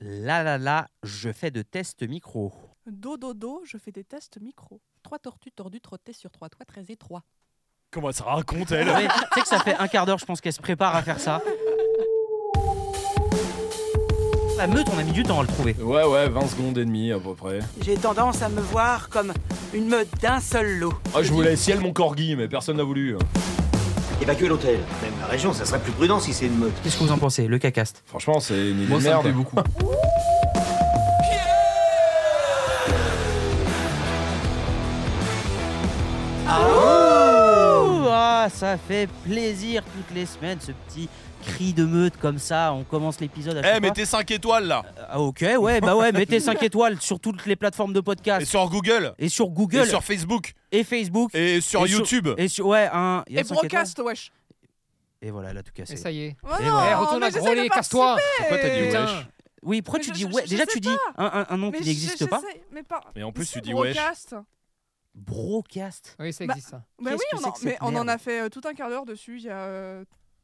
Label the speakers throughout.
Speaker 1: La la la, je fais de tests micro.
Speaker 2: Do do do, je fais des tests micro. Trois tortues tordues trottées sur trois toits très étroits.
Speaker 3: Comment ça raconte, elle
Speaker 1: Ouais, Tu sais que ça fait un quart d'heure, je pense qu'elle se prépare à faire ça. La meute, on a mis du temps à le trouver.
Speaker 3: Ouais, ouais, 20 secondes et demie à peu près.
Speaker 4: J'ai tendance à me voir comme une meute d'un seul lot.
Speaker 3: Ah, je voulais ciel mon corgi, mais personne n'a voulu. hein.
Speaker 5: Évacuer l'hôtel. Même la région, ça serait plus prudent si c'est une meute.
Speaker 1: Qu'est-ce que vous en pensez, le cacaste
Speaker 3: Franchement, c'est une idée
Speaker 6: Moi,
Speaker 3: de
Speaker 6: ça
Speaker 3: merde.
Speaker 6: me plaît beaucoup.
Speaker 1: Ah, ça fait plaisir toutes les semaines, ce petit cri de meute comme ça. On commence l'épisode à
Speaker 7: Eh,
Speaker 1: chaque fois.
Speaker 7: mettez 5 étoiles là
Speaker 1: Ah, ok, ouais, bah ouais, mettez 5 étoiles sur toutes les plateformes de podcast.
Speaker 7: Et sur Google
Speaker 1: Et sur Ah, Google
Speaker 7: Et sur Facebook
Speaker 1: et Facebook
Speaker 7: Et sur
Speaker 1: Et sur-
Speaker 7: YouTube
Speaker 1: et sur ouais un il y a
Speaker 2: Et
Speaker 1: cinq étoiles.
Speaker 2: broadcast, wesh
Speaker 1: et voilà elle a tout cassé
Speaker 6: Et ça y est.
Speaker 2: Oh
Speaker 1: Et
Speaker 2: non,
Speaker 1: voilà.
Speaker 6: Eh, retourne
Speaker 2: mais
Speaker 6: à
Speaker 2: j'essaie
Speaker 6: Grolet,
Speaker 2: de
Speaker 6: casse-toi
Speaker 2: participer.
Speaker 3: Pourquoi t'as dit
Speaker 6: Putain.
Speaker 3: wesh
Speaker 1: oui pourquoi
Speaker 2: Mais
Speaker 1: tu
Speaker 2: je-
Speaker 1: dis
Speaker 2: je-
Speaker 1: ouais
Speaker 2: je
Speaker 1: déjà
Speaker 2: sais
Speaker 1: tu dis un, un- un nom
Speaker 2: Mais
Speaker 1: qui
Speaker 2: je-
Speaker 1: n'existe pas
Speaker 2: j'essaie, Mais pas.
Speaker 7: Et en plus,
Speaker 2: Si,
Speaker 7: tu dis wesh.
Speaker 2: broadcast.
Speaker 1: Brocast
Speaker 6: Oui, ça
Speaker 2: Bah,
Speaker 6: existe ça.
Speaker 2: Bah
Speaker 1: Qu'est-ce
Speaker 2: oui,
Speaker 1: que
Speaker 2: on
Speaker 1: c'est
Speaker 2: en,
Speaker 1: que cette
Speaker 2: mais on en
Speaker 1: merde
Speaker 2: a fait euh, tout un quart d'heure dessus. Il y a euh,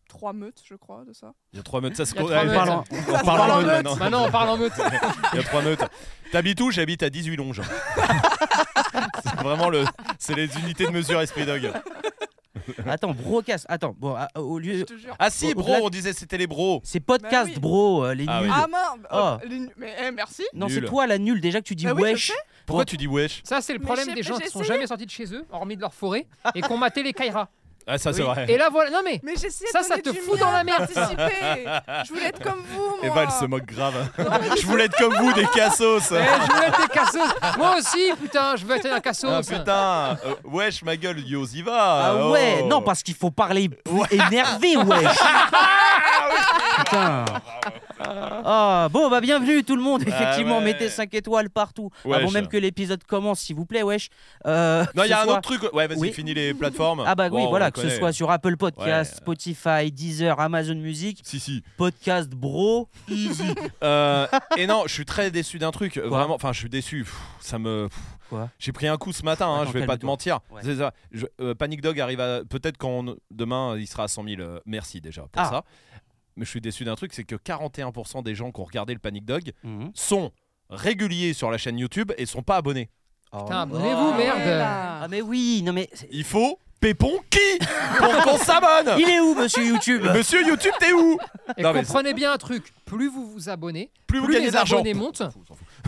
Speaker 2: trois meutes, je crois, de ça.
Speaker 7: Il y a 3 meutes, ça se
Speaker 6: Il y a
Speaker 7: co-
Speaker 6: trois
Speaker 7: Eh,
Speaker 6: meutes.
Speaker 7: parle-
Speaker 1: parlant
Speaker 7: on
Speaker 2: se
Speaker 7: parle en
Speaker 2: parle
Speaker 7: meute
Speaker 2: en
Speaker 7: maintenant.
Speaker 6: Maintenant, on parle Bah en meute.
Speaker 7: Il y a 3 meutes. T'habites où J'habite à 18 longes. c'est vraiment le. C'est les unités de mesure Esprit Dog.
Speaker 1: attends Brocast attends bon à- au
Speaker 2: Je
Speaker 1: lieu
Speaker 2: te jure.
Speaker 7: Ah si,
Speaker 1: Au-
Speaker 7: bro,
Speaker 1: au-delà-
Speaker 7: on disait c'était les bros.
Speaker 1: c'est podcast
Speaker 2: Bah oui.
Speaker 1: bro euh, les
Speaker 7: Ah
Speaker 1: nuls
Speaker 7: oui.
Speaker 2: Ah mince
Speaker 1: Ah.
Speaker 2: euh, les- Mais eh, merci
Speaker 1: non c'est
Speaker 7: Nul.
Speaker 1: toi la nulle déjà que tu dis
Speaker 2: Bah oui, je
Speaker 1: wesh
Speaker 2: sais.
Speaker 7: Pourquoi tu dis wesh
Speaker 6: Ça, c'est le
Speaker 2: Mais
Speaker 6: problème
Speaker 2: j'ai-
Speaker 6: des gens
Speaker 2: j'ai
Speaker 6: qui sont
Speaker 2: essayé.
Speaker 6: jamais sortis de chez eux, hormis de leur forêt, et qu'on maté les Kairas.
Speaker 7: Ah, ça c'est
Speaker 6: Oui.
Speaker 7: vrai.
Speaker 6: Et là, voilà. Non, mais
Speaker 2: Mais j'essayais
Speaker 6: Ça,
Speaker 2: de
Speaker 6: ça
Speaker 2: donner
Speaker 6: te
Speaker 2: du
Speaker 6: fout
Speaker 2: mien,
Speaker 6: dans la merde, ça.
Speaker 2: participer. Je voulais être comme vous, moi.
Speaker 7: Et Val Eh ben, se moque grave. je voulais être comme vous, des cassos.
Speaker 6: Eh, je veux être des casseuses. Moi aussi, putain, je veux être un cassos.
Speaker 7: Ah putain, Euh, wesh ma gueule, yo va.
Speaker 1: ah
Speaker 7: Oh.
Speaker 1: ouais non parce qu'il faut parler plus énervé wesh putain ah bon bah bienvenue tout le monde effectivement
Speaker 7: Ah ouais.
Speaker 1: mettez 5 étoiles partout
Speaker 7: Wesh.
Speaker 1: avant même que l'épisode commence s'il vous plaît wesh Euh,
Speaker 7: Non,
Speaker 1: que
Speaker 7: il y a
Speaker 1: ce
Speaker 7: un
Speaker 1: soit-
Speaker 7: autre truc. Ouais, vas-y,
Speaker 1: Oui.
Speaker 7: finis les plateformes.
Speaker 1: Ah bah oui,
Speaker 7: Wow, on
Speaker 1: voilà,
Speaker 7: le
Speaker 1: que ce
Speaker 7: connaît.
Speaker 1: soit sur Apple Podcast,
Speaker 7: Ouais.
Speaker 1: Spotify, Deezer, Amazon Music,
Speaker 7: Si, si.
Speaker 1: Podcast Bro.
Speaker 7: Euh, et non, je suis très déçu d'un truc. Vraiment, enfin, je suis déçu. Pff, ça me. pff.
Speaker 1: Quoi
Speaker 7: J'ai pris un coup ce matin. hein,
Speaker 1: Attends,
Speaker 7: je vais pas te
Speaker 1: calme-toi.
Speaker 7: mentir.
Speaker 1: Ouais.
Speaker 7: C'est ça. Je- euh, Panic Dog arrive à. Peut-être quand on- demain il sera à 100 000. euh, merci déjà pour
Speaker 1: Ah.
Speaker 7: ça. Mais je suis déçu d'un truc, c'est que 41% des gens qui ont regardé le Panic Dog
Speaker 1: Mhm.
Speaker 7: sont réguliers sur la chaîne YouTube et sont pas abonnés.
Speaker 1: Oh
Speaker 6: Putain,
Speaker 2: Oh.
Speaker 6: abonnez-vous, merde.
Speaker 1: Ah mais oui, non mais... c'est-
Speaker 7: Il faut Pépon qui pour qu'on s'abonne.
Speaker 1: Il est où, monsieur YouTube
Speaker 7: Monsieur YouTube, t'es où
Speaker 6: Et
Speaker 7: Non, mais
Speaker 6: comprenez bien un truc. Plus vous vous abonnez,
Speaker 7: Plus vous
Speaker 6: plus
Speaker 7: gagnez
Speaker 6: les
Speaker 7: d'argent.
Speaker 6: abonnés montent.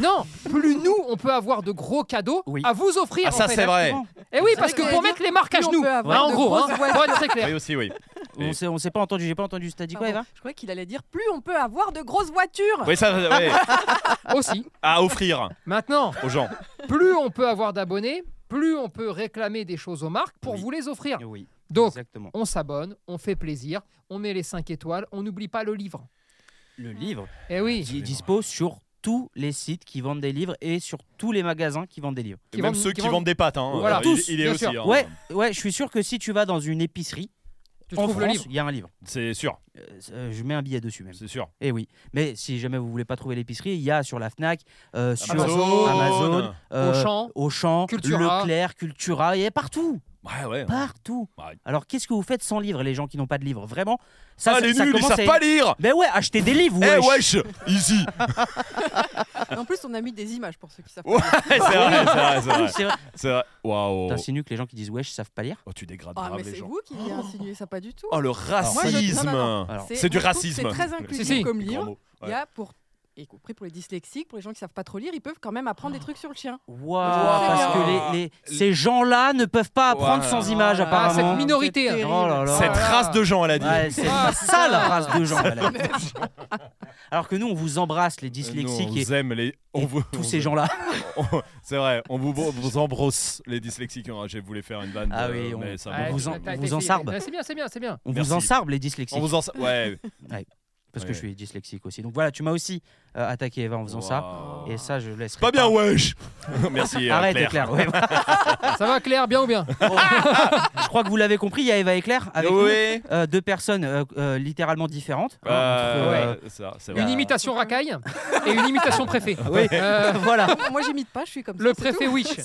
Speaker 6: Non, plus nous, on peut avoir de gros cadeaux
Speaker 1: Oui.
Speaker 6: à vous offrir.
Speaker 7: Ah ça
Speaker 6: en fait.
Speaker 7: c'est vrai.
Speaker 6: Et oui,
Speaker 2: C'est
Speaker 6: parce
Speaker 2: vrai
Speaker 6: que
Speaker 2: qu'on
Speaker 6: pour
Speaker 2: va
Speaker 6: mettre les marques à
Speaker 2: plus on
Speaker 6: genoux,
Speaker 2: peut avoir
Speaker 6: hein, en
Speaker 2: de
Speaker 6: gros, hein,
Speaker 2: grosses
Speaker 6: pour être très
Speaker 7: Oui
Speaker 6: clair.
Speaker 7: aussi oui.
Speaker 1: On s'est on s'est pas entendu, j'ai pas entendu, t'as
Speaker 6: Ah
Speaker 1: dit quoi Eva
Speaker 2: Pardon, Je croyais qu'il allait dire plus on peut avoir de grosses voitures.
Speaker 7: Oui ça ouais.
Speaker 6: Aussi.
Speaker 7: à offrir
Speaker 6: Maintenant,
Speaker 7: aux gens.
Speaker 6: plus on peut avoir d'abonnés, plus on peut réclamer des choses aux marques pour
Speaker 1: Oui.
Speaker 6: vous les offrir.
Speaker 1: Oui,
Speaker 6: Donc,
Speaker 1: exactement.
Speaker 6: on s'abonne, on fait plaisir, on met les 5 étoiles, on n'oublie pas le livre.
Speaker 1: Le livre
Speaker 7: Ah,
Speaker 6: Eh oui.
Speaker 1: qui est dispo sur tous les sites qui vendent des livres et sur tous les magasins qui vendent des livres.
Speaker 6: Qui
Speaker 7: Même
Speaker 6: vendent-
Speaker 7: ceux
Speaker 6: qui
Speaker 7: qui
Speaker 6: vendent-
Speaker 7: vendent des pâtes hein.
Speaker 6: Voilà.
Speaker 7: Il-
Speaker 1: Tous,
Speaker 7: il, est
Speaker 6: bien
Speaker 7: aussi.
Speaker 6: sûr.
Speaker 7: hein.
Speaker 1: Ouais, ouais, je suis sûr que si tu vas dans une épicerie,
Speaker 6: Tu
Speaker 1: en
Speaker 6: trouves le
Speaker 1: France,
Speaker 6: livre.
Speaker 1: il y a un livre.
Speaker 7: C'est sûr,
Speaker 1: Euh, euh, je mets un billet dessus même.
Speaker 7: c'est sûr.
Speaker 1: Eh oui, mais si jamais vous voulez pas trouver l'épicerie, il y a sur la Fnac, euh, sur
Speaker 6: Amazon.
Speaker 1: Amazon, euh,
Speaker 6: Auchan.
Speaker 1: Auchan,
Speaker 6: Cultura.
Speaker 1: Leclerc, Cultura, il y a partout,
Speaker 7: Ouais ouais.
Speaker 1: Ah, partout.
Speaker 7: Ouais.
Speaker 1: Alors qu'est-ce que vous faites sans livre, les gens qui n'ont pas de livre Vraiment, ça,
Speaker 7: ah
Speaker 1: c'est-
Speaker 7: les
Speaker 1: ça
Speaker 7: nuls, ils
Speaker 1: commence
Speaker 7: savent
Speaker 1: à-
Speaker 7: pas lire.
Speaker 1: Ben ouais, achetez des livres,
Speaker 7: Eh
Speaker 1: wesh.
Speaker 7: wesh, easy.
Speaker 2: En plus, on a mis des images pour ceux qui savent.
Speaker 7: Ouais, c'est vrai, c'est vrai, c'est
Speaker 1: Ah oui,
Speaker 7: vrai.
Speaker 1: c'est vrai.
Speaker 7: C'est vrai. Waouh.
Speaker 1: T'insinues que les gens qui disent wesh savent pas lire
Speaker 7: Oh, tu dégrades
Speaker 2: Ah,
Speaker 7: grave
Speaker 2: mais
Speaker 7: les
Speaker 2: c'est
Speaker 7: gens.
Speaker 2: vous qui avez insinué ça, pas du tout.
Speaker 7: Oh, le
Speaker 1: Moi, je-
Speaker 7: racisme.
Speaker 2: non, non,
Speaker 1: Alors,
Speaker 7: C'est
Speaker 2: moi, je
Speaker 7: du
Speaker 2: trouve que
Speaker 7: racisme.
Speaker 2: C'est très
Speaker 6: Si,
Speaker 2: inclusif
Speaker 6: si.
Speaker 2: comme
Speaker 7: Les grands
Speaker 2: livre.
Speaker 7: mots.
Speaker 2: Il y a pour, y compris pour les dyslexiques, pour les gens qui savent pas trop lire, ils peuvent quand même apprendre des
Speaker 7: Oh.
Speaker 2: trucs sur le chien.
Speaker 1: Waouh,
Speaker 2: Wow.
Speaker 1: parce que les, les- ces gens-là ne peuvent pas apprendre
Speaker 7: Wow.
Speaker 1: sans image
Speaker 2: Ah,
Speaker 6: Ah,
Speaker 1: apparemment.
Speaker 6: cette minorité.
Speaker 2: C'est
Speaker 6: hein.
Speaker 1: Oh là là.
Speaker 7: Cette
Speaker 6: Voilà.
Speaker 7: race de gens, elle a dit.
Speaker 1: Ouais, c'est
Speaker 6: Ah,
Speaker 1: ça la
Speaker 6: putain.
Speaker 1: race de gens. voilà. Alors que nous, on vous embrasse les dyslexiques
Speaker 7: Nous, Euh, on
Speaker 1: et,
Speaker 7: vous aime les.
Speaker 1: et
Speaker 7: On vous- on
Speaker 1: tous ces
Speaker 7: vous-
Speaker 1: gens-là.
Speaker 7: on- C'est vrai, on vous, on vous embrosse les dyslexiques. Ah, J'ai voulu faire une vanne.
Speaker 1: Ah
Speaker 7: euh,
Speaker 1: oui, on-
Speaker 7: mais ça
Speaker 1: on
Speaker 7: va.
Speaker 1: vous en-
Speaker 6: t'as- t'as
Speaker 1: on vous
Speaker 6: essayé.
Speaker 1: ensarbe.
Speaker 6: Ouais, C'est bien, c'est bien, c'est bien.
Speaker 1: On vous
Speaker 7: Merci.
Speaker 1: ensarbe les dyslexiques.
Speaker 7: On vous en. Ouais.
Speaker 1: Parce que
Speaker 7: Ouais.
Speaker 1: je suis dyslexique aussi. Donc voilà, tu m'as aussi euh, attaqué Eva en faisant ça.
Speaker 7: Waouh.
Speaker 1: Et ça, je laisse.
Speaker 7: Pas bien, wesh. Merci. euh,
Speaker 1: Arrête,
Speaker 7: Claire.
Speaker 1: Éclair. ouais, voilà. Ah.
Speaker 6: Ça va, Claire, bien ou bien
Speaker 1: je crois que vous l'avez compris, il y a Eva Éclair avec nous.
Speaker 7: Oui. Bah,
Speaker 1: Euh, deux personnes euh, euh, littéralement différentes. hein, entre,
Speaker 7: Euh, ça, c'est vrai.
Speaker 6: Une
Speaker 1: Ah.
Speaker 6: imitation racaille et une imitation préfet.
Speaker 1: euh, oui.
Speaker 6: Euh,
Speaker 1: voilà.
Speaker 2: Moi, j'imite pas, je suis comme ça.
Speaker 6: le
Speaker 2: c'est tout.
Speaker 6: préfet Wish.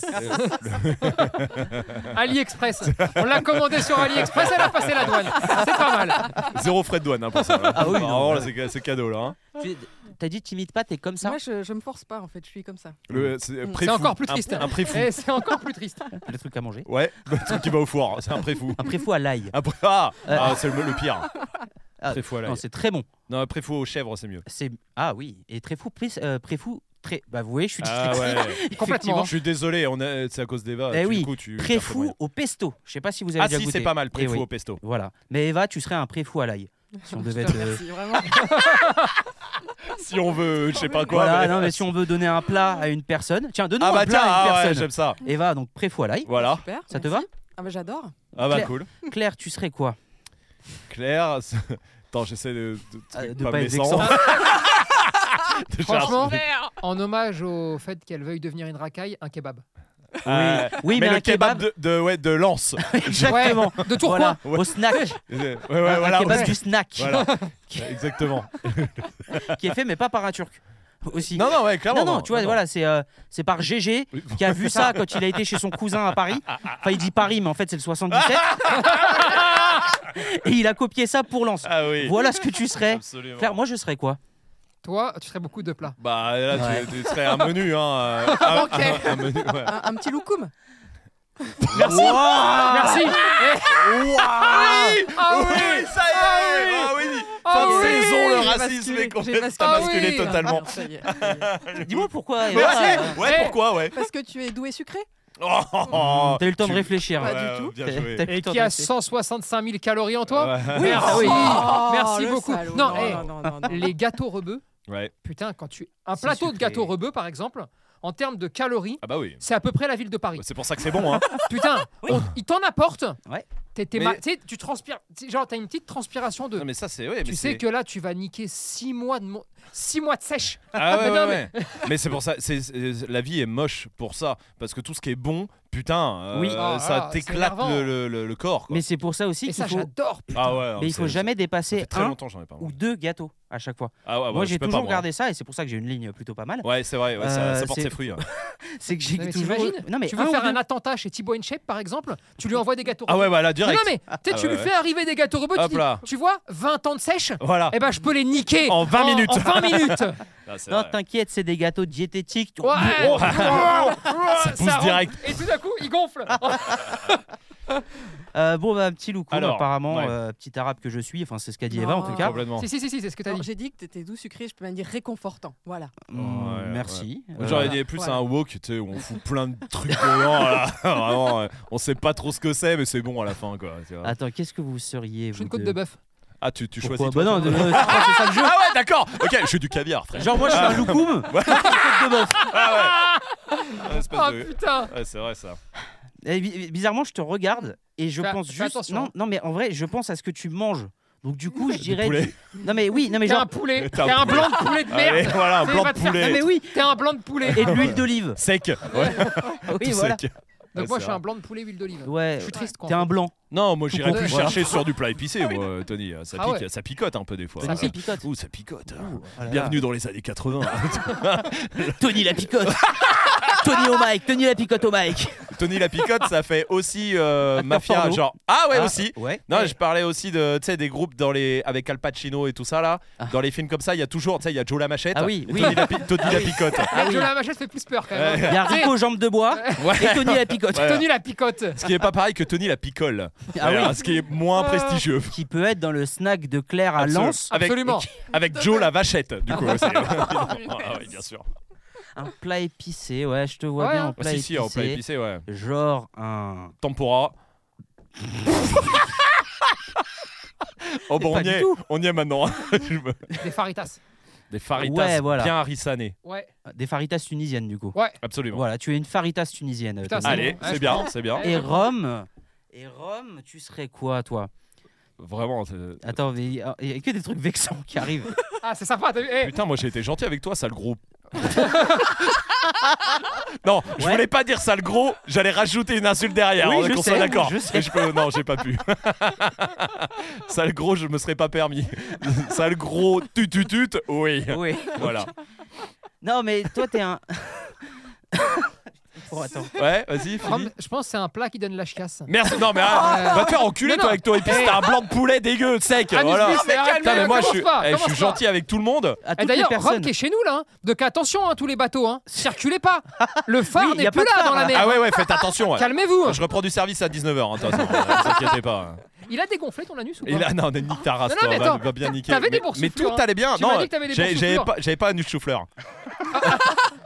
Speaker 6: AliExpress. On l'a commandé sur AliExpress, elle a passé la douane. C'est pas mal.
Speaker 7: Zéro frais de douane hein, pour ça.
Speaker 1: Ah oui,
Speaker 7: Vraiment, là, c'est c'est cadeau là. hein.
Speaker 1: Tu- T'as dit t'imites pas, t'es comme ça.
Speaker 2: Moi, je, je me force pas en fait, je suis comme ça.
Speaker 3: Le- c'est un pré
Speaker 6: C'est
Speaker 3: fou.
Speaker 6: encore plus triste.
Speaker 7: Un, un pré fou.
Speaker 6: Eh, c'est encore plus triste.
Speaker 1: Le truc à manger.
Speaker 7: Ouais, le truc qui va au four, c'est un pré fou.
Speaker 1: Un préfou à l'ail.
Speaker 7: Un pré- Ah,
Speaker 1: Euh.
Speaker 7: ah, c'est le, le pire.
Speaker 1: Ah,
Speaker 7: Pré fou à l'ail.
Speaker 1: Non, c'est très bon.
Speaker 7: Non, un pré fou aux chèvres, c'est mieux.
Speaker 1: C'est ah oui et très fou, pris- euh, très fou, très. Bah vous voyez, je suis
Speaker 7: Ah
Speaker 1: dyslexique.
Speaker 7: ouais.
Speaker 1: Effectivement.
Speaker 6: Complètement.
Speaker 7: Je suis désolé, on a- c'est à cause d'Eva.
Speaker 1: Eh
Speaker 7: tu-
Speaker 1: oui,
Speaker 7: du coup, tu-
Speaker 1: Très
Speaker 7: t'as pas moyen.
Speaker 1: fou au pesto. Je sais pas si vous avez
Speaker 7: Ah
Speaker 1: déjà
Speaker 7: si,
Speaker 1: goûté.
Speaker 7: c'est pas mal, pré
Speaker 1: Eh
Speaker 7: fou
Speaker 1: oui.
Speaker 7: au pesto.
Speaker 1: Voilà. Mais Eva, tu serais un préfou à l'ail. Si on devait
Speaker 2: Je
Speaker 1: te.
Speaker 2: te remercie, vraiment.
Speaker 7: Si on veut, je sais pas quoi.
Speaker 1: Voilà,
Speaker 7: mais-
Speaker 1: non mais si on veut donner un plat à une personne, tiens, donne-nous
Speaker 7: Ah
Speaker 1: un
Speaker 7: bah
Speaker 1: plat
Speaker 7: tiens,
Speaker 1: à une
Speaker 7: ah ouais,
Speaker 1: personne.
Speaker 7: j'aime ça.
Speaker 1: Eva, donc préfou à l'ail.
Speaker 7: Voilà.
Speaker 2: Super.
Speaker 1: Ça te
Speaker 2: merci. Ah bah j'adore.
Speaker 7: Ah bah
Speaker 1: Claire-
Speaker 7: cool.
Speaker 1: Claire, tu serais quoi
Speaker 7: Claire, c'est- attends, j'essaie de, de,
Speaker 2: Ah,
Speaker 1: Euh,
Speaker 7: truc
Speaker 1: de pas être
Speaker 7: blessant. Déjà,
Speaker 6: Franchement, en hommage au fait qu'elle veuille devenir une racaille, un kebab.
Speaker 7: euh,
Speaker 1: Oui, mais,
Speaker 7: mais,
Speaker 1: un
Speaker 7: le kebab, de, de- ouais, de Lens.
Speaker 1: Exactement.
Speaker 6: Ouais, de Tourcoing.
Speaker 1: Voilà,
Speaker 7: Ouais.
Speaker 1: au snack.
Speaker 7: ouais, ouais,
Speaker 1: Un- un
Speaker 7: voilà.
Speaker 1: kebab
Speaker 7: ouais.
Speaker 1: du snack
Speaker 7: Voilà. exactement.
Speaker 1: qui est fait mais pas par un turc aussi.
Speaker 7: Non, non, ouais, clairement.
Speaker 1: non, non, tu vois, voilà, c'est euh, c'est par GG
Speaker 7: Oui.
Speaker 1: qui a vu ça quand il a été chez son cousin à Paris. Enfin, il dit Paris, mais en fait, c'est le 77. Et il a copié ça pour Lens.
Speaker 7: Ah oui.
Speaker 1: Voilà ce que tu serais.
Speaker 7: Absolument.
Speaker 1: Claire, moi, je serais quoi
Speaker 6: Toi, tu ferais beaucoup de plats.
Speaker 7: Bah là,
Speaker 1: Ouais.
Speaker 7: tu, tu serais un menu, hein. euh, un,
Speaker 2: Ah, Ok.
Speaker 7: un- un menu, ouais.
Speaker 2: Un, un petit loukoum.
Speaker 1: Merci
Speaker 6: Merci. Eh,
Speaker 7: Ah oui,
Speaker 6: ah oui,
Speaker 7: ça y est. Ah oui.
Speaker 6: ah
Speaker 7: Fin de
Speaker 6: oui.
Speaker 7: saison, le
Speaker 2: J'ai
Speaker 7: racisme
Speaker 2: basculé,
Speaker 7: est
Speaker 2: j'ai
Speaker 7: complètement
Speaker 6: basculé.
Speaker 7: basculé
Speaker 6: Ah oui.
Speaker 7: totalement.
Speaker 2: Ah, ça y est, ça y est.
Speaker 1: Dis-moi pourquoi.
Speaker 7: Ouais,
Speaker 1: Eva, euh,
Speaker 7: ouais,
Speaker 6: Eh.
Speaker 7: pourquoi, ouais.
Speaker 2: Parce que tu es doué sucré
Speaker 7: Oh, oh, oh.
Speaker 1: T'as eu le temps de
Speaker 7: Tu-
Speaker 1: réfléchir.
Speaker 2: Pas
Speaker 1: T'as-
Speaker 2: Ouais, du tout.
Speaker 7: Bien joué.
Speaker 1: t'as eu le
Speaker 6: Et
Speaker 1: temps
Speaker 6: qui
Speaker 1: de
Speaker 6: a
Speaker 1: réfléchir.
Speaker 6: 165 000 calories en toi
Speaker 7: Ouais.
Speaker 1: Oui,
Speaker 6: Merci.
Speaker 2: Oh,
Speaker 6: Ah Merci
Speaker 2: le
Speaker 6: beaucoup.
Speaker 2: salaud.
Speaker 6: Non,
Speaker 2: Non,
Speaker 6: eh,
Speaker 2: non, non, non, non.
Speaker 6: Les gâteaux rebeux,
Speaker 7: Ouais.
Speaker 6: putain, quand tu un
Speaker 1: C'est
Speaker 6: plateau de
Speaker 1: sucré.
Speaker 6: gâteaux rebeux par exemple, en termes de calories,
Speaker 7: Ah bah oui.
Speaker 6: c'est à peu près la ville de Paris.
Speaker 7: Bah, C'est pour ça que c'est bon, hein.
Speaker 6: Putain, on- ils t'en apportent.
Speaker 1: Ouais.
Speaker 6: T'es- t'es
Speaker 7: Mais-
Speaker 6: ma- tu sais, tu transpires, tu sais, genre t'as une petite transpiration de.
Speaker 7: Non, mais ça, c'est. Ouais, mais
Speaker 6: tu sais
Speaker 7: c'est-
Speaker 6: que là tu vas niquer 6 mois de mon- six mois de sèche.
Speaker 7: Ah ouais,
Speaker 6: Mais non,
Speaker 7: ouais, ouais. mais c'est pour ça, c'est- c'est- la vie est moche pour ça, parce que tout ce qui est bon, putain, euh,
Speaker 1: Oui.
Speaker 6: Ah,
Speaker 7: ça
Speaker 6: ah, c'est
Speaker 7: t'éclate
Speaker 6: énervant.
Speaker 7: le, le- le- le corps. Quoi.
Speaker 1: Mais c'est pour ça aussi
Speaker 6: Et
Speaker 1: qu'il
Speaker 6: ça
Speaker 1: faut.
Speaker 6: j'adore.
Speaker 7: ah ouais, non,
Speaker 1: Mais il
Speaker 7: c'est-
Speaker 1: faut jamais
Speaker 7: Ça fait
Speaker 1: dépasser
Speaker 7: très
Speaker 1: un
Speaker 7: longtemps, j'en ai pas.
Speaker 1: ou deux gâteaux à chaque fois.
Speaker 7: Ah ouais, ouais,
Speaker 1: Moi,
Speaker 7: je
Speaker 1: j'ai
Speaker 7: peux pas,
Speaker 1: toujours
Speaker 7: moi.
Speaker 1: gardé ça et c'est pour ça que j'ai une ligne plutôt pas mal.
Speaker 7: Ouais, c'est vrai, ouais, ça,
Speaker 1: Euh,
Speaker 7: ça porte
Speaker 1: c'est-
Speaker 7: ses fruits. hein.
Speaker 1: C'est que j'ai
Speaker 6: Non, mais
Speaker 1: toujours.
Speaker 6: t'imagines
Speaker 1: Non, mais
Speaker 6: Tu veux
Speaker 1: un ou
Speaker 6: faire
Speaker 1: deux.
Speaker 6: un attentat chez Thibaut InShape par exemple, tu lui envoies des gâteaux.
Speaker 7: Ah ouais, bah là,
Speaker 6: Non,
Speaker 7: direct.
Speaker 6: non, mais tu sais,
Speaker 7: Ah
Speaker 6: tu
Speaker 7: ouais,
Speaker 6: lui
Speaker 7: ouais.
Speaker 6: fais arriver des gâteaux robots, tu
Speaker 7: Hop
Speaker 6: dis,
Speaker 7: là.
Speaker 6: tu vois, 20 ans de sèche,
Speaker 7: Voilà.
Speaker 6: eh ben je peux les niquer
Speaker 7: En 20 minutes.
Speaker 6: En 20 minutes.
Speaker 7: Ah, c'est
Speaker 1: Non,
Speaker 7: vrai.
Speaker 1: t'inquiète, c'est des gâteaux diététiques.
Speaker 6: Ouais.
Speaker 7: Oh.
Speaker 6: ça
Speaker 7: pousse
Speaker 6: rentre.
Speaker 7: direct.
Speaker 6: Et tout d'un coup, il gonfle. Oh,
Speaker 1: Euh, bon, bah, un petit loukoum,
Speaker 7: Alors,
Speaker 1: apparemment,
Speaker 7: ouais.
Speaker 1: euh, petit arabe que je suis, enfin, c'est ce qu'a dit Eva en tout
Speaker 2: Non.
Speaker 1: cas.
Speaker 7: Complètement.
Speaker 6: si si si, si, c'est ce que t'as
Speaker 2: Non,
Speaker 6: dit.
Speaker 2: J'ai dit que t'étais doux sucré, je peux même dire réconfortant. Voilà.
Speaker 1: Mm,
Speaker 7: Ouais, ouais.
Speaker 1: merci.
Speaker 7: Moi,
Speaker 1: Euh,
Speaker 7: J'aurais
Speaker 2: voilà,
Speaker 7: dit plus
Speaker 2: voilà.
Speaker 7: un wok, tu sais, où on fout plein de trucs dedans. là. Vraiment, ouais. on sait pas trop ce que c'est, mais c'est bon à la fin, quoi. tu vois.
Speaker 1: Attends, qu'est-ce que vous seriez
Speaker 6: Je suis
Speaker 1: vous
Speaker 6: une côte
Speaker 1: deux
Speaker 6: de bœuf.
Speaker 7: Ah, tu, tu
Speaker 1: Ah. Pourquoi
Speaker 7: choisis.
Speaker 1: Bah
Speaker 7: toi,
Speaker 1: non,
Speaker 7: toi.
Speaker 1: euh, c'est ça le jeu.
Speaker 7: Ah ouais, d'accord. Ok, je suis du caviar, frère.
Speaker 1: Genre, moi, je suis un loukoum. toi, t'es une côte de bœuf.
Speaker 7: Ah ouais. Un espèce
Speaker 6: Oh
Speaker 7: de-
Speaker 6: putain.
Speaker 7: Ouais, c'est vrai ça.
Speaker 1: Et Eh, bi- bizarrement, je te regarde et je
Speaker 6: Fais-
Speaker 1: pense
Speaker 6: fais
Speaker 1: juste.
Speaker 6: attention.
Speaker 1: Non, non, mais en vrai, je pense à ce que tu manges. Donc du coup, je
Speaker 7: Du
Speaker 1: dirais.
Speaker 7: poulet.
Speaker 1: du- Non mais oui, non mais
Speaker 6: T'es
Speaker 1: genre.
Speaker 6: un poulet.
Speaker 7: T'es un
Speaker 6: T'es
Speaker 7: poulet.
Speaker 6: un
Speaker 7: Ah
Speaker 6: blanc de poulet de
Speaker 7: Allez,
Speaker 6: merde.
Speaker 7: voilà, un
Speaker 6: C'est-
Speaker 7: blanc
Speaker 6: va
Speaker 7: de
Speaker 6: te faire
Speaker 1: Non
Speaker 7: poulet
Speaker 1: mais oui.
Speaker 6: T'es un blanc de poulet.
Speaker 1: Et de l'huile d'olive.
Speaker 7: sec. Ouais,
Speaker 1: Oui,
Speaker 7: tout
Speaker 1: voilà.
Speaker 7: sec.
Speaker 6: Donc
Speaker 7: Ouais,
Speaker 6: moi
Speaker 7: c'est
Speaker 6: je suis un
Speaker 7: vrai.
Speaker 6: blanc de poulet huile d'olive.
Speaker 1: Ouais.
Speaker 6: Je suis triste quand.
Speaker 1: T'es un blanc.
Speaker 7: Non, moi
Speaker 1: Tout
Speaker 7: j'irais
Speaker 1: con.
Speaker 7: plus
Speaker 1: Voilà.
Speaker 7: chercher sur du plat épicé, moi, euh, Tony. Ça,
Speaker 6: Ah
Speaker 7: pique, ça picote un peu des fois.
Speaker 1: Tony,
Speaker 7: Voilà.
Speaker 1: ça picote.
Speaker 7: Ouh, ça picote. hein.
Speaker 1: Oh là là.
Speaker 7: Bienvenue dans les années 80.
Speaker 1: Tony la picote. Tony au mic. Tony la picote au mic.
Speaker 7: Tony la picote, ça fait aussi euh,
Speaker 1: Acteur
Speaker 7: mafia,
Speaker 1: porno.
Speaker 7: genre. Ah ouais
Speaker 1: Ah,
Speaker 7: aussi.
Speaker 1: Ouais.
Speaker 7: Non, je parlais aussi de, tu sais, des groupes dans les avec Al Pacino et tout ça là.
Speaker 1: Ah.
Speaker 7: Dans les films comme ça, il y a toujours, tu sais, il y a Joe la machette.
Speaker 1: Ah oui,
Speaker 7: et
Speaker 1: oui.
Speaker 7: Tony la, pi- Tony la picote.
Speaker 1: Ah oui.
Speaker 6: Je la machette fait plus peur quand même. hein.
Speaker 1: Il y a
Speaker 6: Tu sais,
Speaker 1: Rico jambes de bois et Tony la picote.
Speaker 7: Ouais.
Speaker 6: Tony la picote.
Speaker 7: Ce qui est pas pareil que Tony la picole.
Speaker 1: Ah oui.
Speaker 7: Voilà, Ce qui est moins
Speaker 6: Ah.
Speaker 7: prestigieux.
Speaker 1: Qui peut être dans le snack de Claire à
Speaker 7: Absolument.
Speaker 1: Lens.
Speaker 7: Avec-
Speaker 6: Absolument.
Speaker 7: Avec Joe la vachette, du coup. aussi. ah oui, bien sûr.
Speaker 1: Un plat épicé. Ouais, je te vois
Speaker 6: Ouais,
Speaker 1: bien
Speaker 6: hein.
Speaker 1: en
Speaker 7: Ah,
Speaker 1: plat
Speaker 7: si, si, en plat
Speaker 1: épicé.
Speaker 7: épicé, ouais.
Speaker 1: Genre un.
Speaker 7: Tempora. oh, bon,
Speaker 1: Pas
Speaker 7: on y
Speaker 1: du
Speaker 7: est,
Speaker 1: tout.
Speaker 7: on y est maintenant. hein. Je me-
Speaker 6: Des faritas.
Speaker 7: Des faritas
Speaker 1: Ouais, voilà.
Speaker 7: bien harissanées.
Speaker 6: Ouais.
Speaker 1: Des faritas tunisiennes du coup.
Speaker 7: Absolument.
Speaker 1: Voilà, tu es une faritas tunisienne.
Speaker 6: Putain,
Speaker 1: Tony.
Speaker 6: c'est
Speaker 7: Allez,
Speaker 6: bon. Ouais,
Speaker 7: c'est
Speaker 6: je
Speaker 7: bien,
Speaker 6: prends.
Speaker 7: c'est bien.
Speaker 1: Et Rome. Et Rome, tu serais quoi toi
Speaker 7: Vraiment. c'est-
Speaker 1: Attends, mais il y a il y a que des trucs vexants qui arrivent.
Speaker 6: Ah c'est sympa. T'as vu Eh,
Speaker 7: Putain, moi j'ai été gentil avec toi, sale gros. non, je
Speaker 1: Ouais.
Speaker 7: voulais pas dire sale gros, j'allais rajouter une insulte derrière.
Speaker 1: Oui,
Speaker 7: on est
Speaker 1: je
Speaker 7: qu'on
Speaker 1: sais,
Speaker 7: soit d'accord.
Speaker 1: je sais.
Speaker 7: Mais peux- Euh, Non, j'ai pas pu. sale gros, je me serais pas permis. sale gros, tut tut tut, oui.
Speaker 1: Oui.
Speaker 7: Voilà.
Speaker 1: Non, mais toi, t'es un. Bon, attends.
Speaker 7: Ouais, vas-y,
Speaker 6: Rome,
Speaker 7: Philippe.
Speaker 6: je pense que c'est un plat qui donne la chiasse.
Speaker 7: Merci. Non, mais arrête.
Speaker 6: Euh,
Speaker 7: va te faire enculer,
Speaker 6: non,
Speaker 7: toi,
Speaker 6: non.
Speaker 7: avec ton épice.
Speaker 6: Eh.
Speaker 7: T'as un blanc de poulet dégueu, sec.
Speaker 6: Ah, mais
Speaker 7: voilà.
Speaker 6: Smith, mais arrête,
Speaker 7: Putain, mais moi, je
Speaker 6: commence
Speaker 7: suis,
Speaker 6: pas,
Speaker 7: eh, je suis
Speaker 6: commence pas.
Speaker 7: gentil avec tout le monde.
Speaker 1: À
Speaker 6: Et
Speaker 1: Ah, toutes les
Speaker 6: Eh, d'ailleurs, Rome
Speaker 1: personnes.
Speaker 6: qui est chez nous là, hein. donc attention hein, tous les bateaux, hein. circulez pas. Le phare
Speaker 1: Oui, y
Speaker 6: n'est
Speaker 1: a
Speaker 6: plus
Speaker 1: pas de
Speaker 6: là
Speaker 1: phare,
Speaker 6: dans la
Speaker 1: là.
Speaker 6: mer.
Speaker 7: Ah ouais, ouais, faites attention. ouais.
Speaker 6: Calmez-vous. hein.
Speaker 7: Je reprends du service à 19h, hein, de toute façon, euh, vous inquiétez pas.
Speaker 6: Il a dégonflé ton anus ou pas
Speaker 7: Et là, non, nique ta race,
Speaker 6: Non, non,
Speaker 7: toi,
Speaker 6: mais
Speaker 7: va,
Speaker 6: attends,
Speaker 7: va bien niquer.
Speaker 6: t'avais des
Speaker 7: Mais-
Speaker 6: bourses
Speaker 7: Mais
Speaker 6: soufflures,
Speaker 7: tout allait bien,
Speaker 6: Tu
Speaker 7: non
Speaker 6: m'as dit que t'avais des
Speaker 7: J'avais
Speaker 6: bourses
Speaker 7: j'avais
Speaker 6: soufflures.
Speaker 7: pas, j'avais pas un nude chou-fleur.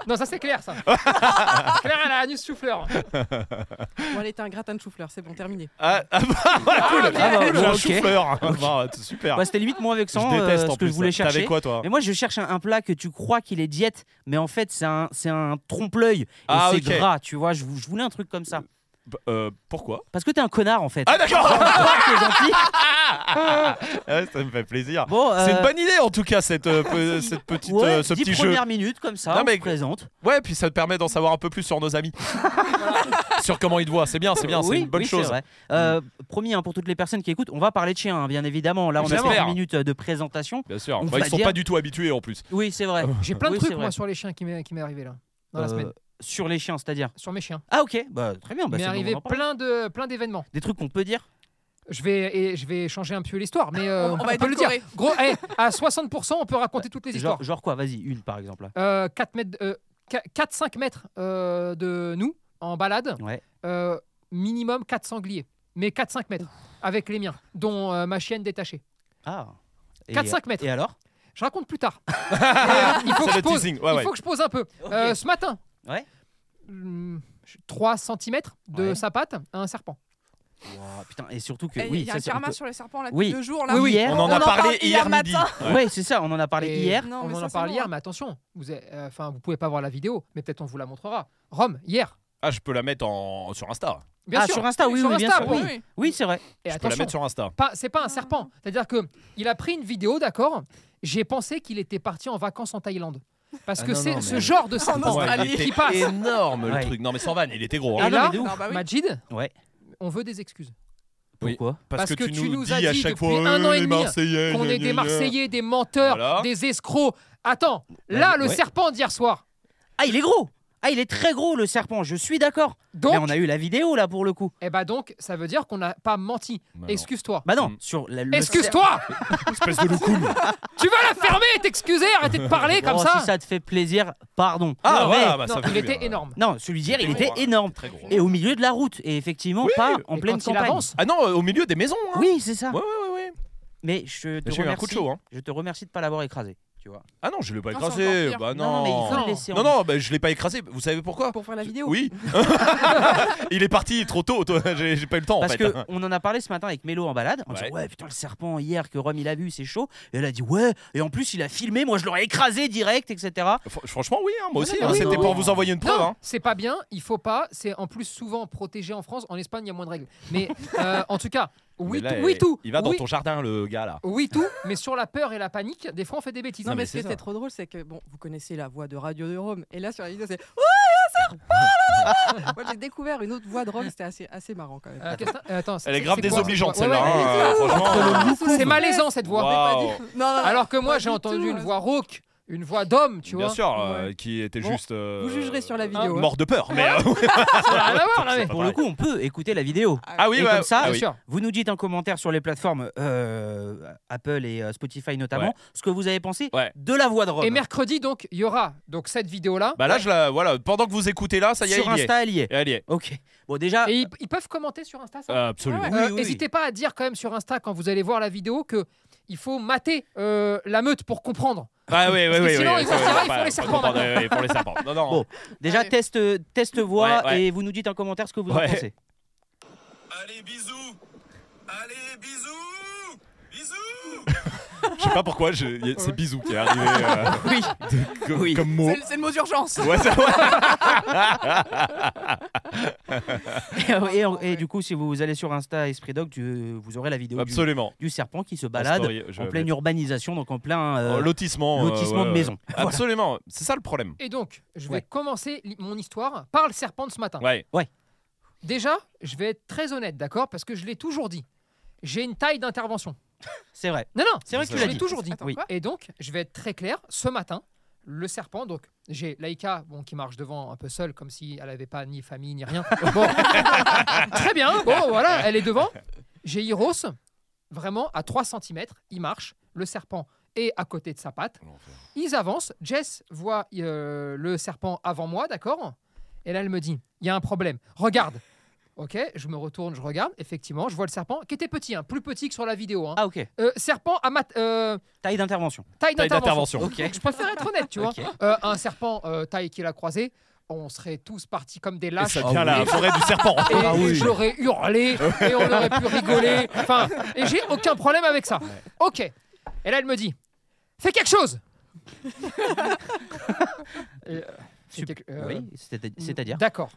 Speaker 6: Non, ça c'est clair ça. Claire, elle a un anus souffleur.
Speaker 2: Bon, allez, t'as un gratin de chou-fleur, c'est bon, terminé.
Speaker 7: Ah, ah bah, voilà, cool.
Speaker 1: Ah, bah,
Speaker 7: J'ai un
Speaker 1: ok.
Speaker 7: chou-fleur. Bon, c'est super.
Speaker 1: Ouais, C'était limite moins
Speaker 7: Je
Speaker 1: vexant euh,
Speaker 7: déteste
Speaker 1: ce
Speaker 7: en
Speaker 1: que
Speaker 7: plus.
Speaker 1: je voulais
Speaker 7: ça. T'avais
Speaker 1: chercher.
Speaker 7: quoi, toi
Speaker 1: Mais moi, je cherche un, un plat que tu crois qu'il est diète, mais en fait, c'est un, c'est un trompe-l'œil. Et
Speaker 7: Ah,
Speaker 1: c'est
Speaker 7: ok.
Speaker 1: gras, tu vois. Je, vou- je voulais un truc comme ça.
Speaker 7: Bah, euh, Pourquoi
Speaker 1: Parce que t'es un connard, en fait.
Speaker 7: Ah, d'accord
Speaker 1: Tu crois que t'es gentil.
Speaker 7: Ouais, Ça me fait plaisir.
Speaker 1: Bon,
Speaker 7: C'est
Speaker 1: euh,
Speaker 7: une bonne idée en tout cas cette, euh, pe-
Speaker 1: si.
Speaker 7: cette petite,
Speaker 1: ouais,
Speaker 7: euh, ce
Speaker 1: dix
Speaker 7: petit jeu.
Speaker 1: premières minutes, comme ça,
Speaker 7: Non,
Speaker 1: on
Speaker 7: mais-
Speaker 1: se présente.
Speaker 7: Ouais, puis ça te permet d'en savoir un peu plus sur nos amis, sur comment ils te voient. C'est bien, c'est bien,
Speaker 1: Oui,
Speaker 7: c'est une bonne
Speaker 1: oui,
Speaker 7: chose. Mm.
Speaker 1: vrai. Euh, Promis, hein, pour toutes les personnes qui écoutent, on va parler de chiens, hein, bien évidemment. Là, on a
Speaker 7: J'espère.
Speaker 1: 5 minutes euh, de présentation. Euh,
Speaker 7: Bien sûr.
Speaker 1: On
Speaker 7: Bah,
Speaker 1: va
Speaker 7: ils sont
Speaker 1: dire-
Speaker 7: pas du tout habitués en plus.
Speaker 1: Oui, c'est vrai.
Speaker 6: J'ai plein de
Speaker 1: Oui, c'est
Speaker 6: trucs
Speaker 1: vrai.
Speaker 6: moi sur les chiens qui m'est qui m'est arrivé là dans la
Speaker 1: Euh,
Speaker 6: semaine.
Speaker 1: Sur les chiens, c'est-à-dire.
Speaker 6: Sur mes chiens.
Speaker 1: Ah, ok, bah, très bien.
Speaker 6: Il
Speaker 1: Bah,
Speaker 6: m'est
Speaker 1: c'est bon,
Speaker 6: arrivé
Speaker 1: on en parle.
Speaker 6: plein de plein d'événements.
Speaker 1: Des trucs qu'on peut dire.
Speaker 6: Je vais et je vais changer un peu l'histoire, mais euh,
Speaker 2: On- on
Speaker 6: on,
Speaker 2: va
Speaker 6: peut le dire.
Speaker 2: édulcorer.
Speaker 6: Gros, eh, à 60%, on peut raconter toutes les histoires.
Speaker 1: Genre, genre quoi Vas-y, une par exemple. là.
Speaker 6: Euh, 4 mètres, 4-5 mètres euh, de nous en balade,
Speaker 1: Ouais.
Speaker 6: euh, minimum 4 sangliers, mais 4-5 mètres avec les miens, dont euh, ma chienne détachée.
Speaker 1: Ah. Et-
Speaker 6: 4-5 mètres.
Speaker 1: Et alors
Speaker 6: Je raconte plus tard. Et, euh, il faut
Speaker 7: C'est
Speaker 6: que je
Speaker 7: le
Speaker 6: pose.
Speaker 7: teasing. Ouais,
Speaker 6: il
Speaker 7: Ah ouais.
Speaker 6: faut que je pose un peu. Euh, ce matin,
Speaker 1: Ouais.
Speaker 6: hum, je- 3 cm de
Speaker 1: Ouais.
Speaker 6: sa patte à un serpent.
Speaker 1: Ouah, putain, et surtout que
Speaker 8: Eh, Il y
Speaker 1: oui,
Speaker 8: a
Speaker 1: ça,
Speaker 8: un
Speaker 1: c'est- on
Speaker 8: karma
Speaker 1: peut-
Speaker 8: sur les serpents là depuis
Speaker 1: Oui.
Speaker 8: deux jours là.
Speaker 1: Oui, oui.
Speaker 7: On
Speaker 8: On
Speaker 7: en a
Speaker 8: en
Speaker 7: parlé
Speaker 8: parle
Speaker 7: hier
Speaker 8: hier
Speaker 7: midi.
Speaker 8: matin.
Speaker 7: Ouais.
Speaker 1: Ouais, c'est ça, on en a parlé
Speaker 6: Et-
Speaker 1: hier.
Speaker 8: Non,
Speaker 6: on
Speaker 8: mais
Speaker 6: en
Speaker 8: ça,
Speaker 6: a
Speaker 8: c'est
Speaker 6: parlé
Speaker 8: bon,
Speaker 6: hier,
Speaker 8: hein.
Speaker 6: mais attention, vous, êtes- euh, enfin, vous pouvez pas voir la vidéo, mais peut-être on vous la montrera. Rome, hier.
Speaker 7: Ah, je peux la mettre en... sur Insta.
Speaker 6: Bien
Speaker 1: ah,
Speaker 6: sûr.
Speaker 1: sur Insta, oui,
Speaker 6: Sur
Speaker 1: oui, bien
Speaker 6: Insta,
Speaker 1: sûr. Oui,
Speaker 8: oui.
Speaker 1: Oui, c'est vrai.
Speaker 6: Et
Speaker 7: je peux la
Speaker 6: attention,
Speaker 7: mettre sur Insta.
Speaker 6: pas- c'est pas un serpent. C'est-à-dire que il a pris une vidéo, d'accord J'ai pensé qu'il était parti en vacances en Thaïlande. Parce
Speaker 1: Ah
Speaker 6: que
Speaker 1: non,
Speaker 6: c'est
Speaker 1: non,
Speaker 6: ce
Speaker 1: mais-
Speaker 6: genre de serpent
Speaker 7: Ouais, il
Speaker 6: qui
Speaker 7: était
Speaker 6: Oh, passe.
Speaker 7: énorme le
Speaker 1: Ouais.
Speaker 7: truc. Non, mais sans vanne, il était gros.
Speaker 1: Et
Speaker 7: hein.
Speaker 6: Et
Speaker 1: Ah, non,
Speaker 6: là-
Speaker 1: mais
Speaker 2: Ah,
Speaker 1: de ouf.
Speaker 8: Non, bah oui.
Speaker 6: Majid,
Speaker 1: Ouais.
Speaker 6: on veut des excuses.
Speaker 1: Pourquoi
Speaker 7: Parce, que, tu nous,
Speaker 6: as
Speaker 7: dis à
Speaker 6: dit
Speaker 7: chaque
Speaker 6: depuis
Speaker 7: fois
Speaker 6: un
Speaker 7: euh,
Speaker 6: an et
Speaker 7: les
Speaker 6: demi
Speaker 7: Marseillais.
Speaker 6: Qu'on
Speaker 7: gna,
Speaker 6: est
Speaker 7: gna,
Speaker 6: des
Speaker 7: gna.
Speaker 6: Marseillais, des menteurs,
Speaker 7: Voilà.
Speaker 6: des escrocs. Attends, là, le
Speaker 1: Euh, ouais.
Speaker 6: serpent d'hier soir.
Speaker 1: Ah, il est gros Ah, il est très gros le serpent, je suis d'accord.
Speaker 6: Donc,
Speaker 1: Mais on a eu la vidéo là pour le coup.
Speaker 6: eh ben donc, ça veut dire qu'on n'a pas menti.
Speaker 7: Bah non.
Speaker 6: Excuse-toi.
Speaker 1: Bah non,
Speaker 7: Mm.
Speaker 1: sur la, le
Speaker 6: Excuse-toi
Speaker 7: Espèce de loukoum.
Speaker 6: Tu vas la fermer, t'excuser, arrêtez de parler
Speaker 1: serpent-
Speaker 6: comme
Speaker 1: Oh,
Speaker 6: ça.
Speaker 1: si ça te fait plaisir, pardon.
Speaker 7: Ah,
Speaker 1: Non,
Speaker 7: voilà,
Speaker 1: mais-
Speaker 7: bah,
Speaker 6: Non,
Speaker 7: ça fait
Speaker 6: il
Speaker 7: du
Speaker 6: était
Speaker 7: bien.
Speaker 6: énorme.
Speaker 1: Non, celui d'hier, il
Speaker 7: Très
Speaker 1: était
Speaker 7: gros, hein.
Speaker 1: énorme.
Speaker 7: Très gros.
Speaker 1: Et au milieu de la route, et effectivement, pas en
Speaker 6: Et
Speaker 1: pleine
Speaker 6: quand il
Speaker 1: campagne.
Speaker 6: avance,
Speaker 7: Ah non, euh, au milieu des maisons. hein.
Speaker 1: Oui, c'est ça.
Speaker 7: Ouais, ouais, ouais, ouais.
Speaker 1: Mais je te
Speaker 7: J'ai eu
Speaker 1: remercie.
Speaker 7: un coup de chaud, hein.
Speaker 1: Je te remercie de pas l'avoir écrasé, tu vois.
Speaker 7: Ah non, je l'ai pas
Speaker 8: Non, c'est
Speaker 7: écrasé.
Speaker 8: encore pire.
Speaker 7: bah non.
Speaker 1: non, mais il faut
Speaker 6: Non.
Speaker 1: le laisser. en
Speaker 7: Non, non, bah, je l'ai pas écrasé. Vous savez pourquoi
Speaker 8: Pour faire la vidéo.
Speaker 7: Oui. il est parti trop tôt. toi. J'ai j'ai pas eu le temps
Speaker 1: Parce
Speaker 7: en fait. hein.
Speaker 1: que on en a parlé ce matin avec Mélo en balade. On disait
Speaker 7: Ouais.
Speaker 1: ouais putain le serpent hier que Rome il a vu c'est chaud. Et elle a dit ouais et en plus il a filmé moi je l'aurais écrasé direct etc.
Speaker 7: Fr- Franchement, oui, hein, moi aussi.
Speaker 6: non,
Speaker 7: hein,
Speaker 6: oui,
Speaker 7: C'était
Speaker 6: oui,
Speaker 7: pour
Speaker 1: oui.
Speaker 7: vous envoyer une preuve.
Speaker 6: Non,
Speaker 7: hein.
Speaker 6: c'est pas bien, il faut pas. C'est en plus souvent protégé en France. En Espagne, il y a moins de règles. Mais euh, en tout cas, oui,
Speaker 7: Mais là,
Speaker 6: tout, oui
Speaker 7: il-
Speaker 6: tout.
Speaker 7: Il va dans
Speaker 6: oui,
Speaker 7: ton jardin, le gars là.
Speaker 6: oui tout, mais sur la peur et la panique, des fois on fait des bêtises.
Speaker 2: Non,
Speaker 7: mais
Speaker 2: mais ce qui
Speaker 7: c'est ça.
Speaker 2: était trop drôle, c'est que bon, vous connaissez la voix de Radio de Rome, et là sur la vidéo, c'est Oh, il y a un serpent là, là, là Moi, j'ai découvert une autre voix de Rome, c'était assez, assez marrant quand même.
Speaker 6: Euh, qu'est-ce que- euh, attends, c'est-
Speaker 7: Elle est
Speaker 6: c'est-
Speaker 7: grave
Speaker 6: c'est quoi,
Speaker 7: désobligeante
Speaker 6: c'est quoi
Speaker 7: celle-là.
Speaker 6: Ouais, ouais,
Speaker 7: hein,
Speaker 2: Ah,
Speaker 7: Franchement.
Speaker 6: ouais. C'est malaisant cette voix.
Speaker 7: Waouh.
Speaker 8: Non, non,
Speaker 6: Alors que moi
Speaker 2: Pas
Speaker 6: j'ai
Speaker 2: du
Speaker 6: entendu
Speaker 2: tout, hein.
Speaker 6: une
Speaker 2: ouais.
Speaker 6: voix rauque, une voix d'homme, tu
Speaker 7: Bien
Speaker 6: vois.
Speaker 7: sûr, euh, qui était
Speaker 2: Bon,
Speaker 7: juste. euh,
Speaker 2: vous jugerez sur la vidéo,
Speaker 7: Mort de peur, mais. euh,
Speaker 6: Ça n'a Ah, rien à voir là, mais.
Speaker 7: Pas
Speaker 1: Pour le
Speaker 7: pareil.
Speaker 1: coup on peut écouter la vidéo.
Speaker 7: Ah oui,
Speaker 1: Et
Speaker 7: ouais.
Speaker 1: comme ça,
Speaker 7: ah
Speaker 6: Bien
Speaker 7: oui.
Speaker 6: sûr.
Speaker 1: Vous nous dites en commentaire sur les plateformes euh, Apple et euh, Spotify notamment
Speaker 7: Ouais.
Speaker 1: ce que vous avez pensé
Speaker 7: Ouais.
Speaker 1: de la voix de Rome.
Speaker 6: Et mercredi donc il y aura donc cette vidéo là.
Speaker 7: Bah là, je la. Voilà, pendant que vous écoutez là, ça y est,
Speaker 1: sur
Speaker 7: il y est.
Speaker 1: Insta elle y est.
Speaker 7: Elle y est.
Speaker 1: Ok. Bon déjà.
Speaker 6: Et ils, ils peuvent commenter sur Insta. Ça
Speaker 7: ah,
Speaker 6: Ah
Speaker 7: Euh, Absolument.
Speaker 1: Oui, oui, oui.
Speaker 6: N'hésitez pas à dire quand même sur Insta quand vous allez voir la vidéo que il faut mater euh, la meute pour comprendre.
Speaker 7: Ah oui, oui,
Speaker 6: que
Speaker 7: oui.
Speaker 6: sinon,
Speaker 7: oui,
Speaker 6: ils
Speaker 7: ça,
Speaker 6: vont se dire,
Speaker 7: ouais,
Speaker 6: ils
Speaker 7: pas-
Speaker 6: font les
Speaker 7: pas
Speaker 6: serpents
Speaker 7: comprendre, ouais, ouais, ils font les serpents. Non, non.
Speaker 1: Bon. Déjà
Speaker 8: Allez.
Speaker 1: test euh, test voix
Speaker 7: Ouais, ouais.
Speaker 1: et vous nous dites en commentaire ce que vous en
Speaker 7: Ouais.
Speaker 1: pensez.
Speaker 5: Allez, bisous Allez, bisous Bisous
Speaker 7: Je sais pas pourquoi, je- y a- c'est bisou qui est arrivé euh,
Speaker 1: Oui.
Speaker 7: comme,
Speaker 1: Oui.
Speaker 7: comme mot.
Speaker 8: C'est le- c'est le mot d'urgence.
Speaker 7: Ouais, ça- ouais.
Speaker 1: et, et- et du coup si vous allez sur Insta Esprit Dog tu- euh, vous aurez la vidéo du,
Speaker 7: Absolument.
Speaker 1: du serpent qui se balade.
Speaker 7: En story, je
Speaker 1: en
Speaker 7: vais
Speaker 1: pleine
Speaker 7: mettre-
Speaker 1: urbanisation, donc en plein
Speaker 7: Oh,
Speaker 1: euh,
Speaker 7: lotissement. euh,
Speaker 1: lotissement
Speaker 7: ouais,
Speaker 1: de
Speaker 7: ouais.
Speaker 1: maison. Voilà.
Speaker 7: Absolument. C'est ça le problème.
Speaker 6: Et donc, je vais
Speaker 1: Ouais.
Speaker 6: commencer li- mon histoire par le serpent de ce matin.
Speaker 7: Ouais.
Speaker 6: Déjà, je vais être très honnête, d'accord Parce que je l'ai toujours dit. J'ai une taille d'intervention.
Speaker 1: C'est vrai.
Speaker 6: Non, non,
Speaker 1: C'est vrai que
Speaker 7: C'est
Speaker 1: tu
Speaker 6: je
Speaker 1: l'as
Speaker 7: vrai.
Speaker 6: l'ai
Speaker 1: dit.
Speaker 6: toujours dit.
Speaker 8: Attends,
Speaker 1: Oui.
Speaker 8: quoi
Speaker 6: Et donc, je vais être très clair. Ce matin, le serpent. Donc, j'ai Laïka, bon, qui marche devant un peu seule, comme si elle n'avait pas ni famille ni rien. Bon. Très bien, bon, voilà, elle est devant. J'ai Hiros, vraiment à 3 cm, il marche, le serpent est à côté de sa patte. Ils avancent, Jess voit euh, le serpent avant moi, d'accord Et là, elle me dit, il y a un problème, regarde Ok, je me retourne, je regarde, effectivement, je vois le serpent, qui était petit, hein, plus petit que sur la vidéo. hein.
Speaker 1: Ah, ok.
Speaker 6: Euh, serpent à mat- euh,
Speaker 1: Taille d'intervention.
Speaker 6: taille
Speaker 7: Taille
Speaker 6: d'intervention.
Speaker 7: d'intervention.
Speaker 1: Ok.
Speaker 6: Je préfère être honnête, tu vois.
Speaker 1: Ok.
Speaker 6: Euh, un serpent euh, taille qu'il a croisé, on serait tous partis comme des lâches.
Speaker 7: ça
Speaker 3: Ah
Speaker 7: tient à la
Speaker 6: oui.
Speaker 7: forêt du serpent.
Speaker 6: Et
Speaker 7: Ah oui.
Speaker 6: j'aurais hurlé et on aurait pu rigoler. Enfin, et j'ai aucun problème avec ça. Ok. Et là, elle me dit Fais quelque chose Et, euh, fais
Speaker 1: Sup-
Speaker 6: quelque- euh,
Speaker 1: Oui, c'est- c'est-à-dire.
Speaker 6: D'accord.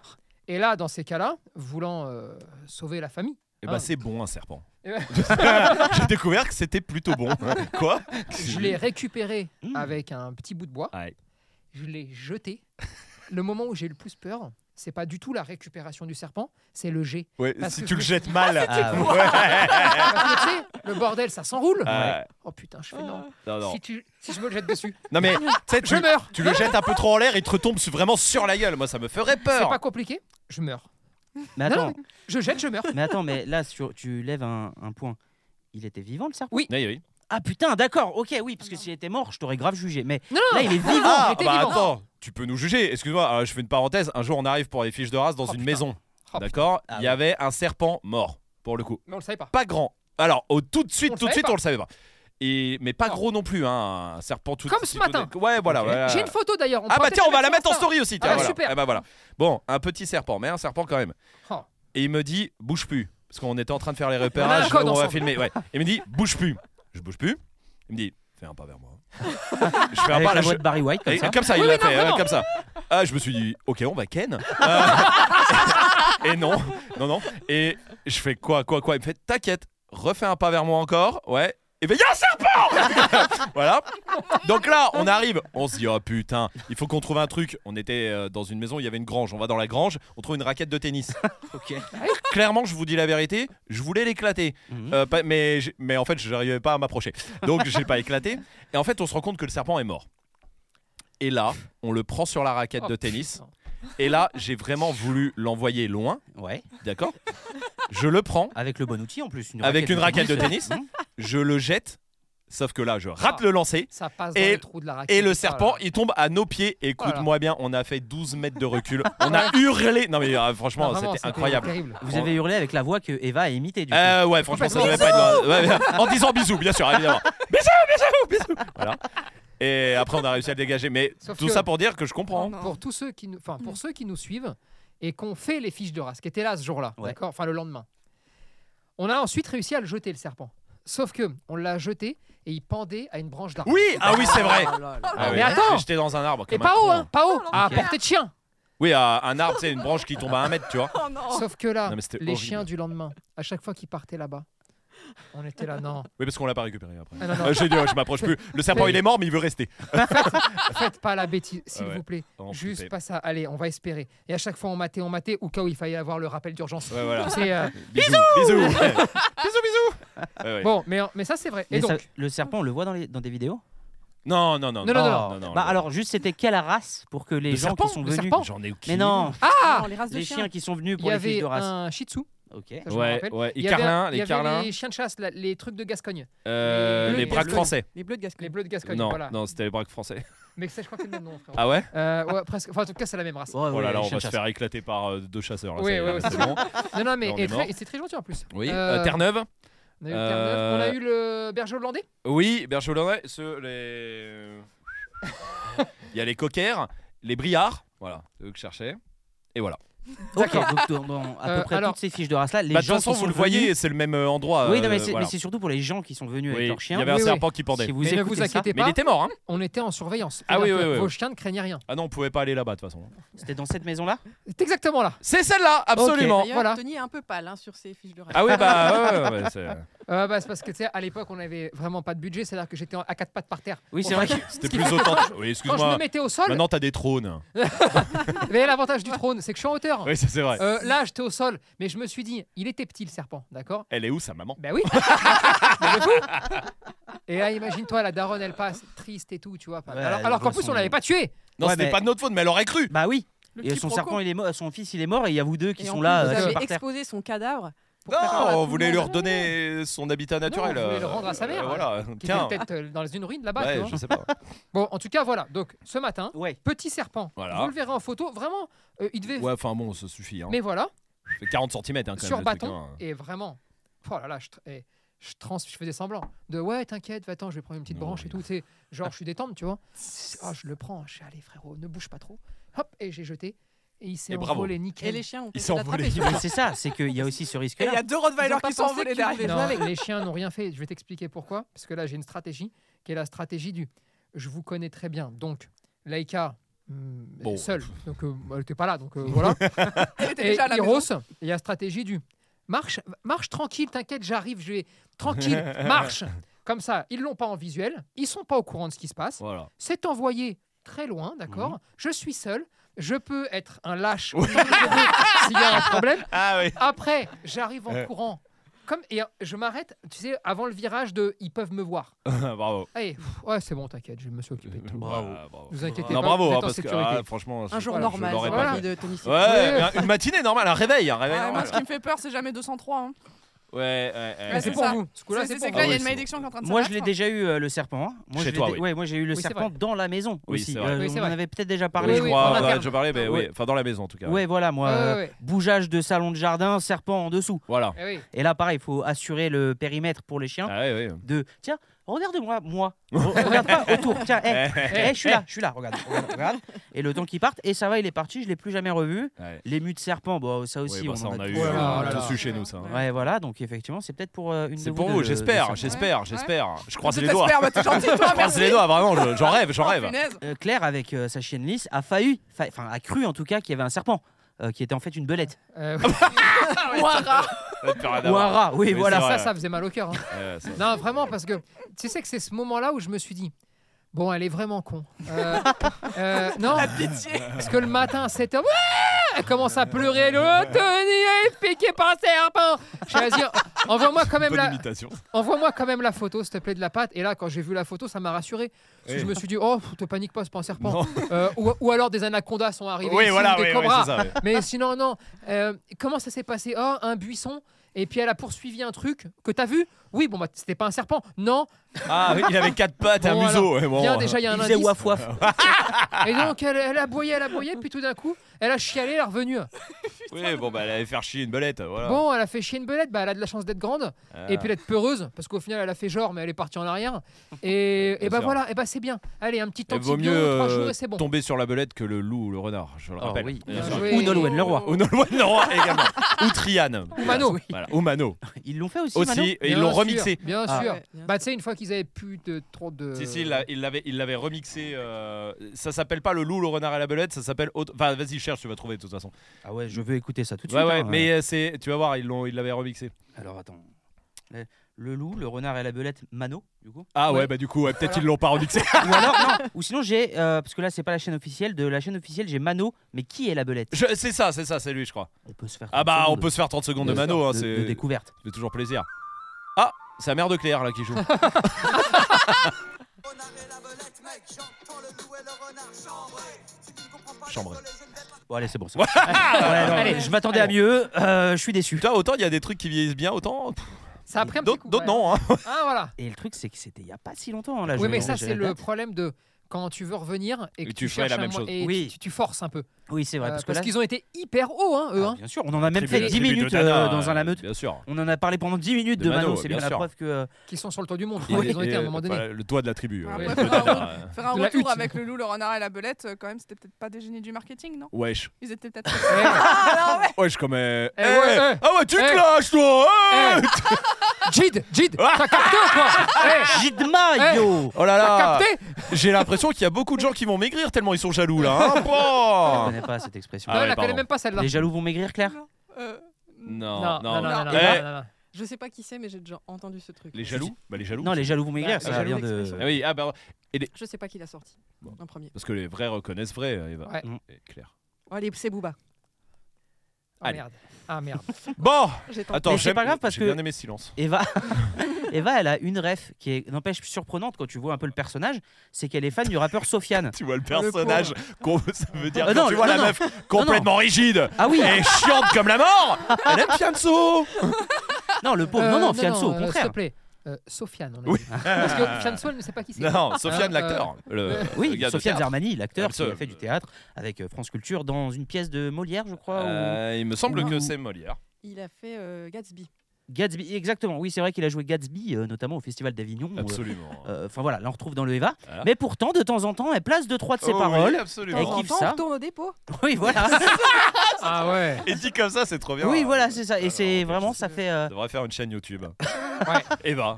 Speaker 6: Et là, dans ces cas-là, voulant euh, sauver la famille,
Speaker 7: Eh ben, c'est bon un serpent.
Speaker 6: Eh ben.
Speaker 7: J'ai découvert que c'était plutôt bon. Quoi
Speaker 6: je l'ai récupéré
Speaker 1: Mmh.
Speaker 6: avec un petit bout de bois.
Speaker 7: Ouais.
Speaker 6: Je l'ai jeté. Le moment où j'ai eu le plus peur, c'est pas du tout la récupération du serpent, c'est le jet.
Speaker 7: Ouais,
Speaker 6: Parce
Speaker 7: si
Speaker 6: que
Speaker 7: tu
Speaker 6: je-
Speaker 7: le jettes mal.
Speaker 1: Ah, ouais.
Speaker 6: Parce que, tu sais, le bordel, ça s'enroule.
Speaker 7: Ah, ouais.
Speaker 6: Oh putain, je fais non.
Speaker 7: non, non.
Speaker 6: Si, tu- si je me le jette dessus,
Speaker 7: Non, mais tu sais,
Speaker 6: je
Speaker 7: tu,
Speaker 6: meurs.
Speaker 7: tu le jettes un peu trop en l'air, il te retombe su- vraiment sur la gueule. Moi, ça me ferait
Speaker 6: C'est
Speaker 7: peur.
Speaker 6: pas compliqué, je meurs.
Speaker 1: Mais attends,
Speaker 6: Je jette, je meurs.
Speaker 1: mais attends, mais là, sur- tu lèves un, un point. Il était vivant, le serpent
Speaker 7: Oui, oui.
Speaker 1: Ah putain, d'accord, ok, oui, parce que s'il était mort, je t'aurais grave jugé. Mais
Speaker 6: Non,
Speaker 1: là, il est vivant.
Speaker 7: Ah,
Speaker 6: j'étais
Speaker 7: bah
Speaker 6: vivant.
Speaker 7: attends, tu peux nous juger. Excuse-moi, euh, je fais une parenthèse. Un jour, on arrive pour les fiches de race dans
Speaker 6: Oh,
Speaker 7: une
Speaker 6: putain.
Speaker 7: maison.
Speaker 6: Oh,
Speaker 7: D'accord
Speaker 1: Ah,
Speaker 7: Il y
Speaker 1: ouais.
Speaker 7: avait un serpent mort, pour le coup.
Speaker 6: Mais on le savait pas.
Speaker 7: Pas grand. Alors, au- tout de suite,
Speaker 6: On le
Speaker 7: tout de
Speaker 6: savait
Speaker 7: suite,
Speaker 6: pas.
Speaker 7: on le savait pas. Et, mais pas
Speaker 6: Oh.
Speaker 7: gros non plus, hein, un serpent tout
Speaker 6: Comme ce
Speaker 7: tout-
Speaker 6: matin.
Speaker 7: Ouais, voilà.
Speaker 6: Ok.
Speaker 7: voilà.
Speaker 6: J'ai une photo d'ailleurs.
Speaker 7: Ah
Speaker 6: pourra
Speaker 7: bah tiens,
Speaker 6: peut-être
Speaker 7: on va la mettre en
Speaker 6: sur Insta.
Speaker 7: story aussi. Tiens,
Speaker 6: Ah,
Speaker 7: voilà.
Speaker 6: super.
Speaker 7: Eh ben voilà. Bon, un petit serpent, mais un serpent quand même.
Speaker 6: Oh.
Speaker 7: Et il me dit, bouge plus. Parce qu'on était en train de faire les
Speaker 6: On a un
Speaker 7: repérages,
Speaker 6: code
Speaker 7: on va
Speaker 6: ensemble.
Speaker 7: filmer. Ouais. Il me dit, bouge plus. Je bouge plus. Il me dit, fais un pas vers moi. je fais un
Speaker 1: Avec la
Speaker 7: pas là.
Speaker 1: voix
Speaker 7: Je...
Speaker 1: de Barry White, comme
Speaker 7: Et-
Speaker 1: ça.
Speaker 7: Comme ça, il
Speaker 6: Oui,
Speaker 7: l'a
Speaker 6: oui, non,
Speaker 7: fait,
Speaker 6: vraiment.
Speaker 7: euh, comme ça. Ah, je me suis dit, ok, on va Ken. Euh, et non, non, non. Et je fais quoi, quoi, quoi Il me fait, t'inquiète, refais un pas vers moi encore. Ouais. Et ben, il y a un serpent Voilà. Donc là, on arrive, on se dit, oh putain, il faut qu'on trouve un truc. On était euh, dans une maison, il y avait une grange. On va dans la grange, on trouve une raquette de tennis.
Speaker 1: Ok.
Speaker 7: Clairement, je vous dis la vérité, je voulais l'éclater.
Speaker 1: Mhm.
Speaker 7: Euh, pas- mais, j'ai- mais en fait, je n'arrivais pas à m'approcher. Donc, j'ai pas éclaté. Et en fait, on se rend compte que le serpent est mort. Et là, on le prend sur la raquette
Speaker 6: Oh,
Speaker 7: de tennis.
Speaker 6: putain.
Speaker 7: Et là, j'ai vraiment voulu l'envoyer loin.
Speaker 1: Ouais,
Speaker 7: D'accord Je le prends,
Speaker 1: avec le bon outil en plus.
Speaker 7: Avec une raquette de
Speaker 1: ouais.
Speaker 7: je le jette. Sauf que là, je rate le lancer.
Speaker 6: Ça passe dans
Speaker 7: Et-
Speaker 6: les trous de la raquette.
Speaker 7: Et le
Speaker 6: Oh là
Speaker 7: serpent,
Speaker 6: là.
Speaker 7: il tombe à nos pieds. Écoute-moi bien, on a fait 12 mètres de recul. On a hurlé. Non, mais euh,
Speaker 6: Non,
Speaker 7: franchement,
Speaker 6: Ah, vraiment,
Speaker 7: c'était incroyable.
Speaker 6: terrible.
Speaker 1: Vous avez hurlé avec la voix que Eva a imitée, du coup.
Speaker 7: Oh. Euh, ouais, franchement, ça devrait pas être. ouais, ouais. en disant bisous, bien sûr, évidemment. Bisous, bisous, bisous. Voilà. Et après, on a réussi à le dégager. Mais
Speaker 6: Sauf
Speaker 7: tout
Speaker 6: que-
Speaker 7: ça pour dire que je comprends.
Speaker 2: Ah Oh, Non.
Speaker 6: Pour tous ceux qui nous, enfin pour ceux qui nous suivent et qu'on fait les fiches de race, qui étaient là ce jour-là,
Speaker 1: Ouais.
Speaker 6: d'accord, enfin le lendemain. On a ensuite réussi à le jeter le serpent. Sauf que on l'a jeté et il pendait à une branche d'arbre.
Speaker 7: Oui, ah oui, c'est vrai.
Speaker 2: Oh là là.
Speaker 7: Ah oui.
Speaker 6: Mais attends.
Speaker 7: J'étais dans un arbre.
Speaker 6: Et
Speaker 7: Comme un
Speaker 6: pas haut,
Speaker 7: con.
Speaker 6: hein, pas haut, à
Speaker 1: Ok.
Speaker 6: portée de chien.
Speaker 7: Oui, à- un arbre, c'est une branche qui tombe à un mètre, tu vois.
Speaker 2: Oh non
Speaker 6: Sauf que là,
Speaker 7: Non, mais c'était
Speaker 6: les
Speaker 7: horrible.
Speaker 6: chiens du lendemain, à chaque fois qu'ils partaient là-bas, on était là, non,
Speaker 7: Oui, parce qu'on l'a pas récupéré après.
Speaker 6: Ah, non, non.
Speaker 7: Euh, J'ai dit, ouais, je m'approche plus. Le serpent,
Speaker 6: Mais-
Speaker 7: il est mort, mais il veut rester.
Speaker 6: faites pas la bêtise, s'il
Speaker 7: Ah ouais.
Speaker 6: vous plaît.
Speaker 7: Oh,
Speaker 6: Juste
Speaker 7: flippé.
Speaker 6: pas ça. Allez, on va espérer. Et à chaque fois, on matait, on matait, au cas où il fallait avoir le rappel d'urgence.
Speaker 7: Ouais, voilà.
Speaker 6: C'est, euh,
Speaker 7: Bisous, bisous. Ouais. bisous, bisous. Ouais, ouais.
Speaker 6: Bon, mais, euh, mais ça, c'est vrai. Et
Speaker 1: Mais ça-
Speaker 6: donc,
Speaker 1: le serpent, on le voit dans, les, dans des vidéos
Speaker 7: Non, non, non.
Speaker 6: Non, non, non,
Speaker 7: non, non,
Speaker 1: Bah
Speaker 7: non.
Speaker 1: alors, juste, c'était quelle race pour que les
Speaker 7: Le
Speaker 1: gens
Speaker 7: serpent,
Speaker 1: qui sont
Speaker 6: le
Speaker 1: venus.
Speaker 6: serpent.
Speaker 7: J'en ai aucune.
Speaker 1: Mais non,
Speaker 6: ah
Speaker 2: Non, les races de
Speaker 1: les
Speaker 2: chiens.
Speaker 1: chiens qui sont venus
Speaker 6: Il y
Speaker 1: pour les fiches
Speaker 6: avait
Speaker 1: de race.
Speaker 6: un shih tzu.
Speaker 1: Ok.
Speaker 6: ça, je me
Speaker 7: Ouais,
Speaker 6: rappelle.
Speaker 7: ouais.
Speaker 6: Il
Speaker 7: Et
Speaker 6: y avait un-
Speaker 7: Carlin,
Speaker 6: il y
Speaker 7: les
Speaker 6: avait
Speaker 7: Carlins,
Speaker 6: les chiens de chasse, la- les trucs de Gascogne,
Speaker 7: euh,
Speaker 6: les-
Speaker 7: les braques
Speaker 2: les-
Speaker 7: français.
Speaker 2: Les bleus de
Speaker 6: les
Speaker 2: Gascogne.
Speaker 6: bleus de Gascogne.
Speaker 7: Non,
Speaker 6: voilà.
Speaker 7: non, c'était les braques français.
Speaker 6: Mais ça, je crois que c'est le même nom, frère.
Speaker 7: Ah ouais
Speaker 6: Euh, ouais, presque. Enfin, en tout cas, c'est la même race.
Speaker 1: Ouais,
Speaker 7: Oh
Speaker 1: ouais,
Speaker 7: là
Speaker 1: les
Speaker 7: là, on
Speaker 1: chiens
Speaker 7: va
Speaker 1: de
Speaker 7: se faire éclater par euh, deux chasseurs. là,
Speaker 6: Oui,
Speaker 7: ça y est,
Speaker 6: oui, oui,
Speaker 7: c'est
Speaker 6: c'est
Speaker 7: bon.
Speaker 6: Non, non, mais
Speaker 7: Là, on
Speaker 6: et
Speaker 7: est
Speaker 6: très-
Speaker 7: mort.
Speaker 6: et c'est très gentil en plus.
Speaker 7: Oui,
Speaker 6: Euh,
Speaker 7: euh, Terre-Neuve.
Speaker 6: On a eu, le Terre-Neuve,
Speaker 7: Euh,
Speaker 6: on a eu le berger hollandais.
Speaker 7: Oui, berger hollandais. ceux, les... Il y a les coquers, les briards. Voilà, eux que je cherchais. Et voilà.
Speaker 1: Ok, donc dans, dans à
Speaker 6: Euh,
Speaker 1: peu près
Speaker 6: alors-
Speaker 1: toutes ces fiches de race là, les
Speaker 7: Bah, de toute
Speaker 1: gens qui
Speaker 7: façon,
Speaker 1: sont
Speaker 7: vous le
Speaker 1: venus-
Speaker 7: voyez, c'est le même euh, endroit.
Speaker 1: Oui, non, mais
Speaker 7: euh,
Speaker 1: c'est
Speaker 7: voilà.
Speaker 1: mais c'est surtout pour les gens qui sont venus
Speaker 7: Oui,
Speaker 1: avec leurs
Speaker 7: Il y
Speaker 1: chiens.
Speaker 7: avait un
Speaker 6: Oui, oui.
Speaker 7: serpent qui pendait.
Speaker 1: Si vous
Speaker 6: Mais ne
Speaker 1: écoutez
Speaker 6: vous
Speaker 1: ça,
Speaker 6: inquiétez
Speaker 7: Mais il
Speaker 6: pas,
Speaker 7: était mort, hein
Speaker 6: on était en surveillance.
Speaker 7: Ah oui,
Speaker 6: C'est-à-dire
Speaker 7: oui,
Speaker 6: que
Speaker 7: oui,
Speaker 6: Vos
Speaker 7: oui.
Speaker 6: chiens ne craignaient rien.
Speaker 7: Ah non, on pouvait pas aller là-bas de toute façon.
Speaker 1: c'était dans cette maison là.
Speaker 6: C'est exactement là.
Speaker 7: C'est celle-là, absolument.
Speaker 6: Ok.
Speaker 2: D'ailleurs,
Speaker 6: voilà.
Speaker 2: Tony est un peu pâle hein, sur ses fiches de race.
Speaker 7: Oh, Ah oui, bah ouais, ouais, ouais, c'est-
Speaker 6: Euh, bah, c'est parce que tu sais, à l'époque, on n'avait vraiment pas de budget. C'est-à-dire que j'étais en- à quatre pattes par terre.
Speaker 1: Oui, c'est
Speaker 6: Bon,
Speaker 1: vrai. que-
Speaker 7: c'était plus authentique. Oui,
Speaker 6: Quand je me
Speaker 7: excuse-moi.
Speaker 6: mettais au sol,
Speaker 7: Maintenant, t'as des trônes.
Speaker 6: mais l'avantage du trône, c'est que je suis en hauteur.
Speaker 7: Oui, ça, c'est vrai.
Speaker 6: Euh, là, j'étais au sol, mais je me suis dit, il était petit le serpent, d'accord
Speaker 7: Elle est où sa maman
Speaker 6: Ben oui. Et là, imagine-toi, la daronne, elle passe triste et tout, tu vois. pas-
Speaker 1: Ouais,
Speaker 6: alors
Speaker 1: les
Speaker 6: alors qu'en
Speaker 1: gens
Speaker 6: plus, on
Speaker 1: sont-
Speaker 6: l'avait pas tué.
Speaker 7: Non,
Speaker 1: Ouais,
Speaker 7: c'était
Speaker 1: mais-
Speaker 7: pas de notre faute, mais elle aurait cru.
Speaker 1: Bah oui.
Speaker 6: Le
Speaker 1: Et son
Speaker 6: quiproquo.
Speaker 1: serpent, il est mort, son fils, il est mort, et il y a vous deux qui
Speaker 2: Et en
Speaker 1: sont
Speaker 2: plus,
Speaker 1: là
Speaker 2: vous
Speaker 1: euh,
Speaker 2: avez
Speaker 1: par terre.
Speaker 2: exposé son cadavre. pour faire peur à
Speaker 7: Non, on
Speaker 2: tout
Speaker 7: voulait
Speaker 2: le
Speaker 7: lui
Speaker 2: monde.
Speaker 7: redonner son habitat naturel.
Speaker 6: on voulait le
Speaker 7: euh,
Speaker 6: rendre à sa mère, hein,
Speaker 7: Voilà,
Speaker 6: Qui était
Speaker 7: tiens.
Speaker 6: peut-être euh, dans les urines là-bas. tu
Speaker 7: Ouais,
Speaker 6: vois.
Speaker 7: je sais pas.
Speaker 6: Bon, en tout cas, voilà. Donc, ce matin,
Speaker 1: Ouais.
Speaker 6: petit serpent.
Speaker 7: Voilà.
Speaker 6: Vous le verrez en photo. Vraiment, euh, il devait.
Speaker 7: Ouais, enfin bon, ça suffit. Hein.
Speaker 6: Mais voilà,
Speaker 7: Ça fait 40 cm quand même.
Speaker 6: sur
Speaker 7: le truc,
Speaker 6: bâton.
Speaker 7: hein.
Speaker 6: Et vraiment. Oh là là, je, tra- eh, je, trans... je faisais semblant. De ouais, t'inquiète, attends, je vais prendre une petite
Speaker 7: Non,
Speaker 6: branche et
Speaker 7: oui.
Speaker 6: tout. tu sais. Genre, je suis détente, tu vois. Ah, je le prends. Je suis allé, frérot, ne bouge pas trop. Hop, et j'ai jeté. Et il s'est
Speaker 7: Et bravo.
Speaker 6: envolé
Speaker 2: Et
Speaker 6: nickel.
Speaker 2: les chiens ont pu
Speaker 7: Ils sont envolés.
Speaker 2: l'attraper.
Speaker 1: Mais c'est ça, c'est qu'il y a aussi ce
Speaker 4: Et il y
Speaker 1: risque-là.
Speaker 4: a deux Rottweilers
Speaker 2: Ils ont pas
Speaker 4: qui sont
Speaker 2: pensé
Speaker 4: envolés
Speaker 2: qu'ils
Speaker 4: derrière.
Speaker 2: voulaient-
Speaker 6: Non,
Speaker 2: jouer avec.
Speaker 6: les chiens n'ont rien fait. Je vais t'expliquer pourquoi. Parce que là, j'ai une stratégie qui est la stratégie du je vous connais très bien. Donc, Laïka, hmm, elle est
Speaker 7: Bon.
Speaker 6: seule. Donc, euh, elle n'était pas là. Donc, euh, voilà.
Speaker 4: Elle était
Speaker 6: Et
Speaker 4: déjà à la maison.
Speaker 6: Hiros, il y a la stratégie du marche, marche tranquille, t'inquiète, j'arrive, je vais. Tranquille, marche. Comme ça, ils l'ont pas en visuel. Ils sont pas au courant de ce qui se passe.
Speaker 7: Voilà.
Speaker 6: C'est envoyé très loin, d'accord Je suis seul. Je peux être un lâche
Speaker 7: Oui.
Speaker 6: autant que je veux, s'il y a un problème.
Speaker 7: Ah oui.
Speaker 6: Après, j'arrive en
Speaker 7: Euh.
Speaker 6: courant. Comme, et euh, je m'arrête, tu sais, avant le virage de ils peuvent me voir.
Speaker 7: bravo.
Speaker 6: Allez, pff, ouais, c'est bon, t'inquiète, je me suis occupé de tout.
Speaker 7: Ouais, bravo.
Speaker 6: Vous inquiétez
Speaker 7: Non,
Speaker 6: pas,
Speaker 7: bravo,
Speaker 6: vous êtes
Speaker 7: hein,
Speaker 6: en
Speaker 7: parce que
Speaker 6: sécurité. Eh,
Speaker 7: ah, franchement.
Speaker 2: Un
Speaker 7: je-
Speaker 2: jour
Speaker 7: voilà, je
Speaker 2: normal,
Speaker 7: l'aurais
Speaker 2: dans
Speaker 7: pas
Speaker 2: la
Speaker 6: fait.
Speaker 2: vie de Tony
Speaker 7: fait.
Speaker 2: Sinclair.
Speaker 7: Ouais, mais une matinée normale, un réveil, un réveil
Speaker 4: Ouais, moi,
Speaker 7: normal.
Speaker 4: ce qui me fait peur, c'est jamais 203. Hein.
Speaker 7: Ouais, ouais, ouais.
Speaker 6: Mais Ah, c'est
Speaker 4: c'est
Speaker 6: pour
Speaker 4: ça.
Speaker 6: vous. Ce coup-là,
Speaker 4: C'est
Speaker 6: c'est
Speaker 4: c'est
Speaker 6: pour
Speaker 4: que
Speaker 6: vous.
Speaker 4: là,
Speaker 7: Ah
Speaker 4: il y
Speaker 7: oui,
Speaker 4: a une
Speaker 7: c'est
Speaker 4: malédiction qui est en train de
Speaker 1: Moi, je
Speaker 4: s'abattre.
Speaker 1: l'ai déjà eu euh, le serpent. hein. Moi,
Speaker 7: Chez
Speaker 1: je l'ai
Speaker 7: toi,
Speaker 1: dé-
Speaker 7: oui.
Speaker 1: ouais, moi j'ai eu le
Speaker 6: Oui, c'est
Speaker 1: serpent
Speaker 6: vrai.
Speaker 1: dans la maison
Speaker 7: Oui,
Speaker 1: aussi.
Speaker 7: c'est vrai.
Speaker 1: Euh,
Speaker 6: Oui, c'est
Speaker 1: on
Speaker 6: vrai.
Speaker 1: en avait peut-être déjà
Speaker 7: Je
Speaker 1: parlé,
Speaker 6: Oui,
Speaker 1: je
Speaker 6: oui,
Speaker 1: crois.
Speaker 7: crois,
Speaker 6: en
Speaker 7: ouais,
Speaker 6: interne.
Speaker 7: je parlais, mais oui.
Speaker 1: Ouais.
Speaker 7: Enfin, dans la maison en tout cas.
Speaker 1: Ouais, voilà, moi,
Speaker 6: Ouais,
Speaker 1: euh,
Speaker 6: ouais, ouais.
Speaker 1: bougeage de salon de jardin, serpent en dessous.
Speaker 7: Voilà.
Speaker 6: Eh oui.
Speaker 1: Et là, pareil, il faut assurer le périmètre pour les chiens.
Speaker 7: Ah ouais, ouais.
Speaker 1: De tiens, regarde-moi, moi. Re- regarde pas autour. Tiens, hé,
Speaker 7: Ouais.
Speaker 1: hé, je suis là, je suis là, regarde, regarde, regarde. Et le temps qu'il parte, et ça va, il est parti, je l'ai plus jamais revu.
Speaker 7: Ouais.
Speaker 1: L'ému de serpent, bon, ça aussi,
Speaker 7: Oui, bah,
Speaker 1: on
Speaker 7: ça,
Speaker 1: en
Speaker 7: on a
Speaker 1: tous
Speaker 7: eu
Speaker 6: Ouais,
Speaker 7: euh,
Speaker 6: ouais,
Speaker 7: tous
Speaker 6: ouais.
Speaker 7: eu chez nous, ça. hein.
Speaker 1: Ouais, voilà, donc effectivement, c'est peut-être pour euh, une
Speaker 7: C'est
Speaker 1: de
Speaker 7: pour
Speaker 1: deux,
Speaker 7: vous,
Speaker 1: le- le
Speaker 7: j'espère,
Speaker 1: serpent.
Speaker 7: j'espère, j'espère. Je croise les
Speaker 4: Je
Speaker 7: doigts.
Speaker 4: t'espère, bah, t'es gentil,
Speaker 6: Ah,
Speaker 4: toi,
Speaker 7: Je croise
Speaker 4: merci.
Speaker 7: les doigts, vraiment, je- j'en rêve, j'en
Speaker 4: Oh,
Speaker 7: rêve.
Speaker 4: punaise.
Speaker 1: Euh, Claire, avec euh, sa chienne lisse, a failli, fa- enfin, a cru en tout cas qu'il y avait un serpent. euh, qui était en fait une belette.
Speaker 6: Euh,
Speaker 4: Ou un rat.
Speaker 7: Ça fait rien
Speaker 1: Ou un
Speaker 7: d'avoir.
Speaker 1: rat, oui,
Speaker 7: Ah, Oui,
Speaker 1: voilà.
Speaker 7: c'est
Speaker 6: ça,
Speaker 7: vrai.
Speaker 6: ça faisait mal au cœur. hein.
Speaker 7: Ouais, ça-
Speaker 6: Non, vraiment, parce que tu sais que c'est ce moment-là où je me suis dit, bon, elle est vraiment con. Euh, euh, non,
Speaker 4: Pitié.
Speaker 6: parce que le matin, c'était... Ouais elle commence à pleurer. Le oh, Tony est piqué par un serpent. Je lui ai dit, envoie-moi quand même
Speaker 7: Bonne
Speaker 6: la,
Speaker 7: imitation.
Speaker 6: envoie-moi quand même la photo, s'il te plaît, de la patte. Et là, quand j'ai vu la photo, ça m'a rassuré. Parce que
Speaker 7: Oui.
Speaker 6: je me suis dit, oh, pff, te panique pas, c'est pas un serpent.
Speaker 7: Non.
Speaker 6: Euh, ou, ou alors des anacondas sont arrivés.
Speaker 7: Oui,
Speaker 6: ici,
Speaker 7: voilà,
Speaker 6: ou des
Speaker 7: oui, oui,
Speaker 6: cobras.
Speaker 7: c'est ça. oui.
Speaker 6: Mais sinon, non. Euh, comment ça s'est passé Oh, un buisson. Et puis elle a poursuivi un truc que t'as vu Oui, bon, bah, c'était pas un serpent. Non.
Speaker 7: Ah, oui, il avait quatre pattes et un
Speaker 6: Bon,
Speaker 7: museau. ouais, bon.
Speaker 6: Bien, déjà, il y a
Speaker 1: Il
Speaker 6: un
Speaker 1: faisait
Speaker 6: indice.
Speaker 1: waf
Speaker 7: Ah,
Speaker 1: waf.
Speaker 6: Et donc, elle, elle aboyait, elle aboyait, puis tout d'un coup, elle a chialé, elle est revenue.
Speaker 7: Oui, bon, bah, elle allait faire chier une belette. Voilà.
Speaker 6: Bon, elle a fait chier une belette, bah, elle a de la chance d'être grande,
Speaker 7: Ah.
Speaker 6: et puis d'être peureuse, parce qu'au final, elle a fait genre, mais elle est partie en arrière. Et, et
Speaker 7: Eh Bien
Speaker 6: bah
Speaker 7: sûr.
Speaker 6: voilà, et bah c'est bien. Allez, un petit
Speaker 7: Il
Speaker 6: temps
Speaker 7: vaut mieux
Speaker 6: trois jours,
Speaker 7: euh,
Speaker 6: et c'est bon.
Speaker 7: tomber sur la belette que le loup ou le renard, je le
Speaker 1: Ah
Speaker 7: rappelle.
Speaker 1: oui.
Speaker 7: Bien
Speaker 6: Bien
Speaker 7: sûr.
Speaker 6: joué.
Speaker 1: Ou Nolwenn, le roi.
Speaker 7: Ou Nolwenn le roi également. Ou Triane.
Speaker 6: Ou Mano.
Speaker 7: Voilà. Ou Mano.
Speaker 1: Ils l'ont fait aussi,
Speaker 7: Aussi,
Speaker 1: Manon
Speaker 7: et ils
Speaker 6: Bien
Speaker 7: l'ont
Speaker 6: sûr,
Speaker 7: remixé.
Speaker 6: Bien
Speaker 1: Ah.
Speaker 6: sûr.
Speaker 2: Ouais, bien
Speaker 6: Bah, tu sais, une fois qu'ils avaient plus de trop de.
Speaker 7: Si, si, il l'a- il l'avait il l'avait remixé. euh, ça s'appelle pas le loup, le renard et la belette, ça s'appelle. autre- Enfin, vas-y, cherche, tu vas trouver de toute façon.
Speaker 1: Ah ouais, je veux écouter ça tout de
Speaker 7: Ouais,
Speaker 1: suite.
Speaker 7: ouais,
Speaker 1: hein.
Speaker 7: mais euh, c'est, tu vas voir, ils l'ont- ils l'avaient remixé.
Speaker 1: Alors attends. Le, le loup, le renard et la belette, Mano, du coup.
Speaker 7: Ah ouais,
Speaker 6: Ouais.
Speaker 7: bah du coup, ouais, peut-être
Speaker 6: Voilà.
Speaker 7: ils l'ont pas remixé.
Speaker 1: Ou alors, non. Ou sinon, j'ai. euh, parce que là, c'est pas la chaîne officielle. De la chaîne officielle, j'ai Mano. Mais qui est la belette
Speaker 7: Je- c'est ça, c'est ça, c'est lui, je crois.
Speaker 1: On peut se faire.
Speaker 7: Ah
Speaker 1: 30
Speaker 7: bah, on
Speaker 1: secondes
Speaker 7: peut se faire 30 secondes de, Mano, hein,
Speaker 1: de-
Speaker 7: c'est,
Speaker 1: de découverte.
Speaker 7: ça fait toujours plaisir. Ah, c'est la mère de Claire là qui joue. Chambre.
Speaker 1: Bon, allez, c'est bon. c'est bon. Ouais, non,
Speaker 6: Allez.
Speaker 1: je m'attendais à mieux. euh, je suis déçu.
Speaker 7: Putain, autant il y a des trucs qui vieillissent bien, autant. pff,
Speaker 6: Ça a pris un petit
Speaker 7: d'autres,
Speaker 6: coup,
Speaker 7: d'autres
Speaker 6: ouais.
Speaker 7: non. hein.
Speaker 6: Ah, voilà.
Speaker 1: Et le truc, c'est que c'était il y a pas si longtemps. hein, là,
Speaker 6: Oui,
Speaker 1: je-
Speaker 6: mais ça,
Speaker 1: j'ai
Speaker 6: c'est
Speaker 1: la
Speaker 6: le
Speaker 1: date.
Speaker 6: problème de quand tu veux revenir et que
Speaker 7: Et
Speaker 6: tu,
Speaker 7: tu fais la
Speaker 6: cherches un
Speaker 7: même
Speaker 6: mo-
Speaker 7: chose.
Speaker 6: Et
Speaker 1: Oui.
Speaker 6: tu, tu forces un peu.
Speaker 1: Oui, c'est vrai.
Speaker 6: Euh,
Speaker 1: parce que
Speaker 6: parce
Speaker 1: là.
Speaker 6: qu'ils ont été hyper hauts, hein, eux.
Speaker 1: Ah,
Speaker 6: hein.
Speaker 1: bien sûr, on en a même
Speaker 7: Tribu-
Speaker 1: fait 10
Speaker 7: tribu de
Speaker 1: minutes
Speaker 7: Dana,
Speaker 1: euh, dans un
Speaker 7: euh,
Speaker 1: lameute.
Speaker 7: Bien sûr.
Speaker 1: On en a parlé pendant 10 minutes de,
Speaker 7: De
Speaker 1: Mano.
Speaker 7: Mano,
Speaker 1: C'est
Speaker 7: bien
Speaker 1: bien la
Speaker 7: sûr.
Speaker 1: preuve que. euh,
Speaker 6: qui sont sur le tour du monde.
Speaker 7: Et-
Speaker 6: Ils ont été à un
Speaker 7: et,
Speaker 6: moment
Speaker 7: euh,
Speaker 6: donné.
Speaker 7: voilà, le toit de la tribu. hein.
Speaker 4: Ah,
Speaker 7: ouais.
Speaker 4: bref,
Speaker 7: Le toit de la-
Speaker 4: Faire un
Speaker 6: De la
Speaker 4: retour
Speaker 6: hutte.
Speaker 4: avec le loup, le renard et la belette, euh, quand même, c'était peut-être pas des génies du marketing, non
Speaker 7: Wesh.
Speaker 4: Ils étaient peut-être.
Speaker 6: Eh,
Speaker 4: Ah non, ouais.
Speaker 7: Wesh, comme. euh,
Speaker 6: Eh,
Speaker 7: eh,
Speaker 6: ouais, eh.
Speaker 7: Ah ouais, tu
Speaker 6: Eh.
Speaker 7: te lâches, toi eh.
Speaker 6: Jid, Jid,
Speaker 7: Ah.
Speaker 6: t'as capté ou quoi Eh,
Speaker 1: Jidmayo
Speaker 7: Oh là
Speaker 6: T'as
Speaker 7: là
Speaker 6: capté
Speaker 7: J'ai l'impression qu'il y a beaucoup de gens qui vont maigrir tellement ils sont jaloux là. hein. Oh.
Speaker 1: Je connais pas cette expression.
Speaker 7: Ah
Speaker 6: Non,
Speaker 7: ouais,
Speaker 6: elle la connaît
Speaker 7: pardon.
Speaker 6: même pas celle-là.
Speaker 1: Les jaloux vont maigrir, Claire
Speaker 4: Euh,
Speaker 7: Non,
Speaker 6: Non, non, non, non, non,
Speaker 7: Eh,
Speaker 6: non, non, non.
Speaker 2: Je sais pas qui c'est, mais j'ai déjà entendu ce truc.
Speaker 7: Les jaloux Bah les jaloux.
Speaker 1: Non, les jaloux vont maigrir,
Speaker 6: Ouais,
Speaker 1: ça
Speaker 6: les
Speaker 1: vient
Speaker 6: jaloux
Speaker 1: de.
Speaker 7: Ah oui, ah bah
Speaker 2: Je sais pas qui l'a sorti
Speaker 7: Bon.
Speaker 2: en premier.
Speaker 7: euh, parce que les vrais reconnaissent vrai, Eva.
Speaker 6: Ouais.
Speaker 7: Et Claire.
Speaker 2: Oh, allez, c'est Booba.
Speaker 6: Ah
Speaker 7: Allez.
Speaker 6: merde. Ah merde.
Speaker 7: Bon,
Speaker 2: J'ai tenté.
Speaker 7: attends,
Speaker 1: Mais c'est
Speaker 7: j'aime-
Speaker 1: pas grave parce
Speaker 7: j'ai
Speaker 1: que-
Speaker 7: bien aimé ce silence.
Speaker 1: Eva, Eva, elle a une ref qui est, n'empêche, surprenante quand tu vois un peu le personnage, c'est qu'elle est fan du rappeur Sofiane.
Speaker 7: Tu vois le
Speaker 2: pauvre.
Speaker 7: personnage, qu'on- ça veut dire
Speaker 1: Euh,
Speaker 7: quand
Speaker 1: non,
Speaker 7: tu vois
Speaker 1: non,
Speaker 7: la
Speaker 1: non.
Speaker 7: meuf complètement rigide
Speaker 1: Ah oui,
Speaker 7: et chiante comme la mort. Elle aime Fianso.
Speaker 1: non, le pauvre,
Speaker 6: Euh,
Speaker 1: non, non, Fianso,
Speaker 6: euh,
Speaker 1: au
Speaker 6: S'il
Speaker 1: contraire.
Speaker 6: te plaît, Euh, Sofiane, on a
Speaker 7: Oui.
Speaker 6: dit. Parce que Fianso, elle ne sait pas qui c'est.
Speaker 7: Non, Sofiane
Speaker 6: Hein,
Speaker 7: l'acteur. le- le
Speaker 1: Ah, euh, Oui,
Speaker 7: gars de
Speaker 1: Sofiane
Speaker 7: théâtre.
Speaker 1: Zermani, l'acteur qui
Speaker 7: Absolument.
Speaker 1: a fait du théâtre avec euh, France Culture dans une pièce de Molière, je crois. ou-
Speaker 7: Euh, il me semble
Speaker 1: Ou-
Speaker 7: que c'est Molière.
Speaker 2: Il a fait euh, Gatsby.
Speaker 1: Gatsby, exactement. Oui, c'est vrai qu'il a joué Gatsby, euh, notamment au Festival d'Avignon. où, euh,
Speaker 7: Absolument.
Speaker 1: euh, Enfin voilà, là on retrouve dans le Eva.
Speaker 7: Voilà.
Speaker 1: Mais pourtant, de temps en temps, elle place deux, trois de ses
Speaker 7: Oh oui,
Speaker 1: paroles.
Speaker 7: absolument.
Speaker 1: Et
Speaker 2: T'entends,
Speaker 1: kiffe ça.
Speaker 2: on retourne au dépôt.
Speaker 1: Oui, voilà.
Speaker 6: Ah ouais.
Speaker 7: Et dit comme ça, c'est trop bien.
Speaker 1: oui, voilà, c'est ça. Et
Speaker 7: Alors,
Speaker 1: c'est
Speaker 7: ok,
Speaker 1: vraiment,
Speaker 7: je
Speaker 1: ça fait euh,
Speaker 7: On devrait faire une chaîne YouTube.
Speaker 6: Ouais.
Speaker 7: Eva.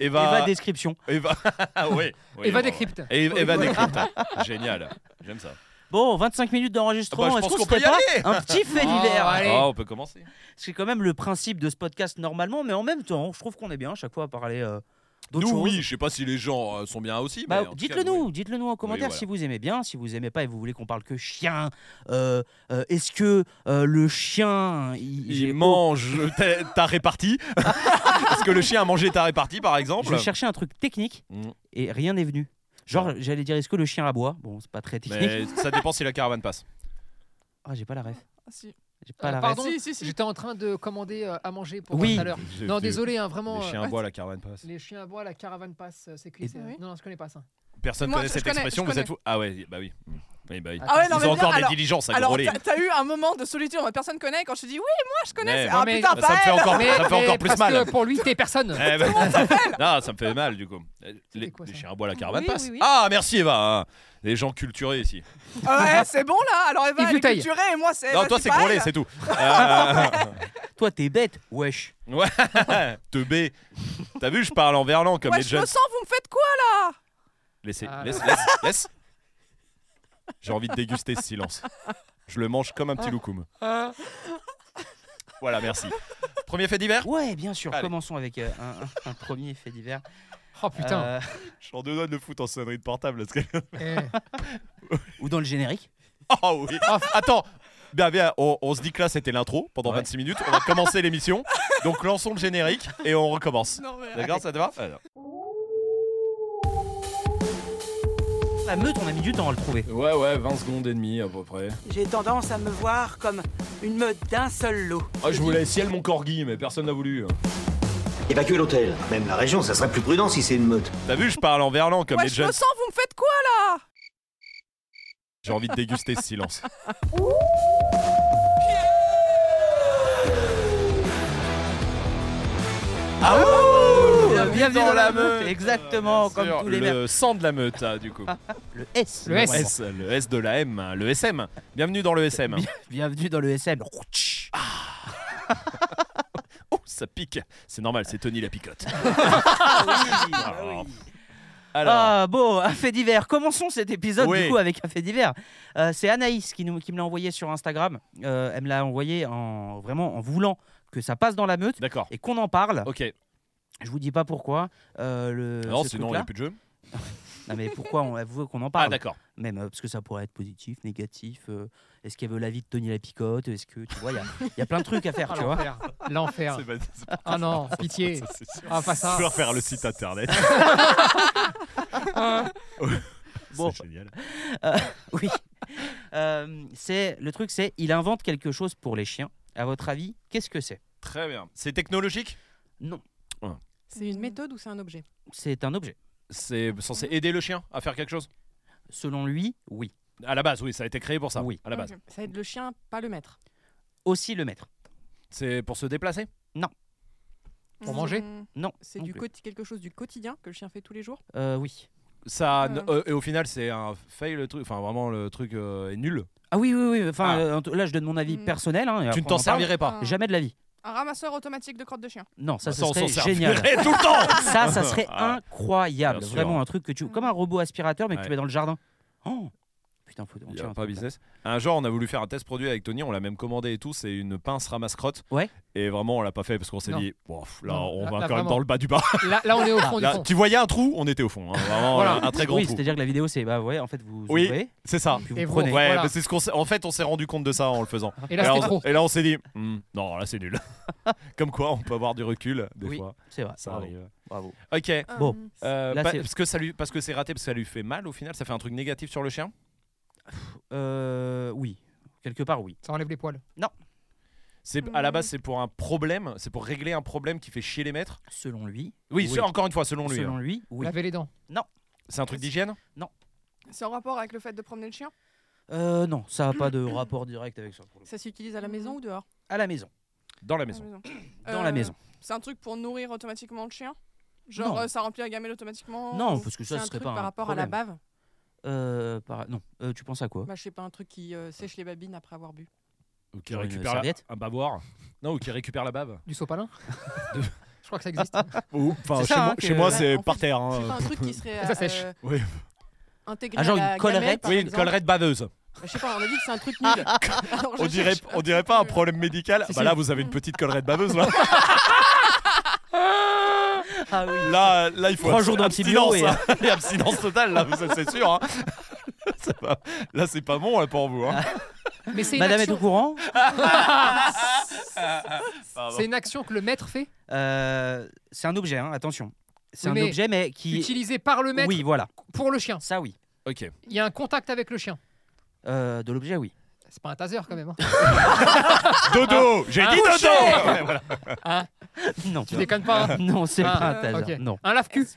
Speaker 1: Eva
Speaker 7: Eva.
Speaker 1: description.
Speaker 7: Eva. Ah oui. oui,
Speaker 6: Eva
Speaker 7: bon,
Speaker 6: décrypte.
Speaker 7: ouais. Et- Eva décrypte. Génial. J'aime ça.
Speaker 1: Bon, 25 minutes
Speaker 7: Ah
Speaker 1: d'enregistrement.
Speaker 7: bah, je
Speaker 1: Est-ce
Speaker 7: pense
Speaker 1: qu'on se
Speaker 7: qu'on
Speaker 1: fait
Speaker 7: peut y
Speaker 1: pas
Speaker 7: aller.
Speaker 1: un petit fait
Speaker 6: Oh,
Speaker 1: divers
Speaker 6: allez.
Speaker 7: Ah, on peut commencer.
Speaker 1: C'est quand même le principe de ce podcast normalement, mais en même temps, je trouve qu'on est bien à chaque fois à parler euh, d'autres
Speaker 7: Nous,
Speaker 1: choses.
Speaker 7: oui, je sais pas si les gens euh, sont bien aussi.
Speaker 1: Bah,
Speaker 7: mais en tout
Speaker 1: dites-le
Speaker 7: cas, oui.
Speaker 1: nous, dites-le nous en commentaire
Speaker 7: voilà.
Speaker 1: si vous aimez bien, si vous aimez pas et vous voulez qu'on parle que chien. euh, euh, Est-ce que euh, le chien il, j'ai-
Speaker 7: Il mange ta- ta répartie. Parce que le chien a mangé ta répartie, par exemple.
Speaker 1: Je cherchais un truc technique
Speaker 7: Mm.
Speaker 1: et rien n'est venu. Genre, j'allais dire, est-ce que le chien aboie Bon, c'est pas très technique.
Speaker 7: Mais ça dépend si la caravane passe.
Speaker 1: Ah, j'ai pas la ref.
Speaker 2: Ah, si.
Speaker 1: J'ai pas
Speaker 6: Euh,
Speaker 1: la ref.
Speaker 6: pardon, j'étais en train de commander euh, à manger pour
Speaker 1: Oui.
Speaker 6: tout à l'heure. Non, désolé, hein, vraiment.
Speaker 7: Les
Speaker 6: euh,
Speaker 7: chiens à bois, la caravane passe.
Speaker 6: les chiens à bois, la caravane passe, euh, c'est
Speaker 1: Et-
Speaker 6: cuit. ça.
Speaker 2: Oui.
Speaker 6: Non, non, je connais pas ça.
Speaker 7: Personne
Speaker 2: Moi,
Speaker 7: connaît
Speaker 2: je-
Speaker 7: cette
Speaker 2: je connais,
Speaker 7: expression,
Speaker 2: je
Speaker 7: vous êtes fous Ah ouais, bah oui. Mm. Oui, bah oui.
Speaker 6: Ah,
Speaker 2: Ah ouais, non,
Speaker 7: Ils
Speaker 2: mais
Speaker 7: ont
Speaker 2: bien,
Speaker 7: encore des
Speaker 2: alors,
Speaker 7: diligences à
Speaker 2: alors
Speaker 7: grôler.
Speaker 2: t'as- t'as eu un moment de solitude, personne connaît. Quand je te dis oui, moi je connais.
Speaker 7: Mais-
Speaker 2: c'est- ah
Speaker 6: mais-
Speaker 2: putain,
Speaker 7: Ça me fait
Speaker 2: Paël
Speaker 7: encore, ça me fait
Speaker 6: mais
Speaker 7: encore plus
Speaker 6: parce
Speaker 7: mal.
Speaker 6: que pour lui, t'es personne.
Speaker 7: Eh ben- non, ça me fait mal du coup. Les,
Speaker 6: quoi,
Speaker 7: les
Speaker 6: ça
Speaker 7: chiens à bois, la caravane
Speaker 2: Oui,
Speaker 7: passe.
Speaker 2: oui, oui.
Speaker 7: Ah, merci Eva. hein. Les gens culturés ici.
Speaker 2: Ouais, c'est bon là. Alors Eva,
Speaker 6: Yves
Speaker 2: elle est
Speaker 6: Duteil.
Speaker 2: culturée et moi c'est.
Speaker 7: non,
Speaker 2: bah,
Speaker 7: toi c'est
Speaker 2: pareil,
Speaker 7: grôlé,
Speaker 2: là.
Speaker 7: c'est tout. Euh,
Speaker 1: Toi, t'es bête, wesh.
Speaker 7: ouais. Euh, Te B. T'as vu, je parle en verlan comme
Speaker 2: Ouais,
Speaker 7: les
Speaker 2: je
Speaker 7: jeunes.
Speaker 2: le sens, vous me faites quoi
Speaker 7: Laissez,
Speaker 6: Ah,
Speaker 7: laisse,
Speaker 6: là.
Speaker 7: laisse, laisse. J'ai envie de déguster ce silence. Je le mange comme un
Speaker 2: Ah.
Speaker 7: petit loukoum. Voilà, merci. Premier fait divers
Speaker 1: Ouais, bien sûr.
Speaker 7: Allez.
Speaker 1: Commençons avec euh, un, un- un premier fait divers.
Speaker 6: Oh putain.
Speaker 1: Euh,
Speaker 7: Je suis en deux doigts de le foutre en sonnerie de portable. Parce que...
Speaker 6: Eh.
Speaker 1: ou dans le générique.
Speaker 7: Oh oui Attends Bien, bien, on, on se dit que là c'était l'intro pendant
Speaker 1: Ouais.
Speaker 7: 26 minutes. On va commencer l'émission. Donc lançons le générique et on recommence.
Speaker 2: Non, mais-
Speaker 7: D'accord, ça te va Alors.
Speaker 1: La meute, on a mis du temps à le trouver.
Speaker 3: Ouais, ouais, 20 secondes et demie à peu près.
Speaker 4: J'ai tendance à me voir comme une meute d'un seul lot.
Speaker 3: Ah, je voulais ciel mon corgi, mais personne n'a voulu. hein.
Speaker 5: Évacuer l'hôtel, même la région, ça serait plus prudent si c'est une meute.
Speaker 7: T'as vu, je parle en verlan comme
Speaker 2: Ouais,
Speaker 7: les
Speaker 2: je
Speaker 7: jeunes.
Speaker 2: le sens, vous me faites quoi
Speaker 7: J'ai envie de déguster ce silence. Ah ouh
Speaker 1: Bienvenue
Speaker 7: dans la meute.
Speaker 1: Exactement,
Speaker 7: Bien
Speaker 1: comme
Speaker 7: sûr,
Speaker 1: tous les maires.
Speaker 7: Le sang de la meute, ah, du coup.
Speaker 1: Le S.
Speaker 6: Le S.
Speaker 1: normalement.
Speaker 7: S, le S de la M, hein, le SM. Bienvenue dans le SM.
Speaker 1: Bien- Bienvenue dans le SM. Ah,
Speaker 7: Oh, ça pique. C'est normal, c'est Tony la picote. Ah
Speaker 1: oui.
Speaker 7: Alors,
Speaker 1: Ah bon, un fait divers. Commençons cet épisode
Speaker 7: Oui.
Speaker 1: du coup avec un fait divers. Euh, c'est Anaïs qui, nous, qui me l'a envoyé sur Instagram. Euh, elle me l'a envoyé en vraiment en voulant que ça passe dans la meute
Speaker 7: d'accord.
Speaker 1: et qu'on en parle.
Speaker 7: Ok.
Speaker 1: Je vous dis pas pourquoi. euh, le,
Speaker 7: Non,
Speaker 1: ce
Speaker 7: sinon, il n'y
Speaker 1: truc-là.
Speaker 7: a plus de jeu.
Speaker 1: Non, mais pourquoi on, elle veut qu'on en
Speaker 7: Ah,
Speaker 1: parle
Speaker 7: d'accord.
Speaker 1: Même euh, parce que ça pourrait être positif, négatif. euh, Est-ce qu'elle veut l'avis de Tony Lapicotte Est-ce que tu vois, il y a- il y, a plein de trucs à faire,
Speaker 6: Ah,
Speaker 1: tu vois.
Speaker 6: l'enfer. L'enfer.
Speaker 7: C'est pas- c'est pas-
Speaker 6: Ah non, pitié.
Speaker 7: ça, c'est sûr.
Speaker 6: Ah, pas ça.
Speaker 7: Je vais refaire le site internet.
Speaker 1: Bon.
Speaker 7: C'est génial.
Speaker 1: Oui. Euh, c'est le truc, c'est il invente quelque chose pour les chiens. À votre avis, qu'est-ce que c'est
Speaker 7: Très bien. C'est technologique
Speaker 2: C'est une méthode ou c'est un objet
Speaker 1: C'est un objet.
Speaker 7: C'est censé aider le chien à faire quelque chose
Speaker 1: Selon lui, oui.
Speaker 7: À la base, oui, ça a été créé pour ça.
Speaker 1: Oui.
Speaker 7: À la base.
Speaker 2: Ça aide le chien, pas le maître.
Speaker 1: Aussi le maître.
Speaker 7: C'est pour se déplacer
Speaker 6: Pour manger
Speaker 2: Mmh.
Speaker 1: Non.
Speaker 2: C'est
Speaker 1: non
Speaker 2: du
Speaker 1: plus.
Speaker 2: quoti- quelque chose du quotidien que le chien fait tous les jours.
Speaker 1: Euh, oui.
Speaker 7: ça,
Speaker 2: Ouais.
Speaker 7: euh, Et au final, c'est un fail le truc. Enfin, vraiment, le truc euh, est nul.
Speaker 1: Ah oui, oui, oui. Enfin,
Speaker 7: Ah.
Speaker 1: euh, en tout- là, je donne mon avis
Speaker 2: Mm.
Speaker 1: personnel. hein, et
Speaker 7: tu
Speaker 1: après,
Speaker 7: ne
Speaker 1: on
Speaker 7: t'en
Speaker 1: en parle.
Speaker 7: servirais pas.
Speaker 2: Ah.
Speaker 1: Jamais de la vie.
Speaker 2: Un ramasseur automatique de crottes de chien.
Speaker 1: Non, ça,
Speaker 7: Bah, on
Speaker 1: ça
Speaker 7: s'en
Speaker 1: serait génial.
Speaker 7: servirait tout le temps
Speaker 1: Ça, ça serait
Speaker 7: Ah.
Speaker 1: incroyable.
Speaker 7: Bien sûr.
Speaker 1: Vraiment un truc que tu. Comme un robot aspirateur, mais que
Speaker 7: Ouais.
Speaker 1: tu mets dans le jardin. Oh Putain, faut. on
Speaker 7: Il y
Speaker 1: tient
Speaker 7: a
Speaker 1: un peu,
Speaker 7: pas
Speaker 1: là.
Speaker 7: business. Un jour, on a voulu faire un test produit avec Tony, on l'a même commandé et tout. C'est une pince ramasse-crotte.
Speaker 1: Ouais.
Speaker 7: Et vraiment, on l'a pas fait parce qu'on s'est
Speaker 6: Non.
Speaker 7: dit, bon, pff, là,
Speaker 6: Non,
Speaker 7: on va
Speaker 6: là- là,
Speaker 7: quand même
Speaker 6: vraiment.
Speaker 7: dans le bas du bas.
Speaker 6: Là, là, on est au fond du
Speaker 7: Là,
Speaker 6: fond.
Speaker 7: tu voyais un trou, on était au fond. hein. Vraiment,
Speaker 6: Voilà.
Speaker 7: un très grand
Speaker 1: oui,
Speaker 7: trou.
Speaker 1: c'est-à-dire que la vidéo, c'est bah ouais, en fait, vous
Speaker 7: Oui.
Speaker 1: ouvrez,
Speaker 7: C'est ça.
Speaker 1: puis
Speaker 6: Et
Speaker 1: vous
Speaker 6: vous-
Speaker 1: prenez.
Speaker 7: Ouais,
Speaker 6: Voilà.
Speaker 7: bah, c'est ce qu'on s'est- En fait, on s'est rendu compte de ça en le faisant.
Speaker 6: Et là,
Speaker 7: et,
Speaker 6: c'était
Speaker 7: on...
Speaker 6: trop.
Speaker 7: et là, on s'est dit, Hmm, non, là, c'est nul. Comme quoi, on peut avoir du recul des
Speaker 1: Oui.
Speaker 7: fois.
Speaker 1: C'est vrai.
Speaker 7: Ça
Speaker 1: bravo,
Speaker 7: arrive.
Speaker 1: bravo.
Speaker 7: Ok.
Speaker 1: Bon.
Speaker 7: Euh,
Speaker 1: Là,
Speaker 7: pa-
Speaker 1: c'est-
Speaker 7: parce que ça lui, parce que c'est raté, parce que ça lui fait mal au final, ça fait un truc négatif sur le chien.
Speaker 1: Euh, oui, quelque part oui.
Speaker 6: Ça enlève les poils.
Speaker 7: C'est à la base, c'est pour un problème, c'est pour régler un problème qui fait chier les maîtres.
Speaker 1: Selon lui.
Speaker 7: Oui, c'est- encore une fois, selon lui. hein.
Speaker 1: Selon lui, oui.
Speaker 6: Laver les dents.
Speaker 7: C'est un truc d'hygiène.
Speaker 2: C'est en rapport avec le fait de promener le chien
Speaker 1: Euh, non, ça n'a pas de rapport direct avec ça. pour le coup.
Speaker 2: Ça s'utilise à la maison ou dehors
Speaker 1: À la maison,
Speaker 7: Dans la
Speaker 2: À
Speaker 7: maison.
Speaker 2: la maison.
Speaker 1: dans
Speaker 2: Euh,
Speaker 1: la maison.
Speaker 2: C'est un truc pour nourrir automatiquement le chien Genre
Speaker 1: Non.
Speaker 2: euh, ça remplit la gamelle automatiquement
Speaker 1: Non,
Speaker 2: ou-
Speaker 1: parce que ça,
Speaker 2: c'est
Speaker 1: ce
Speaker 2: un
Speaker 1: serait
Speaker 2: truc
Speaker 1: pas un
Speaker 2: par rapport à la
Speaker 1: problème.
Speaker 2: bave
Speaker 1: Euh, par- Non, Euh, tu penses à quoi
Speaker 2: Bah je sais pas, un truc qui euh, sèche les babines après avoir bu.
Speaker 7: Ou
Speaker 3: Qui
Speaker 1: Une
Speaker 3: récupère la-
Speaker 1: serviette.
Speaker 3: un bavoir. Non, ou qui récupère la bave.
Speaker 6: Du sopalin Je crois que ça existe.
Speaker 1: C'est
Speaker 7: chez
Speaker 1: ça,
Speaker 7: moi,
Speaker 1: hein,
Speaker 7: chez
Speaker 1: que-
Speaker 7: moi,
Speaker 2: Ouais,
Speaker 7: c'est
Speaker 2: en
Speaker 7: par
Speaker 2: fait,
Speaker 7: terre. hein.
Speaker 2: C'est pas un truc qui serait
Speaker 6: Ça sèche.
Speaker 2: euh,
Speaker 7: Oui.
Speaker 2: intégré
Speaker 1: Oh, Ah, genre
Speaker 2: à la
Speaker 1: une
Speaker 2: gamelle,
Speaker 1: collerette
Speaker 2: par
Speaker 7: Oui, une
Speaker 2: exemple.
Speaker 7: collerette baveuse.
Speaker 2: Bah, Je sais pas, on a dit que c'est un truc nul. Alors, je
Speaker 7: On dirait,
Speaker 2: cherche
Speaker 7: on dirait pas un
Speaker 2: truc, euh,
Speaker 7: problème médical.
Speaker 6: Si,
Speaker 7: Bah
Speaker 6: si.
Speaker 7: là, vous avez une petite collerette baveuse. Là,
Speaker 1: Ah oui.
Speaker 7: là, là, il faut
Speaker 1: Trois
Speaker 7: abs-
Speaker 1: jours d'antibio
Speaker 7: abstinence.
Speaker 1: et-
Speaker 7: hein. Et abstinence totale. Là, vous- c'est sûr. hein. C'est pas- Là, c'est pas bon là, pour vous. hein.
Speaker 6: Mais c'est une,
Speaker 1: Madame est au
Speaker 6: action...
Speaker 1: courant
Speaker 7: Pardon.
Speaker 6: c'est une action que le maître fait,
Speaker 1: Euh, C'est un objet, hein, attention. C'est
Speaker 6: Oui,
Speaker 1: un
Speaker 6: mais
Speaker 1: objet, mais qui.
Speaker 6: utilisée par le maître
Speaker 1: Oui, voilà.
Speaker 6: pour le chien.
Speaker 1: Ça, oui.
Speaker 7: Ah, Ok.
Speaker 6: Il y a un contact avec le chien.
Speaker 1: Euh, de l'objet, oui.
Speaker 6: C'est pas un taser quand même. hein.
Speaker 7: Dodo. J'ai
Speaker 6: un
Speaker 7: dit
Speaker 6: boucher
Speaker 7: dodo. Ouais, voilà.
Speaker 1: Non.
Speaker 6: Tu déconnes pas. hein
Speaker 1: Non, c'est
Speaker 6: Ah,
Speaker 1: pas un taser.
Speaker 6: ok.
Speaker 1: Non.
Speaker 6: Un lave-cul.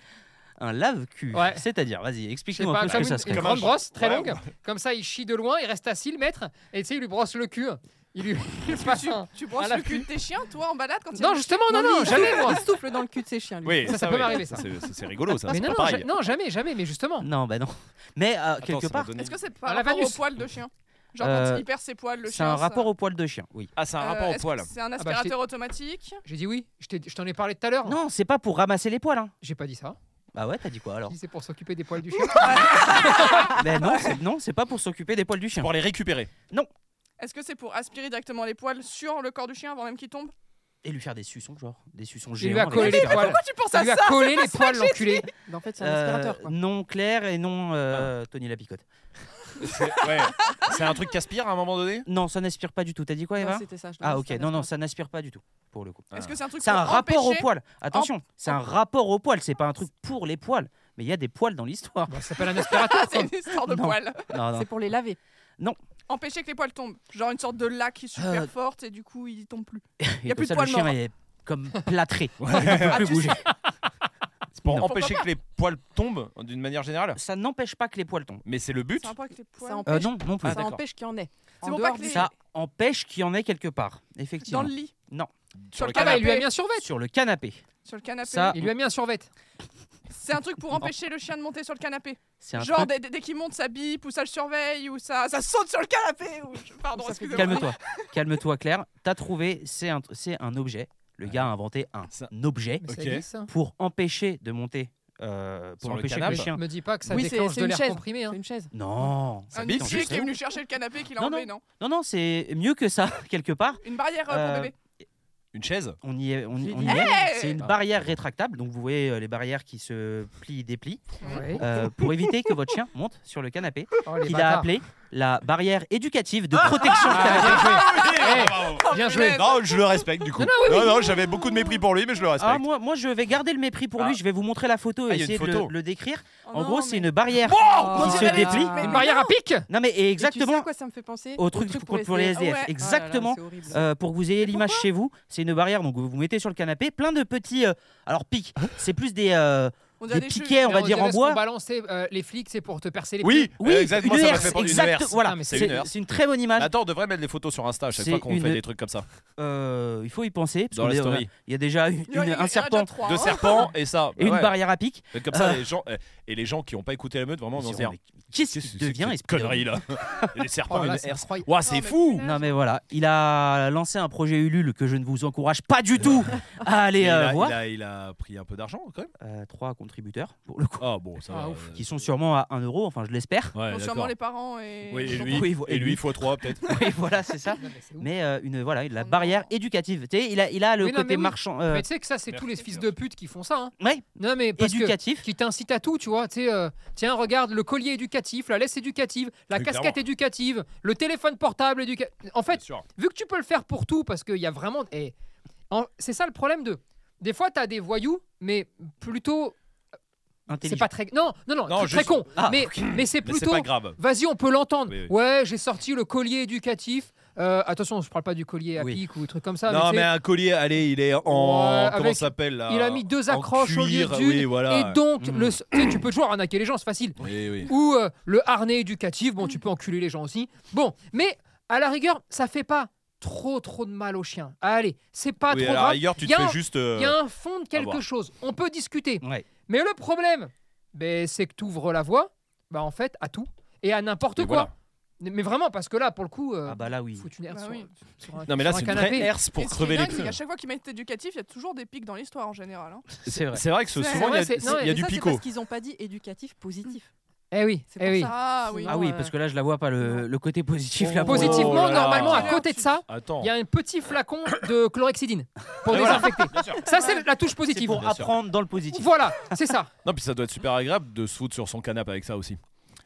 Speaker 1: Un lave-cul.
Speaker 6: Ouais.
Speaker 1: C'est-à-dire, vas-y,
Speaker 6: Je sais
Speaker 1: explique-moi un
Speaker 6: pas,
Speaker 1: peu ce
Speaker 6: comme
Speaker 1: que
Speaker 6: une,
Speaker 1: ça
Speaker 6: une
Speaker 1: serait.
Speaker 6: grande brosse très
Speaker 7: Ouais.
Speaker 6: longue. Comme ça, il chie de loin, il reste assis le maître, et tu sais, il lui brosse le cul. hein. Il lui. il passe
Speaker 1: Ah,
Speaker 6: un-
Speaker 2: Tu brosses
Speaker 6: la
Speaker 2: le cul de tes chiens, toi, en balade quand il y a
Speaker 6: Non,
Speaker 2: des-
Speaker 6: justement, non, non,
Speaker 2: lui,
Speaker 6: jamais moi.
Speaker 2: Il souffle dans le cul de ses chiens, lui.
Speaker 7: Oui,
Speaker 6: Ça, ça peut
Speaker 7: oui.
Speaker 6: m'arriver, ça.
Speaker 7: C'est- c'est- C'est rigolo, ça.
Speaker 6: Mais
Speaker 7: C'est pas
Speaker 6: non, non, ja-
Speaker 7: pareil.
Speaker 6: non, jamais, jamais, mais justement.
Speaker 1: Non, bah non. Mais euh, quelque
Speaker 7: Attends, ça m'a
Speaker 1: part,
Speaker 7: donné-
Speaker 2: Est-ce que c'est
Speaker 6: Un
Speaker 2: pas un rapport
Speaker 6: lavanus.
Speaker 2: au poil de chien Genre
Speaker 1: Euh,
Speaker 2: quand il perd ses poils, le
Speaker 1: c'est
Speaker 2: chien.
Speaker 1: un
Speaker 2: ça-
Speaker 1: rapport au poil de chien, oui.
Speaker 7: Ah, c'est un
Speaker 2: Euh,
Speaker 7: rapport au
Speaker 2: est-ce que
Speaker 7: poil.
Speaker 2: C'est un
Speaker 1: bah,
Speaker 6: je t'ai-
Speaker 2: aspirateur automatique
Speaker 6: J'ai dit oui, je t'ai- je t'en ai parlé tout à
Speaker 2: Oh.
Speaker 6: l'heure.
Speaker 1: Non, c'est pas pour ramasser les poils. Hein.
Speaker 6: J'ai pas dit ça.
Speaker 1: Bah ouais, t'as dit quoi
Speaker 6: J'ai
Speaker 1: alors
Speaker 6: dit c'est pour s'occuper des poils du chien.
Speaker 1: Mais non, c'est- non, c'est pas pour s'occuper des poils du chien.
Speaker 7: Pour les récupérer.
Speaker 2: Est-ce que c'est pour aspirer directement les poils sur le corps du chien avant même qu'il tombe
Speaker 1: Et lui faire des suçons, genre. Des suçons
Speaker 6: Il
Speaker 1: géants.
Speaker 6: lui a collé
Speaker 1: avec
Speaker 6: les
Speaker 1: un aspirateur.
Speaker 6: poils.
Speaker 2: Pourquoi tu penses
Speaker 6: Il
Speaker 2: à
Speaker 6: lui a
Speaker 2: ça
Speaker 6: collé les poils, l'enculé.
Speaker 2: En fait, c'est
Speaker 1: Euh, non Claire et non euh, Tony Lapicote.
Speaker 7: Ouais. C'est un truc qu'aspire à un moment donné
Speaker 1: Non, ça n'aspire pas du tout. T'as dit quoi, Eva
Speaker 2: C'était ça, je
Speaker 1: Ah
Speaker 2: demandais
Speaker 1: ok,
Speaker 2: si c'était
Speaker 1: non, non,
Speaker 2: aspirateur.
Speaker 1: ça n'aspire pas du tout, pour le coup.
Speaker 2: Est-ce que c'est un truc
Speaker 1: C'est un
Speaker 2: pour
Speaker 1: rapport au
Speaker 2: empêcher-
Speaker 1: poil. Attention, c'est un rapport au poil, c'est pas un truc pour les poils. Mais il y a des poils dans l'histoire.
Speaker 6: Bah, ça s'appelle un aspirateur.
Speaker 2: Ah, C'est
Speaker 6: quoi.
Speaker 2: une histoire de
Speaker 1: Non.
Speaker 2: poils.
Speaker 1: Non, non.
Speaker 2: C'est pour les laver.
Speaker 1: Non.
Speaker 2: Empêcher que les poils tombent. Genre une sorte de lac qui est super
Speaker 1: Euh.
Speaker 2: forte et du coup il tombe plus.
Speaker 1: Et
Speaker 2: y a
Speaker 1: comme
Speaker 2: plus de
Speaker 1: ça, le
Speaker 2: poils
Speaker 1: chien
Speaker 2: morts.
Speaker 1: est comme plâtré.
Speaker 2: Ah, tu sais,
Speaker 7: C'est pour
Speaker 1: Non.
Speaker 7: empêcher que les poils tombent d'une manière générale.
Speaker 1: Ça n'empêche pas que les poils tombent.
Speaker 7: Mais c'est le but.
Speaker 2: c'est un rapport avec les poils.
Speaker 8: Ça
Speaker 1: Euh, non, non plus.
Speaker 7: Ah, d'accord.
Speaker 8: qu'il y en ait.
Speaker 2: C'est
Speaker 8: En
Speaker 2: pour pas
Speaker 8: dehors
Speaker 2: que
Speaker 8: du-
Speaker 2: les-
Speaker 1: Ça empêche qu'il y en ait quelque part,
Speaker 2: Dans
Speaker 1: effectivement.
Speaker 2: le lit,
Speaker 7: Sur le
Speaker 6: Ah bah, il lui a
Speaker 2: canapé.
Speaker 6: mis un survêt.
Speaker 1: Sur le canapé.
Speaker 2: sur le canapé.
Speaker 1: Ça,
Speaker 6: Il lui a mis un survêt.
Speaker 2: C'est un truc pour empêcher le chien de monter sur le canapé.
Speaker 1: c'est un
Speaker 2: Genre
Speaker 1: truc.
Speaker 2: dès, dès- dès qu'il monte, ça bip ou ça le surveille ou ça, ça saute sur le canapé. Ou... je- Pardon, excusez-moi.
Speaker 1: Calme-toi, calme-toi, Claire. T'as trouvé, c'est un, c'est un objet. Le gars a inventé un
Speaker 7: Ça-
Speaker 1: objet
Speaker 6: Mais ça
Speaker 7: Ok.
Speaker 6: existe, hein. ça.
Speaker 1: pour empêcher de monter, euh, pour
Speaker 7: Sur le
Speaker 1: empêcher que
Speaker 7: canapé.
Speaker 1: le chien.
Speaker 6: Me dis pas que ça
Speaker 8: Oui, c'est-
Speaker 6: déclenche
Speaker 8: c'est
Speaker 6: de
Speaker 8: une
Speaker 6: l'air
Speaker 8: chaise.
Speaker 6: comprimé. hein.
Speaker 8: C'est une chaise.
Speaker 1: Non,
Speaker 2: Un
Speaker 7: bite,
Speaker 2: monsieur qui est
Speaker 1: justement.
Speaker 2: venu chercher le canapé qu'il a
Speaker 1: Non,
Speaker 2: enlevé, non
Speaker 1: non, non, c'est mieux que ça quelque part.
Speaker 2: Une barrière euh,
Speaker 1: Euh,
Speaker 2: pour bébé.
Speaker 7: Une chaise.
Speaker 1: On y est, on, y-
Speaker 8: J'ai
Speaker 1: on
Speaker 8: dit-
Speaker 1: y est.
Speaker 2: Hey
Speaker 1: C'est une
Speaker 6: Ah.
Speaker 1: barrière rétractable, donc vous voyez euh, les barrières qui se plient, déplient,
Speaker 6: Ouais.
Speaker 1: euh, pour éviter que votre chien monte sur le canapé,
Speaker 6: Oh, les
Speaker 1: qu'il a
Speaker 6: bâtards.
Speaker 1: appelé la barrière éducative de protection
Speaker 6: Ah,
Speaker 1: canapé.
Speaker 6: bien joué. Eh,
Speaker 7: Bravo.
Speaker 2: Oh,
Speaker 6: bien joué.
Speaker 7: Non, je le respecte du coup. Non, non, j'avais beaucoup de mépris pour lui, mais je le respecte.
Speaker 1: Ah, moi, moi, je vais garder le mépris pour
Speaker 7: Ah.
Speaker 1: lui. Je vais vous montrer la photo et
Speaker 7: Ah, il y a une
Speaker 1: essayer de
Speaker 7: photo.
Speaker 1: le, le décrire.
Speaker 2: Oh
Speaker 1: en
Speaker 2: non,
Speaker 1: gros, c'est
Speaker 2: mais-
Speaker 1: une barrière.
Speaker 8: Oh,
Speaker 2: On
Speaker 1: se
Speaker 2: dirait les-
Speaker 1: déplie.
Speaker 2: mais-
Speaker 6: Une
Speaker 2: mais
Speaker 6: barrière à pic
Speaker 1: Non, mais et exactement.
Speaker 8: Et tu sais à quoi ça me fait penser
Speaker 1: au truc, pour, pour les SDF.
Speaker 2: Ouais. Ah là là,
Speaker 1: Exactement.
Speaker 8: Oh là là, c'est horrible.
Speaker 1: Euh, pour que vous ayez l'image chez vous, c'est une barrière. Donc vous vous mettez sur le canapé, plein de petits. euh, alors pics.
Speaker 2: Hein
Speaker 1: C'est plus des, euh,
Speaker 2: On
Speaker 1: des
Speaker 2: dirait des cheveux.
Speaker 1: piquets, on va dire en bois.
Speaker 6: balancer euh, les flics, c'est pour te percer les
Speaker 7: Oui,
Speaker 6: pieds.
Speaker 1: Oui,
Speaker 7: euh, exactement.
Speaker 1: une
Speaker 7: ça m'a
Speaker 1: herse,
Speaker 7: fait penser- une
Speaker 1: exact,
Speaker 7: herse.
Speaker 1: voilà.
Speaker 6: Ah, mais
Speaker 7: c'est
Speaker 1: C'est
Speaker 7: une herse.
Speaker 1: c'est une très bonne image.
Speaker 7: Attends, on devrait mettre les photos sur Insta à chaque
Speaker 1: C'est
Speaker 7: fois qu'on
Speaker 1: une-
Speaker 7: fait des trucs comme ça.
Speaker 1: Euh, il faut y penser parce
Speaker 7: Dans
Speaker 1: qu'on
Speaker 7: la
Speaker 1: est-
Speaker 7: story.
Speaker 1: Il y a déjà une-
Speaker 2: Il y en a- il y en a
Speaker 1: un
Speaker 2: déjà
Speaker 1: serpent
Speaker 2: trois,
Speaker 7: Deux
Speaker 2: hein.
Speaker 7: serpents et ça.
Speaker 1: et une
Speaker 7: Ouais.
Speaker 1: barrière à pic.
Speaker 7: Faites Comme ça,
Speaker 1: Euh.
Speaker 6: Ah.
Speaker 7: les gens euh, et les gens qui n'ont pas écouté la meute, vraiment, ils vont se dire.
Speaker 1: Qu'est-ce
Speaker 7: Qu'est-ce
Speaker 1: qui
Speaker 7: que c'est que
Speaker 1: devient
Speaker 7: cette
Speaker 1: espèce de-
Speaker 7: connerie là Les serpents
Speaker 6: Oh
Speaker 7: et
Speaker 6: là,
Speaker 7: une
Speaker 6: c'est euh,
Speaker 7: herse.
Speaker 6: incroyable.
Speaker 7: Ouah, c'est
Speaker 2: Non, mais
Speaker 7: fou
Speaker 2: punaise.
Speaker 1: Non mais voilà, il a lancé un projet Ulule que je ne vous encourage pas du tout à
Speaker 7: Et
Speaker 1: aller
Speaker 7: il,
Speaker 1: euh,
Speaker 7: a,
Speaker 1: voir.
Speaker 7: il a- il a pris un peu d'argent quand même.
Speaker 1: Euh, trois contributeurs, pour le coup,
Speaker 3: Ah bon, ça
Speaker 6: Ah,
Speaker 3: va,
Speaker 6: ouf.
Speaker 3: euh,
Speaker 1: qui sont sûrement à 1 euro, enfin je l'espère.
Speaker 3: Ouais,
Speaker 8: Bon, sûrement
Speaker 3: d'accord.
Speaker 8: les parents et.
Speaker 7: Oui, et
Speaker 8: les
Speaker 7: lui,
Speaker 8: enfants.
Speaker 1: Oui, vo-
Speaker 7: et lui, x 3 peut-être.
Speaker 1: Oui, voilà, c'est ça.
Speaker 6: Non, mais c'est ouf.
Speaker 1: Mais euh, une, voilà, la
Speaker 8: Oh non.
Speaker 1: barrière éducative. Tu sais, il a, il a le
Speaker 6: Oui, non, mais
Speaker 1: côté
Speaker 6: oui.
Speaker 1: marchand. euh,
Speaker 6: Mais tu sais que ça, c'est tous les fils de pute qui font ça. hein.
Speaker 1: Ouais.
Speaker 6: Non, mais parce que-
Speaker 1: éducatif.
Speaker 6: qui t'incite à tout, tu vois. Tu sais, euh, tiens, regarde le collier éducatif, la laisse éducative, la
Speaker 7: Oui,
Speaker 6: casquette
Speaker 7: clairement.
Speaker 6: éducative, le téléphone portable éducatif. En
Speaker 7: Bien
Speaker 6: fait,
Speaker 7: sûr.
Speaker 6: vu que tu peux le faire pour tout, parce qu'il y a vraiment. eh, en- c'est ça le problème de. Des fois, t'as des voyous, mais plutôt. C'est
Speaker 1: intelligent.
Speaker 6: pas très. Non, non, non,
Speaker 7: Non,
Speaker 6: c'est très
Speaker 7: juste-
Speaker 6: con.
Speaker 1: Ah,
Speaker 6: mais mais c'est
Speaker 7: Mais c'est
Speaker 6: plutôt.
Speaker 7: pas grave.
Speaker 6: Vas-y, on peut l'entendre.
Speaker 7: Oui, oui.
Speaker 6: Ouais, j'ai sorti le collier éducatif. Euh, attention, je parle pas du collier à
Speaker 1: Oui.
Speaker 6: pic ou truc comme ça. mais
Speaker 7: non,
Speaker 6: tu
Speaker 7: mais
Speaker 6: sais,
Speaker 7: un collier, allez, il est en.
Speaker 6: Ouais,
Speaker 7: comment
Speaker 6: avec-
Speaker 7: ça s'appelle là
Speaker 6: il a mis deux
Speaker 7: En
Speaker 6: accroches au lieu
Speaker 7: cuir,
Speaker 6: d'une.
Speaker 7: oui, voilà.
Speaker 6: Et donc,
Speaker 7: Mm.
Speaker 6: le, tu sais, tu peux toujours arnaquer les gens, c'est facile.
Speaker 7: Oui, oui.
Speaker 6: ou euh, le harnais éducatif. Bon, tu peux enculer les gens aussi. Bon, mais à la rigueur, ça fait pas trop trop de mal aux chiens. Allez, c'est pas
Speaker 7: Oui,
Speaker 6: trop
Speaker 7: à la
Speaker 6: grave.
Speaker 7: rigueur, tu
Speaker 6: Y a
Speaker 7: te
Speaker 6: un-
Speaker 7: fais juste. euh,
Speaker 6: Il y a un fond de quelque
Speaker 7: voir.
Speaker 6: chose. On peut discuter.
Speaker 1: Ouais.
Speaker 6: Mais le problème, ben, c'est que tu ouvres la voie, bah, en fait, à tout et à n'importe
Speaker 7: Mais
Speaker 6: quoi. Mais vraiment, parce que là, pour le coup, euh,
Speaker 1: Ah bah là oui.
Speaker 6: faut une herse
Speaker 8: Bah
Speaker 6: sur,
Speaker 8: oui.
Speaker 6: sur un,
Speaker 7: Non, mais là,
Speaker 6: sur un
Speaker 7: c'est une vraie
Speaker 6: canapé.
Speaker 7: herse
Speaker 8: Et
Speaker 7: pour
Speaker 8: ce qui
Speaker 7: crever
Speaker 8: est
Speaker 7: les
Speaker 8: dingue, c'est qu'à
Speaker 7: pneus.
Speaker 8: chaque fois qu'ils mettent éducatif, il y a toujours des pics dans l'histoire en général. hein.
Speaker 1: C'est vrai.
Speaker 7: C'est vrai que ce-
Speaker 8: C'est-
Speaker 7: souvent, il y a-
Speaker 6: ouais, c'est- non,
Speaker 7: il y a
Speaker 6: mais
Speaker 7: du
Speaker 9: ça, c'est
Speaker 7: picot.
Speaker 9: parce qu'ils n'ont pas dit éducatif positif.
Speaker 6: Eh oui,
Speaker 8: C'est
Speaker 6: eh
Speaker 8: pour
Speaker 6: oui.
Speaker 8: ça. Ah oui.
Speaker 1: Ah oui, parce que là je la vois pas le, le côté positif là. pour le coup.
Speaker 6: Positivement,
Speaker 7: Oh là là.
Speaker 6: normalement, à côté de ça,
Speaker 7: Attends.
Speaker 6: il y a un petit flacon de chlorhexidine pour
Speaker 7: Et Ah, voilà.
Speaker 6: désinfecter. Ça, c'est la touche positive.
Speaker 1: pour
Speaker 7: bien sûr.
Speaker 1: apprendre dans le positif.
Speaker 6: Voilà, c'est ça.
Speaker 7: Non, puis ça doit être super agréable de se foutre sur son canapé avec ça aussi.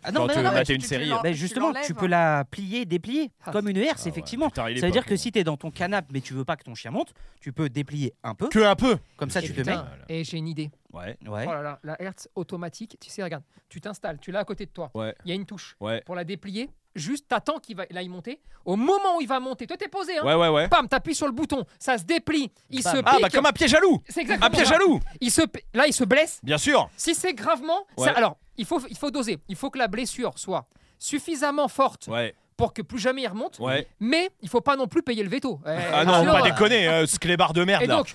Speaker 1: Ah
Speaker 7: Quand
Speaker 1: non, mais
Speaker 7: tu
Speaker 1: non, non,
Speaker 7: mates
Speaker 1: mais-
Speaker 7: une
Speaker 8: tu
Speaker 7: série.
Speaker 8: l'en-
Speaker 1: mais
Speaker 8: tu
Speaker 1: justement, tu
Speaker 8: l'enlèves. hein.
Speaker 1: peux la plier, déplier
Speaker 6: Ah,
Speaker 1: comme une herse,
Speaker 7: Ah ouais,
Speaker 1: effectivement.
Speaker 7: putain, il est
Speaker 1: Ça veut
Speaker 7: pas
Speaker 1: dire
Speaker 7: con.
Speaker 1: que si t'es dans ton canapé, mais tu veux pas que ton chien monte, tu peux déplier un peu.
Speaker 7: Que un peu.
Speaker 1: Comme ça,
Speaker 6: et
Speaker 1: tu te
Speaker 6: Eh putain,
Speaker 1: mets.
Speaker 7: mets.
Speaker 6: Et j'ai une idée.
Speaker 7: Ouais.
Speaker 1: Ouais.
Speaker 6: Oh là là, la Hertz automatique, tu sais, regarde, tu t'installes, tu l'as à côté de toi.
Speaker 7: Ouais.
Speaker 6: Il y a une touche
Speaker 7: Ouais.
Speaker 6: pour la déplier. Juste, t'attends qu'il va là, il monter. Au moment où il va monter, toi t'es posé, hein.
Speaker 7: Ouais, ouais, ouais.
Speaker 6: Pam, t'appuies sur le bouton, ça se déplie, il
Speaker 1: Bam.
Speaker 6: se pique.
Speaker 7: Ah, bah comme un pied jaloux.
Speaker 6: C'est exactement
Speaker 7: Un pied
Speaker 6: ça.
Speaker 7: jaloux.
Speaker 6: Il se pi- là, il se blesse.
Speaker 7: Bien sûr.
Speaker 6: Si c'est gravement, ça-
Speaker 7: Ouais.
Speaker 6: alors il faut il faut doser. Il faut que la blessure soit suffisamment forte
Speaker 7: Ouais.
Speaker 6: pour que plus jamais il remonte.
Speaker 7: Ouais.
Speaker 6: Mais il faut pas non plus payer le veto. Eh,
Speaker 7: Ah non,
Speaker 6: sinon,
Speaker 7: pas
Speaker 6: euh,
Speaker 7: déconner, euh, ce clébard de merde
Speaker 6: Et
Speaker 7: là.
Speaker 6: donc,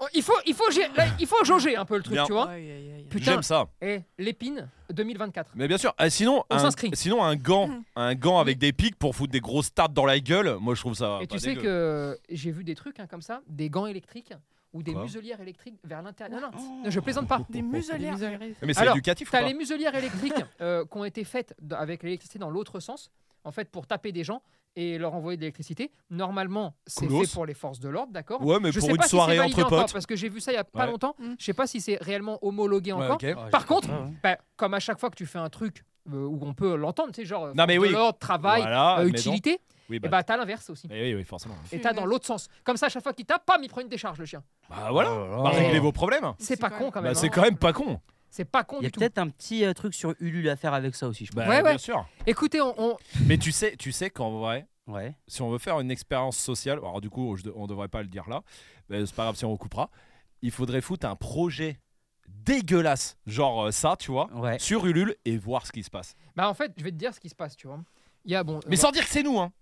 Speaker 6: oh, il faut il faut gé- là, il faut jauger un peu le truc,
Speaker 7: Bien.
Speaker 6: tu vois.
Speaker 9: Aïe, aïe, aïe.
Speaker 6: Putain,
Speaker 7: J'aime ça.
Speaker 6: Et l'épine 2024.
Speaker 7: Mais bien sûr. Ah, sinon,
Speaker 6: On
Speaker 7: un,
Speaker 6: s'inscrit. Mmh.
Speaker 7: sinon un gant, un gant avec des pics pour foutre des grosses tartes dans la gueule. Moi, je trouve ça.
Speaker 6: Et
Speaker 7: pas
Speaker 6: tu sais
Speaker 7: Ah, bah, dégueu.
Speaker 6: que j'ai vu des trucs hein, comme ça, des gants électriques ou des
Speaker 7: Quoi Oh.
Speaker 6: muselières électriques vers l'intérieur. Non,
Speaker 1: Oh.
Speaker 6: non, je plaisante pas.
Speaker 8: Des muselières.
Speaker 7: Mais c'est
Speaker 6: Alors,
Speaker 7: éducatif. ou
Speaker 6: T'as
Speaker 7: pas
Speaker 6: les muselières électriques euh, qui ont été faites d- avec l'électricité dans l'autre sens, en fait, pour taper des gens et leur envoyer de l'électricité. Normalement, c'est
Speaker 7: Coolos.
Speaker 6: fait pour les forces de l'ordre, d'accord
Speaker 7: Ouais, mais
Speaker 6: Je
Speaker 7: pour
Speaker 6: sais
Speaker 7: une
Speaker 6: pas si
Speaker 7: soirée
Speaker 6: c'est validé
Speaker 7: entre
Speaker 6: encore,
Speaker 7: potes.
Speaker 6: parce que j'ai vu ça il y a pas
Speaker 7: Ouais.
Speaker 6: longtemps.
Speaker 8: Mm.
Speaker 6: Je sais pas si c'est réellement homologué
Speaker 7: Ouais,
Speaker 6: encore.
Speaker 7: ok.
Speaker 1: Ah, j'ai
Speaker 6: Par
Speaker 1: pas
Speaker 6: contre,
Speaker 1: ça, ouais.
Speaker 6: bah, comme à chaque fois que tu fais un truc euh, où on peut l'entendre, tu sais, genre euh,
Speaker 7: Non, mais
Speaker 6: forces de
Speaker 7: oui.
Speaker 6: l'ordre, travail,
Speaker 7: Voilà, mais
Speaker 6: euh,
Speaker 7: non.
Speaker 6: utilité,
Speaker 7: Oui,
Speaker 6: et
Speaker 7: bah,
Speaker 6: bah t'as l'inverse aussi.
Speaker 7: eh oui, oui, forcément.
Speaker 6: Et t'as dans l'autre sens. Comme ça, à chaque fois qu'il tape, pam, il prend une décharge, le chien.
Speaker 7: Bah voilà.
Speaker 1: Oh là
Speaker 7: Bah,
Speaker 1: là.
Speaker 7: réglez vos problèmes.
Speaker 6: C'est pas con quand même.
Speaker 7: Bah, c'est
Speaker 6: hein.
Speaker 7: quand même pas con.
Speaker 6: C'est pas con
Speaker 1: Il y
Speaker 6: du
Speaker 1: a
Speaker 6: tout.
Speaker 1: peut-être un petit euh, truc sur Ulule à faire avec ça aussi, je pense.
Speaker 7: Bah,
Speaker 6: Ouais, ouais.
Speaker 7: bien sûr.
Speaker 6: Écoutez, on, on-
Speaker 7: Mais tu sais, tu sais qu'en vrai,
Speaker 1: Ouais.
Speaker 7: si on veut faire une expérience sociale, alors du coup, je de- on devrait pas le dire là, mais c'est pas grave si on coupera, il faudrait foutre un projet dégueulasse, genre euh, ça, tu vois,
Speaker 1: Ouais.
Speaker 7: sur Ulule et voir ce qui se passe.
Speaker 6: bah en fait, je vais te dire ce qui se passe, tu vois. Il y a bon.
Speaker 7: Mais
Speaker 6: euh,
Speaker 7: sans dire que c'est nous, hein.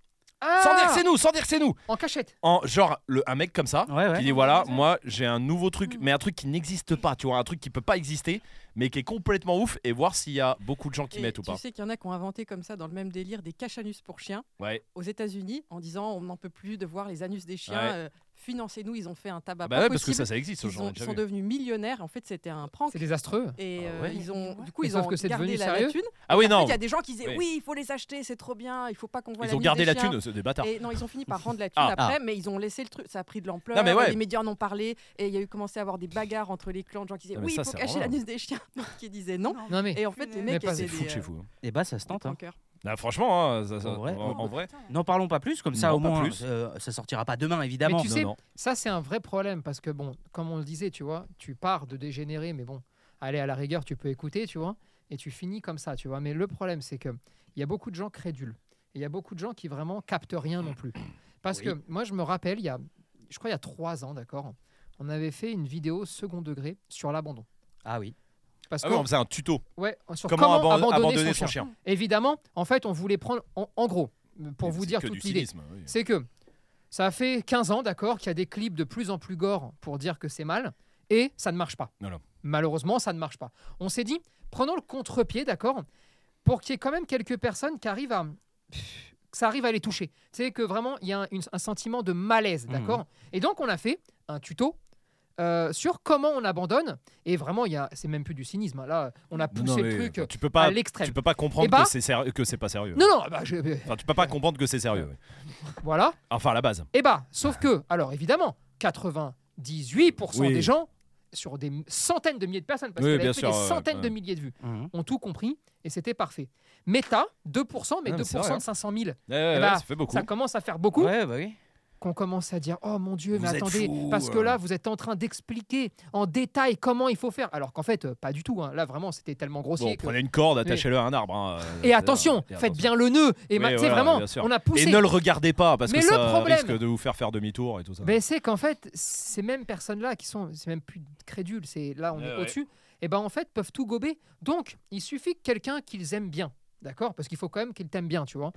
Speaker 6: Ah
Speaker 7: Sans dire que c'est nous, sans dire que c'est nous.
Speaker 6: En cachette.
Speaker 7: En genre le, un mec comme ça
Speaker 1: Ouais, ouais.
Speaker 7: qui dit voilà, moi j'ai un nouveau truc, mais un truc qui n'existe pas, tu vois, un truc qui peut pas exister, mais qui est complètement ouf et voir s'il y a beaucoup de gens qui
Speaker 9: Et
Speaker 7: mettent ou pas.
Speaker 9: Tu sais qu'il y en a qui ont inventé comme ça, dans le même délire, des cache-anus pour chiens
Speaker 7: Ouais.
Speaker 9: aux États-Unis en disant on n'en peut plus de voir les anus des chiens,
Speaker 7: Ouais.
Speaker 9: euh, financez-nous. Ils ont fait un tabac.
Speaker 7: Bah
Speaker 9: pas
Speaker 7: ouais, parce que ça,
Speaker 9: possible.
Speaker 7: ça existe, ce
Speaker 9: Ils
Speaker 7: genre
Speaker 9: ont- sont devenus millionnaires. En fait, c'était un prank.
Speaker 6: C'est désastreux.
Speaker 9: Et euh,
Speaker 7: Ah ouais.
Speaker 9: ils ont, du coup,
Speaker 6: Mais
Speaker 9: ils
Speaker 6: sauf
Speaker 9: ont
Speaker 6: que c'est
Speaker 9: gardé
Speaker 6: devenu
Speaker 9: la, la
Speaker 6: sérieux.
Speaker 9: thune.
Speaker 7: Ah oui,
Speaker 9: En fait,
Speaker 7: non,
Speaker 9: il y a des gens qui disaient
Speaker 7: Oui.
Speaker 9: oui, il faut les acheter, c'est trop bien, il faut pas qu'on voit
Speaker 7: ils
Speaker 9: la
Speaker 7: ont
Speaker 9: mise
Speaker 7: gardé
Speaker 9: des
Speaker 7: la
Speaker 9: chiens.
Speaker 7: thune, c'est des bâtards.
Speaker 9: Et non, ils ont fini par rendre la thune
Speaker 7: Ah,
Speaker 9: après, mais ils ont laissé le truc. Ça a pris de l'ampleur.
Speaker 7: Non, mais ouais.
Speaker 9: Les médias en ont parlé. Et il y a eu commencé à avoir des bagarres entre les clans de gens qui disaient
Speaker 7: Non, mais
Speaker 9: oui,
Speaker 7: ça,
Speaker 9: il faut
Speaker 7: c'est
Speaker 9: cacher
Speaker 7: horrible.
Speaker 9: l'anus des chiens. D'autres qui disaient non.
Speaker 6: Non mais.
Speaker 9: Et en fait, les
Speaker 8: Mais
Speaker 9: mecs
Speaker 6: pas-
Speaker 7: C'est
Speaker 9: étaient des,
Speaker 7: fou de chez
Speaker 9: euh,
Speaker 7: vous. hein.
Speaker 1: Et bah ça se
Speaker 9: des
Speaker 1: tente. hein.
Speaker 9: punkers.
Speaker 7: Ah, franchement, hein, ça- ça-
Speaker 1: En vrai,
Speaker 7: en- en
Speaker 1: ouais.
Speaker 7: vrai.
Speaker 1: N'en parlons pas plus, comme ça
Speaker 7: Non,
Speaker 1: au
Speaker 7: pas
Speaker 1: moins
Speaker 7: plus.
Speaker 1: euh, ça sortira pas demain évidemment.
Speaker 6: Mais tu sais,
Speaker 7: non.
Speaker 6: Ça, c'est un vrai problème parce que, bon, comme on le disait, tu vois, tu pars de dégénérer, mais bon, allez, à la rigueur, tu peux écouter, tu vois, et tu finis comme ça, tu vois. Mais le problème, c'est que il y a beaucoup de gens crédules et il y a beaucoup de gens qui vraiment captent rien non plus. Parce que moi, je me rappelle, il y a, je crois, il y a trois ans, d'accord, on avait fait une vidéo second degré sur l'abandon.
Speaker 1: Ah oui.
Speaker 6: Parce
Speaker 7: Ah
Speaker 6: que,
Speaker 7: oui, on faisait un tuto.
Speaker 6: ouais, sur
Speaker 7: Comment,
Speaker 6: comment,
Speaker 7: aban-
Speaker 6: abandonner, son, chien.
Speaker 7: chien.
Speaker 6: Évidemment, en fait, on voulait prendre, en, en gros, pour vous
Speaker 7: C'est
Speaker 6: dire
Speaker 7: que
Speaker 6: toute
Speaker 7: du
Speaker 6: l'idée,
Speaker 7: cynisme, oui.
Speaker 6: c'est que ça fait 15 ans, d'accord, qu'il y a des clips de plus en plus gore pour dire que c'est mal, et ça ne marche pas.
Speaker 7: Voilà.
Speaker 6: Malheureusement, ça ne marche pas. On s'est dit, prenons le contre-pied, d'accord, pour qu'il y ait quand même quelques personnes qui arrivent à... Pff, que ça arrive à les toucher.
Speaker 7: Mmh.
Speaker 6: Tu sais, que vraiment, il y a un, une- un sentiment de malaise,
Speaker 1: Mhm.
Speaker 6: d'accord Et donc, on a fait un tuto euh, sur comment on abandonne. Et vraiment, il y a- c'est même plus du cynisme. hein. Là, on a poussé
Speaker 7: Non, mais,
Speaker 6: le truc
Speaker 7: enfin, Tu peux
Speaker 6: à
Speaker 7: pas,
Speaker 6: l'extrême.
Speaker 7: tu peux pas comprendre
Speaker 6: Eh ben-
Speaker 7: que c'est ser- que c'est pas sérieux.
Speaker 6: Non, non, bah, je- euh,
Speaker 7: Enfin, tu peux pas comprendre que c'est sérieux. ouais.
Speaker 6: voilà.
Speaker 7: Enfin, à la base.
Speaker 6: Et bah, sauf que, alors évidemment, 98%
Speaker 7: Oui.
Speaker 6: des gens, sur des centaines de milliers de personnes, parce
Speaker 7: Oui,
Speaker 6: qu'il avait
Speaker 7: bien
Speaker 6: fait
Speaker 7: sûr,
Speaker 6: des
Speaker 7: ouais,
Speaker 6: centaines
Speaker 7: ouais.
Speaker 6: de milliers de vues,
Speaker 1: Mhm.
Speaker 6: ont tout compris et c'était parfait. Meta, 2%, mais
Speaker 7: Non, mais c'est
Speaker 6: 2%
Speaker 7: vrai, hein.
Speaker 6: de 500
Speaker 9: ben,
Speaker 6: 000.
Speaker 7: Ouais, ouais,
Speaker 6: Eh
Speaker 7: ouais,
Speaker 6: bah,
Speaker 7: ça fait beaucoup.
Speaker 6: Ça commence à faire beaucoup.
Speaker 1: Ouais, bah oui.
Speaker 6: Qu'on commence à dire Oh mon Dieu,
Speaker 7: Vous
Speaker 6: mais
Speaker 7: êtes
Speaker 6: attendez,
Speaker 7: fous,
Speaker 6: parce que
Speaker 7: euh.
Speaker 6: là, vous êtes en train d'expliquer en détail comment il faut faire. Alors qu'en fait, euh, pas du tout. hein. Là, vraiment, c'était tellement grossier.
Speaker 7: Bon,
Speaker 6: que-
Speaker 7: prenez une corde, attachez-le à un arbre. hein, euh,
Speaker 6: Et attention,
Speaker 7: et
Speaker 6: faites bien le nœud. Et
Speaker 7: Oui,
Speaker 6: ma- tu sais,
Speaker 7: voilà,
Speaker 6: vraiment,
Speaker 7: bien sûr.
Speaker 6: on a poussé.
Speaker 7: Et ne le regardez pas parce
Speaker 6: Mais
Speaker 7: que
Speaker 6: le
Speaker 7: ça
Speaker 6: problème-
Speaker 7: risque de vous faire faire demi-tour et tout ça.
Speaker 6: Ben, c'est qu'en fait, ces mêmes personnes-là qui sont, c'est même plus crédules, c'est là on
Speaker 7: Ouais,
Speaker 6: est
Speaker 7: ouais.
Speaker 6: au-dessus, et ben en fait peuvent tout gober. Donc il suffit que quelqu'un qu'ils aiment bien, d'accord, parce qu'il faut quand même qu'ils t'aiment bien, tu vois,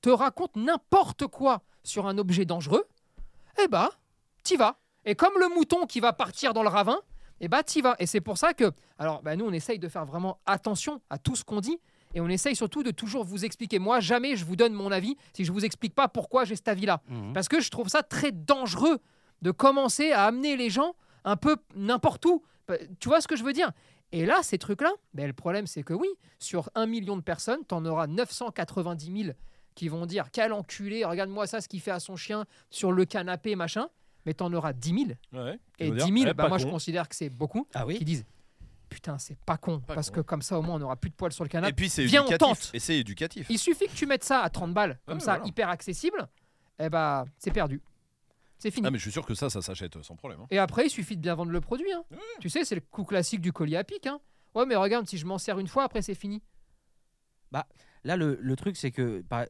Speaker 6: te raconte n'importe quoi sur un objet dangereux, et ben t'y vas. Et comme le mouton qui va partir dans le ravin, et ben t'y vas. Et c'est pour ça que, alors ben, nous on essaye de faire vraiment attention à tout ce qu'on dit. Et on essaye surtout de toujours vous expliquer. Moi, jamais je vous donne mon avis si je vous explique pas pourquoi j'ai cet avis-là.
Speaker 1: Mhm.
Speaker 6: Parce que je trouve ça très dangereux de commencer à amener les gens un peu n'importe où. Bah, Tu vois ce que je veux dire Et là, ces trucs-là, ben, le problème, c'est que oui, sur un million de personnes, tu en auras 990 000 qui vont dire Quel enculé, regarde-moi ça, ce qu'il fait à son chien sur le canapé, machin. Mais tu en auras 10 000.
Speaker 7: Ouais, qui
Speaker 6: Et
Speaker 7: veut
Speaker 6: 10
Speaker 7: dire,
Speaker 6: 000,
Speaker 7: eh,
Speaker 6: bah,
Speaker 7: pas
Speaker 6: moi, je
Speaker 7: con.
Speaker 6: considère que c'est beaucoup.
Speaker 1: Ah oui.
Speaker 6: Qui disent Putain, c'est pas con.
Speaker 7: Pas
Speaker 6: parce
Speaker 7: con.
Speaker 6: que comme ça, au moins, on aura plus de poils sur le canapé.
Speaker 7: Et puis c'est
Speaker 6: Viens, on
Speaker 7: éducatif.
Speaker 6: tente.
Speaker 7: Et c'est éducatif.
Speaker 6: Il suffit que tu mettes ça à 30 balles, comme
Speaker 7: Ouais,
Speaker 6: ça,
Speaker 7: voilà.
Speaker 6: hyper accessible. Eh bah, c'est perdu. C'est fini.
Speaker 7: Ah mais je suis sûr que ça, ça s'achète euh, sans problème. hein.
Speaker 6: Et après, il suffit de bien vendre le produit. hein.
Speaker 1: Mmh.
Speaker 6: Tu sais, c'est le coup classique du collier à pic. hein. Ouais, mais regarde, si je m'en sers une fois, après, c'est fini.
Speaker 1: Là, le, le truc, c'est que. par-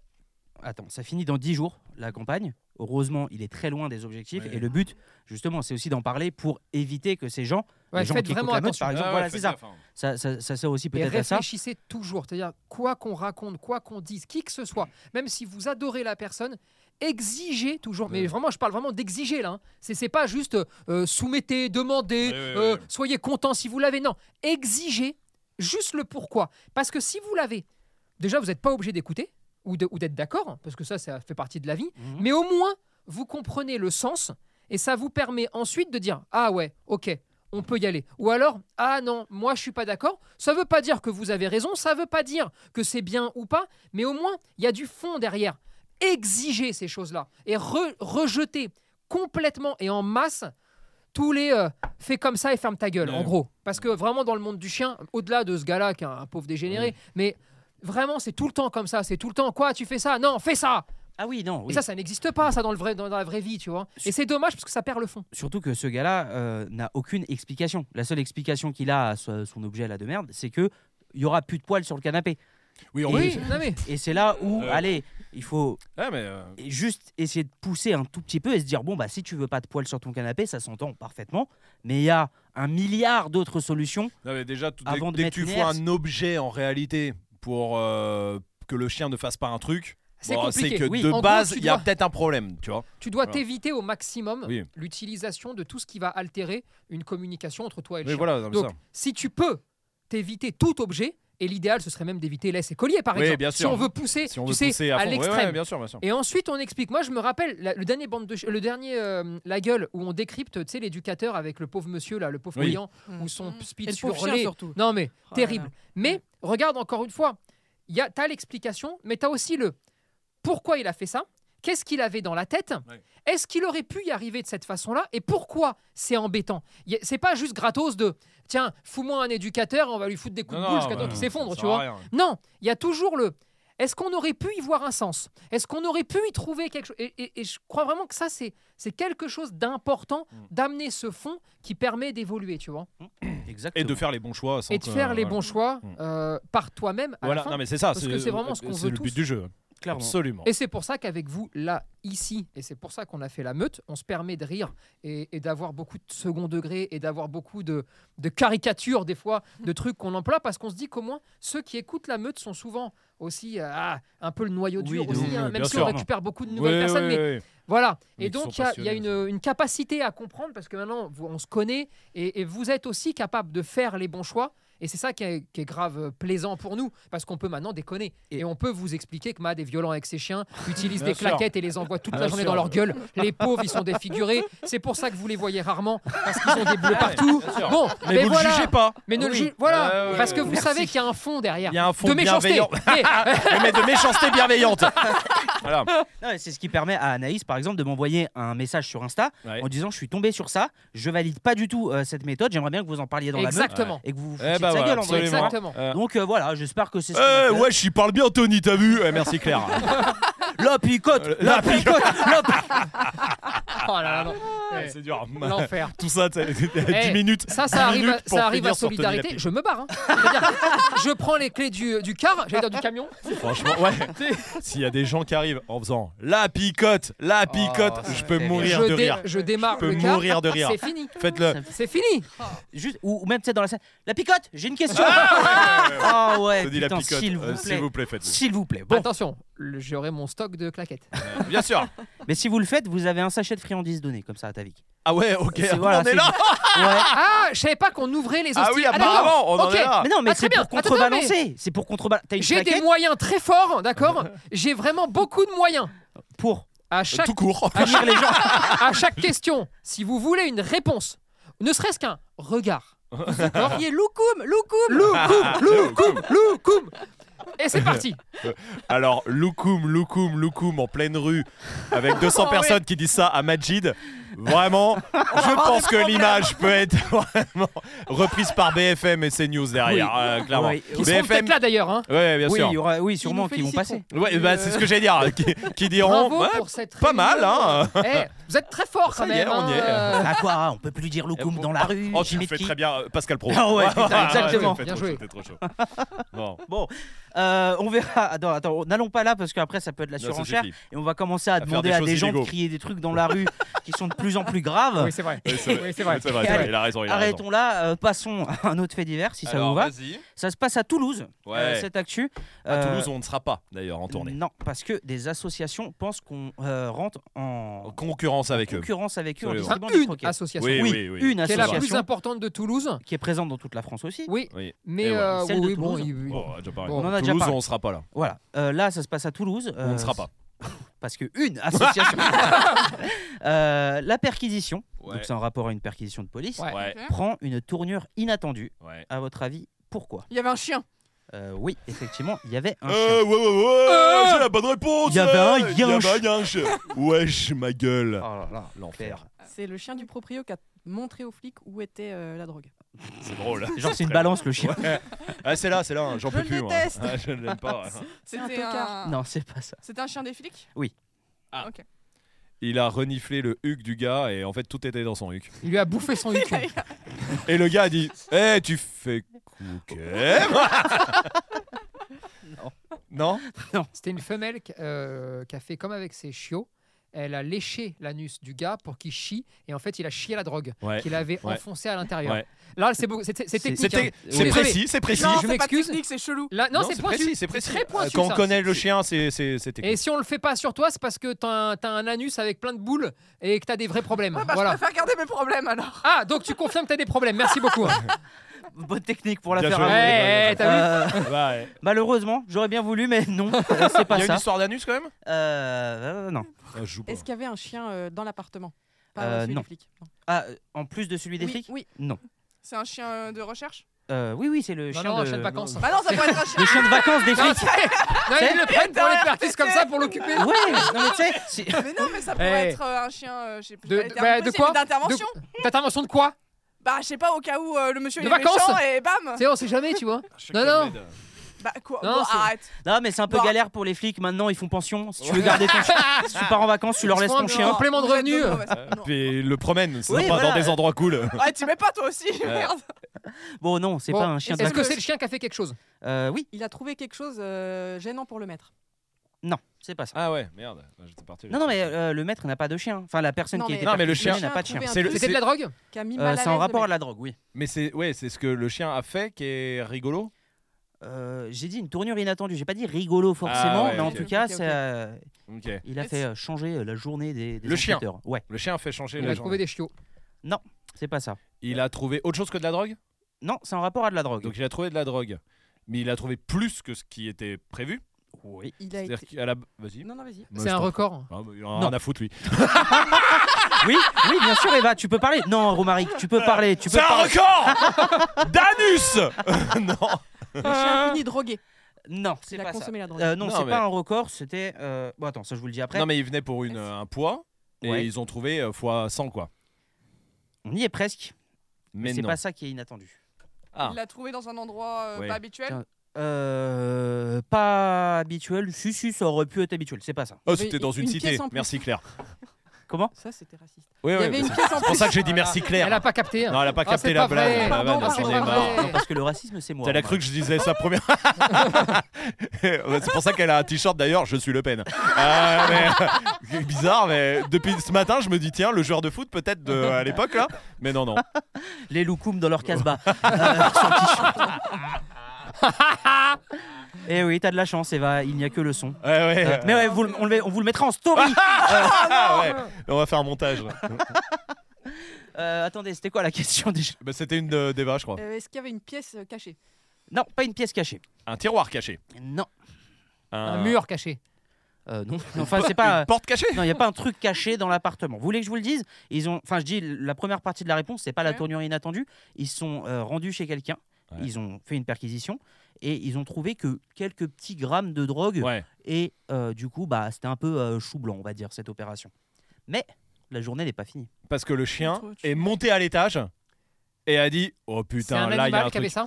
Speaker 1: Attends, ça finit dans 10 jours, la campagne. Heureusement, il est très loin des objectifs.
Speaker 7: Ouais.
Speaker 1: Et le but, justement, c'est aussi d'en parler pour éviter que ces gens.
Speaker 6: Ouais,
Speaker 1: les gens
Speaker 6: faites
Speaker 1: qui écoutent
Speaker 6: vraiment
Speaker 1: la meute,
Speaker 6: attention.
Speaker 1: par exemple,
Speaker 7: Ah ouais,
Speaker 1: voilà,
Speaker 7: faites
Speaker 1: c'est ça.
Speaker 7: gaffe, hein.
Speaker 1: ça. Ça ça sert aussi
Speaker 6: Et
Speaker 1: peut-être à ça.
Speaker 6: réfléchissez toujours. C'est-à-dire, quoi qu'on raconte, quoi qu'on dise, qui que ce soit, même si vous adorez la personne, exigez toujours. Mais
Speaker 7: Ouais.
Speaker 6: vraiment, je parle vraiment d'exiger là. hein. C'est c'est pas juste euh, soumettez, demandez,
Speaker 7: Ouais, ouais,
Speaker 6: euh,
Speaker 7: ouais.
Speaker 6: soyez content si vous l'avez. Non, exigez juste le pourquoi. Parce que si vous l'avez, déjà, vous n'êtes pas obligé d'écouter ou de- ou d'être d'accord, parce que ça, ça fait partie de la vie.
Speaker 1: Mhm.
Speaker 6: Mais au moins, vous comprenez le sens et ça vous permet ensuite de dire Ah ouais, ok, on peut y aller. Ou alors Ah non, moi je suis pas d'accord. Ça veut pas dire que vous avez raison, ça veut pas dire que c'est bien ou pas, mais au moins, il y a du fond derrière. Exigez ces choses-là et re- rejetez complètement et en masse tous les euh, fais comme ça et ferme ta gueule,
Speaker 7: Ouais.
Speaker 6: en gros. Parce que vraiment, dans le monde du chien, au-delà de ce gars-là qui est un, un pauvre dégénéré, mais vraiment, c'est tout le temps comme ça. C'est tout le temps quoi, tu fais ça Non, fais ça
Speaker 1: Ah oui, non.
Speaker 6: et
Speaker 1: oui.
Speaker 6: ça, ça n'existe pas, ça, dans, le vrai, dans la vraie vie, tu vois. Et c'est dommage parce que ça perd le fond.
Speaker 1: Surtout que ce gars-là euh, n'a aucune explication. La seule explication qu'il a à so- son objet là de merde, c'est que il y aura plus de poils sur le canapé.
Speaker 7: Oui, on
Speaker 6: Oui, non, mais
Speaker 1: Et c'est là où,
Speaker 7: Ouais.
Speaker 1: allez, il faut
Speaker 7: Ah mais euh,
Speaker 1: juste essayer de pousser un tout petit peu et se dire bon bah si tu veux pas de poils sur ton canapé, ça s'entend parfaitement. Mais il y a un milliard d'autres solutions.
Speaker 7: non, mais déjà tout,
Speaker 1: Avant de
Speaker 7: dès, dès que
Speaker 1: mettre
Speaker 7: tu
Speaker 1: une
Speaker 7: vois
Speaker 1: herse.
Speaker 7: un objet en réalité pour euh, que le chien ne fasse pas un truc,
Speaker 6: c'est
Speaker 7: bon, c'est
Speaker 6: compliqué.
Speaker 7: que
Speaker 6: Oui,
Speaker 7: de
Speaker 6: en gros,
Speaker 7: base
Speaker 6: tu
Speaker 7: il y a
Speaker 6: dois-
Speaker 7: peut-être un problème, tu vois.
Speaker 6: Tu dois
Speaker 7: Voilà.
Speaker 6: t'éviter au maximum
Speaker 7: Oui.
Speaker 6: l'utilisation de tout ce qui va altérer une communication entre toi et le
Speaker 7: Mais
Speaker 6: chien.
Speaker 7: voilà, non, mais
Speaker 6: Donc,
Speaker 7: ça.
Speaker 6: si tu peux t'éviter tout objet, et l'idéal, ce serait même d'éviter laisse et collier, par
Speaker 7: Oui,
Speaker 6: exemple.
Speaker 7: bien
Speaker 6: Si
Speaker 7: sûr.
Speaker 6: on veut pousser,
Speaker 7: Si on
Speaker 6: tu
Speaker 7: veut
Speaker 6: sais,
Speaker 7: pousser à,
Speaker 6: à
Speaker 7: fond, ouais, ouais,
Speaker 6: l'extrême.
Speaker 7: bien sûr, bien sûr.
Speaker 6: Et ensuite, on explique. Moi, je me rappelle la- le dernier bande de, ch- le dernier euh, la gueule où on décrypte, tu sais, l'éducateur avec le pauvre monsieur là, le pauvre
Speaker 7: Oui.
Speaker 6: client,
Speaker 9: Mm.
Speaker 6: où son
Speaker 8: Mm.
Speaker 6: speech
Speaker 2: Mmh. Et le pauvre
Speaker 6: sur
Speaker 2: chien surtout.
Speaker 6: Non, mais
Speaker 9: Oh là
Speaker 6: terrible.
Speaker 9: là.
Speaker 6: Mais regarde encore une fois, tu as l'explication, mais tu as aussi le pourquoi il a fait ça, qu'est-ce qu'il avait dans la tête,
Speaker 7: Ouais.
Speaker 6: est-ce qu'il aurait pu y arriver de cette façon-là, et pourquoi c'est embêtant. Y a- C'est pas juste gratos de tiens, fous-moi un éducateur, on va lui foutre des
Speaker 7: Non,
Speaker 6: coups de boule
Speaker 7: non,
Speaker 6: jusqu'à temps
Speaker 7: bah,
Speaker 6: qu'il s'effondre,
Speaker 7: ça
Speaker 6: tu
Speaker 7: sert à
Speaker 6: vois.
Speaker 7: rien.
Speaker 6: Non, il y a toujours le. Est-ce qu'on aurait pu y voir un sens Est-ce qu'on aurait pu y trouver quelque chose et, et- et je crois vraiment que ça, c'est c'est quelque chose d'important
Speaker 7: Mm.
Speaker 6: d'amener ce fond qui permet d'évoluer, tu vois.
Speaker 1: Exactement.
Speaker 7: Et de faire les bons choix. sans
Speaker 6: Et de
Speaker 7: que-
Speaker 6: faire les
Speaker 7: voilà.
Speaker 6: bons choix
Speaker 7: Mm.
Speaker 6: euh, par toi-même. à la
Speaker 7: Voilà,
Speaker 6: fin.
Speaker 7: non mais c'est ça.
Speaker 6: Parce que c'est vraiment ce qu'on
Speaker 7: C'est
Speaker 6: veut
Speaker 7: le but
Speaker 6: tous.
Speaker 7: du jeu.
Speaker 1: Clairement.
Speaker 7: Absolument.
Speaker 6: Et c'est pour ça qu'avec vous, là, ici, et c'est pour ça qu'on a fait la meute, on se permet de rire et, et d'avoir beaucoup de second degré et d'avoir beaucoup de, de caricatures, des fois, de trucs qu'on emploie, parce qu'on se dit qu'au moins, ceux qui écoutent la meute sont souvent aussi euh, ah, un peu le noyau
Speaker 1: Oui,
Speaker 6: dur,
Speaker 1: de
Speaker 6: aussi,
Speaker 7: ouf,
Speaker 6: hein,
Speaker 7: oui,
Speaker 6: même
Speaker 7: bien
Speaker 6: si
Speaker 7: sûr.
Speaker 6: on récupère beaucoup de
Speaker 7: Ouais,
Speaker 6: nouvelles personnes.
Speaker 7: ouais,
Speaker 6: mais
Speaker 7: ouais.
Speaker 6: voilà.
Speaker 7: Mais
Speaker 6: Et
Speaker 7: qui sont
Speaker 6: donc, il y a, il y a
Speaker 7: passionnés
Speaker 6: une, une capacité à comprendre parce que maintenant, vous- on se connaît et, et vous êtes aussi capable de faire les bons choix Et c'est ça qui est, qui est grave euh, plaisant pour nous, parce qu'on peut maintenant déconner. Et,
Speaker 1: Et-
Speaker 6: on peut vous expliquer que Mad est violent avec ses chiens, utilise
Speaker 3: Bien
Speaker 6: des
Speaker 3: sûr.
Speaker 6: claquettes et les envoie toute la
Speaker 3: Bien
Speaker 6: journée
Speaker 3: sûr.
Speaker 6: dans leur gueule. Les pauvres, ils sont défigurés. C'est pour ça que vous les voyez rarement, parce qu'ils ont des bleus partout.
Speaker 3: bien sûr.
Speaker 6: Bon,
Speaker 7: Mais,
Speaker 6: mais
Speaker 7: vous
Speaker 6: Ah, ben voilà.
Speaker 7: le jugez pas.
Speaker 6: Mais ne le
Speaker 3: Oui.
Speaker 6: ju- voilà,
Speaker 3: Ouais, ouais,
Speaker 6: parce
Speaker 3: ouais,
Speaker 6: que
Speaker 3: ouais.
Speaker 6: vous
Speaker 3: Merci.
Speaker 6: savez qu'il y a un fond derrière.
Speaker 7: Il y a un fond
Speaker 6: de méchanceté.
Speaker 7: bienveillant.
Speaker 6: Eh, Mais-
Speaker 7: mais de méchanceté bienveillante. voilà.
Speaker 1: Non, mais C'est ce qui permet à Anaïs, par exemple, de m'envoyer un message sur Insta
Speaker 3: Ouais.
Speaker 1: en disant Je suis tombé sur ça, je valide pas du tout euh, cette méthode, j'aimerais bien que vous en parliez dans la meute
Speaker 6: Exactement.
Speaker 1: et que vous vous foutiez
Speaker 7: Eh
Speaker 1: de
Speaker 7: bah
Speaker 1: sa
Speaker 7: voilà,
Speaker 1: gueule en vrai.
Speaker 7: absolument.
Speaker 6: Exactement.
Speaker 7: Euh,
Speaker 1: Donc euh, voilà, j'espère que c'est ce
Speaker 7: Eh,
Speaker 1: qu'on a fait.
Speaker 7: wesh, il parle bien, Tony, t'as vu Eh, Merci, Claire.
Speaker 1: La picote
Speaker 7: Euh,
Speaker 1: La
Speaker 7: la
Speaker 1: picote la pi-
Speaker 6: Oh là là, non.
Speaker 7: Ouais, C'est dur.
Speaker 6: Eh, L'enfer.
Speaker 7: Tout ça, t'as- t'as
Speaker 6: Eh,
Speaker 7: 10 minutes.
Speaker 6: Ça,
Speaker 7: 10
Speaker 6: ça arrive, à,
Speaker 7: minutes pour
Speaker 6: ça arrive à
Speaker 7: finir sur Tony
Speaker 6: solidarité.
Speaker 7: Lapide.
Speaker 6: Je me barre. hein. C'est-à-dire, je prends les clés du, du car, j'allais dire du camion.
Speaker 7: Franchement, ouais. S'il y a des gens qui arrivent en faisant la picote, la picote,
Speaker 1: Oh,
Speaker 7: je
Speaker 1: c'est
Speaker 7: peux
Speaker 1: terrible.
Speaker 7: mourir
Speaker 6: Je,
Speaker 7: de
Speaker 6: dé-
Speaker 7: rire.
Speaker 6: je démarre
Speaker 7: Je peux
Speaker 6: le car.
Speaker 7: mourir de rire.
Speaker 6: C'est fini.
Speaker 7: Faites-le.
Speaker 6: C'est fini.
Speaker 1: Juste, ou, ou même peut-être dans la scène La picote J'ai une question Ah ouais,
Speaker 7: Tony la
Speaker 1: putain,
Speaker 7: picote.
Speaker 1: s'il vous
Speaker 7: euh, S'il
Speaker 1: plaît
Speaker 7: vous plaît, faites-le.
Speaker 1: S'il vous plaît. Bon,
Speaker 6: Attention, le- j'aurai mon stock de claquettes.
Speaker 7: Bien sûr.
Speaker 1: mais si vous le faites, vous avez un sachet de friandises donné comme ça à Tavik.
Speaker 7: Ah ouais, ok.
Speaker 1: C'est-
Speaker 7: On
Speaker 1: voilà,
Speaker 7: en est
Speaker 1: c'est-
Speaker 7: là.
Speaker 1: Ouais.
Speaker 6: Ah, je savais pas qu'on ouvrait les
Speaker 7: Ah
Speaker 6: hosties.
Speaker 7: oui,
Speaker 6: d'accord.
Speaker 7: apparemment, on en
Speaker 6: Ok.
Speaker 7: est là.
Speaker 1: Mais non, mais
Speaker 6: Ah, très
Speaker 1: c'est
Speaker 6: bien.
Speaker 1: pour
Speaker 6: Attends,
Speaker 1: contrebalancer. C'est pour contrebalancer. T'as une
Speaker 6: J'ai des
Speaker 1: claquette
Speaker 6: moyens très forts, d'accord J'ai vraiment beaucoup de moyens.
Speaker 1: pour.
Speaker 6: À chaque
Speaker 7: Euh, Tout court.
Speaker 6: à chaque, à chaque question, si vous voulez une réponse, ne serait-ce qu'un regard.
Speaker 9: Criez loukoum, loukoum
Speaker 6: Loukoum, loukoum, loukoum. Et c'est parti.
Speaker 7: Alors, loukoum, loukoum, loukoum en pleine rue, avec 200 personnes qui disent ça à Majid. Vraiment, je pense que l'image peut être vraiment reprise par BFM et CNews derrière,
Speaker 1: Oui.
Speaker 7: euh, clairement.
Speaker 1: Ouais,
Speaker 6: Ils seront
Speaker 7: BFM,
Speaker 6: peut-être là d'ailleurs. hein.
Speaker 7: ouais, bien
Speaker 1: oui,
Speaker 7: sûr.
Speaker 1: il y aura- oui, sûrement
Speaker 9: nous
Speaker 1: qu'ils vont passer.
Speaker 9: féliciteront.
Speaker 7: Ouais, bah, c'est ce que j'allais dire. Qui, qui diront,
Speaker 6: Bravo
Speaker 7: ouais,
Speaker 6: pour cette
Speaker 7: pas
Speaker 6: réunion.
Speaker 7: mal, hein.
Speaker 6: Eh, vous êtes très fort
Speaker 7: Ça
Speaker 6: quand
Speaker 7: y est,
Speaker 6: même.
Speaker 7: on
Speaker 6: hein.
Speaker 7: y est.
Speaker 6: Euh,
Speaker 1: Bah quoi, on peut plus dire loukoum dans la rue.
Speaker 7: Oh, tu le
Speaker 1: Jimmy
Speaker 7: fais
Speaker 1: Key.
Speaker 7: très bien, euh, Pascal Pro.
Speaker 1: Ah ouais, putain, exactement.
Speaker 7: t'es
Speaker 6: Bien
Speaker 7: trop
Speaker 6: joué.
Speaker 7: chaud, t'es trop chaud. Bon,
Speaker 1: Euh, on verra. Attends, attends, n'allons pas là parce qu'après ça peut être la
Speaker 7: non, ça
Speaker 1: surenchère
Speaker 7: suffit.
Speaker 1: et on va commencer à,
Speaker 7: faire
Speaker 1: demander
Speaker 7: des
Speaker 1: à
Speaker 7: choses
Speaker 1: des gens de
Speaker 7: illégaux.
Speaker 1: crier des trucs dans la rue qui sont de plus en plus graves.
Speaker 6: Oui, c'est vrai.
Speaker 7: Oui, c'est vrai.
Speaker 6: Oui, c'est vrai.
Speaker 7: C'est vrai, c'est vrai,
Speaker 1: Allez,
Speaker 7: il a raison, il a raison.
Speaker 1: Arrêtons là, euh, passons à un autre fait divers si ça
Speaker 7: Alors,
Speaker 1: vous va.
Speaker 7: vas-y.
Speaker 1: Ça se passe à Toulouse,
Speaker 7: Ouais.
Speaker 1: euh, cette actu.
Speaker 7: À
Speaker 1: Euh,
Speaker 7: Toulouse, on ne sera pas d'ailleurs en tournée.
Speaker 1: Non, parce que des associations pensent qu'on euh, rentre en
Speaker 7: En concurrence avec eux.
Speaker 1: concurrence avec eux en
Speaker 7: Absolument. Eh
Speaker 6: Enfin,
Speaker 1: distribuant des
Speaker 6: une
Speaker 1: croquettes.
Speaker 6: association
Speaker 7: Oui,
Speaker 1: Oui,
Speaker 7: oui, oui.
Speaker 1: une
Speaker 6: qui est la plus
Speaker 1: association
Speaker 6: importante de Toulouse.
Speaker 1: qui est présente dans toute la France aussi.
Speaker 6: Oui,
Speaker 7: Oui.
Speaker 6: mais
Speaker 7: Et ouais.
Speaker 6: euh,
Speaker 1: Celle de
Speaker 6: oui, bon,
Speaker 1: Toulouse.
Speaker 6: il- il-
Speaker 7: Bon, on a déjà parlé.
Speaker 6: Bon,
Speaker 1: on en a déjà
Speaker 7: Toulouse,
Speaker 1: parlé.
Speaker 7: on ne sera pas là.
Speaker 1: Voilà. Euh, là, ça se passe à Toulouse.
Speaker 7: on
Speaker 1: euh,
Speaker 7: ne sera pas.
Speaker 1: Parce que une association. Euh, la perquisition,
Speaker 7: Ouais.
Speaker 1: donc c'est en rapport à une perquisition de police,
Speaker 6: Ouais.
Speaker 7: Oh, Ouais.
Speaker 8: Ok.
Speaker 1: prend une tournure inattendue.
Speaker 7: ouais.
Speaker 1: À votre avis, pourquoi
Speaker 8: Il y avait un chien.
Speaker 1: Euh, Oui, effectivement, il y avait un chien.
Speaker 7: Euh, ouais, ouais, ouais,
Speaker 6: Euh,
Speaker 7: j'ai la bonne réponse.
Speaker 1: y avait un
Speaker 7: ouais, y
Speaker 1: yinche.
Speaker 7: avait un yinche. Wesh, ma gueule.
Speaker 1: Oh là là,
Speaker 7: L'enfer.
Speaker 1: l'enfer.
Speaker 9: C'est le chien du proprio qui a montré aux flics où était euh, la drogue.
Speaker 7: C'est drôle.
Speaker 1: Genre, c'est une balance le chien.
Speaker 7: Ouais. Ah, c'est là, c'est là, hein, j'en
Speaker 9: Je
Speaker 7: peux
Speaker 9: le
Speaker 7: plus. moi.
Speaker 9: déteste.
Speaker 7: Ah, je ne l'aime pas. ouais.
Speaker 9: un
Speaker 8: C'était
Speaker 9: tocard.
Speaker 8: un...
Speaker 1: Non, c'est pas ça.
Speaker 8: C'était un chien des flics
Speaker 7: Il a reniflé le huc du gars et en fait tout était dans son huc.
Speaker 6: il lui a bouffé son huc.
Speaker 7: Et le gars a dit Eh, tu fais couquet
Speaker 1: Non.
Speaker 7: Non
Speaker 6: C'était une femelle qui euh, qui a fait comme avec ses chiots. Elle a léché l'anus du gars pour qu'il chie et en fait il a chié la drogue
Speaker 7: Ouais.
Speaker 6: qu'il avait
Speaker 7: Ouais.
Speaker 6: enfoncé à l'intérieur.
Speaker 7: Ouais.
Speaker 6: Là c'est beau- c'est c'est
Speaker 1: C'est-
Speaker 6: technique.
Speaker 7: C'était-
Speaker 6: hein. Je suis
Speaker 7: C'est
Speaker 6: désolé.
Speaker 7: précis, c'est précis.
Speaker 6: Non,
Speaker 8: Non,
Speaker 6: je
Speaker 8: c'est pas
Speaker 6: m'excuse.
Speaker 8: technique, c'est chelou.
Speaker 6: Là, non, c'est pointu.
Speaker 7: précis, c'est précis. Euh,
Speaker 6: très pointu,
Speaker 7: Quand on
Speaker 6: ça.
Speaker 7: connaît le chien, c'est c'est- c'est
Speaker 6: Et
Speaker 7: technique.
Speaker 6: si on le fait pas sur toi, c'est parce que t'as un, t'as un anus avec plein de boules et que t'as des vrais problèmes.
Speaker 8: Ouais, bah,
Speaker 6: voilà.
Speaker 8: Je préfère garder mes problèmes alors.
Speaker 6: Ah, donc tu confirmes que t'as des problèmes. Merci beaucoup.
Speaker 1: Bonne technique pour la
Speaker 7: Bien
Speaker 1: faire
Speaker 7: joué.
Speaker 1: avouer.
Speaker 6: Eh, eh, t'as
Speaker 1: Euh,
Speaker 6: vu
Speaker 7: Ouais.
Speaker 1: Malheureusement, j'aurais bien voulu, mais non, euh, c'est
Speaker 7: Il
Speaker 1: pas
Speaker 7: y a une
Speaker 1: ça.
Speaker 7: histoire d'anus quand même
Speaker 1: Euh, euh, non.
Speaker 7: Je joue pas.
Speaker 9: Est-ce qu'il y avait un chien euh, dans l'appartement
Speaker 1: Euh,
Speaker 9: Pas celui
Speaker 1: non.
Speaker 9: des flics. Non.
Speaker 1: Ah, euh, en plus de celui des
Speaker 9: oui,
Speaker 1: flics
Speaker 9: oui.
Speaker 1: Non.
Speaker 8: C'est un chien euh, de recherche
Speaker 1: Euh, oui, oui, c'est le
Speaker 6: Non,
Speaker 1: chien
Speaker 6: non,
Speaker 1: de...
Speaker 6: chien de vacances.
Speaker 8: Bah non, ça peut être un chien.
Speaker 1: Le chien de vacances des
Speaker 6: Non,
Speaker 1: flics.
Speaker 6: c'est- non, ils le prennent pour les pertistes comme ça pour l'occuper.
Speaker 1: Ouais, non mais tu sais, c'est-
Speaker 8: Mais non, mais ça pourrait
Speaker 6: Eh.
Speaker 8: être euh, un chien, euh, je sais plus,
Speaker 6: De-
Speaker 8: pas le terme
Speaker 6: bah, de
Speaker 8: possible,
Speaker 6: quoi
Speaker 8: mais D'intervention
Speaker 6: De- D'intervention de quoi
Speaker 8: Bah, je sais pas, au cas où euh, le monsieur
Speaker 6: De
Speaker 8: il est
Speaker 6: vacances
Speaker 8: méchant et bam
Speaker 2: Hein.
Speaker 6: Tu sais, on sait jamais, tu vois. Non, non.
Speaker 7: euh,
Speaker 8: Bah quoi
Speaker 6: Non,
Speaker 8: Bon,
Speaker 6: c'est-
Speaker 8: arrête
Speaker 1: non mais c'est un peu
Speaker 8: Bon.
Speaker 1: galère pour les flics. Maintenant, ils font pension. Si tu veux garder ton chien, si tu pars en vacances, tu leur
Speaker 6: Ils
Speaker 1: laisses
Speaker 6: font
Speaker 1: ton
Speaker 6: un
Speaker 1: chien.
Speaker 6: petit- complément de
Speaker 8: vous êtes
Speaker 6: revenu.
Speaker 8: mauvaises- non.
Speaker 7: Euh, Puis il le promène, c'est
Speaker 1: Oui,
Speaker 7: sympa,
Speaker 1: voilà.
Speaker 7: dans des endroits cool.
Speaker 8: Ah, tu mets pas toi aussi, merde
Speaker 1: Bon non, c'est
Speaker 6: Bon,
Speaker 1: pas un chien de
Speaker 6: Est-ce que
Speaker 1: vacances.
Speaker 6: c'est le chien qui a fait quelque chose
Speaker 1: Euh, oui,
Speaker 9: Il a trouvé quelque chose euh, gênant pour le maître.
Speaker 1: non, c'est pas ça.
Speaker 7: Ah ouais, merde, j'étais parti.
Speaker 1: Non non mais euh, le maître n'a pas de chien. Enfin la personne
Speaker 9: Non,
Speaker 1: qui
Speaker 9: mais-
Speaker 1: était
Speaker 7: Non, mais le
Speaker 1: perquisitionnée
Speaker 7: chien-
Speaker 1: n'a pas de chien.
Speaker 9: trouvé un
Speaker 7: C'est le-
Speaker 9: truc
Speaker 6: C'était de la drogue
Speaker 9: qui a mis
Speaker 1: Euh,
Speaker 9: mal à
Speaker 1: c'est en
Speaker 9: l'aise le
Speaker 1: rapport à
Speaker 9: maître.
Speaker 1: la drogue, oui.
Speaker 7: Mais c'est ouais, c'est ce que le chien a fait qui est rigolo.
Speaker 1: Euh, J'ai dit une tournure inattendue. J'ai pas dit rigolo forcément,
Speaker 7: Ah ouais,
Speaker 1: mais en
Speaker 7: ok.
Speaker 1: tout cas, euh,
Speaker 9: Ok, ok, ok.
Speaker 1: ça-
Speaker 7: Ok.
Speaker 1: il a
Speaker 8: Et
Speaker 1: fait euh, changer euh, la journée des, des
Speaker 7: Le chien.
Speaker 1: enquêteurs. Ouais,
Speaker 7: Le chien a fait changer
Speaker 6: Il
Speaker 7: la
Speaker 6: a trouvé
Speaker 7: journée.
Speaker 6: des chiots.
Speaker 1: c'est pas ça.
Speaker 7: Il a trouvé autre chose que de la drogue
Speaker 1: Non, c'est en rapport à de la drogue.
Speaker 7: Donc il a trouvé de la drogue. Mais il a trouvé plus que ce qui était prévu.
Speaker 1: oui.
Speaker 2: Il a
Speaker 7: C'est-à-dire
Speaker 2: été.
Speaker 7: qu'à la. Vas-y.
Speaker 2: Non, non, vas-y.
Speaker 7: Moi,
Speaker 6: C'est
Speaker 7: je
Speaker 6: un
Speaker 7: t'en-
Speaker 6: record.
Speaker 7: Ah, mais il en a rien à foutre, lui.
Speaker 1: oui, oui, bien sûr, Eva, tu peux parler. Non, Romaric, tu peux parler. Tu peux
Speaker 7: C'est un
Speaker 1: parler.
Speaker 7: record D'anus Non
Speaker 2: Le chien fini drogué.
Speaker 1: Non, c'est
Speaker 2: Il
Speaker 1: pas
Speaker 2: a
Speaker 1: ça.
Speaker 2: consommé la drogue.
Speaker 1: Euh, non,
Speaker 7: Non,
Speaker 1: c'est
Speaker 7: mais-
Speaker 1: pas un record, c'était. euh, Bon, attends, ça je vous le dis après.
Speaker 7: Non, mais il venait pour une, euh, un poids et
Speaker 1: Ouais.
Speaker 7: ils ont trouvé euh, fois 100, quoi.
Speaker 1: On y est presque, mais,
Speaker 7: Mais
Speaker 1: c'est
Speaker 7: non.
Speaker 1: pas ça qui est inattendu.
Speaker 7: Ah.
Speaker 8: Il l'a trouvé dans un endroit euh,
Speaker 7: Ouais.
Speaker 8: pas habituel.
Speaker 1: Tiens. Euh, pas habituel. Si, si, ça aurait pu être habituel, c'est pas ça.
Speaker 7: Oh,
Speaker 2: avait
Speaker 7: c'était dans
Speaker 2: une-
Speaker 7: une,
Speaker 2: une
Speaker 7: cité.
Speaker 2: pièce en plus.
Speaker 7: Merci, Claire.
Speaker 1: Comment
Speaker 2: Ça, c'était raciste.
Speaker 7: Oui,
Speaker 2: Il y
Speaker 7: oui,
Speaker 2: avait
Speaker 7: mais
Speaker 2: une
Speaker 7: c'est-
Speaker 2: pièce en
Speaker 7: c'est pour
Speaker 2: plus.
Speaker 7: ça que j'ai dit merci, Claire.
Speaker 6: Elle a pas capté. hein.
Speaker 7: Non, elle a pas
Speaker 6: Ah,
Speaker 7: capté
Speaker 6: c'est
Speaker 7: la
Speaker 6: pas
Speaker 7: blague. bah, la
Speaker 6: vrai.
Speaker 7: vanne,
Speaker 6: Pardon,
Speaker 7: c'est
Speaker 6: pardon,
Speaker 7: les
Speaker 6: pardon.
Speaker 7: marres.
Speaker 1: Non, parce que le racisme, c'est moi.
Speaker 7: Elle a cru que je disais sa première. c'est pour ça qu'elle a un t-shirt d'ailleurs, je suis Le Pen. Euh, mais- Bizarre, mais depuis ce matin, je me dis, tiens, le joueur de foot peut-être de... à l'époque là. Mais non, non.
Speaker 1: Les loukoums dans leur casbah. Euh, Et Eh oui, t'as de la chance, Eva, il n'y a que le son.
Speaker 7: Ouais, Ah, ouais.
Speaker 1: Euh, mais ouais, vous le- on, le, on vous le mettra en story.
Speaker 7: Ah, ouais. On va faire un montage.
Speaker 1: Euh, attendez, c'était quoi la question déjà
Speaker 7: Bah, C'était une euh, débat, je crois.
Speaker 2: Euh, Est-ce qu'il y avait une pièce euh, cachée
Speaker 1: Non, pas une pièce cachée.
Speaker 7: Un tiroir caché.
Speaker 1: Non.
Speaker 7: Ah.
Speaker 6: Un mur caché.
Speaker 1: Euh, non, enfin, c'est pas.
Speaker 7: Une porte cachée
Speaker 1: Non, il n'y a pas un truc caché dans l'appartement. Vous voulez que je vous le dise Ils ont, enfin, je dis la première partie de la réponse, c'est pas la
Speaker 8: Ouais.
Speaker 1: tournure inattendue. Ils se sont euh, rendus chez quelqu'un,
Speaker 7: Ouais.
Speaker 1: ils ont fait une perquisition et ils ont trouvé que quelques petits grammes de drogue
Speaker 7: Ouais.
Speaker 1: et euh, du coup, bah, c'était un peu euh, chou blanc, on va dire cette opération. Mais la journée n'est pas finie.
Speaker 7: Parce que le chien
Speaker 8: Autre chose.
Speaker 7: est monté à l'étage et a dit Oh
Speaker 6: C'est
Speaker 7: putain,
Speaker 6: un
Speaker 7: là il y a
Speaker 6: animal
Speaker 7: un
Speaker 6: qui avait
Speaker 7: truc.
Speaker 6: ça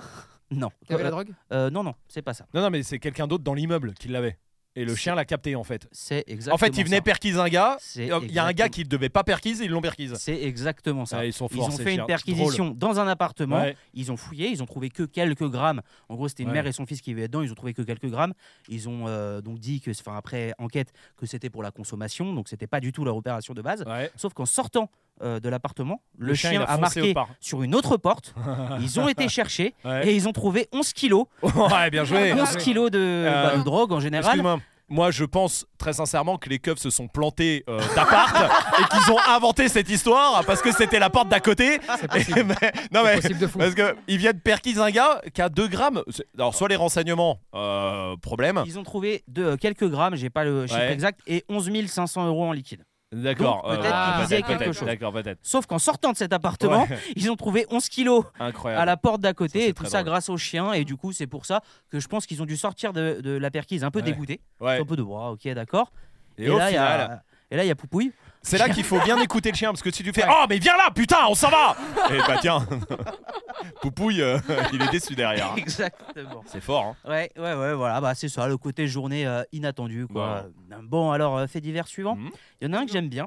Speaker 1: Non,
Speaker 6: Qui avait la drogue
Speaker 1: Euh, non, non, c'est pas ça.
Speaker 7: Non, non, mais c'est quelqu'un d'autre dans l'immeuble qui l'avait. Et le chien l'a capté en fait.
Speaker 1: C'est exactement.
Speaker 7: En fait, il venait
Speaker 1: ça.
Speaker 7: perquise un gars.
Speaker 1: C'est
Speaker 7: Il y a un gars
Speaker 1: exactement-
Speaker 7: qui ne devait pas perquise, ils l'ont perquise.
Speaker 1: C'est exactement ça.
Speaker 7: Ah, ils sont
Speaker 1: Ils
Speaker 7: forts,
Speaker 1: ont
Speaker 7: ces
Speaker 1: fait
Speaker 7: chiens.
Speaker 1: une perquisition dans un appartement.
Speaker 7: Ouais.
Speaker 1: Ils ont fouillé, ils ont trouvé que quelques grammes. En gros, c'était une
Speaker 7: Ouais.
Speaker 1: mère et son fils qui vivaient dedans. Ils ont trouvé que quelques grammes. Ils ont euh, donc dit que, enfin après enquête, que c'était pour la consommation, donc c'était pas du tout leur opération de base.
Speaker 7: Ouais.
Speaker 1: Sauf qu'en sortant euh, de l'appartement, le,
Speaker 7: Le
Speaker 1: chien,
Speaker 7: il
Speaker 1: a
Speaker 7: foncé
Speaker 1: marqué
Speaker 7: au parc.
Speaker 1: sur une autre porte. Ils ont été chercher
Speaker 7: Ouais.
Speaker 1: et ils ont trouvé 11 kilos,
Speaker 7: ouais, bien joué.
Speaker 1: 11 kilos de, bah, de drogue en général.
Speaker 7: Excuse-moi. Moi, je pense très sincèrement que les keufs se sont plantés euh, d'appart et qu'ils ont inventé cette histoire parce que c'était la porte d'à côté. Et- mais- non, mais
Speaker 6: Possible de fou.
Speaker 7: Parce qu'ils viennent perquise un gars qui a 2 grammes. C'est- Alors, soit les renseignements, euh, problème.
Speaker 1: Ils ont trouvé de, euh, quelques grammes, j'ai pas le chiffre
Speaker 7: Ouais.
Speaker 1: exact, et 11 500 euros en liquide.
Speaker 7: D'accord. euh,
Speaker 1: Donc, peut-être
Speaker 6: qu'ils
Speaker 7: peut-être,
Speaker 6: disaient
Speaker 7: peut-être,
Speaker 1: quelque chose.
Speaker 7: D'accord, peut-être.
Speaker 1: Sauf qu'en sortant de cet appartement,
Speaker 7: Ouais,
Speaker 1: ils ont trouvé 11 kilos à
Speaker 7: Incroyable.
Speaker 1: la porte d'à côté
Speaker 7: Ah Ça, c'est
Speaker 1: et tout
Speaker 7: très
Speaker 1: ça
Speaker 7: drôle.
Speaker 1: grâce au chien et du coup c'est pour ça que je pense qu'ils ont dû sortir de, de la perquise un peu
Speaker 7: Ouais.
Speaker 1: dégoûtés
Speaker 7: Ouais.
Speaker 1: un peu de bois ok d'accord
Speaker 7: Et, au
Speaker 1: là il y
Speaker 7: final,
Speaker 1: a et là il y a Poupouille
Speaker 7: c'est là qu'il faut bien écouter le chien parce que si tu fais Oh, mais viens là, putain, on s'en va Et bah, tiens, Poupouille, euh, il est déçu derrière. hein.
Speaker 1: exactement
Speaker 7: C'est fort, hein.
Speaker 1: ouais ouais ouais voilà bah c'est ça le côté journée euh, inattendue quoi bon alors euh, fait divers suivant
Speaker 7: Mhm.
Speaker 1: il y en a un que j'aime bien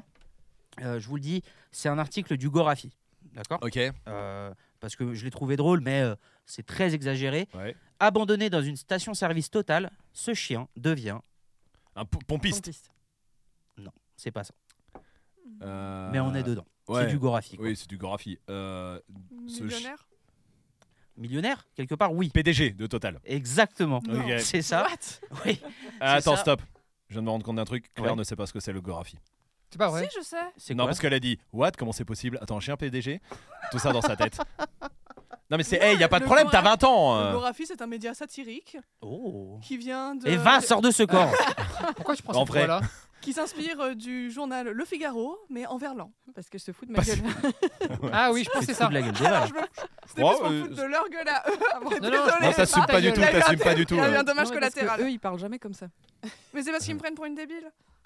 Speaker 1: Euh, je vous le dis c'est un article du Gorafi d'accord
Speaker 7: Ok.
Speaker 1: Euh, parce que je l'ai trouvé drôle mais euh, c'est très exagéré
Speaker 7: Ouais.
Speaker 1: abandonné dans une station-service totale ce chien devient
Speaker 7: Un p- pompiste.
Speaker 2: Pompiste.
Speaker 1: c'est pas ça
Speaker 7: Euh,
Speaker 1: mais on est dedans
Speaker 7: ouais.
Speaker 1: c'est du Gorafi quoi.
Speaker 7: Oui, c'est du graphie. Euh, ce
Speaker 8: Millionnaire
Speaker 1: millionnaire quelque part oui
Speaker 7: PDG de Total.
Speaker 1: Exactement.
Speaker 7: Ok.
Speaker 1: C'est ça. Oui.
Speaker 7: Ah, Attends,
Speaker 1: ça.
Speaker 7: stop. Je viens de me rendre compte d'un truc. Claire
Speaker 1: Ouais.
Speaker 7: ne sait pas ce que c'est le Gorafi.
Speaker 6: C'est pas vrai.
Speaker 8: Si, je sais.
Speaker 1: C'est
Speaker 7: Non,
Speaker 1: quoi
Speaker 7: parce qu'elle a dit What Comment c'est possible Attends, j'ai un PDG Tout ça dans sa tête. Non, mais c'est Hey, y a pas de
Speaker 8: le
Speaker 7: problème, t'as
Speaker 8: Gorafi-
Speaker 7: 20 ans
Speaker 8: Le
Speaker 7: euh.
Speaker 8: Gorafi, c'est un média satirique
Speaker 1: Oh.
Speaker 8: qui vient
Speaker 6: Euh,
Speaker 8: de.
Speaker 1: Eva sort de ce corps.
Speaker 6: Pourquoi tu prends
Speaker 7: En
Speaker 6: cette
Speaker 7: vrai.
Speaker 6: voix-là
Speaker 8: Qui s'inspire euh, du journal Le Figaro, mais en verlan.
Speaker 2: Parce que je te fous de ma
Speaker 7: Parce-
Speaker 2: gueule.
Speaker 6: Ah oui, je pense
Speaker 1: Tu
Speaker 6: que c'est
Speaker 1: te
Speaker 6: ça.
Speaker 1: fous de la gueule d'Eva.
Speaker 8: C'était
Speaker 7: Wow,
Speaker 8: plus pour
Speaker 7: euh,
Speaker 8: foutre de leur gueule à eux.
Speaker 6: Non, non,
Speaker 8: Désolé.
Speaker 7: Non, t'assumes
Speaker 6: Ta
Speaker 7: pas du
Speaker 6: gueule.
Speaker 7: tout,
Speaker 8: Il y a eu un-
Speaker 7: t'assumes pas du tout.
Speaker 8: Il
Speaker 2: Ah
Speaker 7: euh.
Speaker 8: y a eu
Speaker 7: ouais.
Speaker 8: un dommage
Speaker 2: Non, mais parce que
Speaker 8: collatéral.
Speaker 2: Eux, ils parlent jamais comme ça.
Speaker 8: Mais c'est parce qu'ils me prennent pour une débile.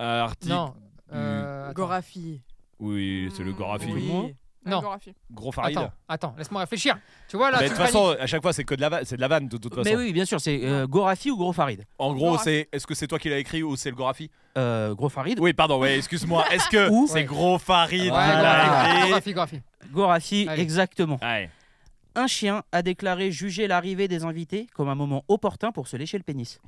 Speaker 7: Euh, Arctic.
Speaker 6: non. euh, attends.
Speaker 2: Gorafi.
Speaker 7: Oui, c'est le
Speaker 9: Ah,
Speaker 7: Gorafi.
Speaker 1: Oui.
Speaker 6: Non.
Speaker 8: Biographie.
Speaker 7: Gros farid.
Speaker 6: Attends, attends, laisse-moi réfléchir. Tu vois là,
Speaker 7: Mais de
Speaker 6: tu
Speaker 7: toute
Speaker 6: paniques.
Speaker 7: façon, à chaque fois, c'est que de la, va- c'est de la vanne, de toute façon.
Speaker 1: Mais oui, bien sûr, c'est euh, Gorafi ou Gros Farid.
Speaker 7: En gros,
Speaker 8: Gorafi.
Speaker 7: c'est est-ce que c'est toi qui l'as écrit ou c'est le Gorafi
Speaker 1: Euh, gros Farid.
Speaker 7: Oui, pardon, ouais, excuse-moi. Est-ce que
Speaker 1: Ou-
Speaker 7: c'est Gros Farid qui
Speaker 6: Ouais,
Speaker 7: l'a
Speaker 6: Gorafi,
Speaker 7: écrit
Speaker 6: Gorafi, Gorafi.
Speaker 1: Gorafi,
Speaker 6: Allez.
Speaker 1: exactement.
Speaker 7: Ouais.
Speaker 1: Un chien a déclaré juger l'arrivée des invités comme un moment opportun pour se lécher le pénis.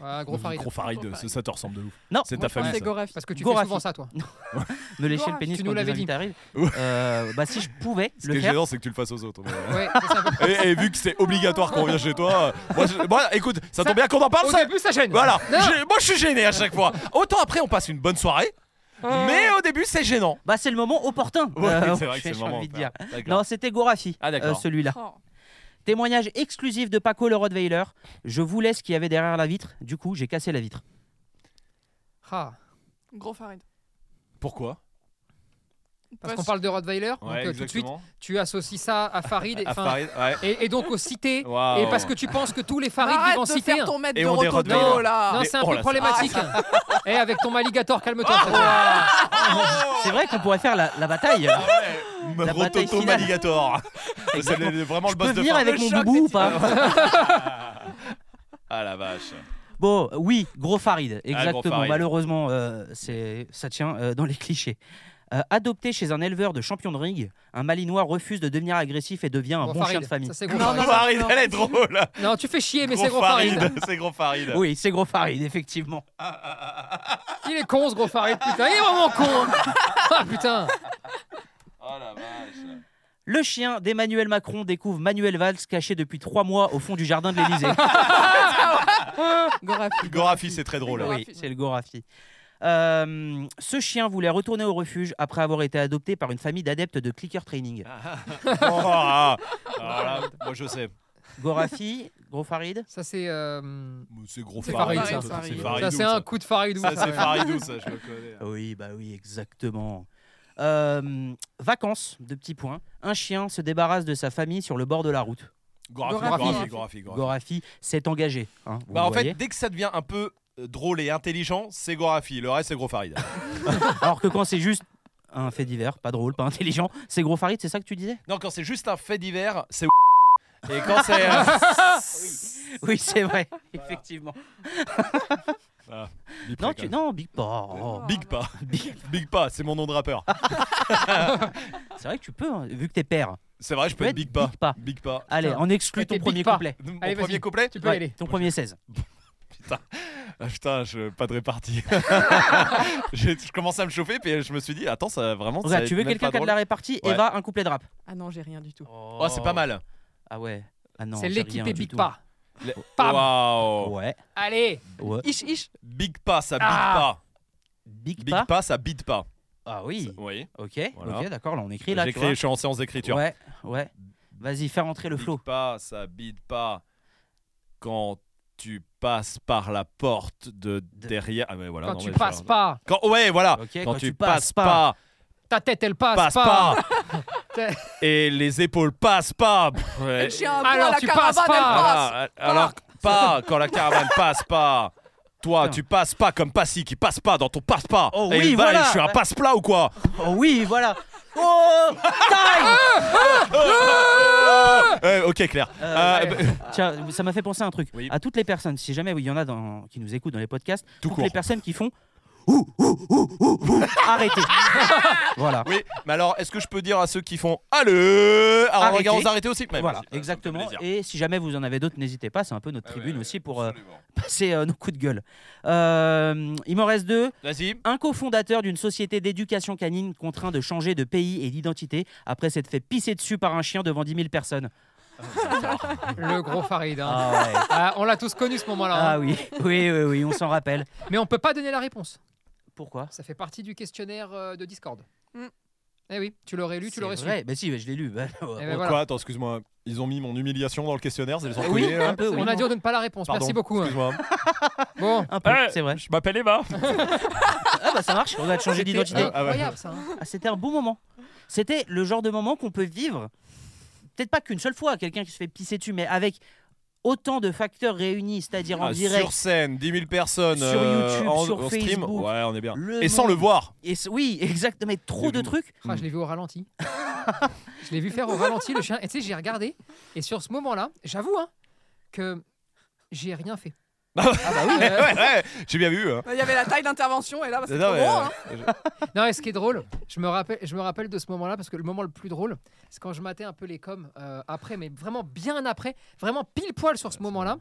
Speaker 6: Ouais, gros farid.
Speaker 7: Mm. Gros Farid,
Speaker 8: Gros
Speaker 7: ça,
Speaker 8: Farid.
Speaker 7: ça te ressemble de ouf.
Speaker 1: Non.
Speaker 7: c'est
Speaker 6: Moi,
Speaker 7: ta
Speaker 6: je
Speaker 7: famille.
Speaker 2: Ah, C'est
Speaker 6: pensais
Speaker 7: ça.
Speaker 2: Gorafi.
Speaker 6: Parce que tu
Speaker 1: Gorafi.
Speaker 6: fais souvent ça, toi.
Speaker 1: Me lécher le
Speaker 8: Gorafi,
Speaker 1: pénis
Speaker 6: tu
Speaker 1: quand
Speaker 6: nous
Speaker 1: les
Speaker 6: l'avais
Speaker 1: invités
Speaker 6: dit.
Speaker 1: arrivent. Euh, bah si je pouvais
Speaker 7: Ce qui
Speaker 1: le
Speaker 7: est
Speaker 1: faire.
Speaker 7: gênant, c'est que tu le fasses aux autres. mais-
Speaker 6: Ouais, c'est ça.
Speaker 7: et, et vu que c'est obligatoire qu'on vient chez toi, euh, moi, je- moi, écoute, ça, tombe bien qu'on en parle.
Speaker 6: Au
Speaker 7: ça-
Speaker 6: début, ça gêne.
Speaker 7: Voilà.
Speaker 6: Non.
Speaker 7: Je- moi, je suis gêné à chaque fois. Autant après, on passe une bonne soirée,
Speaker 8: Oh.
Speaker 7: mais au début, c'est gênant.
Speaker 1: Bah c'est le moment opportin.
Speaker 7: Ouais,
Speaker 1: Euh,
Speaker 7: c'est vrai que
Speaker 1: j'ai
Speaker 7: c'est le moment.
Speaker 1: envie de dire.
Speaker 7: D'accord.
Speaker 1: Non, c'était Gorafi. euh,
Speaker 7: Ah, d'accord.
Speaker 1: celui-là.
Speaker 8: Oh.
Speaker 1: Témoignage exclusif de Paco le Rottweiler. Je voulais ce qu'il y avait derrière la vitre. Du coup, j'ai cassé la vitre.
Speaker 6: Ah,
Speaker 8: Gros Farid.
Speaker 7: Pourquoi
Speaker 6: parce qu'on parle de Rottweiler, donc euh, tout de suite, tu associes ça à Farid et,
Speaker 7: À
Speaker 6: enfin,
Speaker 7: Paris, ouais.
Speaker 6: et, et donc aux cités.
Speaker 7: Waouh.
Speaker 6: Et parce que tu penses que tous les Farid vivent
Speaker 8: Arrête
Speaker 6: en
Speaker 8: de
Speaker 6: cité.
Speaker 8: faire ton maître
Speaker 7: Et
Speaker 8: de
Speaker 7: on dérote
Speaker 8: rotodo,
Speaker 7: d'ailleurs.
Speaker 8: là.
Speaker 6: Non,
Speaker 7: Mais-
Speaker 6: c'est un
Speaker 7: oh
Speaker 6: peu
Speaker 7: là, ça- Ah,
Speaker 6: problématique. Et avec ton alligator, calme-toi.
Speaker 7: oh.
Speaker 1: C'est vrai qu'on pourrait faire la, la bataille. La bataille
Speaker 7: Rototom
Speaker 1: finale.
Speaker 7: Alligator. C'est le- le- vraiment
Speaker 1: je
Speaker 7: le
Speaker 1: peux
Speaker 7: boss de
Speaker 1: venir
Speaker 7: fin.
Speaker 1: avec mon boubou ou pas
Speaker 7: Ah la vache.
Speaker 1: Bon, oui, gros Farid,
Speaker 7: Ah, gros
Speaker 1: exactement.
Speaker 7: Farid.
Speaker 1: Malheureusement, euh, c'est ça tient euh, dans les clichés. Euh, adopté chez un éleveur de champion de ring, un malinois refuse de devenir agressif et devient un bon chien de famille.
Speaker 6: Ça, c'est gros
Speaker 7: Non,
Speaker 6: Farid.
Speaker 7: Farid, elle est drôle.
Speaker 6: Non, tu fais chier, mais
Speaker 7: Gros
Speaker 6: c'est gros
Speaker 7: Farid.
Speaker 6: Farid.
Speaker 7: C'est gros Farid.
Speaker 1: Oui, c'est gros Farid, effectivement.
Speaker 6: Il est con, ce gros Farid, putain. Il est vraiment con. hein. Ah, putain.
Speaker 7: Oh la vache.
Speaker 1: Le chien d'Emmanuel Macron découvre Manuel Valls caché depuis trois mois au fond du jardin de l'Élysée.
Speaker 2: Gorafi.
Speaker 7: Gorafi, c'est très drôle.
Speaker 1: Oh oui, c'est le Gorafi. Euh, ce chien voulait retourner au refuge après avoir été adopté par une famille d'adeptes de clicker training.
Speaker 7: Oh, ah, ah, ah, là, moi je sais.
Speaker 1: Gorafi, gros Farid.
Speaker 6: Ça, c'est. euh,
Speaker 7: C'est gros
Speaker 8: C'est
Speaker 7: Farid.
Speaker 8: Farid,
Speaker 7: ça.
Speaker 8: Farid.
Speaker 7: C'est
Speaker 6: Ça,
Speaker 7: Faridou,
Speaker 6: c'est un coup de Faridou.
Speaker 7: Ça,
Speaker 6: ça,
Speaker 7: c'est
Speaker 6: ouais.
Speaker 7: Faridou, ça, je le connais.
Speaker 1: Oui, bah oui, exactement. Euh, vacances, deux petits points. Un chien se débarrasse de sa famille sur le bord de la route.
Speaker 7: Gorafi,
Speaker 6: Gorafi.
Speaker 7: Gorafi, Gorafi, Gorafi.
Speaker 1: Gorafi s'est engagé. hein, vous
Speaker 7: Bah,
Speaker 1: le
Speaker 7: en fait,
Speaker 1: voyez.
Speaker 7: dès que ça devient un peu euh, drôle et intelligent, c'est Gorafi. Le reste, c'est gros Farid.
Speaker 1: Alors que quand c'est juste un fait divers, pas drôle, pas intelligent, c'est gros Farid, c'est ça que tu disais
Speaker 7: Non, quand c'est juste un fait divers, c'est et quand c'est euh,
Speaker 1: Oui, c'est vrai, effectivement. Non, tu, non, Big Paw. oh,
Speaker 7: Big pas,
Speaker 1: Big-
Speaker 7: Big pas, c'est mon nom de rappeur.
Speaker 1: C'est vrai que tu peux, hein, vu que t'es père.
Speaker 7: C'est vrai, Ah, je peux être Big pas. Big pas.
Speaker 1: Allez,
Speaker 6: Putain.
Speaker 1: on exclut
Speaker 6: Ouais,
Speaker 1: ton
Speaker 6: t'es Big
Speaker 1: premier
Speaker 6: Paw.
Speaker 1: couplet.
Speaker 7: Mon
Speaker 6: Allez, vas-y.
Speaker 7: premier couplet.
Speaker 6: Tu peux y
Speaker 1: Ouais,
Speaker 6: aller.
Speaker 1: Ton premier 16.
Speaker 7: Ah, putain, je pas de répartie. J'ai- je commençais à me chauffer puis je me suis dit attends, ça vraiment ça
Speaker 1: Regarde, tu
Speaker 7: est
Speaker 1: veux
Speaker 7: même
Speaker 1: quelqu'un
Speaker 7: pas
Speaker 1: qui a de la répartie
Speaker 7: Ouais.
Speaker 1: Eva, un couplet de rap.
Speaker 2: Ah non, j'ai rien du tout.
Speaker 7: drôle. Oh, c'est pas mal.
Speaker 1: Ah ouais. Ah non,
Speaker 6: C'est
Speaker 1: j'ai
Speaker 6: l'équipe
Speaker 1: rien
Speaker 6: et
Speaker 1: du
Speaker 6: Big
Speaker 1: tout.
Speaker 6: Pas.
Speaker 7: Le-
Speaker 6: Pam.
Speaker 7: Waouh.
Speaker 1: Ouais.
Speaker 7: Ah,
Speaker 6: Allez.
Speaker 7: bah
Speaker 1: ouais.
Speaker 2: Ish, ish.
Speaker 7: Big pas, ça bite
Speaker 6: Ah.
Speaker 1: Big,
Speaker 7: pas.
Speaker 1: Paw
Speaker 7: Big pas, ça bite pas.
Speaker 1: Ah oui.
Speaker 7: Oui.
Speaker 1: Ok,
Speaker 7: Voilà.
Speaker 1: ok, d'accord, là on écrit là. tu
Speaker 7: J'ai créé, je suis en séance d'écriture.
Speaker 1: vois. Ouais, ouais. Vas-y, fais rentrer le
Speaker 7: Big
Speaker 1: flow.
Speaker 7: pas, ça bide pas. Quand tu passes par la porte de derrière. Ah, ouais, voilà,
Speaker 6: Quand
Speaker 7: non,
Speaker 6: tu
Speaker 7: mais je-
Speaker 6: passes pas,
Speaker 7: Quand- ouais, voilà.
Speaker 1: Ok,
Speaker 7: Quand, tu, passes pas,
Speaker 6: ta tête, elle passe,
Speaker 7: passe
Speaker 6: pas.
Speaker 7: pas. Et les épaules passent pas. Ouais.
Speaker 8: Le chien à
Speaker 6: Alors,
Speaker 8: bois, la
Speaker 6: tu
Speaker 8: caravane,
Speaker 6: passes pas.
Speaker 8: elle passe.
Speaker 7: Voilà, alors pas quand la caravane passe pas. Toi,
Speaker 1: Putain.
Speaker 7: tu passes pas comme Passy qui passe pas dans ton passe pas.
Speaker 1: Oh
Speaker 7: Et
Speaker 1: oui,
Speaker 7: bah,
Speaker 1: voilà.
Speaker 7: je suis un passe plat ou quoi
Speaker 1: Oh oui, voilà. Oh, time
Speaker 7: Euh, Ok, Claire.
Speaker 1: Euh,
Speaker 7: Euh,
Speaker 1: Tiens, ça m'a fait penser à un truc.
Speaker 7: Oui.
Speaker 1: À toutes les personnes, si jamais il y en a dans- qui nous écoutent dans les podcasts,
Speaker 7: Tout
Speaker 1: toutes
Speaker 7: court.
Speaker 1: les personnes qui font arrêtez. voilà.
Speaker 7: Oui, mais alors, est-ce que je peux dire à ceux qui font Allez Alors,
Speaker 1: Arrêtez.
Speaker 7: regarde, arrêtez aussi. Mais bah,
Speaker 1: Voilà,
Speaker 7: vas-y, ça me fait
Speaker 1: exactement.
Speaker 7: plaisir.
Speaker 1: Et si jamais vous en avez d'autres, n'hésitez pas. C'est un peu notre
Speaker 7: Ah ouais,
Speaker 1: tribune
Speaker 7: ouais,
Speaker 1: aussi pour euh,
Speaker 7: absolument.
Speaker 1: passer euh, nos coups de gueule. Euh, il m'en reste deux.
Speaker 7: Vas-y.
Speaker 1: Un cofondateur d'une société d'éducation canine contraint de changer de pays et d'identité après s'être fait pisser dessus par un chien devant 10 000 personnes.
Speaker 6: Le gros Farid. hein.
Speaker 1: Ah, ouais.
Speaker 6: Ah, on l'a tous connu ce moment-là. hein.
Speaker 1: Ah oui, oui, oui, oui, on s'en rappelle.
Speaker 6: Mais on peut pas donner la réponse.
Speaker 1: Pourquoi
Speaker 6: Ça fait partie du questionnaire euh, de Discord.
Speaker 8: Mm.
Speaker 6: Eh oui, tu l'aurais lu, tu l'aurais su.
Speaker 1: Ouais, bah si, bah, je l'ai lu. bah,
Speaker 6: Eh
Speaker 1: ouais.
Speaker 6: ben voilà.
Speaker 7: Quoi Attends, excuse-moi. Ils ont mis mon humiliation dans le questionnaire, ils les ont hein.
Speaker 1: oui,
Speaker 7: reculés, là.
Speaker 1: un peu. oui.
Speaker 6: On a dit on donne pas la réponse.
Speaker 7: Pardon,
Speaker 6: Merci beaucoup. hein.
Speaker 7: Excuse-moi.
Speaker 6: Bon,
Speaker 1: Un peu, c'est vrai.
Speaker 7: Je m'appelle Eva.
Speaker 1: Ah bah ça marche, on a changé d'identité.
Speaker 7: Ah, ah ouais.
Speaker 6: incroyable ça. hein.
Speaker 1: Ah, c'était un bon moment. C'était le genre de moment qu'on peut vivre, peut-être pas qu'une seule fois, quelqu'un qui se fait pisser dessus, mais avec autant de facteurs réunis, c'est-à-dire en
Speaker 7: Ah,
Speaker 1: direct.
Speaker 7: sur scène, 10 000 personnes.
Speaker 1: Sur
Speaker 7: euh,
Speaker 1: YouTube,
Speaker 7: en,
Speaker 1: sur
Speaker 7: en stream.
Speaker 1: Facebook.
Speaker 7: Ouais, on est bien.
Speaker 1: Le
Speaker 7: Et sans
Speaker 1: monde.
Speaker 7: le voir.
Speaker 1: Et c- oui, exactement, mais trop de trucs.
Speaker 6: Ah,
Speaker 7: Hmm.
Speaker 6: je l'ai vu au ralenti. je l'ai vu faire au ralenti le chien. Et tu sais, j'ai regardé. Et sur ce moment-là, j'avoue hein, que j'ai rien fait.
Speaker 7: Ah bah oui.
Speaker 6: euh,
Speaker 7: ouais, ouais, j'ai bien vu. hein.
Speaker 8: Il y avait la taille d'intervention et là, bah, c'est
Speaker 7: Non,
Speaker 8: trop
Speaker 7: mais,
Speaker 8: gros.
Speaker 7: euh,
Speaker 8: hein.
Speaker 6: Non, et ce qui est drôle, je me rappelle, je me rappelle de ce moment-là parce que le moment le plus drôle, c'est quand je matais un peu les coms euh, après, mais vraiment bien après, vraiment pile poil sur ce moment-là,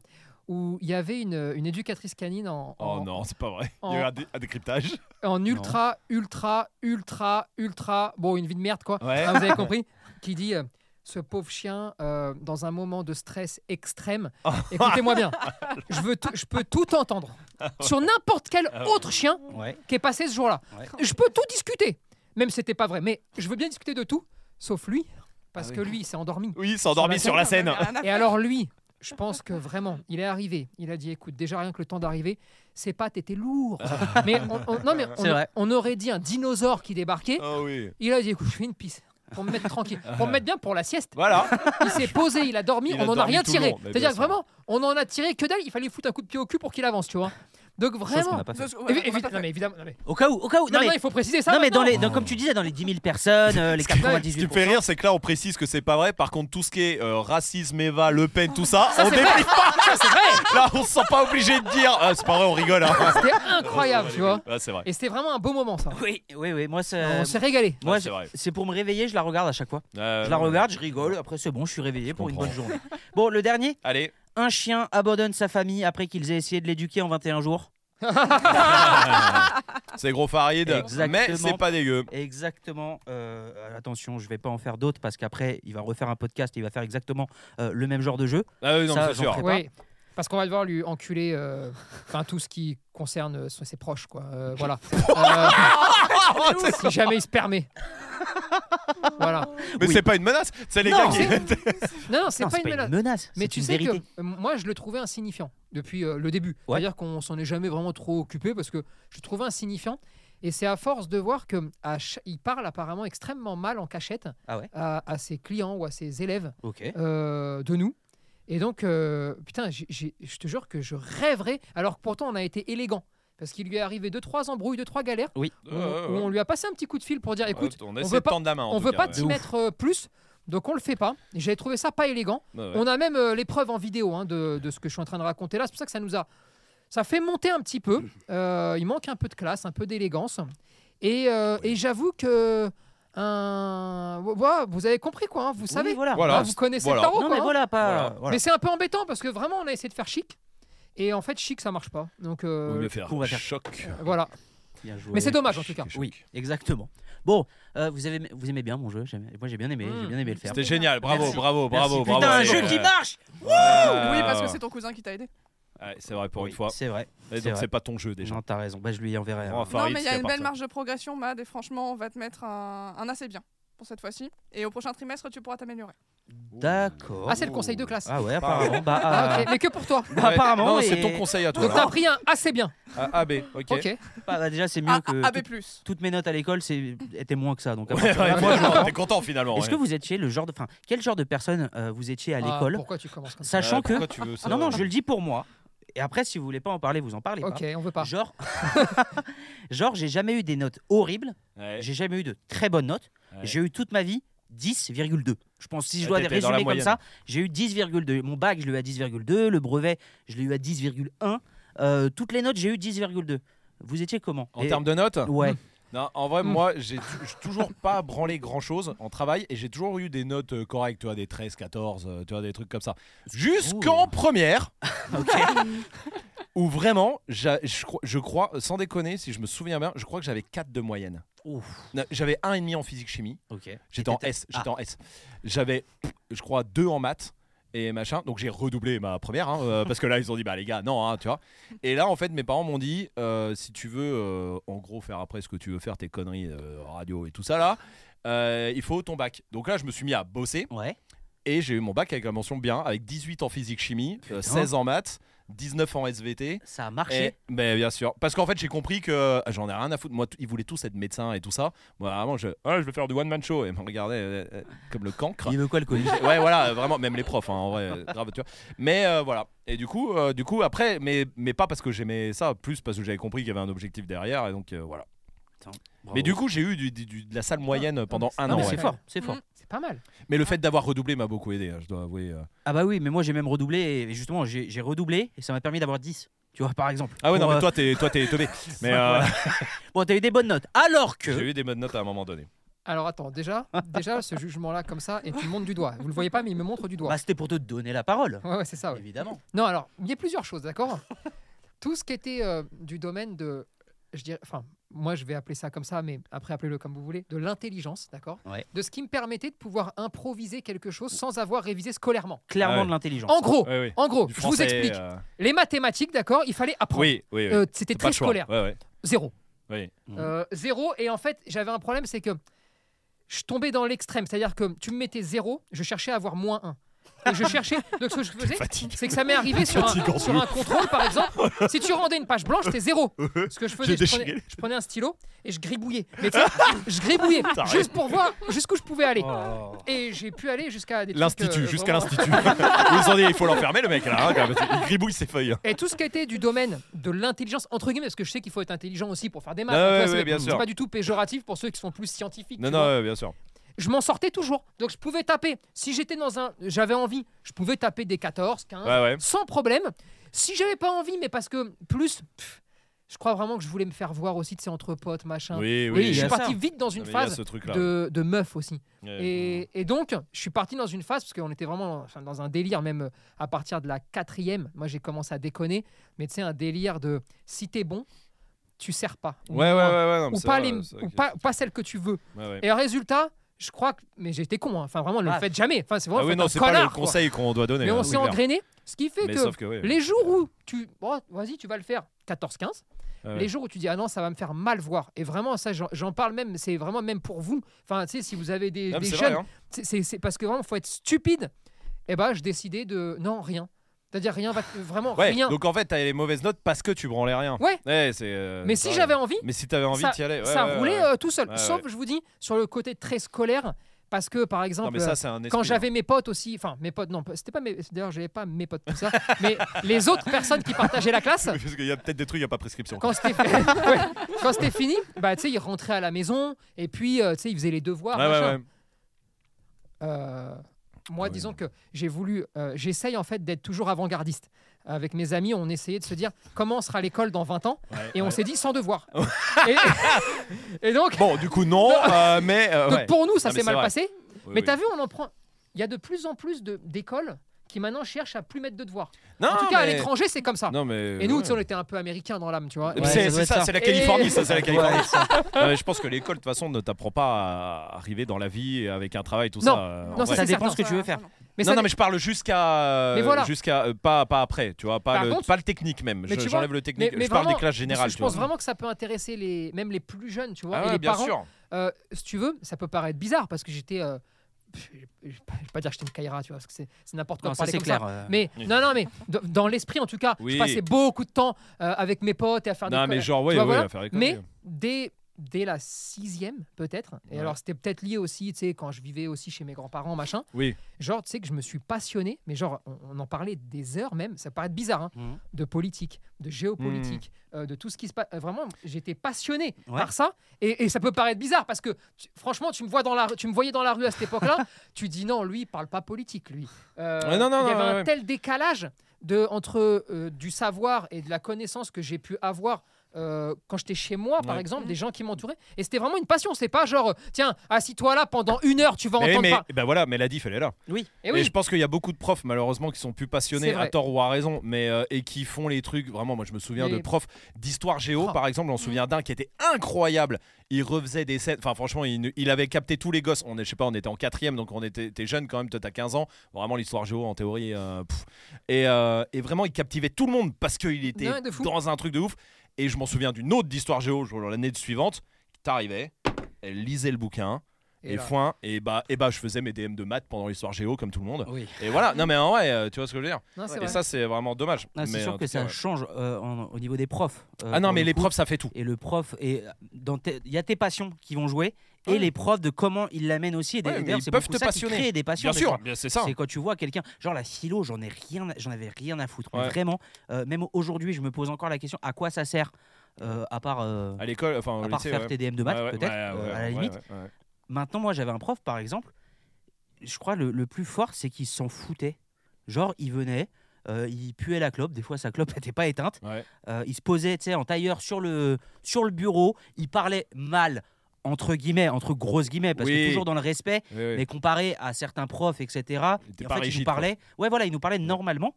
Speaker 6: où il y avait une, une éducatrice canine en,
Speaker 7: Oh
Speaker 6: en-
Speaker 7: non, c'est pas vrai. Il y a eu un, dé- un décryptage.
Speaker 6: en ultra, ultra, ultra, ultra, bon, une vie de merde quoi.
Speaker 7: Ouais.
Speaker 6: Ah, vous avez compris Qui dit euh, ce pauvre chien euh, dans un moment de stress extrême. Écoutez-moi bien, je, veux tout- je peux tout entendre sur n'importe quel autre chien
Speaker 1: Ah, Ouais.
Speaker 6: qui est passé ce jour-là.
Speaker 1: Ouais.
Speaker 6: Je peux tout discuter, même si c'était pas vrai. Mais je veux bien discuter de tout, sauf lui, parce
Speaker 7: Ah oui.
Speaker 6: que lui, il s'est endormi.
Speaker 7: Oui, il s'est endormi sur la scène.
Speaker 8: Il y a rien à
Speaker 6: Et alors lui, je pense que vraiment, il est arrivé. Il a dit, écoute, déjà rien que le temps d'arriver, ses pattes étaient lourdes. mais on, on- non, mais
Speaker 1: Ah. C'est
Speaker 6: on,
Speaker 1: vrai.
Speaker 6: on aurait dit un dinosaure qui débarquait.
Speaker 7: Ah oui.
Speaker 6: Il a dit, écoute, je fais une pisse pour me mettre tranquille, pour me mettre bien pour la sieste.
Speaker 7: Voilà.
Speaker 6: Il s'est posé, il a dormi,
Speaker 7: Il
Speaker 6: on
Speaker 7: a
Speaker 6: n'en a
Speaker 7: dormi
Speaker 6: rien
Speaker 7: tout le
Speaker 6: tiré.
Speaker 7: long, mais bien
Speaker 6: C'est-à-dire que
Speaker 7: sûr.
Speaker 6: vraiment, on en a tiré que dalle. Il fallait foutre un coup de pied au cul pour qu'il avance, tu vois. Donc
Speaker 1: Chose qu'on
Speaker 6: vraiment.
Speaker 1: n'a pas fait.
Speaker 8: faire.
Speaker 6: Évi- évi- non, mais évidemment. non, mais-
Speaker 1: Au cas où, au cas où. Non,
Speaker 6: Maintenant,
Speaker 1: mais,
Speaker 6: il faut préciser ça.
Speaker 1: non, mais dans les,
Speaker 6: maintenant.
Speaker 1: dans- comme tu disais, dans les 10 000 personnes, euh, les
Speaker 7: Ce qui
Speaker 1: 98
Speaker 7: me fait rire, c'est que là, on précise que c'est pas vrai. Par contre, tout ce qui est euh, racisme, Eva, Le Pen, tout ça,
Speaker 6: Ça,
Speaker 7: on
Speaker 6: c'est vrai.
Speaker 7: débriefe pas.
Speaker 6: Ça, c'est vrai.
Speaker 7: Là, on se sent pas obligé de dire. Ah, c'est pas vrai, on rigole. hein.
Speaker 6: C'était incroyable, tu vois.
Speaker 7: Ouais, c'est vrai.
Speaker 6: Et c'était vraiment un beau moment, ça.
Speaker 1: Oui, oui, oui. Moi, c'est.
Speaker 6: On s'est régalé.
Speaker 1: Moi,
Speaker 7: Ouais, c'est vrai.
Speaker 1: c'est pour me réveiller, je la regarde à chaque fois.
Speaker 7: Euh,
Speaker 1: je la regarde, je rigole, après c'est bon, je suis réveillé pour une
Speaker 7: comprends.
Speaker 1: bonne journée. Bon, le dernier,
Speaker 7: Allez.
Speaker 1: un chien abandonne sa famille après qu'ils aient essayé de l'éduquer en 21 jours.
Speaker 7: C'est gros Farid,
Speaker 1: Exactement.
Speaker 7: mais c'est pas dégueu.
Speaker 1: Exactement. euh, attention, je vais pas en faire d'autres parce qu'après, il va refaire un podcast et il va faire exactement euh, le même genre de jeu.
Speaker 7: Ah oui, non,
Speaker 1: Ça,
Speaker 7: c'est
Speaker 1: j'en
Speaker 7: sûr.
Speaker 1: ferai pas.
Speaker 6: Oui, parce qu'on va devoir lui enculer euh, enfin, tout ce qui concerne euh, ses ses proches, quoi. Euh, voilà. Euh, si jamais il se permet. Voilà.
Speaker 7: Mais
Speaker 1: Oui.
Speaker 7: c'est pas une menace. C'est les
Speaker 6: Non,
Speaker 7: gars qui.
Speaker 6: c'est- Non, non, c'est
Speaker 1: Non,
Speaker 6: pas une menace. Mais
Speaker 1: c'est
Speaker 6: tu
Speaker 1: une
Speaker 6: sais
Speaker 1: vérité.
Speaker 6: que euh, moi, je le trouvais insignifiant depuis euh, le début.
Speaker 1: Ouais.
Speaker 6: C'est-à-dire qu'on s'en est jamais vraiment trop occupé parce que je le trouvais insignifiant. Et c'est à force de voir que à cha- il parle apparemment extrêmement mal en cachette
Speaker 1: Ah ouais
Speaker 6: à- à ses clients ou à ses élèves.
Speaker 1: Ok.
Speaker 6: euh, de nous. Et donc, euh, putain, j'ai- j'ai- je te jure que je rêverais, alors que pourtant on a été élégant. Parce qu'il lui est arrivé deux trois embrouilles, deux trois galères, où,
Speaker 7: Euh, Ouais,
Speaker 6: où
Speaker 7: ouais,
Speaker 6: on lui a passé un petit coup de fil pour dire,
Speaker 7: ouais.
Speaker 6: écoute,
Speaker 7: on
Speaker 6: on
Speaker 7: essaie
Speaker 6: veut
Speaker 7: de
Speaker 6: pas-
Speaker 7: tendre la main. en
Speaker 6: on
Speaker 7: tout
Speaker 6: veut
Speaker 7: cas,
Speaker 6: pas
Speaker 7: ouais.
Speaker 6: t'y mettre euh, plus, donc on le fait pas. Et J'avais trouvé ça pas élégant.
Speaker 7: Ouais, ouais.
Speaker 6: On a même euh, les preuves en vidéo hein, de, de ce que je suis en train de raconter là. C'est pour ça que ça nous a. Ça fait monter un petit peu. Euh, il manque un peu de classe, un peu d'élégance. Et, euh, et j'avoue que. un- Ouais, vous avez compris quoi, hein, vous savez.
Speaker 1: Oui, voilà. Ah,
Speaker 7: Voilà.
Speaker 6: Hein, vous connaissez
Speaker 7: Voilà.
Speaker 6: le tarot.
Speaker 1: Non
Speaker 6: quoi,
Speaker 1: mais
Speaker 6: hein.
Speaker 1: voilà pas.
Speaker 7: Voilà.
Speaker 6: Mais c'est un peu embêtant parce que vraiment on a essayé de faire chic et en fait chic ça marche pas. Donc euh,
Speaker 7: Vaut mieux faire
Speaker 1: coup, on va faire-
Speaker 7: choc.
Speaker 6: voilà. Ah,
Speaker 1: Bien joué.
Speaker 6: Mais c'est dommage en tout cas.
Speaker 1: Oui, exactement. Bon, euh, vous avez, vous aimez bien mon jeu. j'aime- Moi, j'ai bien aimé,
Speaker 6: Hmm.
Speaker 1: j'ai bien aimé le faire.
Speaker 7: C'était génial. Bravo,
Speaker 1: Merci.
Speaker 7: bravo,
Speaker 1: Merci.
Speaker 7: bravo,
Speaker 1: Putain,
Speaker 7: bravo.
Speaker 1: un
Speaker 7: Ouais,
Speaker 1: jeu
Speaker 7: ouais.
Speaker 1: qui marche.
Speaker 7: Ouais.
Speaker 8: Oui, parce que c'est ton cousin qui t'a aidé.
Speaker 7: Ouais, C'est vrai pour
Speaker 1: Oui,
Speaker 7: une fois.
Speaker 1: C'est vrai.
Speaker 7: Et
Speaker 1: c'est
Speaker 7: donc
Speaker 1: vrai.
Speaker 7: c'est pas ton jeu déjà.
Speaker 1: Non, t'as raison. Bah, je lui enverrai.
Speaker 7: Oh,
Speaker 1: un-
Speaker 7: Farid,
Speaker 8: non, mais il y
Speaker 7: c'est
Speaker 8: a
Speaker 7: à
Speaker 8: une
Speaker 7: part
Speaker 8: belle
Speaker 7: ça.
Speaker 8: marge de progression, Mad, et franchement, on va te mettre un, un assez bien pour cette fois-ci. Et au prochain trimestre, tu pourras t'améliorer.
Speaker 1: D'accord.
Speaker 6: Ah c'est le conseil de classe.
Speaker 1: Ah ouais, apparemment. bah,
Speaker 6: Ah,
Speaker 1: euh,
Speaker 6: ok, Mais que pour toi.
Speaker 1: bah,
Speaker 7: Ouais.
Speaker 1: apparemment.
Speaker 7: Non, c'est
Speaker 1: et-
Speaker 7: ton conseil à toi.
Speaker 6: Donc
Speaker 7: là.
Speaker 6: t'as pris un assez bien.
Speaker 7: Ah, AB, ok.
Speaker 6: Ok.
Speaker 1: bah, bah, déjà, c'est mieux
Speaker 8: Ah,
Speaker 1: que
Speaker 8: ah, AB+.
Speaker 1: toutes- toutes mes notes à l'école c'est- étaient moins que ça. Donc, à
Speaker 7: Ouais,
Speaker 1: partir de
Speaker 7: ouais,
Speaker 1: là,
Speaker 7: moi, T'es content finalement.
Speaker 1: Est-ce
Speaker 7: ouais.
Speaker 1: que vous étiez le genre de, enfin, quel genre de personne euh, vous étiez à
Speaker 6: Ah,
Speaker 1: l'école,
Speaker 6: pourquoi tu commences comme ça
Speaker 1: sachant
Speaker 7: Euh,
Speaker 1: que, Ah,
Speaker 7: pourquoi tu veux ça
Speaker 1: non non, je le dis pour moi. Et après, si vous voulez pas en parler, vous en parlez
Speaker 6: Ok, on veut
Speaker 1: pas.
Speaker 6: pas.
Speaker 1: Genre, genre, j'ai jamais eu des notes horribles.
Speaker 7: Ouais.
Speaker 1: J'ai jamais eu de très bonnes notes.
Speaker 7: Ouais.
Speaker 1: J'ai eu toute ma vie 10,2. Je pense si je
Speaker 7: Ah,
Speaker 1: dois
Speaker 7: t'étais dans la
Speaker 1: résumer comme
Speaker 7: moyenne.
Speaker 1: ça, j'ai eu 10,2. Mon bac, je l'ai eu à 10,2. Le brevet, je l'ai eu à 10,1. Euh, toutes les notes, j'ai eu 10,2. Vous étiez comment
Speaker 7: En
Speaker 1: Et-
Speaker 7: termes de notes
Speaker 1: Ouais.
Speaker 7: Non, en vrai,
Speaker 6: Mm.
Speaker 7: moi, j'ai tu- j'ai toujours pas branlé grand chose en travail et j'ai toujours eu des notes euh, correctes, tu vois, des 13, 14, euh, tu vois, des trucs comme ça. Jusqu'en première, où vraiment, j'a- je crois, je crois, euh, sans déconner, si je me souviens bien, je crois que j'avais 4 de moyenne.
Speaker 1: Ouf.
Speaker 7: Non, J'avais 1,5 en physique-chimie,
Speaker 1: Ok.
Speaker 7: j'étais en
Speaker 1: T'étais-
Speaker 7: S, j'étais en S. J'avais, pff, je crois, 2 en maths et machin, donc j'ai redoublé ma première, hein, euh, parce que là, ils ont dit, bah les gars, non, hein, tu vois. Et là, en fait, mes parents m'ont dit, euh, si tu veux, euh, en gros, faire après ce que tu veux faire, tes conneries euh, radio et tout ça, là, euh, il faut ton bac. Donc là, je me suis mis à bosser
Speaker 1: Ouais.
Speaker 7: et j'ai eu mon bac avec la mention bien, avec 18 en physique-chimie, euh, 16 en maths, 19 en SVT.
Speaker 1: Ça a marché.
Speaker 7: Eh, mais bien sûr. Parce qu'en fait, j'ai compris que ah, j'en ai rien à foutre. Moi, t- ils voulaient tous être médecins et tout ça. Moi, vraiment, je, ah, je vais faire du one-man show. Et ils me regardaient euh, euh, comme le cancre.
Speaker 1: Il veut quoi le colis
Speaker 7: ouais, voilà, euh, vraiment, même les profs, hein, en vrai, euh, grave, tu vois. Mais euh, voilà. Et du coup, euh, du coup après, mais, mais pas parce que j'aimais ça, plus parce que j'avais compris qu'il y avait un objectif derrière. Et donc, euh, voilà. Mais du coup, j'ai eu du- du- du- de la salle moyenne pendant
Speaker 6: Ah. mais
Speaker 1: non,
Speaker 7: un an.
Speaker 6: c'est-
Speaker 1: Ah, mais
Speaker 7: ouais.
Speaker 1: c'est
Speaker 6: ouais.
Speaker 1: fort, c'est fort.
Speaker 8: Mm.
Speaker 6: C'est Ah. pas mal.
Speaker 7: Mais le fait d'avoir redoublé m'a beaucoup aidé, hein, je dois avouer. euh.
Speaker 1: Ah bah oui, mais moi j'ai même redoublé et justement j'ai j'ai redoublé et ça m'a permis d'avoir 10. Tu vois, par exemple.
Speaker 7: Ah ouais,
Speaker 1: Pour,
Speaker 7: non, mais
Speaker 1: euh,
Speaker 7: toi, t'es toi, t'es teubé. Mais euh,
Speaker 1: Bon, t'as eu des bonnes notes. Alors
Speaker 7: j'ai
Speaker 1: que.
Speaker 7: eu des bonnes notes à un moment donné.
Speaker 6: Alors attends, déjà, déjà ce jugement-là, comme ça, et tu me montres du doigt. Vous le voyez pas, mais il me montre du doigt.
Speaker 1: Bah, c'était pour te donner la parole.
Speaker 6: Ouais, ouais, c'est
Speaker 7: Ah
Speaker 6: ça. ouais.
Speaker 1: Évidemment.
Speaker 6: Non, alors, il y a plusieurs choses, d'accord Tout ce qui était euh, du domaine de. Je dirais, enfin, moi, je vais appeler ça comme ça, mais après, appelez-le comme vous voulez, de l'intelligence, d'accord
Speaker 1: Ouais.
Speaker 6: De ce qui me permettait de pouvoir improviser quelque chose sans avoir révisé scolairement.
Speaker 1: Clairement
Speaker 7: Ah ouais.
Speaker 1: de l'intelligence.
Speaker 6: En gros,
Speaker 7: Ouais, ouais.
Speaker 6: en gros,
Speaker 7: Du
Speaker 6: Oh. je vous
Speaker 7: français,
Speaker 6: explique.
Speaker 7: euh,
Speaker 6: Les mathématiques, d'accord Il fallait apprendre.
Speaker 7: Oui, oui, oui.
Speaker 6: Euh, C'était
Speaker 7: C'est pas
Speaker 6: très
Speaker 7: de choix.
Speaker 6: scolaire.
Speaker 7: Ouais, ouais.
Speaker 6: Zéro.
Speaker 7: Oui.
Speaker 1: Mhm.
Speaker 6: Euh, zéro. Et en fait, j'avais un problème, c'est que je tombais dans l'extrême. C'est-à-dire que tu me mettais zéro, je cherchais à avoir moins un. Et je cherchais. Donc, ce que je faisais,
Speaker 7: Fatigue.
Speaker 6: c'est que ça m'est arrivé sur un,
Speaker 7: Fatigant,
Speaker 6: sur
Speaker 7: oui.
Speaker 6: un contrôle, par exemple. Si tu rendais une page blanche, t'es zéro. Ce que je faisais,
Speaker 7: J'ai
Speaker 6: je prenais,
Speaker 7: déchiré.
Speaker 6: je prenais un stylo et je gribouillais. Mais tu sais, je gribouillais juste pour voir jusqu'où je pouvais aller. Et j'ai pu aller jusqu'à des trucs,
Speaker 7: Oh. L'institut,
Speaker 6: euh,
Speaker 7: jusqu'à
Speaker 6: vraiment-
Speaker 7: l'institut. ils ont dit, il faut l'enfermer, le mec. Là, hein, quand même. il gribouille ses feuilles.
Speaker 6: Et tout ce qui était du domaine de l'intelligence, entre guillemets, parce que je sais qu'il faut être intelligent aussi pour faire des maths.
Speaker 7: Ah
Speaker 6: hein,
Speaker 7: ouais,
Speaker 6: tu vois,
Speaker 7: ouais,
Speaker 6: c'est-
Speaker 7: bien
Speaker 6: c'est
Speaker 7: sûr.
Speaker 6: pas du tout péjoratif pour ceux qui sont plus scientifiques.
Speaker 7: Non,
Speaker 6: tu
Speaker 7: non,
Speaker 6: vois.
Speaker 7: ouais, bien sûr.
Speaker 6: Je m'en sortais toujours. Donc je pouvais taper. Si j'étais dans un. J'avais envie, je pouvais taper des 14, 15,
Speaker 7: Ouais, ouais.
Speaker 6: sans problème. Si j'avais pas envie, mais parce que plus. pff, je crois vraiment que je voulais me faire voir aussi, de ces entre potes, machin.
Speaker 7: Oui, oui.
Speaker 6: Et
Speaker 1: il y
Speaker 6: je
Speaker 1: a
Speaker 6: suis
Speaker 1: ça.
Speaker 6: parti vite dans
Speaker 7: Non,
Speaker 6: une
Speaker 7: mais il y a
Speaker 6: phase
Speaker 7: ce truc-là.
Speaker 6: de, de meuf aussi.
Speaker 7: Ouais.
Speaker 6: Et, et donc, je suis parti dans une phase, parce qu'on était vraiment enfin, dans un délire, même euh, à partir de la quatrième. Moi, j'ai commencé à déconner, mais tu sais, un délire de si t'es bon, tu sers pas. Ou
Speaker 7: Ouais, ouais, ouais,
Speaker 6: moins.
Speaker 7: ouais. non, mais
Speaker 6: Ou,
Speaker 7: c'est
Speaker 6: pas,
Speaker 7: vrai,
Speaker 6: les-
Speaker 7: c'est
Speaker 6: ou
Speaker 7: vrai que-
Speaker 6: pas, pas celle que tu veux.
Speaker 7: Ouais, ouais.
Speaker 6: Et résultat, je crois que. Mais j'étais con, hein. enfin, vraiment, ne
Speaker 1: Ah.
Speaker 6: le faites jamais. Enfin, c'est
Speaker 7: Ah
Speaker 6: vraiment
Speaker 7: oui,
Speaker 6: faites
Speaker 7: non,
Speaker 6: un
Speaker 7: c'est pas le
Speaker 6: connard, quoi.
Speaker 7: conseil qu'on doit donner.
Speaker 6: Mais
Speaker 7: hein,
Speaker 6: on
Speaker 7: c'est
Speaker 6: s'est
Speaker 7: clair.
Speaker 6: engrainé, ce qui fait
Speaker 7: Mais
Speaker 6: que.
Speaker 7: sauf que, euh, ouais.
Speaker 6: Les jours où tu. Bon, vas-y, tu vas le faire. 14-15.
Speaker 7: Ah ouais.
Speaker 6: Les jours où tu dis, ah non, ça va me faire mal voir. Et vraiment, ça, j'en- j'en parle même, c'est vraiment même pour vous. Enfin, tu sais, si vous avez des,
Speaker 7: Non, mais
Speaker 6: des
Speaker 7: c'est
Speaker 6: jeunes,
Speaker 7: vrai, hein.
Speaker 6: c'est- c'est c'est parce que vraiment, faut être stupide. Et bah, je décidais de. Non, rien. C'est-à-dire, rien va. Vraiment,
Speaker 7: Ouais,
Speaker 6: rien.
Speaker 7: donc en fait, t'as les mauvaises notes parce que tu branlais rien.
Speaker 6: Ouais.
Speaker 7: c'est, euh,
Speaker 6: Mais
Speaker 7: c'est
Speaker 6: si
Speaker 7: vrai.
Speaker 6: j'avais envie,
Speaker 7: Mais si t'avais envie,
Speaker 6: ça-
Speaker 7: t'y allais. Ouais,
Speaker 6: ça
Speaker 7: ouais, ouais,
Speaker 6: roulait
Speaker 7: ouais.
Speaker 6: euh, tout seul.
Speaker 7: Ouais,
Speaker 6: Sauf, je vous dis, sur le côté très scolaire, parce que, par
Speaker 7: Non,
Speaker 6: exemple.
Speaker 7: mais ça, c'est un
Speaker 6: quand
Speaker 7: esprit,
Speaker 6: j'avais mes potes aussi, enfin mes potes, non, c'était pas mes. D'ailleurs, j'avais pas mes potes tout ça, mais les autres personnes qui partageaient la classe,
Speaker 7: hein. Parce qu'il y a peut-être des trucs, il n'y a pas prescription.
Speaker 6: quand c'était Ouais. Quand c'était fini, bah, tu sais, il rentrait à la maison et puis euh, tu sais, il faisait les devoirs.
Speaker 7: Ouais, ouais,
Speaker 6: machin.
Speaker 7: ouais.
Speaker 6: Euh, moi,
Speaker 7: Ah oui,
Speaker 6: disons
Speaker 7: non.
Speaker 6: que j'ai voulu, euh, j'essaye en fait d'être toujours avant-gardiste. Avec mes amis, on essayait de se dire comment sera l'école dans 20 ans
Speaker 7: Ouais,
Speaker 6: et on
Speaker 7: ouais.
Speaker 6: s'est dit sans devoir. et, et donc,
Speaker 7: Bon, du coup, non, euh, mais. euh,
Speaker 6: donc,
Speaker 7: ouais.
Speaker 6: pour nous, ça
Speaker 7: Non, mais
Speaker 6: s'est
Speaker 7: c'est
Speaker 6: mal
Speaker 7: vrai.
Speaker 6: passé.
Speaker 7: Oui,
Speaker 6: mais
Speaker 7: oui.
Speaker 6: t'as vu, on en prend. Il y a de plus en plus de- d'écoles qui maintenant cherchent à plus mettre de devoirs.
Speaker 7: Non,
Speaker 6: en tout cas, à
Speaker 7: Ah, mais-
Speaker 6: l'étranger, c'est comme ça.
Speaker 7: Non, mais.
Speaker 6: et nous,
Speaker 7: ouais.
Speaker 6: tu sais, on était un peu américains dans l'âme, tu vois.
Speaker 7: Et puis
Speaker 1: Ouais,
Speaker 7: c'est
Speaker 1: ça doit
Speaker 7: c'est
Speaker 1: être
Speaker 7: ça,
Speaker 1: ça.
Speaker 7: c'est la Californie,
Speaker 6: Et-
Speaker 7: ça, c'est la
Speaker 1: Ouais,
Speaker 7: Californie.
Speaker 1: ça.
Speaker 7: Ouais, je pense que l'école, de toute façon, ne t'apprend pas à arriver dans la vie et avec un travail, tout
Speaker 6: Non,
Speaker 7: ça. euh, en
Speaker 6: non,
Speaker 7: vrai.
Speaker 1: ça
Speaker 6: c'est
Speaker 1: dépend
Speaker 6: certain,
Speaker 1: ce que tu veux faire.
Speaker 6: Mais
Speaker 7: non,
Speaker 6: ça-
Speaker 7: non, mais je parle jusqu'à.
Speaker 6: Mais voilà.
Speaker 7: Jusqu'à. euh, pas, pas après, tu vois. Pas,
Speaker 6: Par
Speaker 7: le,
Speaker 6: contre-
Speaker 7: pas le technique même.
Speaker 6: Mais
Speaker 7: Je-
Speaker 6: tu vois,
Speaker 7: J'enlève le technique.
Speaker 6: mais- mais
Speaker 7: je parle des
Speaker 6: vraiment,
Speaker 7: classes générales,
Speaker 6: je
Speaker 7: tu vois.
Speaker 6: pense vraiment que ça peut intéresser les, même les plus jeunes, tu vois.
Speaker 7: Ah
Speaker 6: et
Speaker 7: ouais,
Speaker 6: les
Speaker 7: bien
Speaker 6: parents,
Speaker 7: sûr.
Speaker 6: euh, si tu veux, ça peut paraître bizarre parce que j'étais. euh, pff, je ne vais pas dire que j'étais une caïra, tu vois, parce que c'est c'est n'importe quoi.
Speaker 1: Non,
Speaker 6: de
Speaker 1: ça
Speaker 6: parler
Speaker 1: c'est
Speaker 6: comme
Speaker 1: clair.
Speaker 6: ça.
Speaker 1: euh.
Speaker 6: Mais
Speaker 7: Oui.
Speaker 6: non, non, mais d- dans l'esprit en tout cas,
Speaker 7: Oui.
Speaker 6: je passais beaucoup de temps euh, avec mes potes et à faire des.
Speaker 7: Non, mais
Speaker 6: co-
Speaker 7: genre,
Speaker 6: tu
Speaker 7: ouais,
Speaker 6: vois,
Speaker 7: ouais,
Speaker 6: voilà.
Speaker 7: à faire les
Speaker 6: Mais
Speaker 7: conneries.
Speaker 6: dès, dès la sixième, peut-être, et
Speaker 7: Ouais.
Speaker 6: alors c'était peut-être lié aussi, tu sais, quand je vivais aussi chez mes grands-parents, machin.
Speaker 7: Oui.
Speaker 6: Genre, tu sais, que je me suis passionné, mais genre, on, on en parlait des heures même, ça paraît bizarre, hein,
Speaker 1: Mhm.
Speaker 6: de politique, de géopolitique,
Speaker 7: Mhm.
Speaker 6: euh, de tout ce qui se passe. euh, vraiment, j'étais passionné
Speaker 1: Ouais.
Speaker 6: par ça, et, et ça peut paraître bizarre parce que, tu- franchement, tu me, vois dans la, rue- tu me voyais dans la rue à cette époque-là, tu dis non, lui, il parle pas politique, lui. Euh,
Speaker 7: Ouais, non, non, non,
Speaker 6: il y avait un
Speaker 7: ouais, ouais.
Speaker 6: tel décalage de, entre euh, du savoir et de la connaissance que j'ai pu avoir. euh, euh, quand j'étais chez moi, par
Speaker 7: Ouais.
Speaker 6: exemple, des gens qui m'entouraient. Et c'était vraiment une passion. C'est pas genre, euh, tiens, assis-toi là pendant une heure, tu vas
Speaker 7: Mais,
Speaker 6: entendre.
Speaker 7: mais
Speaker 6: par-
Speaker 7: bah voilà, mais la diff elle est là.
Speaker 6: Et
Speaker 7: Et,
Speaker 6: oui,
Speaker 7: je pense qu'il y a beaucoup de profs malheureusement qui sont plus passionnés
Speaker 6: C'est vrai.
Speaker 7: à tort ou à raison, mais euh, et qui font les trucs vraiment. Moi je me souviens
Speaker 6: Mais-
Speaker 7: de profs d'histoire géo
Speaker 6: Oh.
Speaker 7: par exemple, on se souvient d'un qui était incroyable. Il refaisait des scènes. Enfin franchement, il, ne- il avait capté tous les gosses. On est, je sais pas, on était en quatrième donc on était t'es jeune quand même, toi t'as 15 ans. Vraiment l'histoire géo en théorie. euh, pff. et, euh, et vraiment il captivait tout le monde parce qu'il était
Speaker 6: Ouais, de fou.
Speaker 7: dans un truc de ouf. Et je m'en souviens d'une autre d'histoire géo je- l'année suivante qui t'arrivait, elle lisait le bouquin.
Speaker 6: Et
Speaker 7: Et,
Speaker 6: là.
Speaker 7: foin, et bah, et bah, je faisais mes DM de maths pendant l'histoire géo comme tout le monde.
Speaker 1: ah Oui.
Speaker 7: Et voilà, non mais en vrai, euh, tu vois ce que je veux dire.
Speaker 6: Non, c'est
Speaker 7: et
Speaker 6: vrai.
Speaker 7: ça, c'est vraiment dommage.
Speaker 1: Ah, c'est
Speaker 7: Mais,
Speaker 1: sûr
Speaker 7: en
Speaker 1: que
Speaker 7: tout cas,
Speaker 1: ça
Speaker 7: ouais.
Speaker 1: change euh, en- au niveau des profs. euh,
Speaker 7: Ah non,
Speaker 1: pour
Speaker 7: mais
Speaker 1: le
Speaker 7: les
Speaker 1: coup.
Speaker 7: profs, ça fait tout.
Speaker 1: Et le prof, et dans tes- il y a tes passions qui vont jouer et
Speaker 7: Ouais.
Speaker 1: les profs de comment ils l'amènent aussi. Et des-
Speaker 7: Ouais, mais
Speaker 1: d'ailleurs,
Speaker 7: ils
Speaker 1: c'est
Speaker 7: peuvent
Speaker 1: beaucoup
Speaker 7: te
Speaker 1: ça qui
Speaker 7: passionner.
Speaker 1: crée des passions. des
Speaker 7: Bien sûr,
Speaker 1: fois.
Speaker 7: bien, c'est ça.
Speaker 1: C'est quand tu vois quelqu'un, genre la philo, j'en ai rien, j'en avais rien à foutre. mais
Speaker 7: Ouais.
Speaker 1: Vraiment, Euh, même aujourd'hui, je me pose encore la question à quoi ça sert euh, à part, euh,
Speaker 7: À l'école, enfin, au
Speaker 1: à part
Speaker 7: lycée,
Speaker 1: faire
Speaker 7: ouais.
Speaker 1: TDM de maths,
Speaker 7: Ouais, ouais,
Speaker 1: peut-être,
Speaker 7: ouais,
Speaker 1: euh,
Speaker 7: ouais,
Speaker 1: à la
Speaker 7: ouais,
Speaker 1: limite.
Speaker 7: ouais, ouais.
Speaker 1: Maintenant, moi, j'avais un prof, par exemple, je crois le, le plus fort, c'est qu'il s'en foutait. Genre, il venait, euh, il puait la clope, des fois sa clope n'était pas éteinte,
Speaker 7: Ouais.
Speaker 1: Euh, il se posait, tu sais, en tailleur sur le, sur le bureau, il parlait mal, entre guillemets, entre grosses guillemets, parce
Speaker 7: Oui.
Speaker 1: que toujours dans le respect,
Speaker 7: Ouais, ouais.
Speaker 1: mais comparé à certains profs, etc.,
Speaker 7: Il était
Speaker 1: en
Speaker 7: pas
Speaker 1: fait, il
Speaker 7: rigide,
Speaker 1: nous
Speaker 7: quoi.
Speaker 1: parlait, ouais, voilà, il nous parlait normalement,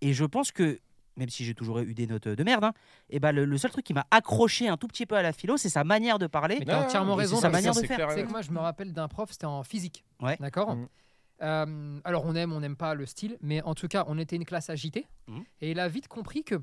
Speaker 1: et je pense que, même si j'ai toujours eu des notes de merde, hein, eh ben, le, le seul truc qui m'a accroché un tout petit peu à la philo, c'est sa manière de parler.
Speaker 6: Mais t'as
Speaker 7: Ouais,
Speaker 6: entièrement
Speaker 7: ouais,
Speaker 6: raison.
Speaker 1: sa
Speaker 6: parce que
Speaker 1: manière de
Speaker 7: c'est
Speaker 1: faire,
Speaker 7: clair,
Speaker 6: C'est
Speaker 7: ouais.
Speaker 6: que moi, je me rappelle d'un prof, c'était en physique.
Speaker 1: Ouais.
Speaker 6: D'accord
Speaker 7: Mhm.
Speaker 6: Euh, Alors, on aime, on n'aime pas le style, mais en tout cas, on était une classe agitée.
Speaker 7: Mm.
Speaker 1: Mhm.
Speaker 6: Et il a vite compris que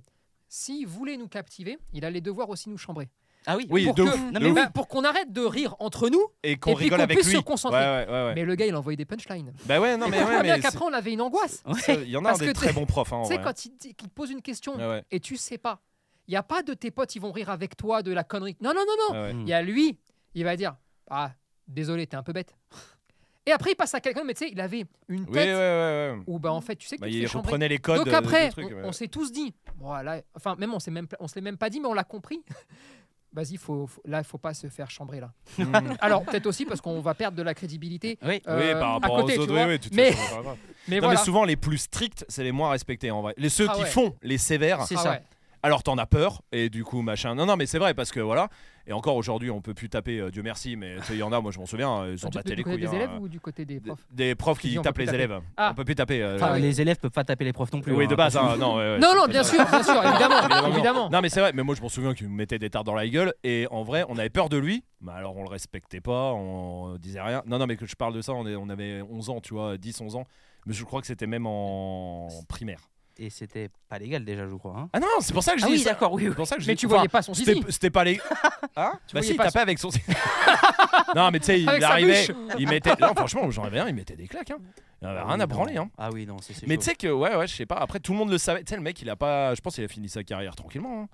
Speaker 6: s'il voulait nous captiver, il allait devoir aussi nous chambrer.
Speaker 1: Ah oui,
Speaker 7: Oui,
Speaker 6: pour
Speaker 7: de
Speaker 6: que-
Speaker 7: ouf,
Speaker 1: Non,
Speaker 7: de
Speaker 1: mais
Speaker 7: ouf.
Speaker 6: Bah, pour qu'on arrête de rire entre nous.
Speaker 7: Et
Speaker 6: et
Speaker 7: qu'on
Speaker 6: puis
Speaker 7: rigole
Speaker 6: qu'on
Speaker 7: avec
Speaker 6: puisse
Speaker 7: lui.
Speaker 6: se concentrer.
Speaker 7: Ouais, ouais, ouais, ouais.
Speaker 6: Mais le gars, il envoyait des punchlines.
Speaker 7: Bah ouais, non
Speaker 6: et
Speaker 7: mais
Speaker 6: comprends
Speaker 7: ouais, mais
Speaker 6: bien
Speaker 7: c'est-
Speaker 6: qu'après, on avait une angoisse.
Speaker 1: Ouais.
Speaker 7: ça, il y en a un
Speaker 6: Parce que
Speaker 7: des
Speaker 6: tu-
Speaker 7: très bons profs. hein, en
Speaker 6: Tu sais,
Speaker 7: vrai. Ah
Speaker 6: quand il, dit- qu'il pose une question
Speaker 7: Ouais, ouais,
Speaker 6: et tu sais pas, il n'y a pas de tes potes, ils vont rire avec toi de la connerie. Non, non, non, non.
Speaker 7: ouais, ouais.
Speaker 6: Il y a lui, il va dire Ah, désolé, t'es un peu bête. Et après, il passe à quelqu'un, mais tu sais, il avait une
Speaker 7: Oui, ouais,
Speaker 6: tête
Speaker 7: ouais, ouais.
Speaker 6: où, bah, en fait, tu sais que
Speaker 7: Bah,
Speaker 6: tu te fais
Speaker 7: il
Speaker 6: chambrer.
Speaker 7: reprenait les codes.
Speaker 6: Donc
Speaker 7: euh, du
Speaker 6: après,
Speaker 7: truc,
Speaker 6: on-
Speaker 7: ouais.
Speaker 6: on, s'est tous dit Voilà, enfin, même on s'est même, on se l'est même pas dit, mais on l'a compris. Vas-y, faut, faut- là, il faut pas se faire chambrer, là.
Speaker 7: Mm.
Speaker 6: Alors, peut-être aussi parce qu'on va perdre de la crédibilité.
Speaker 1: Oui.
Speaker 7: Oui,
Speaker 6: euh,
Speaker 7: par
Speaker 6: à
Speaker 7: rapport aux
Speaker 6: côté, tu
Speaker 7: autres,
Speaker 6: vois.
Speaker 7: oui, oui, tu te
Speaker 6: Mais-
Speaker 7: fais chambrer, grave.
Speaker 6: Mais
Speaker 7: Non, mais
Speaker 6: voilà.
Speaker 7: souvent, les plus stricts, c'est les moins respectés en vrai. Les ceux
Speaker 6: Ah
Speaker 7: qui
Speaker 6: ouais.
Speaker 7: font les sévères,
Speaker 1: C'est
Speaker 6: Ah
Speaker 1: ça.
Speaker 6: ouais.
Speaker 7: alors t'en as peur et du coup machin non non mais c'est vrai parce que voilà et encore aujourd'hui on peut plus taper euh, Dieu merci mais tu sais, il y en a moi je m'en souviens ils ont
Speaker 6: Du-
Speaker 7: batté
Speaker 6: du
Speaker 7: les
Speaker 6: côté
Speaker 7: couilles
Speaker 6: des
Speaker 7: hein.
Speaker 6: élèves ou du côté des
Speaker 7: Des-
Speaker 6: profs
Speaker 7: des profs
Speaker 6: Tu dis,
Speaker 7: qui
Speaker 6: on peut
Speaker 7: tapent
Speaker 6: plus
Speaker 7: les
Speaker 6: taper.
Speaker 7: élèves
Speaker 6: Ah.
Speaker 7: on peut plus taper euh,
Speaker 1: Enfin,
Speaker 7: euh,
Speaker 1: les élèves peuvent pas taper les profs non plus.
Speaker 7: oui
Speaker 1: hein,
Speaker 7: de base
Speaker 1: attention.
Speaker 7: hein, non ouais, ouais.
Speaker 6: Non, non, bien sûr, bien sûr, évidemment,
Speaker 7: Évidemment.
Speaker 6: évidemment.
Speaker 7: Non mais c'est vrai, mais moi je m'en souviens qu'il me mettait des tartes dans la gueule et en vrai on avait peur de lui, mais alors on le respectait pas, on disait rien. Non non mais que je parle de ça, on, est- on avait 11 ans, tu vois, 10 11 ans, mais je crois que c'était même en primaire.
Speaker 1: Et c'était pas légal déjà, je crois. hein.
Speaker 7: Ah non, c'est pour ça que je
Speaker 1: Ah
Speaker 7: dis
Speaker 1: oui,
Speaker 7: ça.
Speaker 1: d'accord, oui, oui.
Speaker 7: C'est pour ça que je
Speaker 6: Mais
Speaker 7: dis-
Speaker 6: tu
Speaker 7: Enfin,
Speaker 6: voyais pas son zizi.
Speaker 7: C'était c'était pas les. Hein
Speaker 6: Tu
Speaker 7: Bah
Speaker 6: voyais
Speaker 7: si, il
Speaker 6: pas
Speaker 7: tapait avec son. non, mais tu sais, il
Speaker 6: Avec sa
Speaker 7: arrivait,
Speaker 6: bûche.
Speaker 7: il mettait. Non, franchement, j'en avais un, il mettait des claques. Hein. Il avait rien à branler. Hein.
Speaker 1: Ah oui, non, c'est c'est
Speaker 7: Mais
Speaker 1: chaud.
Speaker 7: tu sais que, ouais, ouais, je sais pas. Après, tout le monde le savait. Tu sais, le mec, il a pas. Je pense qu'il a fini sa carrière tranquillement. hein.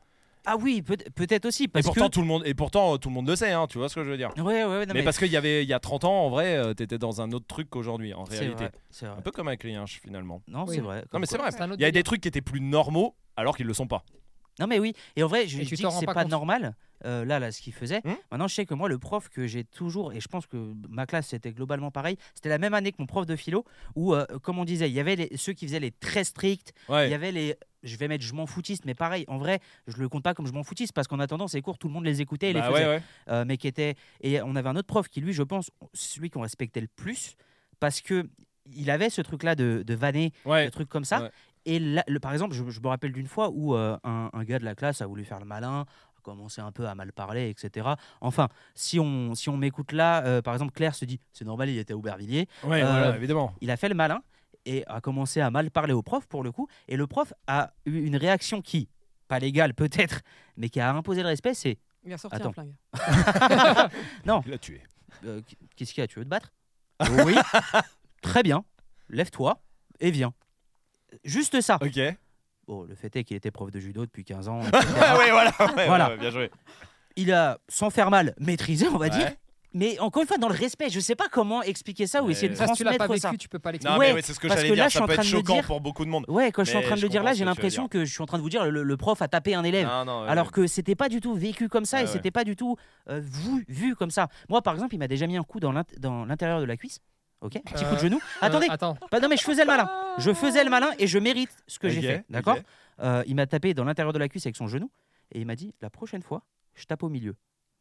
Speaker 1: Ah oui, peut- peut-être aussi.
Speaker 7: Et
Speaker 1: Parce
Speaker 7: pourtant,
Speaker 1: que...
Speaker 7: tout le monde, et pourtant, euh, tout le monde le sait. Hein, tu vois ce que je veux dire.
Speaker 1: Ouais, ouais, ouais, non,
Speaker 7: mais, parce qu'il y avait, il y a 30 ans, en vrai, euh, t'étais dans un autre truc qu'aujourd'hui, en
Speaker 1: C'est
Speaker 7: réalité.
Speaker 1: vrai, C'est vrai.
Speaker 7: Un peu comme avec les Hinches, finalement.
Speaker 1: Non,
Speaker 6: Oui.
Speaker 1: c'est vrai.
Speaker 7: Non,
Speaker 1: comme
Speaker 7: mais c'est
Speaker 1: quoi.
Speaker 7: vrai.
Speaker 6: C'est un autre
Speaker 7: Il y a
Speaker 6: délire.
Speaker 7: des trucs qui étaient plus normaux alors qu'ils le sont pas.
Speaker 1: Non, mais oui. Et en vrai, je
Speaker 6: Et tu
Speaker 1: dis
Speaker 6: t'en
Speaker 1: que
Speaker 6: rends
Speaker 1: c'est
Speaker 6: pas
Speaker 1: pas
Speaker 6: compte. Hum
Speaker 1: normal. euh, là, là, ce qu'il faisait.
Speaker 7: Hmm
Speaker 1: Maintenant, je sais que moi, le prof que j'ai toujours, et je pense que ma classe c'était globalement pareil, c'était la même année que mon prof de philo, où, euh, comme on disait, il y avait les- ceux qui faisaient les très stricts, il y
Speaker 7: Ouais.
Speaker 1: avait les, je vais mettre je m'en foutiste, mais pareil, en vrai, je le compte pas comme je m'en foutiste, parce qu'en attendant, ces cours, tout le monde les écoutait et les
Speaker 7: Bah
Speaker 1: faisait.
Speaker 7: ouais, ouais.
Speaker 1: euh, mais qui était et on avait un autre prof qui lui je pense celui qu'on respectait le plus parce que il avait ce truc là de, de vanner
Speaker 7: Ouais.
Speaker 1: de trucs comme ça
Speaker 7: Ouais.
Speaker 1: et là, le, par exemple je, je me rappelle d'une fois où euh, un, un gars de la classe a voulu faire le malin a commencé un peu à mal parler etc enfin si on si on m'écoute là euh, par exemple Claire se dit c'est normal il était à Aubervilliers
Speaker 7: Ouais,
Speaker 1: Euh,
Speaker 7: voilà, évidemment.
Speaker 1: il a fait le malin et a commencé à mal parler au prof pour le coup. Et le prof a eu une réaction qui, pas légale peut-être, mais qui a imposé le respect, c'est
Speaker 2: Il a sorti
Speaker 1: Attends.
Speaker 2: un flingue.
Speaker 7: Il l'a tué.
Speaker 1: Euh, qu- qu'est-ce qu'il y a Tu veux te battre Oui. Très bien. Lève-toi et viens. Juste ça.
Speaker 7: Ok. ouais,
Speaker 1: Bon, le fait est qu'il était prof de judo depuis 15 ans.
Speaker 7: voilà. ouais,
Speaker 1: Voilà.
Speaker 7: ouais, bien joué.
Speaker 1: Il a, sans faire mal, maîtrisé, on va
Speaker 7: Ouais.
Speaker 1: dire. Mais encore une fois, dans le respect, je sais pas comment expliquer ça ou
Speaker 7: Ouais.
Speaker 1: essayer de
Speaker 6: Ça, si tu l'as
Speaker 1: transmettre
Speaker 6: pas vécu,
Speaker 1: ça.
Speaker 6: tu peux pas l'expliquer.
Speaker 7: Non,
Speaker 1: Ouais,
Speaker 7: mais ouais, c'est ce que
Speaker 1: parce
Speaker 7: j'allais
Speaker 1: que là, je
Speaker 7: dire.
Speaker 1: suis
Speaker 7: ça
Speaker 1: en
Speaker 7: peut
Speaker 1: train
Speaker 7: être
Speaker 1: de me
Speaker 7: choquant
Speaker 1: dire-
Speaker 7: pour beaucoup de monde.
Speaker 1: Ouais, quand je suis en
Speaker 7: Mais
Speaker 1: train de
Speaker 7: je
Speaker 1: le dire
Speaker 7: comprends
Speaker 1: là,
Speaker 7: ce que
Speaker 1: j'ai
Speaker 7: tu veux
Speaker 1: l'impression que je suis en train de vous dire le, le prof a tapé un élève.
Speaker 7: Non, non, ouais,
Speaker 1: Alors
Speaker 7: ouais.
Speaker 1: que c'était pas du tout vécu comme ça
Speaker 7: Ouais,
Speaker 1: et
Speaker 7: ouais.
Speaker 1: c'était pas du tout euh, vu, vu comme ça. Moi, par exemple, il m'a déjà mis un coup dans l'int- dans l'intérieur de la cuisse. Ok Un petit coup de
Speaker 6: Euh,
Speaker 1: genou. Attendez,
Speaker 6: Euh, attends.
Speaker 1: Bah non, mais je faisais le malin. Je faisais le malin et je mérite ce que j'ai
Speaker 7: Ok,
Speaker 1: fait.
Speaker 7: ok.
Speaker 1: D'accord Euh, Il m'a tapé dans l'intérieur de la cuisse avec son genou. Et il m'a dit La prochaine fois, je tape au milieu.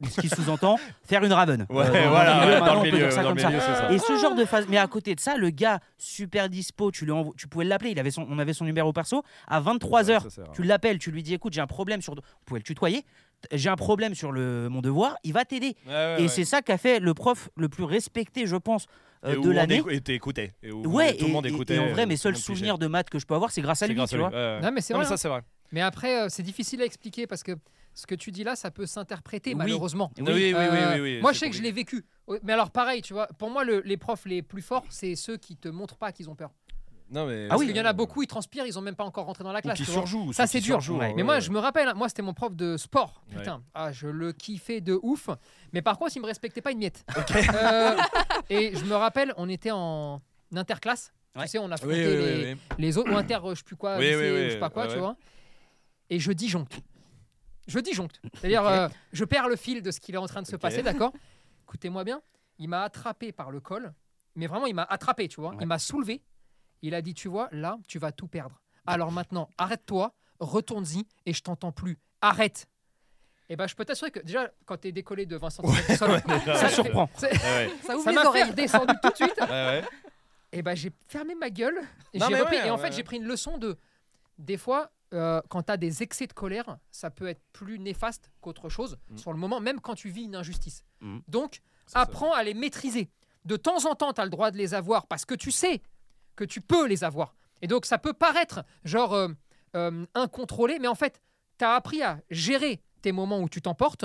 Speaker 1: Ce qui sous-entend faire une raven.
Speaker 7: Ouais,
Speaker 1: Euh, dans-
Speaker 7: voilà,
Speaker 1: dans le milieu,
Speaker 7: ouais,
Speaker 1: maintenant,
Speaker 7: dans
Speaker 1: on
Speaker 7: le
Speaker 1: peut
Speaker 7: milieu,
Speaker 1: dire ça
Speaker 7: dans le
Speaker 1: comme ça.
Speaker 7: milieu, c'est ça.
Speaker 1: Et ce genre de phase. Mais à côté de ça, le gars, super dispo, tu, lui envo- tu pouvais l'appeler. Il avait son... On avait son numéro perso. À 23h,
Speaker 3: ça sert.
Speaker 1: tu l'appelles, tu lui dis Écoute, j'ai un problème sur. On pouvait le tutoyer. J'ai un problème sur le... mon devoir. Il va t'aider.
Speaker 7: Ouais, ouais,
Speaker 1: Et
Speaker 7: ouais.
Speaker 1: c'est ça qu'a fait le prof le plus respecté, je pense, euh,
Speaker 7: Et où
Speaker 1: de
Speaker 7: on
Speaker 1: l'année.
Speaker 7: écou- Et t'es écouté. Et où
Speaker 1: Ouais,
Speaker 7: tout le monde
Speaker 1: et- et-
Speaker 7: écoutait. euh,
Speaker 1: et en vrai, mes
Speaker 7: tout le
Speaker 1: seuls
Speaker 7: monde pigeait.
Speaker 1: souvenirs de maths que je peux avoir, c'est grâce à
Speaker 7: C'est
Speaker 1: lui,
Speaker 7: grâce
Speaker 1: tu
Speaker 7: à lui,
Speaker 1: vois.
Speaker 7: ouais, ouais.
Speaker 6: Non, mais c'est
Speaker 7: Non, mais
Speaker 6: vrai.
Speaker 7: ça, c'est vrai.
Speaker 6: Mais après, euh, c'est difficile à expliquer parce que ce que tu dis là, ça peut s'interpréter
Speaker 1: Oui.
Speaker 6: malheureusement.
Speaker 7: Oui, oui, oui,
Speaker 6: Euh,
Speaker 7: oui, oui,
Speaker 6: moi,
Speaker 7: c'est
Speaker 6: je sais que je
Speaker 7: compliqué.
Speaker 6: l'ai vécu. Euh, Mais alors, pareil, tu vois, pour moi, le- les profs les plus forts, c'est ceux qui te montrent pas qu'ils ont peur.
Speaker 7: Non, mais
Speaker 1: Ah
Speaker 6: Parce
Speaker 1: oui.
Speaker 6: qu'il y en a beaucoup, ils transpirent, ils ont même pas encore rentré dans la
Speaker 7: Ou
Speaker 6: classe.
Speaker 7: qui
Speaker 6: tu vois.
Speaker 7: surjouent.
Speaker 6: Ça,
Speaker 7: ceux qui
Speaker 6: c'est dur.
Speaker 7: surjouent,
Speaker 1: Ouais.
Speaker 7: ouais,
Speaker 6: Mais moi,
Speaker 7: ouais.
Speaker 6: je me rappelle, hein, moi, c'était mon prof de sport. Putain, ah, je le kiffais de ouf. Mais par contre, il me respectait pas une miette. Euh, et je me rappelle, on était en interclasse.
Speaker 1: Ouais.
Speaker 6: Tu sais, on a
Speaker 7: Oui,
Speaker 6: affronté
Speaker 7: oui,
Speaker 6: les,
Speaker 7: oui, oui.
Speaker 6: les autres, ou inter, euh, je sais plus quoi,
Speaker 7: Oui,
Speaker 6: lycée,
Speaker 7: oui, oui,
Speaker 6: ou je sais pas quoi,
Speaker 7: ouais,
Speaker 6: tu
Speaker 7: ouais.
Speaker 6: vois. Et je disjoncte. Je disjoncte. C'est-à-dire,
Speaker 1: Ok.
Speaker 6: euh, je perds le fil de ce qu'il est en train de se
Speaker 7: Ok.
Speaker 6: passer, d'accord Écoutez-moi bien. Il m'a attrapé par le col, mais vraiment, il m'a attrapé, tu vois.
Speaker 1: Ouais.
Speaker 6: Il m'a soulevé. Il a dit, tu vois, là, tu vas tout perdre.
Speaker 7: Bah.
Speaker 6: Alors maintenant, arrête-toi, retourne-y, et je t'entends plus. Arrête Et ben, je peux t'assurer que, déjà, quand t'es décollé de 20 cm du sol,
Speaker 1: Ça surprend.
Speaker 6: c'est-
Speaker 7: Ouais,
Speaker 9: Ça ouvre
Speaker 6: ça
Speaker 9: les
Speaker 6: m'a fait
Speaker 9: oreilles.
Speaker 6: redescendre tout de suite.
Speaker 7: ouais, ouais.
Speaker 6: Et ben j'ai fermé ma gueule. Et
Speaker 7: Non,
Speaker 6: j'ai
Speaker 7: mais
Speaker 6: repris.
Speaker 7: ouais,
Speaker 6: et en
Speaker 7: ouais,
Speaker 6: fait,
Speaker 7: ouais.
Speaker 6: j'ai pris une leçon de. Des fois, euh, quand tu as des excès de colère, ça peut être plus néfaste qu'autre chose
Speaker 7: Mm.
Speaker 6: sur le moment, même quand tu vis une injustice.
Speaker 1: Mm.
Speaker 6: Donc,
Speaker 7: C'est
Speaker 6: apprends à les maîtriser. De temps en temps, tu as le droit de les avoir parce que tu sais que tu peux les avoir. Et donc, ça peut paraître genre euh, euh, incontrôlé, mais en fait, tu as appris à gérer tes moments où tu t'emportes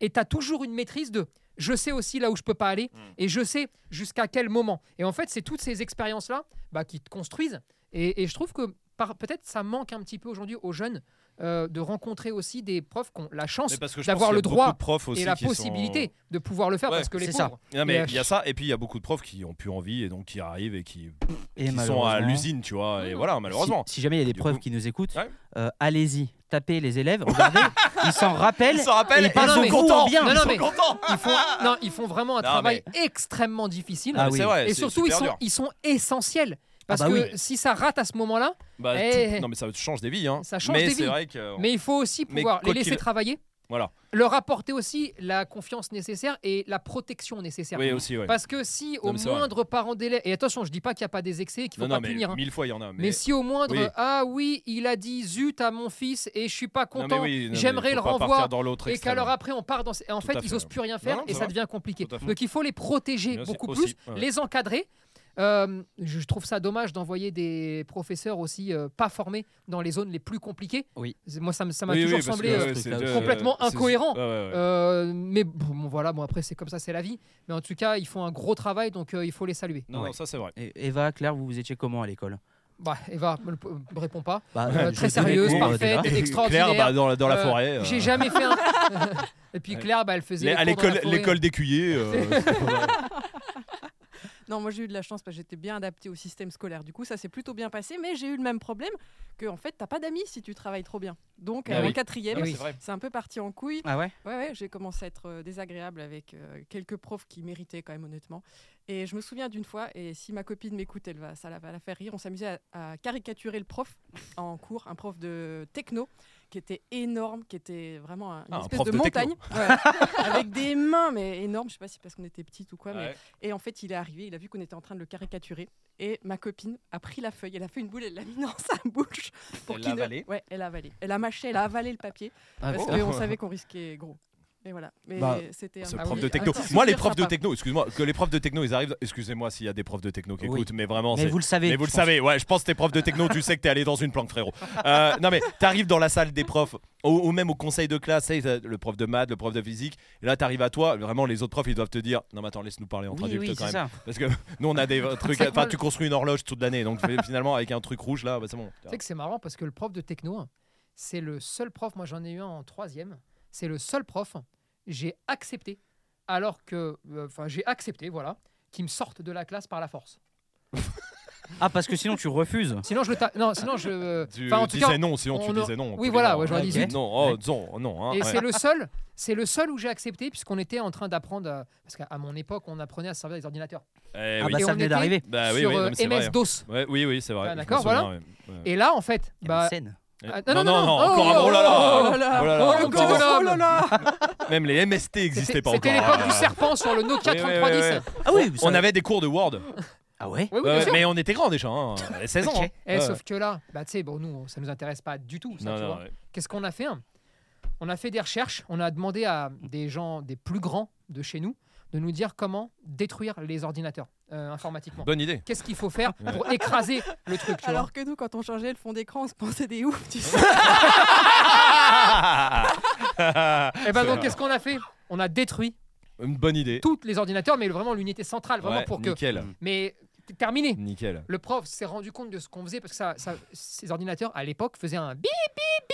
Speaker 6: et tu as toujours une maîtrise de je sais aussi là où je peux pas aller
Speaker 7: Hmm.
Speaker 6: et je sais jusqu'à quel moment. Et en fait, c'est toutes ces expériences-là bah, qui te construisent. Et, et je trouve que par- peut-être ça manque un petit peu aujourd'hui aux jeunes euh, de rencontrer aussi des profs qui ont la chance
Speaker 7: Mais parce que je
Speaker 6: d'avoir
Speaker 7: pense
Speaker 6: le
Speaker 7: qu'il y a beaucoup
Speaker 6: droit
Speaker 7: de profs aussi
Speaker 6: et la
Speaker 7: qui sont-
Speaker 6: possibilité de pouvoir le faire
Speaker 7: Ouais,
Speaker 6: parce que les
Speaker 1: c'est
Speaker 6: pauvres,
Speaker 1: ça.
Speaker 7: Non, mais
Speaker 6: Et,
Speaker 7: il y a ça, et puis il y a beaucoup de profs qui ont plus envie et donc qui arrivent et qui,
Speaker 1: Et
Speaker 7: qui sont à
Speaker 1: malheureusement-
Speaker 7: l'usine, tu vois. Et voilà, malheureusement.
Speaker 1: Si, si jamais il y a des
Speaker 7: Du
Speaker 1: profs
Speaker 7: coup-
Speaker 1: qui nous écoutent,
Speaker 7: Ouais.
Speaker 1: euh, allez-y, tapez les élèves, regardez, ils s'en rappellent.
Speaker 7: rappellent,
Speaker 1: et ils
Speaker 6: sont
Speaker 7: sont
Speaker 6: contents.
Speaker 7: contents.
Speaker 6: Non,
Speaker 7: Ils
Speaker 6: non,
Speaker 7: sont
Speaker 6: mais-
Speaker 7: contents.
Speaker 6: ils font, non, ils font vraiment un
Speaker 7: Non,
Speaker 6: travail extrêmement difficile.
Speaker 1: Ah
Speaker 7: Mais
Speaker 1: oui.
Speaker 7: C'est vrai.
Speaker 6: et
Speaker 7: c'est
Speaker 6: surtout, ils
Speaker 7: super
Speaker 6: sont,
Speaker 7: dur.
Speaker 6: ils sont essentiels. Parce
Speaker 1: bah
Speaker 6: que si ça rate à ce moment-là,
Speaker 7: Bah,
Speaker 6: Eh.
Speaker 7: tout- Non, mais ça change des vies. Hein.
Speaker 6: Ça change
Speaker 7: mais
Speaker 6: des vies.
Speaker 7: c'est vrai que.
Speaker 6: Mais il faut aussi
Speaker 7: Mais
Speaker 6: pouvoir les
Speaker 7: quoi
Speaker 6: laisser
Speaker 7: qu'il-
Speaker 6: travailler.
Speaker 7: Voilà.
Speaker 6: Leur apporter aussi la confiance nécessaire et la protection nécessaire.
Speaker 7: Oui, aussi, ouais.
Speaker 6: Parce que si au
Speaker 7: mais c'est vrai.
Speaker 6: moindre parent délai, et attention, je dis pas qu'il n'y a pas des excès et qu'il faut
Speaker 7: Non, non,
Speaker 6: pas
Speaker 7: mais
Speaker 6: punir. hein.
Speaker 7: mille fois, il y en a.
Speaker 6: Mais si au moindre,
Speaker 7: Oui.
Speaker 6: ah oui, il a dit zut à mon fils et je suis pas
Speaker 7: Non, mais
Speaker 6: content,
Speaker 7: oui, non, mais
Speaker 6: j'aimerais
Speaker 7: faut
Speaker 6: le
Speaker 7: pas partir
Speaker 6: renvoi,
Speaker 7: dans l'autre
Speaker 6: et
Speaker 7: extrême.
Speaker 6: qu'alors après on part dans. ces- En
Speaker 7: Tout
Speaker 6: fait,
Speaker 7: à
Speaker 6: ils
Speaker 7: fait.
Speaker 6: n'osent plus rien faire
Speaker 7: Non, non,
Speaker 6: et
Speaker 7: c'est
Speaker 6: ça
Speaker 7: vrai.
Speaker 6: devient compliqué.
Speaker 7: Tout à fait.
Speaker 6: Donc il faut les protéger
Speaker 7: Bien sûr,
Speaker 6: beaucoup
Speaker 7: aussi,
Speaker 6: plus,
Speaker 7: ouais.
Speaker 6: les encadrer. Euh, je je trouve ça dommage d'envoyer des professeurs aussi euh, pas formés dans les zones les plus compliquées.
Speaker 1: Oui.
Speaker 6: C'est- Moi, ça m- ça m'a
Speaker 7: Oui, oui,
Speaker 6: toujours
Speaker 7: parce
Speaker 6: semblé
Speaker 7: que,
Speaker 6: euh,
Speaker 7: ouais,
Speaker 1: ce
Speaker 7: c'est
Speaker 1: truc-là
Speaker 7: de-
Speaker 6: complètement
Speaker 7: c'est-
Speaker 6: incohérent.
Speaker 7: Ouais, ouais, ouais.
Speaker 6: euh, mais bon, voilà, bon après c'est comme ça, c'est la vie. Mais en tout cas, ils font un gros travail, donc euh, il faut les saluer.
Speaker 7: Non,
Speaker 1: ouais.
Speaker 7: non, ça, c'est vrai.
Speaker 1: Et- Eva, Claire, vous vous étiez comment à l'école
Speaker 6: Bah, Eva, me le- me réponds pas.
Speaker 1: Bah,
Speaker 6: Euh,
Speaker 1: je
Speaker 6: très
Speaker 1: vous donne les
Speaker 6: sérieuse,
Speaker 1: cours, euh,
Speaker 6: parfaite,
Speaker 1: déjà.
Speaker 6: extraordinaire.
Speaker 7: Claire, bah, dans la- dans la
Speaker 6: Euh,
Speaker 7: forêt. euh,
Speaker 6: J'ai jamais fait un. Et puis Claire, bah, elle faisait.
Speaker 7: les- À
Speaker 6: les cours dans
Speaker 7: l'école
Speaker 6: la forêt.
Speaker 7: l'école des cuillers. euh,
Speaker 9: Non, moi j'ai eu de la chance parce que j'étais bien adaptée au système scolaire. Du coup, ça s'est plutôt bien passé, mais j'ai eu le même problème que en fait, t'as pas d'amis si tu travailles trop bien. Donc,
Speaker 7: Ah
Speaker 9: euh, en
Speaker 7: oui.
Speaker 9: quatrième,
Speaker 7: Ah oui,
Speaker 6: oui.
Speaker 7: c'est vrai.
Speaker 9: c'est un peu parti en couille.
Speaker 1: Ah ouais
Speaker 9: Ouais, ouais, j'ai commencé à être euh, désagréable avec euh, quelques profs qui méritaient quand même, honnêtement. Et je me souviens d'une fois, et si ma copine m'écoute, elle va, ça la- va la faire rire. On s'amusait à, à caricaturer le prof en cours, un prof de techno qui était énorme, qui était vraiment un- une
Speaker 7: Ah, un
Speaker 9: espèce
Speaker 7: prof
Speaker 9: de,
Speaker 7: de techno.
Speaker 9: montagne, ouais, avec des mains mais énormes. Je sais pas si c'est parce qu'on était petites ou quoi, mais
Speaker 7: Ouais.
Speaker 9: et en fait, il est arrivé, il a vu qu'on était en train de le caricaturer. Et ma copine a pris la feuille, elle a fait une boule, elle l'a mis dans sa bouche.
Speaker 7: Elle
Speaker 9: qu'il
Speaker 7: l'a
Speaker 9: ne-
Speaker 7: avalé
Speaker 9: Ouais, elle a avalé. Elle a mâché, elle a avalé le papier.
Speaker 1: Ah,
Speaker 9: parce
Speaker 1: bon
Speaker 9: qu'on savait qu'on risquait gros. Et voilà. Mais
Speaker 1: Bah,
Speaker 9: c'était un
Speaker 7: Ce
Speaker 9: petit-
Speaker 7: prof de
Speaker 9: un
Speaker 7: techno.
Speaker 9: petit
Speaker 7: Moi, les
Speaker 9: souvenir
Speaker 7: profs de
Speaker 9: sympa.
Speaker 7: techno, excuse-moi, que les profs de techno, ils arrivent. Excusez-moi s'il y a des profs de techno qui
Speaker 1: Oui.
Speaker 7: écoutent, mais vraiment,
Speaker 1: Mais
Speaker 7: c'est.
Speaker 1: vous le savez.
Speaker 7: Mais vous le
Speaker 1: je pense.
Speaker 7: savez, ouais, je pense que tes profs de techno, tu sais que t'es allé dans une planque, frérot. Euh, non, mais t'arrives dans la salle des profs, ou, ou même au conseil de classe, tu sais, t'as le prof de maths, le prof de physique, et là t'arrives à toi, vraiment les autres profs ils doivent te dire Non, mais attends, laisse-nous parler entre
Speaker 1: Oui,
Speaker 7: adultes
Speaker 1: oui,
Speaker 7: quand
Speaker 1: c'est
Speaker 7: même.
Speaker 1: ça.
Speaker 7: Parce que nous on a des euh, trucs,
Speaker 6: C'est que moi,
Speaker 7: enfin
Speaker 6: le-
Speaker 7: tu construis une horloge toute l'année, donc finalement avec un truc rouge là, bah, c'est bon.
Speaker 6: Tu sais que c'est marrant parce que le prof de techno, hein, c'est le seul prof. Moi, j'en ai eu un en troisième. C'est le seul prof. J'ai accepté, alors que, euh, enfin, j'ai accepté, voilà, qu'il me sorte de la classe par la force.
Speaker 1: Ah, parce que sinon tu refuses.
Speaker 6: Sinon, je le ta- non, sinon je.
Speaker 7: Tu
Speaker 6: Enfin, en tout
Speaker 7: disais
Speaker 6: cas,
Speaker 7: non, sinon
Speaker 6: on
Speaker 7: tu
Speaker 6: a-
Speaker 7: disais non. on
Speaker 6: oui,
Speaker 7: peut
Speaker 6: voilà,
Speaker 7: dire,
Speaker 6: ouais, j'aurais
Speaker 7: euh,
Speaker 6: dit zut.
Speaker 7: Non, oh, non, non. hein,
Speaker 6: Et
Speaker 7: ouais.
Speaker 6: c'est le seul, c'est le seul où j'ai accepté puisqu'on était en train d'apprendre à- parce qu'à à mon époque on apprenait à se servir des ordinateurs
Speaker 7: Eh
Speaker 1: Ah
Speaker 7: oui.
Speaker 1: bah
Speaker 6: Et
Speaker 1: ça
Speaker 6: on
Speaker 1: venait
Speaker 6: était-
Speaker 1: d'arriver.
Speaker 7: Bah oui,
Speaker 6: sur
Speaker 7: oui, non,
Speaker 6: euh,
Speaker 7: mais c'est vrai.
Speaker 6: MS DOS.
Speaker 7: Ouais, oui, oui, c'est vrai.
Speaker 6: Ah,
Speaker 7: je me
Speaker 6: d'accord,
Speaker 7: souviens, ouais.
Speaker 6: Et là en fait,
Speaker 1: Il y a une
Speaker 6: bah,
Speaker 1: scène.
Speaker 6: Ah,
Speaker 7: non, non, non,
Speaker 6: oh,
Speaker 7: encore un
Speaker 6: oh,
Speaker 7: oh là là,
Speaker 6: oh là
Speaker 7: oh là
Speaker 6: là,
Speaker 7: là,
Speaker 6: oh, mon
Speaker 7: encore.
Speaker 6: petit bonhomme.
Speaker 7: Même les MST
Speaker 6: C'était
Speaker 7: n'existaient pas
Speaker 6: c'était
Speaker 7: encore.
Speaker 6: l'époque
Speaker 7: Ah,
Speaker 6: du serpent sur le Nokia
Speaker 7: Oui, oui, oui,
Speaker 6: 3310.
Speaker 1: Ah oui, ça-
Speaker 7: On avait des cours de Word.
Speaker 1: Ah ouais
Speaker 6: Oui, oui,
Speaker 7: Ouais,
Speaker 6: bien sûr.
Speaker 7: mais on était grands déjà, hein. On avait 16 ans.
Speaker 1: Ok.
Speaker 7: hein.
Speaker 6: Eh,
Speaker 7: Ouais.
Speaker 6: Sauf que là, bah, tu sais, bon, nous, ça nous intéresse pas du tout. ça,
Speaker 7: Non,
Speaker 6: tu
Speaker 7: non,
Speaker 6: vois.
Speaker 7: ouais.
Speaker 6: Qu'est-ce qu'on a fait hein On a fait des recherches, on a demandé à des gens, des plus grands de chez nous, de nous dire comment détruire les ordinateurs euh, informatiquement.
Speaker 7: Bonne idée.
Speaker 6: Qu'est-ce qu'il faut faire pour écraser le truc tu
Speaker 2: Alors que nous, quand on changeait le fond d'écran, on se pensait des ouf, tu sais.
Speaker 6: Ah vois Et ben donc, qu'est-ce qu'on a fait On a détruit
Speaker 7: Une bonne idée.
Speaker 6: tous les ordinateurs, mais vraiment l'unité centrale, vraiment
Speaker 7: Ouais,
Speaker 6: pour que.
Speaker 7: Nickel.
Speaker 6: Mais terminé.
Speaker 7: Nickel.
Speaker 6: Le prof s'est rendu compte de ce qu'on faisait parce que ça, ça- ces ordinateurs à l'époque faisaient un bip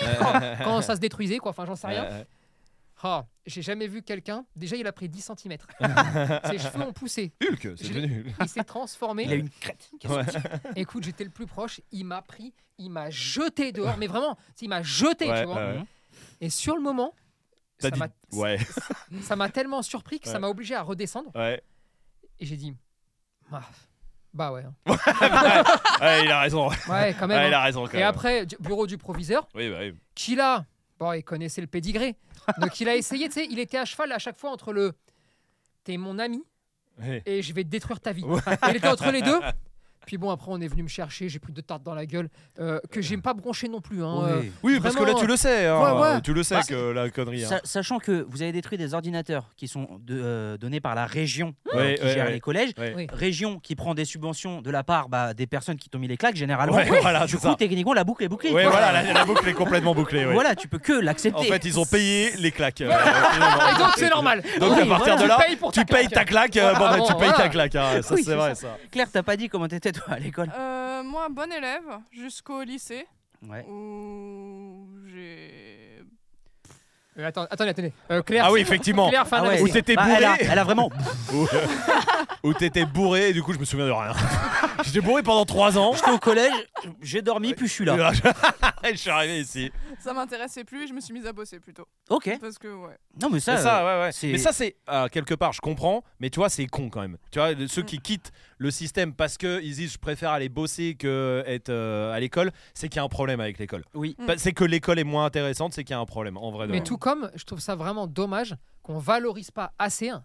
Speaker 6: quand ça se détruisait, quoi. Enfin, j'en sais rien.
Speaker 7: Euh,
Speaker 6: Ah, j'ai jamais vu quelqu'un. Déjà, il a pris 10 cm. Ses cheveux ont poussé.
Speaker 7: Hulk, c'est
Speaker 6: J'ai-
Speaker 7: devenu.
Speaker 6: Il s'est transformé.
Speaker 1: Il a une crête. Qu'est-ce que c'est
Speaker 6: Écoute, j'étais le plus proche. Il m'a pris, il m'a jeté dehors. Mais vraiment, il m'a jeté,
Speaker 7: Ouais,
Speaker 6: tu vois.
Speaker 7: ouais.
Speaker 6: Et sur le moment,
Speaker 7: T'as
Speaker 6: ça
Speaker 7: dit.
Speaker 6: m'a
Speaker 7: Ouais,
Speaker 6: ça m'a tellement surpris que ça
Speaker 7: Ouais.
Speaker 6: m'a obligé à redescendre.
Speaker 7: ouais.
Speaker 6: Et j'ai dit, Ah, bah ouais. hein.
Speaker 7: Ouais, Ah, il a raison.
Speaker 6: Ouais, quand même.
Speaker 7: Ouais, il
Speaker 6: hein.
Speaker 7: a raison quand
Speaker 6: Et
Speaker 7: même.
Speaker 6: après, du- bureau du proviseur,
Speaker 7: Oui, bah oui.
Speaker 6: qui là, bon, il connaissait le pédigré. Donc il a essayé, tu sais, il était à cheval à chaque fois entre le t'es mon ami
Speaker 7: Ouais.
Speaker 6: et je vais te détruire ta vie. Il était entre les deux. Puis bon, après, on est venu me chercher, j'ai pris deux tartes dans la gueule, euh, que j'aime pas broncher non plus. hein, euh,
Speaker 1: Ouais.
Speaker 7: Oui, parce que là,
Speaker 6: Vraiment.
Speaker 7: tu le sais. hein.
Speaker 6: Ouais, ouais.
Speaker 7: Tu le sais
Speaker 6: Bah,
Speaker 7: que la connerie. hein.
Speaker 1: Sa- sachant que vous avez détruit des ordinateurs qui sont de- euh, donnés par la région euh,
Speaker 7: Ouais,
Speaker 1: qui
Speaker 7: ouais,
Speaker 1: gère
Speaker 7: ouais.
Speaker 1: les collèges,
Speaker 7: Ouais.
Speaker 6: Oui.
Speaker 1: région qui prend des subventions de la part bah, des personnes qui t'ont mis les claques généralement.
Speaker 7: Ouais, voilà,
Speaker 1: du
Speaker 7: c'est
Speaker 1: coup,
Speaker 7: ça.
Speaker 1: techniquement, la boucle est bouclée.
Speaker 7: Ouais,
Speaker 1: quoi.
Speaker 7: voilà, la, la boucle est complètement bouclée. ouais.
Speaker 1: Voilà, tu peux que l'accepter.
Speaker 7: En fait, ils ont payé les claques. euh,
Speaker 6: Et donc, c'est
Speaker 7: finalement.
Speaker 6: normal.
Speaker 7: Donc, à partir de là,
Speaker 6: tu payes, pour
Speaker 7: Tu payes ta claque, euh,
Speaker 6: Voilà,
Speaker 7: bon, bah,
Speaker 6: bon,
Speaker 7: tu payes ta
Speaker 6: voilà.
Speaker 7: claque, hein, ça
Speaker 1: Oui,
Speaker 7: c'est
Speaker 1: c'est
Speaker 7: vrai ça.
Speaker 1: Claire, t'as pas dit comment t'étais toi à l'école.
Speaker 8: Euh, moi, bon élève jusqu'au lycée
Speaker 1: Ouais.
Speaker 8: où j'ai.
Speaker 6: Euh, attends, attendez, attendez. Euh, Claire,
Speaker 7: Ah oui, effectivement.
Speaker 6: Claire, fin
Speaker 1: Ah
Speaker 6: d'année.
Speaker 1: ouais.
Speaker 7: Ou t'étais
Speaker 1: Bah, elle, a,
Speaker 7: bourré.
Speaker 1: elle a vraiment.
Speaker 7: Ou- euh, Ou t'étais bourré et du coup je me souviens de rien. J'étais bourré pendant 3 ans.
Speaker 1: J'étais au collège, j'ai dormi, puis je suis là.
Speaker 7: je suis arrivé ici.
Speaker 8: Ça m'intéressait plus et je me suis mise à bosser plutôt.
Speaker 1: Ok.
Speaker 8: Parce que, ouais.
Speaker 1: Non, mais ça.
Speaker 7: Mais
Speaker 1: euh,
Speaker 7: ça, ouais, ouais.
Speaker 1: c'est-
Speaker 7: Mais ça, c'est euh, quelque part, je comprends, mais tu vois, c'est con quand même. Tu vois, ceux qui quittent le système parce que ils disent je préfère aller bosser que être euh, à l'école, c'est qu'il y a un problème avec l'école.
Speaker 1: Oui.
Speaker 7: Pas- C'est que l'école est moins intéressante, c'est qu'il y a un problème, en vrai. de
Speaker 6: Mais
Speaker 7: vrai.
Speaker 6: tout comme, je trouve ça vraiment dommage qu'on valorise pas assez hein,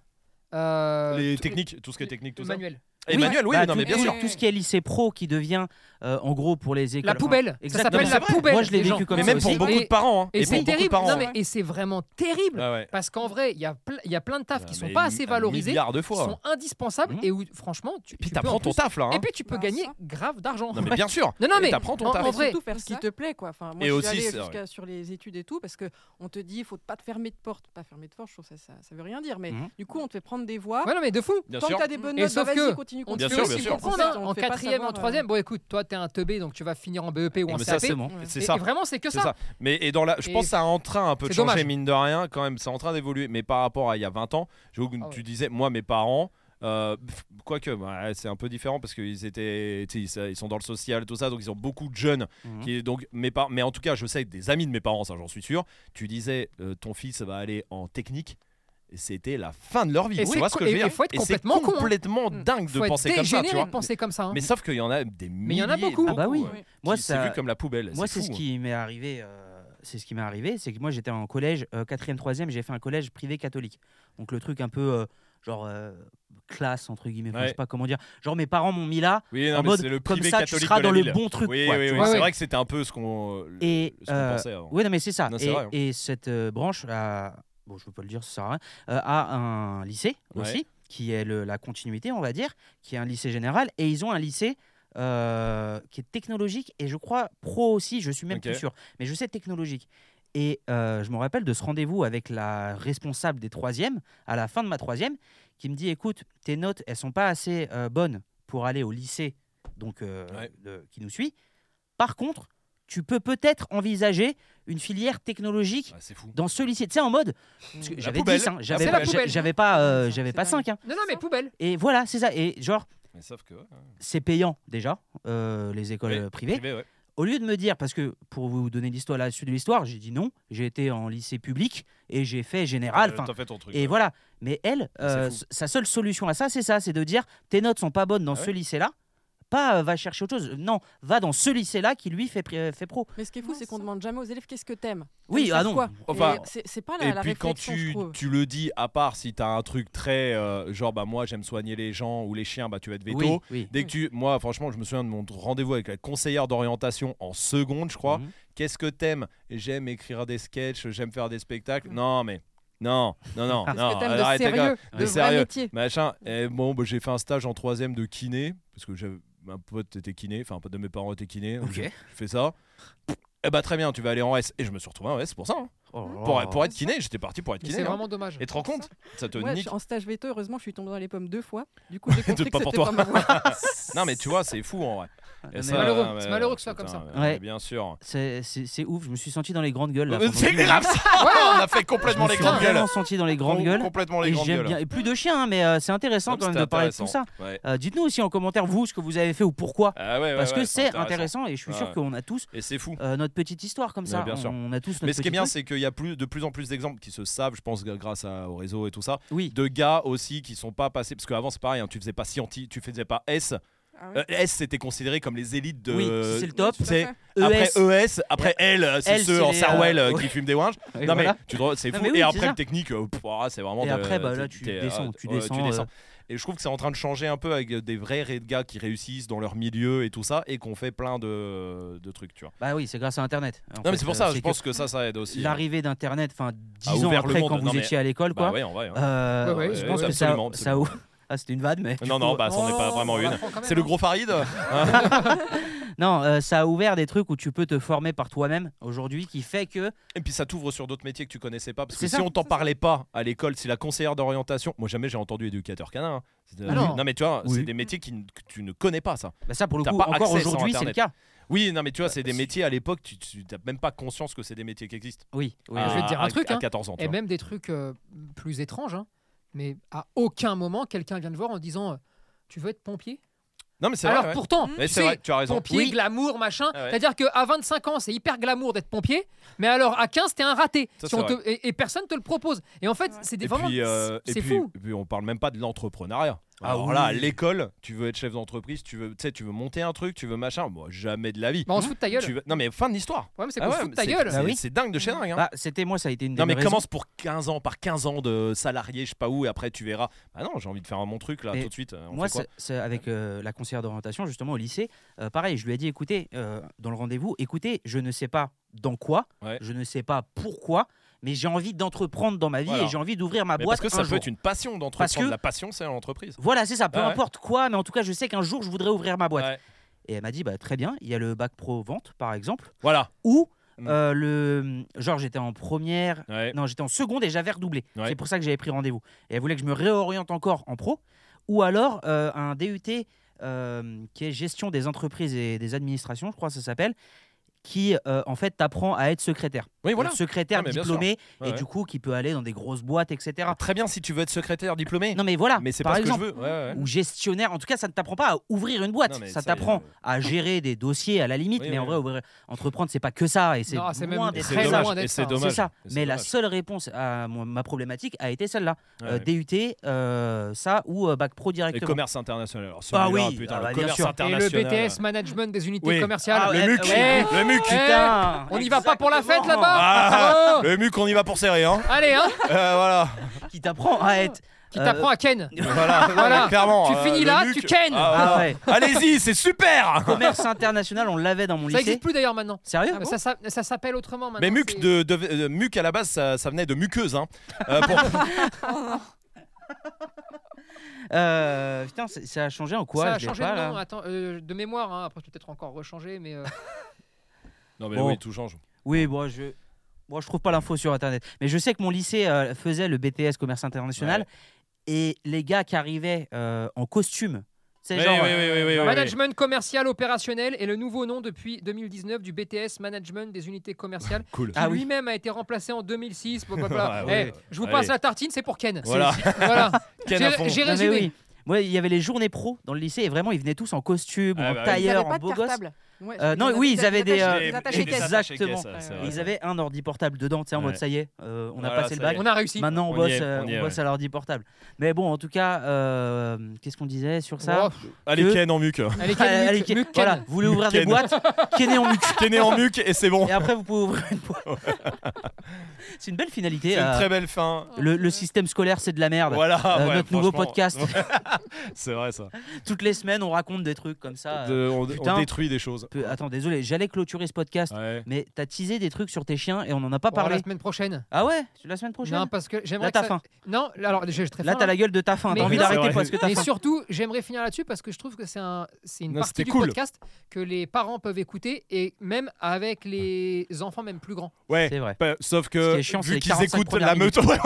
Speaker 6: euh,
Speaker 7: Les
Speaker 6: tout-
Speaker 7: techniques, tout ce qui est technique, tout
Speaker 6: le
Speaker 7: ça.
Speaker 6: manuel.
Speaker 7: Emmanuel, oui,
Speaker 1: Bah,
Speaker 7: non,
Speaker 1: tout-
Speaker 7: mais bien
Speaker 8: et-
Speaker 7: sûr.
Speaker 1: Tout ce qui est lycée pro qui devient, euh, en gros, pour les écoles.
Speaker 6: La poubelle. Ça
Speaker 1: Exactement.
Speaker 6: s'appelle
Speaker 7: Mais
Speaker 6: la
Speaker 7: c'est vrai.
Speaker 6: poubelle.
Speaker 1: Moi, je l'ai
Speaker 6: les
Speaker 1: vécu
Speaker 6: gens.
Speaker 1: comme
Speaker 7: Mais
Speaker 1: ça
Speaker 7: même
Speaker 1: aussi.
Speaker 7: pour beaucoup de parents. hein.
Speaker 6: Et
Speaker 7: Et pour
Speaker 6: c'est
Speaker 7: beaucoup de
Speaker 6: terrible.
Speaker 7: parents.
Speaker 6: Non, mais-
Speaker 7: hein.
Speaker 6: et c'est vraiment terrible.
Speaker 7: Ah ouais.
Speaker 6: Parce qu'en vrai, il y, a ple- il y a plein de tafs qui
Speaker 7: Ah,
Speaker 6: sont
Speaker 7: mais
Speaker 6: pas
Speaker 7: mi-
Speaker 6: assez
Speaker 7: un
Speaker 6: valorisés,
Speaker 7: milliard de
Speaker 6: qui
Speaker 7: fois. Mmh.
Speaker 6: sont indispensables
Speaker 1: Mhm.
Speaker 6: et où, franchement, tu,
Speaker 7: Puis
Speaker 6: tu peux en
Speaker 7: t'apprends ton
Speaker 6: plus-
Speaker 7: taf là. hein.
Speaker 6: Et puis tu peux
Speaker 8: Bah,
Speaker 6: gagner
Speaker 8: ça.
Speaker 6: grave d'argent.
Speaker 7: Non, mais bien sûr.
Speaker 6: Non, non,
Speaker 7: Et
Speaker 6: mais
Speaker 7: t'apprends ton
Speaker 6: en-
Speaker 7: taf.
Speaker 6: en vrai,
Speaker 2: surtout faire ce qui te plaît, quoi. Enfin, moi,
Speaker 7: Et
Speaker 2: je
Speaker 7: aussi,
Speaker 2: suis allée
Speaker 7: c'est vrai.
Speaker 2: jusqu'à sur les études et tout, parce que on te dit, il faut pas te fermer de porte. Pas fermer de porte, je trouve ça, ça, ça veut rien dire. Mais
Speaker 1: Mhm.
Speaker 2: du coup, on te fait prendre des voies.
Speaker 6: Ouais, non, mais de fou.
Speaker 7: Bien
Speaker 2: Tant
Speaker 7: sûr.
Speaker 2: que t'as des bonnes
Speaker 6: Et
Speaker 2: notes, bah,
Speaker 6: sauf que-
Speaker 2: vas-y, continue,
Speaker 7: on
Speaker 2: continue.
Speaker 7: te fait euh. aussi
Speaker 6: comprendre, hein, en quatrième, en troisième. Bon, écoute, toi, t'es un teubé, donc tu vas finir en BEP ou en
Speaker 7: Mais
Speaker 6: CAP.
Speaker 7: ça,
Speaker 6: Et,
Speaker 7: c'est
Speaker 1: Exactement.
Speaker 7: C'est ça.
Speaker 6: et vraiment, c'est que
Speaker 7: C'est
Speaker 6: ça.
Speaker 7: ça. Mais et dans la, je
Speaker 6: Et-
Speaker 7: pense que ça est en train un peu de
Speaker 6: C'est
Speaker 7: changer,
Speaker 6: dommage.
Speaker 7: mine de rien, quand même. C'est en train d'évoluer. Mais par rapport à il y a 20 ans, je vois que
Speaker 6: Ah ouais.
Speaker 7: tu disais, moi, mes parents. euh, pff, Quoique, bah, c'est un peu différent parce qu'ils étaient, tu sais, ils ils sont dans le social, tout ça, donc ils ont beaucoup de jeunes.
Speaker 1: Mhm.
Speaker 7: Qui, donc mes par- mais en tout cas, je sais que des amis de mes parents, ça j'en suis sûr. Tu disais, euh, ton fils va aller en technique. et C'était la fin de leur vie.
Speaker 6: Et
Speaker 7: tu
Speaker 6: c'est
Speaker 7: vois ce
Speaker 6: co-
Speaker 7: que je veux
Speaker 6: et-
Speaker 7: dire
Speaker 6: et faut être
Speaker 7: Et c'est
Speaker 6: complètement con, hein.
Speaker 7: complètement
Speaker 6: Mm.
Speaker 7: dingue de
Speaker 6: Faut être
Speaker 7: penser comme ça, tu
Speaker 6: dégénéré
Speaker 7: vois.
Speaker 6: de penser comme ça. hein.
Speaker 7: Mais sauf qu'il y en a des milliers.
Speaker 6: il y en a beaucoup.
Speaker 1: Ah bah oui.
Speaker 7: ouais,
Speaker 1: Moi,
Speaker 7: qui- Bah, c'est
Speaker 1: ça.
Speaker 7: vu comme la poubelle.
Speaker 1: Moi, c'est ce
Speaker 7: fou. hein.
Speaker 1: qui m'est arrivé. euh, C'est ce qui m'est arrivé, c'est que moi j'étais en collège, euh, 4e, 3e, j'ai fait un collège privé catholique. Donc le truc un peu euh, genre euh, classe, entre guillemets, enfin,
Speaker 7: Ouais.
Speaker 1: je sais pas comment dire. Genre mes parents m'ont mis là,
Speaker 7: Oui, non,
Speaker 1: en
Speaker 7: mais
Speaker 1: mode
Speaker 7: c'est le
Speaker 1: comme
Speaker 7: privé
Speaker 1: ça tu
Speaker 7: catholique
Speaker 1: seras
Speaker 7: de la
Speaker 1: dans le
Speaker 7: ville. hein.
Speaker 1: bon truc.
Speaker 7: Oui,
Speaker 1: quoi,
Speaker 7: oui,
Speaker 1: tu
Speaker 7: oui,
Speaker 1: vois.
Speaker 6: Ouais,
Speaker 7: c'est
Speaker 6: ouais.
Speaker 7: vrai que c'était un peu ce qu'on euh,
Speaker 1: Et,
Speaker 7: ce qu'on
Speaker 1: euh,
Speaker 7: pensait avant.
Speaker 1: Oui, non, mais c'est ça.
Speaker 7: hein. Non, c'est
Speaker 1: et,
Speaker 7: vrai, hein.
Speaker 1: et cette euh, branche, a- bon, je peux pas le dire, ça sert à rien, euh, a un lycée
Speaker 7: Ouais.
Speaker 1: aussi, qui est le- la continuité, on va dire, qui est un lycée général, et ils ont un lycée. euh, qui est technologique et je crois pro aussi, je suis même
Speaker 7: Ok.
Speaker 1: plus sûr, mais je sais technologique. Et euh, je me rappelle de ce rendez-vous avec la responsable des troisièmes, à la fin de ma troisième, qui me dit écoute, tes notes, elles sont pas assez euh, bonnes pour aller au lycée donc euh,
Speaker 7: Ouais.
Speaker 1: de- qui nous suit. Par contre, tu peux peut-être envisager une filière technologique
Speaker 7: Ah, c'est fou.
Speaker 1: dans ce lycée. Tu sais, en mode. parce que
Speaker 7: La
Speaker 1: J'avais
Speaker 7: poubelle. Ah,
Speaker 1: 10, hein,
Speaker 7: La
Speaker 1: j'avais
Speaker 6: poubelle.
Speaker 1: pas, j'a- j'avais pas, euh, j'avais pas
Speaker 2: C'est
Speaker 1: 5. hein.
Speaker 6: Non, non, mais poubelle.
Speaker 1: Et voilà, c'est ça. Et genre,
Speaker 7: Mais sauf que. ouais,
Speaker 1: c'est payant déjà, euh, les écoles
Speaker 7: Oui,
Speaker 1: euh, privées.
Speaker 7: privé, ouais.
Speaker 1: Au lieu de me dire, parce que pour vous donner l'histoire, la suite de l'histoire, j'ai dit non, j'ai été en lycée public et j'ai fait général.
Speaker 7: Euh,
Speaker 1: enfin,
Speaker 7: T'as fait ton truc.
Speaker 1: et
Speaker 7: ouais.
Speaker 1: voilà. Mais elle,
Speaker 7: C'est
Speaker 1: euh,
Speaker 7: fou.
Speaker 1: sa seule solution à ça, c'est ça, c'est de dire tes notes sont pas bonnes dans
Speaker 7: Ah
Speaker 1: ce lycée-là. pas euh, va chercher autre chose. Non, va dans ce lycée-là qui lui fait, pri- euh, fait pro.
Speaker 9: Mais ce qui est fou,
Speaker 8: Non,
Speaker 9: c'est qu'on
Speaker 8: ça.
Speaker 9: demande jamais aux élèves qu'est-ce que t'aimes.
Speaker 1: Oui,
Speaker 9: Ils
Speaker 1: ah
Speaker 9: savent
Speaker 1: non.
Speaker 9: Ah, quoi.
Speaker 7: Enfin,
Speaker 9: Et c'est c'est pas
Speaker 6: Ah,
Speaker 9: la,
Speaker 7: Et
Speaker 9: la
Speaker 7: puis quand
Speaker 9: réflexion, je
Speaker 7: tu,
Speaker 9: trouve.
Speaker 7: tu le dis, à part si t'as un truc très euh, genre bah moi j'aime soigner les gens ou les chiens, bah tu vas être veto.
Speaker 1: Oui, oui.
Speaker 6: Mm.
Speaker 7: Dès que tu, moi franchement je me souviens de mon rendez-vous avec la conseillère d'orientation en seconde je crois.
Speaker 1: Mhm.
Speaker 7: Qu'est-ce que t'aimes J'aime écrire des sketchs, j'aime faire des spectacles. Non mais non non non
Speaker 6: Mm. Qu'est-ce
Speaker 7: non. euh,
Speaker 6: que t'aimes de
Speaker 7: arrête, les gars.
Speaker 6: sérieux
Speaker 7: Mais
Speaker 6: De vrai
Speaker 7: sérieux.
Speaker 6: métier
Speaker 7: Machin. Et bon, bah, j'ai fait un stage en troisième de kiné, parce que j'avais- un pote était kiné, enfin un pote de mes parents était kiné. donc
Speaker 1: Ok.
Speaker 7: J'ai j'ai fait ça. Eh bah très bien, tu vas aller en S. Et je me suis retrouvé en S pour ça. hein.
Speaker 1: Oh là
Speaker 7: Pour,
Speaker 1: là.
Speaker 7: pour être kiné, j'étais parti pour être
Speaker 6: Mais
Speaker 7: kiné.
Speaker 6: C'est
Speaker 7: hein.
Speaker 6: vraiment dommage.
Speaker 7: Et te rends compte Ça te
Speaker 9: Ouais,
Speaker 7: nique.
Speaker 9: je- en stage veto, heureusement, je suis tombée dans les pommes deux fois. Du coup, j'ai compris
Speaker 7: pas
Speaker 9: que
Speaker 7: pour
Speaker 9: c'était
Speaker 7: toi.
Speaker 9: pas ma voie.
Speaker 7: Non mais tu vois, c'est fou en vrai.
Speaker 1: Ah,
Speaker 7: Et
Speaker 1: mais
Speaker 7: ça,
Speaker 6: C'est malheureux.
Speaker 7: ouais,
Speaker 6: C'est malheureux que ce soit
Speaker 7: putain,
Speaker 6: comme
Speaker 1: ça.
Speaker 7: ouais,
Speaker 1: Ouais.
Speaker 7: Bien sûr.
Speaker 1: C'est- C'est c'est ouf, je me suis senti dans les grandes gueules. là,
Speaker 7: Euh,
Speaker 1: pendant
Speaker 7: C'est
Speaker 1: dix minutes.
Speaker 7: grave ça On a fait complètement
Speaker 1: Je me
Speaker 7: les
Speaker 1: suis
Speaker 7: grandes gueules.
Speaker 1: vraiment senti dans les grandes gueules.
Speaker 7: Complètement les
Speaker 1: Et
Speaker 7: grandes
Speaker 1: j'aime
Speaker 7: gueules.
Speaker 1: bien. Et plus de chiens, hein, mais euh, c'est intéressant
Speaker 7: Non,
Speaker 1: quand même
Speaker 7: c'était
Speaker 1: de parler de tout ça.
Speaker 7: intéressant. Ouais.
Speaker 1: Euh, Dites-nous aussi en commentaire, vous, ce que vous avez fait ou pourquoi.
Speaker 7: Ah ouais, ouais,
Speaker 1: Parce
Speaker 7: ouais,
Speaker 1: que c'est intéressant et je suis
Speaker 7: Ouais,
Speaker 1: sûr
Speaker 7: ouais.
Speaker 1: qu'on a tous
Speaker 7: Et c'est fou.
Speaker 1: euh, notre petite histoire comme
Speaker 7: Ouais,
Speaker 1: ça.
Speaker 7: bien
Speaker 1: on,
Speaker 7: sûr.
Speaker 1: on a tous notre
Speaker 7: Mais ce qui
Speaker 1: petit
Speaker 7: est bien,
Speaker 1: truc.
Speaker 7: c'est qu'il y a plus, de plus en plus d'exemples qui se savent, je pense, g- grâce à- au réseau et tout ça,
Speaker 1: Oui.
Speaker 7: de gars aussi qui sont pas passés. Parce qu'avant, c'est pareil, hein, tu faisais pas scienti, tu faisais pas S.
Speaker 8: Ah
Speaker 7: Euh, S, c'était considéré comme les élites de.
Speaker 1: Oui, si c'est le top.
Speaker 8: tout à
Speaker 7: c'est-
Speaker 8: fait.
Speaker 7: Après E.
Speaker 1: ES.
Speaker 7: ES, après L, euh, c'est
Speaker 1: L,
Speaker 7: ceux
Speaker 1: c'est
Speaker 7: en
Speaker 1: les,
Speaker 7: Sarwell
Speaker 1: euh,
Speaker 7: euh, qui fument des winges.
Speaker 1: Et
Speaker 7: non
Speaker 1: voilà.
Speaker 7: mais tu te re- c'est
Speaker 1: Non,
Speaker 7: fou.
Speaker 1: mais oui,
Speaker 7: et
Speaker 1: c'est
Speaker 7: après
Speaker 1: ça.
Speaker 7: le technique, euh, pff, ah, c'est vraiment.
Speaker 1: Et
Speaker 7: de-
Speaker 1: après, bah,
Speaker 7: t'es-
Speaker 1: là, tu
Speaker 7: t'es, euh,
Speaker 1: descends, tu
Speaker 7: ouais,
Speaker 1: descends, euh,
Speaker 7: tu descends. Et je trouve que c'est en train de changer un peu avec des vrais ré- gars qui réussissent dans leur milieu et tout ça et qu'on fait plein de, de trucs, tu vois.
Speaker 1: Bah oui, c'est grâce à Internet. En
Speaker 7: non mais
Speaker 1: fait,
Speaker 7: c'est pour
Speaker 1: euh,
Speaker 7: ça, je
Speaker 1: que
Speaker 7: pense que ça, ça aide aussi. euh,
Speaker 1: L'arrivée d'Internet, enfin, dix
Speaker 7: A
Speaker 1: ans
Speaker 7: ouvert le
Speaker 1: après
Speaker 7: monde.
Speaker 1: quand
Speaker 7: Non,
Speaker 1: vous
Speaker 7: mais-
Speaker 1: étiez à l'école,
Speaker 7: Bah
Speaker 1: quoi.
Speaker 7: ouais, en vrai. hein.
Speaker 1: Euh,
Speaker 6: Ouais, ouais,
Speaker 1: je
Speaker 6: ouais,
Speaker 1: pense
Speaker 6: ouais,
Speaker 1: que ça,
Speaker 7: absolument,
Speaker 1: ça
Speaker 7: absolument.
Speaker 1: ouvre- Ah, c'était une vanne, mais.
Speaker 7: Non, non, bah, c'en est pas
Speaker 6: Oh,
Speaker 7: vraiment
Speaker 6: on
Speaker 7: une.
Speaker 6: apprend quand même,
Speaker 7: C'est le
Speaker 6: hein.
Speaker 7: gros Farid
Speaker 1: Non, euh, ça a ouvert des trucs où tu peux te former par toi-même aujourd'hui qui fait que.
Speaker 7: Et puis ça t'ouvre sur d'autres métiers que tu connaissais pas. Parce que
Speaker 1: C'est
Speaker 7: si
Speaker 1: ça.
Speaker 7: on t'en parlait pas à l'école, si la conseillère d'orientation. Moi, jamais j'ai entendu éducateur canin. hein. C'est-
Speaker 6: Ah non.
Speaker 7: mais tu vois,
Speaker 1: Oui.
Speaker 7: c'est des métiers qui n- que tu ne connais pas, ça.
Speaker 1: Bah, ça, pour le
Speaker 7: T'as
Speaker 1: coup,
Speaker 7: pas
Speaker 1: encore
Speaker 7: accès sans
Speaker 1: aujourd'hui, c'est le
Speaker 7: Internet.
Speaker 1: cas.
Speaker 7: Oui, non, mais tu vois, c'est des
Speaker 1: Bah, si-
Speaker 7: métiers à l'époque, tu n'as même pas conscience que c'est des métiers qui existent.
Speaker 1: Oui, oui.
Speaker 7: À-
Speaker 6: je vais te dire un
Speaker 7: à-
Speaker 6: truc,
Speaker 7: À
Speaker 6: hein.
Speaker 7: 14 ans. tu
Speaker 6: Et
Speaker 7: vois.
Speaker 6: même des trucs euh, plus étranges. hein. Mais à aucun moment, quelqu'un vient te voir en disant euh, Tu veux être pompier
Speaker 7: Non, mais c'est
Speaker 6: Alors
Speaker 7: vrai. ouais.
Speaker 6: pourtant,
Speaker 7: Mais
Speaker 6: tu
Speaker 7: c'est
Speaker 6: sais,
Speaker 7: vrai, tu as raison.
Speaker 6: pompier,
Speaker 1: Oui.
Speaker 6: glamour, machin.
Speaker 7: Ah ouais.
Speaker 6: C'est-à-dire qu'à 25 ans, c'est hyper glamour d'être pompier, mais alors à 15, t'es un raté.
Speaker 7: Ça,
Speaker 6: Si
Speaker 7: c'est
Speaker 6: on te- et, et personne te le propose. Et en fait,
Speaker 8: Ouais.
Speaker 6: c'est des
Speaker 7: Et
Speaker 6: vraiment.
Speaker 7: puis, euh, et
Speaker 6: c'est
Speaker 7: puis-
Speaker 6: fou.
Speaker 7: et puis, on parle même pas de l'entrepreneuriat.
Speaker 1: Ah
Speaker 7: Alors
Speaker 1: oui.
Speaker 7: là, à l'école, tu veux être chef d'entreprise, tu veux, tu sais, tu veux monter un truc, tu veux machin. Moi, jamais de la vie.
Speaker 6: Bah, on se fout de ta gueule.
Speaker 7: Mmh. Tu veux- Non, mais fin de l'histoire.
Speaker 6: Ouais, mais c'est
Speaker 7: Ah
Speaker 6: qu'on se
Speaker 7: ouais,
Speaker 6: fout de ta
Speaker 7: c'est-
Speaker 6: gueule. Ah,
Speaker 7: c'est-
Speaker 1: Bah oui.
Speaker 7: C'est dingue de chez dingue. hein.
Speaker 1: Bah, c'était moi, ça a été une des
Speaker 7: Non mais
Speaker 1: mes raisons.
Speaker 7: commence pour 15 ans, par 15 ans de salarié, je sais pas où, et après tu verras. Ah non, j'ai envie de faire mon truc là
Speaker 1: Mais
Speaker 7: tout de suite. euh, On
Speaker 1: Moi,
Speaker 7: fait quoi
Speaker 1: c'est- c'est avec euh, la conseillère d'orientation, justement, au lycée, euh, pareil, je lui ai dit, écoutez, euh, dans le rendez-vous, écoutez, je ne sais pas dans quoi,
Speaker 7: Ouais.
Speaker 1: je ne sais pas pourquoi, mais j'ai envie d'entreprendre dans ma vie
Speaker 7: Voilà.
Speaker 1: et j'ai envie d'ouvrir ma
Speaker 7: Mais
Speaker 1: boîte
Speaker 7: parce que
Speaker 1: un
Speaker 7: ça peut
Speaker 1: jour.
Speaker 7: être une passion
Speaker 1: Parce
Speaker 7: d'entreprendre.
Speaker 1: que-
Speaker 7: La passion, c'est l'entreprise.
Speaker 1: Voilà, c'est ça, peu
Speaker 7: Ouais, ouais.
Speaker 1: importe quoi, mais en tout cas, je sais qu'un jour, je voudrais ouvrir ma boîte.
Speaker 7: Ouais.
Speaker 1: Et elle m'a dit, bah, très bien, il y a le bac pro vente, par exemple,
Speaker 7: Voilà.
Speaker 1: ou
Speaker 7: Mm.
Speaker 1: euh, le... Genre, j'étais en première,
Speaker 7: Ouais.
Speaker 1: Non, j'étais en seconde et j'avais redoublé.
Speaker 7: Ouais.
Speaker 1: C'est pour ça que j'avais pris rendez-vous. Et elle voulait que je me réoriente encore en pro. Ou alors euh, un DUT euh, qui est gestion des entreprises et des administrations, je crois que ça s'appelle, qui euh, en fait t'apprend à être secrétaire.
Speaker 7: Oui, voilà.
Speaker 1: Être secrétaire
Speaker 7: Ah, mais bien
Speaker 1: diplômé
Speaker 7: Ouais,
Speaker 1: et
Speaker 7: ouais.
Speaker 1: du coup qui peut aller dans des grosses boîtes, etc.
Speaker 7: Ah, très bien si tu veux être secrétaire diplômé.
Speaker 1: Non mais voilà,
Speaker 7: mais c'est
Speaker 1: par
Speaker 7: pas
Speaker 1: exemple.
Speaker 7: ce que je veux. Ouais, ouais.
Speaker 1: Ou gestionnaire, en tout cas, ça ne t'apprend pas à ouvrir une boîte.
Speaker 7: Non, mais
Speaker 1: ça
Speaker 7: ça,
Speaker 1: t'apprend
Speaker 7: euh,
Speaker 1: à gérer des dossiers à la limite,
Speaker 7: Oui,
Speaker 1: mais en
Speaker 7: oui,
Speaker 1: vrai,
Speaker 7: oui.
Speaker 1: ouvrir- entreprendre, c'est pas que ça. Et c'est
Speaker 6: Non, c'est même
Speaker 1: loin
Speaker 6: Et
Speaker 7: Et
Speaker 1: d'être
Speaker 7: c'est
Speaker 6: très
Speaker 1: ça.
Speaker 6: loin
Speaker 7: dommage.
Speaker 6: d'être
Speaker 7: Et
Speaker 6: ça, hein.
Speaker 1: C'est
Speaker 7: c'est dommage.
Speaker 1: ça.
Speaker 7: Et c'est
Speaker 1: Mais la
Speaker 7: dommage.
Speaker 1: seule réponse à mon- ma problématique a été celle-là.
Speaker 7: Ouais,
Speaker 1: Euh,
Speaker 7: ouais.
Speaker 1: DUT, euh, ça ou euh, bac pro
Speaker 7: Et
Speaker 1: directement.
Speaker 7: commerce international. Alors, celui-là,
Speaker 1: oui,
Speaker 7: putain,
Speaker 1: ah bah,
Speaker 7: le
Speaker 1: bien
Speaker 7: commerce
Speaker 1: sûr.
Speaker 6: Et le
Speaker 7: international.
Speaker 6: BTS, management des unités
Speaker 7: Oui.
Speaker 6: commerciales.
Speaker 1: Ah,
Speaker 7: Le
Speaker 1: euh,
Speaker 7: MUC.
Speaker 1: ouais.
Speaker 7: Le MUC.
Speaker 6: Eh,
Speaker 1: Putain
Speaker 6: on y va pas pour la fête
Speaker 1: Exactement.
Speaker 6: là-bas
Speaker 7: Ah, le MUC, on y va pour serrer. Hein.
Speaker 6: Allez, hein,
Speaker 7: Euh, voilà.
Speaker 1: Ah, Qui t'apprend à être.
Speaker 6: qui
Speaker 1: Euh,
Speaker 6: t'apprend à Ken.
Speaker 7: voilà.
Speaker 6: Voilà.
Speaker 7: Clairement.
Speaker 6: Tu
Speaker 7: euh,
Speaker 6: finis
Speaker 7: le
Speaker 6: là,
Speaker 7: MUC.
Speaker 6: tu kennes.
Speaker 7: Ah,
Speaker 1: Ah
Speaker 7: voilà.
Speaker 1: ouais.
Speaker 7: Allez-y, c'est super.
Speaker 1: Commerce international, on l'avait dans mon lycée.
Speaker 6: Ça
Speaker 1: Ah
Speaker 6: existe plus Ah d'ailleurs maintenant. Euh,
Speaker 1: Sérieux
Speaker 6: Ça- ça ça s'appelle autrement maintenant.
Speaker 7: Mais muc,
Speaker 6: c'est-
Speaker 7: de, de- euh, muc à la base, ça, ça venait de muqueuse. Hein. Euh, pour-
Speaker 1: Euh, Putain, c'est- ça a changé en quoi
Speaker 6: ça a
Speaker 1: Je l'ai
Speaker 6: changé
Speaker 1: pas,
Speaker 6: de nom,
Speaker 1: là.
Speaker 6: attends, euh, de mémoire, hein, après peut-être encore rechangé, mais euh,
Speaker 7: Non, mais
Speaker 1: Bon.
Speaker 7: oui, tout change.
Speaker 1: Oui, bon, je. Moi, je trouve pas l'info sur internet. Mais je sais que mon lycée euh, faisait le BTS commerce international. Et les gars qui arrivaient euh, en costume, c'est
Speaker 7: Oui,
Speaker 1: genre.
Speaker 7: oui, oui, oui, oui, oui.
Speaker 6: Management commercial opérationnel est le nouveau nom depuis 2019 du BTS Management des unités commerciales,
Speaker 7: Cool.
Speaker 6: qui
Speaker 1: Ah oui.
Speaker 6: lui-même a été remplacé en 2006. blablabla.
Speaker 7: Ouais, ouais.
Speaker 6: Eh, je vous
Speaker 7: Ah Allez.
Speaker 6: passe la tartine, c'est pour Ken.
Speaker 7: Voilà.
Speaker 6: Voilà.
Speaker 7: Ken à fond.
Speaker 6: J'ai j'ai
Speaker 1: Non, mais
Speaker 6: résumé.
Speaker 1: oui. Moi, il y avait les journées pro dans le lycée et vraiment, ils venaient tous en costume,
Speaker 7: Ah
Speaker 1: en
Speaker 7: bah oui.
Speaker 1: tailleur,
Speaker 9: Ils avaient
Speaker 1: en
Speaker 9: pas de
Speaker 1: beau gosse.
Speaker 9: cartable. Ouais,
Speaker 1: Euh, non,
Speaker 9: on a
Speaker 1: oui, ils avaient des,
Speaker 9: attaches-
Speaker 1: euh,
Speaker 9: des
Speaker 1: attachés
Speaker 9: attachés
Speaker 1: des-
Speaker 9: caisses.
Speaker 1: Exactement. Et Ils avaient un ordi portable dedans, tu sais, en
Speaker 7: Ouais.
Speaker 1: mode ça y est, euh, on a
Speaker 7: Voilà,
Speaker 1: passé le
Speaker 7: ça y
Speaker 1: bac.
Speaker 7: est.
Speaker 6: On a réussi.
Speaker 1: Maintenant, on,
Speaker 7: On y
Speaker 1: bosse,
Speaker 7: est,
Speaker 1: euh,
Speaker 7: on
Speaker 1: on
Speaker 7: y est,
Speaker 1: bosse à l'ordi portable. Mais bon, en tout cas, euh, qu'est-ce qu'on disait sur ça
Speaker 6: Oh,
Speaker 7: Allez,
Speaker 1: Que-
Speaker 7: Ken en muque.
Speaker 6: allez,
Speaker 1: Ah,
Speaker 6: Ken,
Speaker 1: allez,
Speaker 6: Luc,
Speaker 1: Ken-
Speaker 6: Luc, Ken.
Speaker 1: voilà, vous voulez ouvrir des
Speaker 7: Ken.
Speaker 1: boîtes Kené en muque.
Speaker 7: Ken est en muque et c'est bon.
Speaker 1: Et après, vous pouvez ouvrir une boîte. C'est une belle finalité.
Speaker 7: C'est une
Speaker 1: euh,
Speaker 7: très belle fin.
Speaker 1: le, le système scolaire, c'est de la merde.
Speaker 7: Voilà,
Speaker 1: Euh,
Speaker 7: ouais,
Speaker 1: notre nouveau
Speaker 7: franchement.
Speaker 1: podcast.
Speaker 7: C'est vrai ça.
Speaker 1: Toutes les semaines, on raconte des trucs comme ça. euh,
Speaker 7: De- on, on
Speaker 1: putain.
Speaker 7: détruit des choses.
Speaker 1: peu- Attends, désolé, j'allais clôturer ce podcast,
Speaker 7: Ouais.
Speaker 1: mais t'as teasé des trucs sur tes chiens et on n'en a pas
Speaker 6: Oh,
Speaker 1: parlé.
Speaker 6: la semaine prochaine.
Speaker 1: Ah ouais C'est la semaine prochaine
Speaker 6: Non, parce que j'aimerais.
Speaker 1: Là,
Speaker 6: que
Speaker 1: t'as
Speaker 6: ça-
Speaker 1: faim.
Speaker 6: Non, là, alors j'ai j'ai très
Speaker 1: Là,
Speaker 6: faim,
Speaker 1: t'as
Speaker 6: là.
Speaker 1: la gueule de ta faim.
Speaker 6: Mais
Speaker 1: T'as envie
Speaker 6: non,
Speaker 1: d'arrêter
Speaker 7: c'est
Speaker 1: parce que t'as
Speaker 6: Et
Speaker 1: faim.
Speaker 6: surtout, j'aimerais finir là-dessus parce que je trouve que c'est un, c'est une
Speaker 7: Non,
Speaker 6: partie
Speaker 7: c'était
Speaker 6: du
Speaker 7: cool.
Speaker 6: podcast que les parents peuvent écouter et même avec les enfants, même plus grands.
Speaker 7: Ouais.
Speaker 1: C'est vrai.
Speaker 7: Pa- Sauf
Speaker 1: Ce
Speaker 7: que
Speaker 1: qui est chiant, c'est
Speaker 7: vu
Speaker 1: les
Speaker 7: qu'ils
Speaker 1: 45
Speaker 7: écoutent
Speaker 1: premières
Speaker 7: la meute, Ouais, ouais,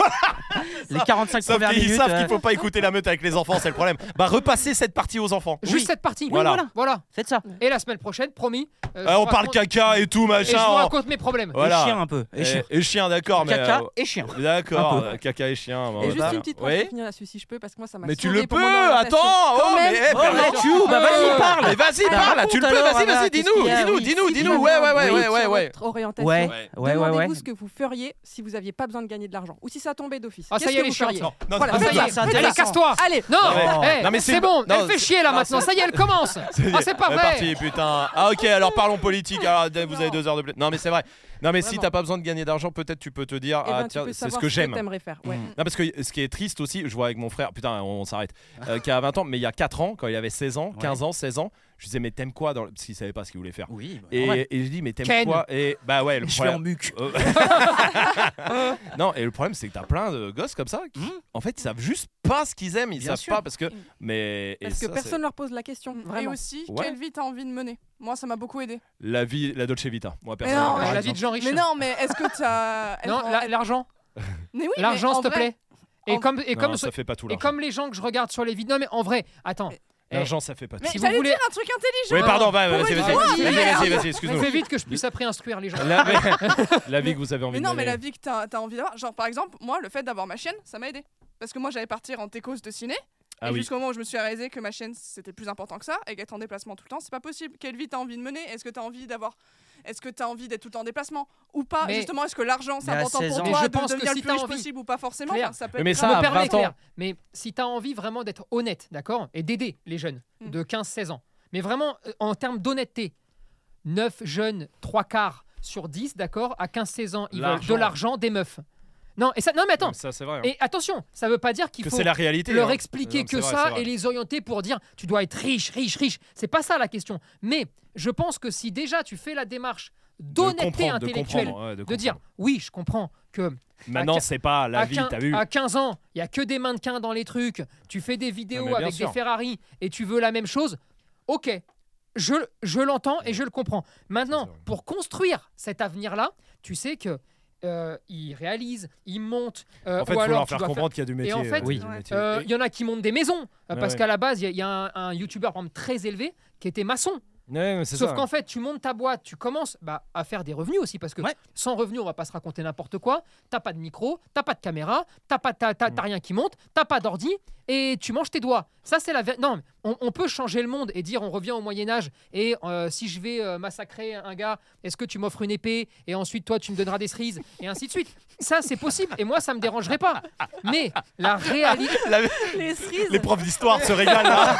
Speaker 1: Les 45
Speaker 7: sauf
Speaker 1: premières
Speaker 7: qu'ils
Speaker 1: minutes.
Speaker 7: savent
Speaker 1: euh,
Speaker 7: qu'il faut pas écouter la meute avec les enfants, c'est le problème. Bah repassez cette partie aux enfants.
Speaker 1: Oui.
Speaker 6: Juste cette partie.
Speaker 7: Voilà.
Speaker 6: voilà. voilà.
Speaker 1: Faites ça.
Speaker 6: Et la semaine prochaine, promis. euh,
Speaker 7: Ah,
Speaker 6: je
Speaker 7: on
Speaker 6: vous
Speaker 7: parle
Speaker 6: raconte-
Speaker 7: caca et tout
Speaker 6: Et je vous
Speaker 7: machin.
Speaker 6: raconte mes problèmes.
Speaker 7: Voilà.
Speaker 1: Et chien un peu. Et chien.
Speaker 7: Et- et chien, d'accord, mais
Speaker 1: Caca
Speaker 7: euh,
Speaker 1: et chien. Un
Speaker 7: d'accord,
Speaker 1: peu.
Speaker 7: euh, caca et chien. bah,
Speaker 9: Et juste
Speaker 7: voilà.
Speaker 9: une petite phrase
Speaker 7: Oui.
Speaker 9: pour finir là-dessus si je peux parce que moi ça m'a
Speaker 7: Mais tu
Speaker 9: sauvé
Speaker 7: le
Speaker 9: pour
Speaker 7: peux,
Speaker 9: mon orientation.
Speaker 7: attends, oh,
Speaker 9: Quand
Speaker 7: mais,
Speaker 9: même.
Speaker 7: eh, bah,
Speaker 1: Oh, mais tu, bah vas-y, parle
Speaker 7: Mais vas-y,
Speaker 1: Bah,
Speaker 7: parle,
Speaker 1: raconte
Speaker 7: tu le peux,
Speaker 1: alors,
Speaker 7: vas-y,
Speaker 1: Anna,
Speaker 7: vas-y,
Speaker 1: qu'est-ce
Speaker 7: dis-nous,
Speaker 1: qu'il y a
Speaker 7: dis-nous,
Speaker 9: Si
Speaker 7: dis-nous,
Speaker 9: vous
Speaker 7: dis-nous,
Speaker 9: avez
Speaker 7: ouais, ouais,
Speaker 9: un
Speaker 7: ouais,
Speaker 9: doute
Speaker 7: ouais,
Speaker 9: sur
Speaker 7: ouais, ouais.
Speaker 9: votre orientation,
Speaker 1: Ouais, ouais, ouais,
Speaker 9: demandez-vous
Speaker 1: ouais.
Speaker 9: ce que vous feriez si vous aviez pas besoin de gagner de l'argent ou si ça tombait d'office.
Speaker 6: Ah, ça
Speaker 9: Qu'est-ce
Speaker 6: y est,
Speaker 9: que
Speaker 6: les
Speaker 9: vous
Speaker 6: chiens.
Speaker 9: feriez
Speaker 7: Non, non,
Speaker 6: Ah,
Speaker 9: Voilà,
Speaker 7: non,
Speaker 1: faites
Speaker 7: non,
Speaker 1: ça, c'est
Speaker 6: Allez,
Speaker 1: intéressant.
Speaker 6: casse-toi.
Speaker 9: Allez,
Speaker 6: Non,
Speaker 7: Non, mais-
Speaker 6: eh,
Speaker 7: non, mais
Speaker 6: c'est
Speaker 7: c'est-
Speaker 6: bon,
Speaker 7: non,
Speaker 6: elle fait
Speaker 7: c'est-
Speaker 6: chier là
Speaker 7: non,
Speaker 6: maintenant,
Speaker 7: c'est-
Speaker 6: ça y est, elle commence.
Speaker 7: C'est-
Speaker 6: Ah, c'est pas
Speaker 7: ouais,
Speaker 6: vrai.
Speaker 7: parti, putain. Ah, ok, alors parlons politique. Ah, d- vous avez deux heures de pla- Non, mais c'est vrai. Non, mais si
Speaker 9: Vraiment.
Speaker 7: t'as pas besoin de gagner d'argent, peut-être tu peux te dire,
Speaker 9: Eh ben,
Speaker 7: ah,
Speaker 9: tu
Speaker 7: tiens,
Speaker 9: peux
Speaker 7: c'est ce
Speaker 9: savoir
Speaker 7: que j'aime. Mm.
Speaker 9: t'aimerais faire. Ouais.
Speaker 7: Non, parce que euh, ce qui est triste aussi, je vois avec mon frère, putain, on, on s'arrête, euh, qui a 20 ans, mais il y a 4 ans, quand il avait 16 ans, 15 ans, 16 ans, je disais, mais t'aimes quoi dans le- Parce qu'il savait pas ce qu'il voulait faire.
Speaker 1: Oui, bah, normal.
Speaker 7: Et, et je dis, mais t'aimes
Speaker 6: Ken.
Speaker 7: quoi Et bah ouais, le
Speaker 1: je suis en
Speaker 7: problème.
Speaker 1: muc.
Speaker 7: Euh, non, et le problème, c'est que t'as plein de gosses comme ça qui, en fait, ils savent juste pas ce qu'ils aiment, ils
Speaker 1: Bien
Speaker 7: savent
Speaker 1: sûr.
Speaker 7: pas parce que. Mais. et
Speaker 9: Parce que
Speaker 7: ça, c'est Mm.
Speaker 9: personne leur pose la question.
Speaker 8: Et
Speaker 9: Vraiment.
Speaker 8: aussi,
Speaker 7: Ouais.
Speaker 8: quelle vie t'as envie de mener Moi, ça m'a beaucoup aidé.
Speaker 7: La vie, la Dolce Vita. Moi,
Speaker 8: Mais
Speaker 7: personnellement,
Speaker 8: non,
Speaker 7: par
Speaker 6: Ouais, la vie
Speaker 7: exemple.
Speaker 6: de Jean Riche.
Speaker 8: Mais non, mais est-ce que t'as. est-ce
Speaker 6: Non,
Speaker 8: qu'en-
Speaker 6: la- l'argent.
Speaker 8: Mais oui, mais
Speaker 6: L'argent,
Speaker 8: en
Speaker 6: s'il te
Speaker 8: vrai,
Speaker 6: plaît. Et
Speaker 8: en-
Speaker 6: comme, et
Speaker 7: Non,
Speaker 6: comme, ce-
Speaker 7: ça fait pas tout
Speaker 6: et
Speaker 7: l'argent.
Speaker 6: comme les gens que je regarde sur les vidéos. Non, mais en vrai, attends. Eh,
Speaker 7: L'argent, ça fait pas tout.
Speaker 8: Mais
Speaker 6: Si vous
Speaker 8: j'allais
Speaker 6: voulez-
Speaker 8: dire un truc intelligent.
Speaker 7: Oui, pardon, va, vas-y,
Speaker 8: Pourquoi
Speaker 7: vas-y, vas-y,
Speaker 8: il dit
Speaker 7: vas-y,
Speaker 8: merde
Speaker 7: vas-y, vas-y, excuse-nous.
Speaker 6: Eh, Fais vite que je puisse après instruire les gens.
Speaker 7: La, la vie que vous avez envie
Speaker 8: Mais non,
Speaker 7: de
Speaker 8: mais
Speaker 7: mener.
Speaker 8: la vie que t'as as envie d'avoir. Genre, par exemple, moi, le fait d'avoir ma chaîne, ça m'a aidé. Parce que moi, j'allais partir en técos de ciné.
Speaker 7: Ah
Speaker 8: et
Speaker 7: oui.
Speaker 8: jusqu'au moment où je me suis réalisé que ma chaîne, c'était plus important que ça. Et qu'être en déplacement tout le temps, c'est pas possible. Quelle vie t'as envie de mener Est-ce que t'as envie d'avoir. Est-ce que t'as envie d'être tout le temps en déplacement ou pas
Speaker 6: Mais-
Speaker 8: Justement, est-ce que l'argent c'est
Speaker 1: Mais à
Speaker 8: important
Speaker 1: 16
Speaker 8: pour
Speaker 1: ans.
Speaker 8: toi
Speaker 1: Mais
Speaker 6: je
Speaker 8: de
Speaker 6: pense que
Speaker 8: devenir
Speaker 6: si
Speaker 8: le plus
Speaker 6: t'as
Speaker 8: riche
Speaker 6: envie-
Speaker 8: possible ou pas forcément
Speaker 6: Claire.
Speaker 8: Enfin, ça peut
Speaker 7: Mais
Speaker 8: être
Speaker 7: ça,
Speaker 6: Je
Speaker 7: à
Speaker 6: me permets,
Speaker 7: 20 ans.
Speaker 6: Claire, mais si tu as envie vraiment d'être honnête, d'accord, et d'aider les jeunes
Speaker 8: Mm.
Speaker 6: de 15-16 ans, mais vraiment euh, en termes d'honnêteté, 9 jeunes, 3 quarts sur 10, d'accord, à 15-16 ans, ils veulent de
Speaker 7: L'argent.
Speaker 6: l'argent des meufs. Non, et ça, non mais attends,
Speaker 7: Ça, c'est vrai. hein.
Speaker 6: et attention, ça veut pas dire qu'il
Speaker 7: Que
Speaker 6: faut
Speaker 7: c'est la réalité.
Speaker 6: leur
Speaker 7: hein.
Speaker 6: expliquer
Speaker 7: Non,
Speaker 6: que
Speaker 7: c'est vrai, c'est
Speaker 6: ça
Speaker 7: vrai.
Speaker 6: et les orienter pour dire tu dois être riche, riche, riche. C'est pas ça la question. Mais je pense que si déjà tu fais la démarche
Speaker 7: De
Speaker 6: d'honnêteté
Speaker 7: comprendre, hein, de
Speaker 6: intellectuelle,
Speaker 7: comprendre, ouais,
Speaker 6: de
Speaker 7: comprendre.
Speaker 6: dire oui, je comprends que à
Speaker 7: Maintenant,
Speaker 6: quin-
Speaker 7: c'est pas la
Speaker 6: à,
Speaker 7: vie,
Speaker 6: quin-
Speaker 7: t'as vu.
Speaker 6: à 15 ans, il y a que des mannequins dans les trucs, tu fais des
Speaker 7: Non,
Speaker 6: vidéos
Speaker 7: mais bien
Speaker 6: avec
Speaker 7: sûr.
Speaker 6: des Ferrari et tu veux la même chose, ok, je, je l'entends et je le comprends.
Speaker 7: Ça,
Speaker 6: Maintenant,
Speaker 7: c'est vrai.
Speaker 6: pour construire cet avenir-là, tu sais que euh, ils réalisent, ils montent, euh,
Speaker 7: En fait,
Speaker 6: ou
Speaker 7: faut
Speaker 6: alors
Speaker 7: leur
Speaker 6: tu
Speaker 7: faire
Speaker 6: dois faire-
Speaker 7: comprendre qu'il y a du métier.
Speaker 6: en fait,
Speaker 7: euh,
Speaker 1: Oui.
Speaker 7: du métier.
Speaker 6: euh,
Speaker 7: Et-
Speaker 6: Il y en a qui montent des maisons, euh,
Speaker 7: Ouais,
Speaker 6: parce
Speaker 7: ouais.
Speaker 6: qu'à la base, il y a- il y, a un, un youtubeur par exemple, très élevé qui était maçon.
Speaker 7: Ouais, mais c'est
Speaker 6: Sauf
Speaker 7: ça.
Speaker 6: qu'en fait, tu montes ta boîte, tu commences bah, à faire des revenus aussi, parce que
Speaker 1: Ouais.
Speaker 6: sans revenus, on va pas se raconter n'importe quoi. T'as pas de micro, t'as pas de caméra, t'as pas t'as- t'as-
Speaker 7: Mm.
Speaker 6: t'as rien qui monte, t'as pas d'ordi, et tu manges tes doigts. Ça, c'est la. ver- Non, on, on peut changer le monde et dire on revient au Moyen Âge, et euh, si je vais euh, massacrer un gars, est-ce que tu m'offres une épée, et ensuite toi, tu me donneras des cerises, et ainsi de suite. Ça, c'est possible, et moi, ça me dérangerait pas. Mais la réalité.
Speaker 7: La-
Speaker 9: Les cerises.
Speaker 7: Les profs d'histoire se régalent là.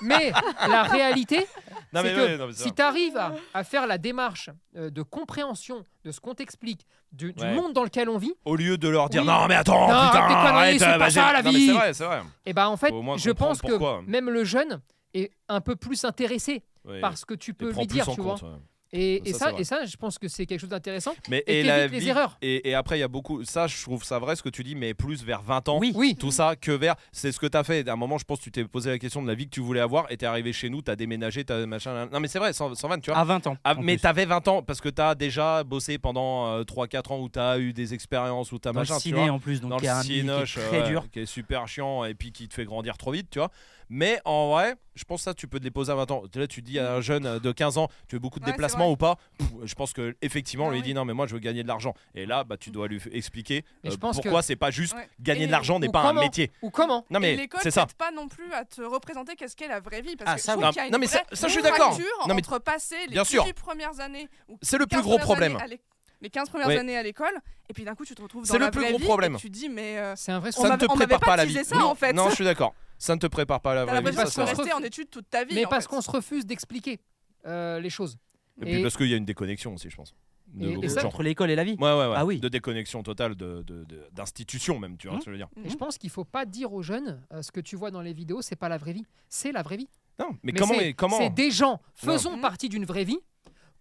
Speaker 6: Mais la réalité,
Speaker 7: Non,
Speaker 6: c'est
Speaker 7: mais
Speaker 6: que
Speaker 7: ouais, non, mais c'est
Speaker 6: si tu arrives à, à faire la démarche euh, de compréhension de ce qu'on t'explique, du, du
Speaker 7: Ouais.
Speaker 6: monde dans lequel on vit,
Speaker 7: Au lieu de leur dire
Speaker 6: Oui.
Speaker 7: non, mais attends,
Speaker 6: Non,
Speaker 7: putain,
Speaker 6: arrête tes conneries,
Speaker 7: arrête,
Speaker 6: c'est pas
Speaker 7: bah,
Speaker 6: ça,
Speaker 7: j'ai-
Speaker 6: la
Speaker 7: Non, mais
Speaker 6: vie.
Speaker 7: C'est vrai, c'est vrai.
Speaker 6: et ben en fait,
Speaker 7: Faut au moins
Speaker 6: je
Speaker 7: comprendre
Speaker 6: pense que
Speaker 7: pourquoi.
Speaker 6: même le jeune est un peu plus intéressé
Speaker 7: Ouais.
Speaker 6: par ce que tu
Speaker 7: Et
Speaker 6: peux
Speaker 7: prends
Speaker 6: lui dire,
Speaker 7: plus en
Speaker 6: tu vois.
Speaker 7: compte, ouais.
Speaker 6: Et, et
Speaker 7: Ça,
Speaker 6: ça,
Speaker 7: c'est vrai.
Speaker 6: et ça, je pense que c'est quelque chose d'intéressant.
Speaker 7: Mais
Speaker 6: Et
Speaker 7: et,
Speaker 6: t'évites
Speaker 7: la
Speaker 6: les
Speaker 7: vie-
Speaker 6: erreurs.
Speaker 7: Et, et après, il y a beaucoup. Ça, je trouve ça vrai ce que tu dis, mais plus vers 20 ans.
Speaker 1: Oui.
Speaker 6: Oui.
Speaker 7: Tout ça que vers. C'est ce que t'as fait. À un moment, je pense que tu t'es posé la question de la vie que tu voulais avoir et t'es arrivé chez nous, t'as déménagé, t'as machin. nan- Non, mais c'est vrai, 100 120, tu vois.
Speaker 1: À 20 ans.
Speaker 7: Ah,
Speaker 1: en
Speaker 7: mais
Speaker 1: plus.
Speaker 7: t'avais 20 ans parce que t'as déjà bossé pendant 3-4 ans où t'as eu des expériences, où t'as
Speaker 1: dans le
Speaker 7: machin. tu
Speaker 1: ciné
Speaker 7: vois
Speaker 1: en plus, donc
Speaker 7: dans
Speaker 1: il y a
Speaker 7: le
Speaker 1: un milieu qui est
Speaker 7: cinénoche
Speaker 1: très
Speaker 7: ouais,
Speaker 1: dur.
Speaker 7: qui est super chiant et puis qui te fait grandir trop vite, tu vois. Mais en vrai, je pense que ça, tu peux te déposer à 20 ans. Là, tu dis à un jeune de 15 ans, tu veux beaucoup de
Speaker 8: Ouais, c'est
Speaker 7: déplacements ou pas Pff, Je pense que effectivement, on
Speaker 8: Ah
Speaker 7: lui
Speaker 8: oui.
Speaker 7: dit non, mais moi, je veux gagner de l'argent. Et là, bah, tu dois lui f- expliquer
Speaker 6: Mais je
Speaker 7: euh,
Speaker 6: pense
Speaker 7: pourquoi c'est pas juste
Speaker 8: Ouais.
Speaker 7: gagner
Speaker 6: Et-
Speaker 7: de l'argent n'est
Speaker 6: ou
Speaker 7: pas un
Speaker 6: comment
Speaker 7: métier.
Speaker 6: Ou comment
Speaker 7: Non,
Speaker 8: Et
Speaker 7: mais
Speaker 8: l'école
Speaker 7: c'est ça.
Speaker 8: t'aide pas non plus à te représenter qu'est-ce qu'est la vraie vie parce
Speaker 1: Ah,
Speaker 8: que
Speaker 1: ça,
Speaker 8: je
Speaker 1: oui.
Speaker 8: trouve qu'il y a une
Speaker 7: Non, mais ça-
Speaker 8: vraie
Speaker 7: ça, je suis d'accord.
Speaker 8: fracture
Speaker 7: Non, mais-
Speaker 8: entre passer les
Speaker 7: Bien sûr.
Speaker 8: 18 premières années ou
Speaker 7: C'est le plus
Speaker 8: 15
Speaker 7: gros
Speaker 8: premières
Speaker 7: problème.
Speaker 8: années à l'é- les 15 premières
Speaker 7: Ouais.
Speaker 8: années à l'école et puis d'un coup tu te retrouves dans
Speaker 7: C'est
Speaker 8: la
Speaker 7: le plus
Speaker 8: vraie
Speaker 7: gros
Speaker 8: vie
Speaker 7: problème.
Speaker 8: et tu te dis mais euh,
Speaker 6: C'est un vrai
Speaker 8: On
Speaker 7: ça ne
Speaker 8: m'avait-
Speaker 7: te
Speaker 8: on m'avait
Speaker 7: prépare
Speaker 8: pas
Speaker 7: pas à la vie.
Speaker 8: teasé ça,
Speaker 7: Oui.
Speaker 8: en fait.
Speaker 7: Non, je suis d'accord. Ça ne te prépare pas à la
Speaker 8: t'as
Speaker 7: vraie vie.
Speaker 8: l'impression
Speaker 7: ça,
Speaker 8: que
Speaker 6: parce
Speaker 8: tu
Speaker 7: c'est
Speaker 8: vas
Speaker 6: qu'on
Speaker 8: rester
Speaker 7: vrai.
Speaker 6: se
Speaker 8: en études toute ta vie
Speaker 6: Mais
Speaker 8: en
Speaker 6: parce
Speaker 8: fait.
Speaker 6: qu'on se refuse d'expliquer euh, les choses.
Speaker 7: Et puis
Speaker 6: Et-
Speaker 7: parce qu'il y a une déconnexion aussi, je pense. De
Speaker 6: Et- et
Speaker 7: beaucoup de
Speaker 6: ça-
Speaker 7: gens.
Speaker 1: Entre l'école et la vie.
Speaker 7: Ouais, ouais, ouais.
Speaker 1: Ah oui.
Speaker 7: De déconnexion totale de- de- de- d'institution, même, tu vois
Speaker 1: Mhm.
Speaker 7: ce que je veux dire.
Speaker 6: Et je pense qu'il faut pas dire aux jeunes euh, ce que tu vois dans les vidéos, c'est pas la vraie vie. C'est la vraie vie.
Speaker 7: Non, mais, comment.
Speaker 6: c'est-
Speaker 7: comment...
Speaker 6: C'est des gens faisant
Speaker 8: Mhm.
Speaker 6: partie d'une vraie vie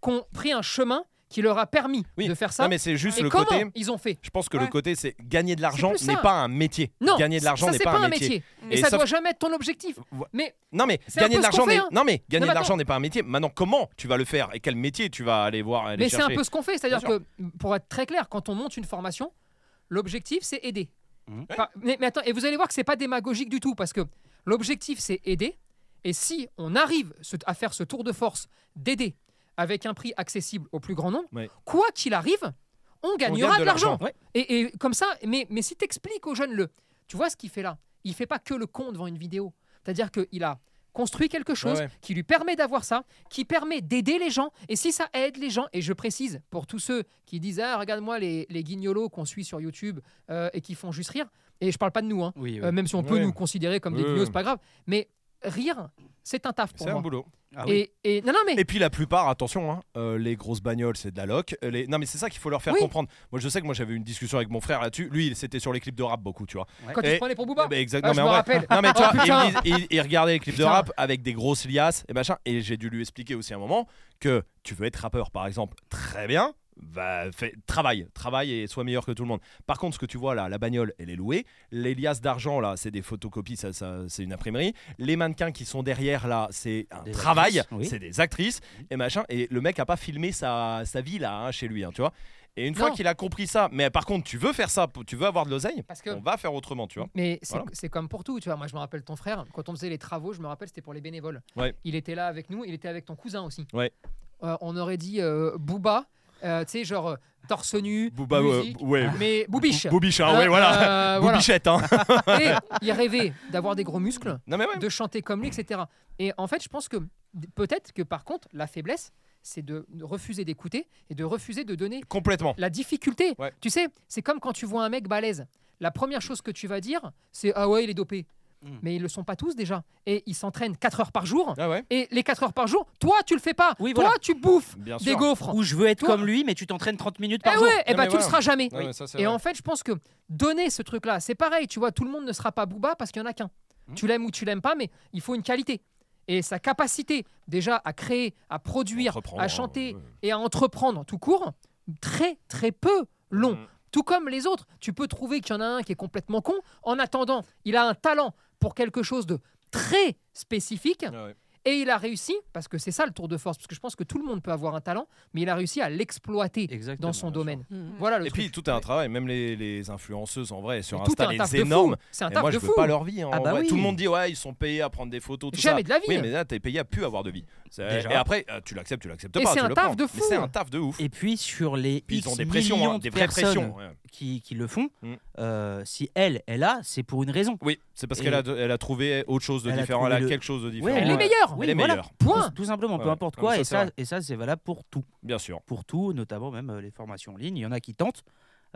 Speaker 6: qui ont pris un chemin qui leur a permis
Speaker 7: Oui.
Speaker 6: de faire ça.
Speaker 7: Non, mais c'est juste
Speaker 6: Et
Speaker 7: le
Speaker 6: comment
Speaker 7: côté.
Speaker 6: ils ont fait
Speaker 7: Je pense que le
Speaker 8: Ouais.
Speaker 7: côté, c'est gagner de l'argent
Speaker 6: C'est plus
Speaker 7: n'est
Speaker 6: ça.
Speaker 7: pas un métier.
Speaker 6: Non,
Speaker 7: gagner de l'argent
Speaker 6: ça,
Speaker 7: n'est
Speaker 6: c'est
Speaker 7: pas, un métier.
Speaker 6: Et,
Speaker 7: Et
Speaker 6: ça
Speaker 7: sauf-
Speaker 6: doit jamais être ton objectif. Mais
Speaker 7: Non mais
Speaker 6: C'est un
Speaker 7: gagner
Speaker 6: peu
Speaker 7: de
Speaker 6: ce qu'on
Speaker 7: l'argent
Speaker 6: fait,
Speaker 7: n'est
Speaker 6: hein.
Speaker 7: non mais gagner
Speaker 6: Non, mais
Speaker 7: de l'argent
Speaker 6: attends.
Speaker 7: n'est pas un métier. Maintenant comment tu vas le faire et quel métier tu vas aller voir aller
Speaker 6: Mais c'est un
Speaker 7: chercher
Speaker 6: peu ce qu'on fait, c'est-à-dire
Speaker 7: Bien
Speaker 6: que, pour être très clair, quand on monte une formation, l'objectif c'est aider.
Speaker 7: Mmh.
Speaker 1: Mhm.
Speaker 6: Enfin, mais, mais attends, et vous allez voir que c'est pas démagogique du tout, parce que l'objectif c'est aider, et si on arrive ce- à faire ce tour de force d'aider avec un prix accessible au plus grand nombre,
Speaker 7: Ouais.
Speaker 6: quoi qu'il arrive, on
Speaker 7: On
Speaker 6: gagnera
Speaker 7: gagne
Speaker 6: de l'argent.
Speaker 7: Ouais.
Speaker 6: Et, et comme ça, mais, mais si t'expliques aux jeunes le, tu vois ce qu'il fait là, il fait pas que le con devant une vidéo, c'est-à-dire qu'il a construit quelque chose
Speaker 7: ouais.
Speaker 6: qui lui permet d'avoir ça, qui permet d'aider les gens. Et si ça aide les gens, et je précise pour tous ceux qui disent ah regarde-moi les, les guignolos qu'on suit sur YouTube euh, et qui font juste rire, et je parle pas de nous, hein,
Speaker 1: Oui,
Speaker 6: euh, même si on peut
Speaker 7: Ouais.
Speaker 6: nous considérer comme des
Speaker 7: Ouais.
Speaker 6: guignolos, c'est pas grave, mais rire, c'est un taf pour
Speaker 7: C'est un
Speaker 6: moi.
Speaker 7: boulot.
Speaker 1: Ah oui.
Speaker 6: et, et- non non mais
Speaker 7: Et puis la plupart, attention, hein, euh, les grosses bagnoles, c'est de la loc. Euh, Les... Non mais c'est ça qu'il faut leur faire
Speaker 6: Oui.
Speaker 7: comprendre. Moi je sais que moi j'avais eu une discussion avec mon frère là-dessus. Lui il- c'était sur les clips de rap beaucoup, tu vois.
Speaker 6: quand
Speaker 7: et-
Speaker 6: tu te prenais pour Booba,
Speaker 7: Eh ben, exact-
Speaker 6: Ah,
Speaker 7: non,
Speaker 6: je
Speaker 7: mais en
Speaker 6: me
Speaker 7: vrai-
Speaker 6: rappelle.
Speaker 7: Non mais
Speaker 6: Oh,
Speaker 7: toi, il,
Speaker 6: putain.
Speaker 7: me dis- il- il regardait les clips de
Speaker 6: Putain.
Speaker 7: rap avec des grosses liasses et machin. Et j'ai dû lui expliquer aussi à un moment que tu veux être rappeur par exemple, très bien. Va, fais- travaille, travaille et sois meilleur que tout le monde. Par contre, ce que tu vois là, la bagnole, elle est louée. Les liasses d'argent là, c'est des photocopies, ça, ça, c'est une imprimerie. Les mannequins qui sont derrière là, c'est un
Speaker 1: Des
Speaker 7: travail,
Speaker 1: actrices, oui.
Speaker 7: c'est des actrices
Speaker 6: Mhm.
Speaker 7: et machin. Et le mec a pas filmé sa, sa vie là hein, chez lui, hein, tu vois. Et une fois
Speaker 6: Non.
Speaker 7: qu'il a compris ça, mais par contre, tu veux faire ça, tu veux avoir de l'oseille,
Speaker 6: parce que
Speaker 7: on va faire autrement, tu vois.
Speaker 6: Mais c'est
Speaker 7: Voilà.
Speaker 6: c'est comme pour tout, tu vois. Moi, je me rappelle ton frère, quand on faisait les travaux, je me rappelle, c'était pour les bénévoles.
Speaker 7: Ouais.
Speaker 6: Il était là avec nous, il était avec ton cousin aussi.
Speaker 7: Ouais.
Speaker 6: Euh, on aurait dit euh, Booba, euh, tu sais, genre euh, torse nu,
Speaker 7: Booba,
Speaker 6: musique,
Speaker 7: euh, ouais.
Speaker 6: mais Boobiche.
Speaker 7: Boubiche, hein,
Speaker 6: Euh,
Speaker 7: ouais, voilà.
Speaker 6: euh, voilà.
Speaker 7: Boubichette, hein.
Speaker 6: Et il rêvait d'avoir des gros muscles,
Speaker 7: Non, mais ouais.
Speaker 6: de chanter comme lui, etc. Et en fait, je pense que d- peut-être que par contre, la faiblesse, c'est de refuser d'écouter et de refuser de donner
Speaker 7: Complètement.
Speaker 6: la difficulté.
Speaker 7: Ouais.
Speaker 6: Tu sais, c'est comme quand tu vois un mec balèze. La première chose que tu vas dire, c'est Ah ouais, il est dopé.
Speaker 1: Mm.
Speaker 6: Mais ils le sont pas tous déjà. Et ils s'entraînent 4 heures par jour.
Speaker 7: Ah Hmm. ouais,
Speaker 6: Et les 4 heures par jour, toi, tu le fais pas.
Speaker 1: Oui,
Speaker 6: toi,
Speaker 1: voilà.
Speaker 6: tu bouffes
Speaker 7: bien
Speaker 6: des
Speaker 7: sûr.
Speaker 6: gaufres.
Speaker 1: Ou je veux être
Speaker 6: Toi-
Speaker 1: comme lui, mais tu t'entraînes 30 minutes
Speaker 6: Eh
Speaker 1: par jour.
Speaker 6: ouais, eh
Speaker 7: Non,
Speaker 6: ben,
Speaker 7: mais
Speaker 6: tu
Speaker 7: voilà.
Speaker 6: le seras jamais.
Speaker 7: Non, mais Ah ça, c'est
Speaker 6: Et
Speaker 7: vrai.
Speaker 6: en fait, je pense que donner ce truc-là, c'est pareil, tu vois, tout le monde ne sera pas Booba parce qu'il n'y en a qu'un.
Speaker 7: Hmm.
Speaker 1: Mm.
Speaker 6: Tu l'aimes ou tu l'aimes pas, mais il faut une qualité. Et sa capacité déjà à créer, à produire,
Speaker 7: Entreprendre,
Speaker 6: à chanter
Speaker 7: hein, ouais.
Speaker 6: et à entreprendre tout court, très très peu long.
Speaker 7: Mm.
Speaker 6: Tout comme les autres, tu peux trouver qu'il y en a un qui est complètement con. En attendant, il a un talent pour quelque chose de très spécifique.
Speaker 7: Ah ouais.
Speaker 6: Et il a réussi, parce que c'est ça le tour de force, parce que je pense que tout le monde peut avoir un talent, mais il a réussi à l'exploiter
Speaker 1: Exactement,
Speaker 6: dans son
Speaker 1: bien sûr.
Speaker 6: domaine.
Speaker 7: Mm.
Speaker 9: Mhm.
Speaker 6: Voilà le
Speaker 7: Et
Speaker 6: truc.
Speaker 7: puis tout est un travail, même les, les influenceuses en vrai sur
Speaker 6: Mais tout
Speaker 7: Insta,
Speaker 6: est un taf
Speaker 7: les
Speaker 6: de fou.
Speaker 7: énormes.
Speaker 6: C'est un
Speaker 7: Et
Speaker 6: taf
Speaker 7: moi je
Speaker 6: de
Speaker 7: veux
Speaker 6: fou.
Speaker 7: pas leur vie. hein,
Speaker 1: Ah
Speaker 7: en
Speaker 1: bah
Speaker 7: vrai.
Speaker 1: oui.
Speaker 7: Tout le monde dit ouais ils sont payés à prendre des photos tout
Speaker 6: Jamais
Speaker 7: ça.
Speaker 6: de la vie.
Speaker 7: Oui mais là t'es payé à plus avoir de vie. C'est-
Speaker 1: Déjà.
Speaker 7: Et après euh, tu l'acceptes, tu l'acceptes
Speaker 6: Et
Speaker 7: pas.
Speaker 6: c'est
Speaker 7: tu
Speaker 6: un
Speaker 7: le
Speaker 6: taf
Speaker 7: prends.
Speaker 6: de
Speaker 7: Mais
Speaker 6: fou.
Speaker 7: c'est un taf de ouf.
Speaker 1: Et puis sur les
Speaker 7: Puis
Speaker 1: X
Speaker 7: ils ont des pressions,
Speaker 1: millions
Speaker 7: hein,
Speaker 1: de
Speaker 7: des vraies
Speaker 1: personnes
Speaker 7: pressions. ouais.
Speaker 1: qui, qui le font,
Speaker 7: Mm.
Speaker 1: euh, si elle est là, c'est pour une raison.
Speaker 7: Oui, c'est parce
Speaker 1: Et-
Speaker 7: qu'elle a, elle a trouvé autre chose de
Speaker 1: Elle a
Speaker 7: différent, elle
Speaker 1: trouvé
Speaker 7: a
Speaker 1: le-
Speaker 7: quelque chose de différent.
Speaker 1: elle
Speaker 6: Elle
Speaker 1: Ouais.
Speaker 6: est meilleure.
Speaker 1: Ah Oui,
Speaker 7: Elle est
Speaker 1: voilà.
Speaker 7: meilleure,
Speaker 6: Point.
Speaker 1: Tout simplement, peu
Speaker 7: Ouais.
Speaker 1: importe
Speaker 7: Ah,
Speaker 1: quoi.
Speaker 7: mais
Speaker 1: Et
Speaker 7: ça,
Speaker 1: ça, et ça c'est valable pour tout.
Speaker 7: bien sûr.
Speaker 1: Pour tout, notamment même euh, les formations en ligne. Il y en a qui tentent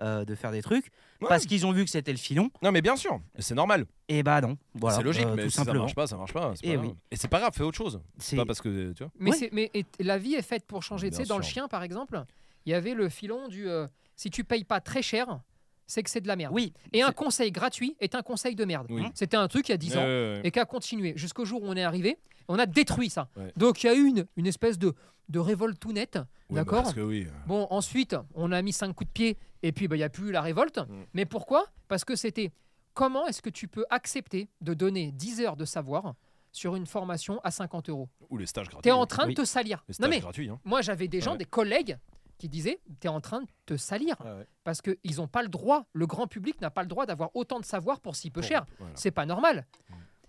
Speaker 1: euh, de faire des trucs
Speaker 7: Ouais.
Speaker 1: parce qu'ils ont vu que c'était le filon.
Speaker 7: Non mais bien sûr, c'est normal.
Speaker 1: Et bah non. Voilà,
Speaker 7: c'est logique,
Speaker 1: euh,
Speaker 7: mais
Speaker 1: tout
Speaker 7: si ça
Speaker 1: simplement.
Speaker 7: marche pas, ça marche pas. c'est
Speaker 1: Eh
Speaker 7: pas
Speaker 1: oui.
Speaker 7: grave. Et c'est pas grave, fais autre chose. C'est
Speaker 1: C'est-
Speaker 7: pas parce que tu vois.
Speaker 6: Mais,
Speaker 1: Oui.
Speaker 6: c'est- mais et- la vie est faite pour changer. Tu
Speaker 7: Bien
Speaker 6: sais, dans le
Speaker 7: sûr.
Speaker 6: chien, par exemple, il y avait le filon du euh, si tu payes pas très cher, c'est que c'est de la merde.
Speaker 1: Oui.
Speaker 6: Et un
Speaker 1: c'est-
Speaker 6: conseil gratuit est un conseil de merde.
Speaker 7: Oui.
Speaker 6: C'était un truc il y a 10 ans
Speaker 7: Euh,
Speaker 6: et qui a continué jusqu'au jour où on est arrivé. On a détruit ça.
Speaker 7: Ouais.
Speaker 6: Donc il y a eu une, une espèce de, de révolte tout nette.
Speaker 7: oui, bah,
Speaker 6: D'accord
Speaker 7: Parce que oui.
Speaker 6: Bon, ensuite, on a mis cinq coups de pied et puis bah, il n'y a plus eu la révolte.
Speaker 7: Mm.
Speaker 6: Mais pourquoi Parce que c'était comment est-ce que tu peux accepter de donner 10 heures de savoir sur une formation à 50 euros
Speaker 7: Ou les stages gratuits. hein.
Speaker 6: T'es en train
Speaker 1: Oui.
Speaker 6: de te salir.
Speaker 7: Les stages
Speaker 6: Non mais
Speaker 7: gratuits. Hein.
Speaker 6: moi j'avais des gens,
Speaker 7: Ouais.
Speaker 6: des collègues qui disaient t'es en train de te salir
Speaker 7: Ah ouais.
Speaker 6: parce qu'ils n'ont pas le droit, le grand public n'a pas le droit d'avoir autant de savoir pour si peu cher.
Speaker 7: Voilà.
Speaker 6: C'est pas normal.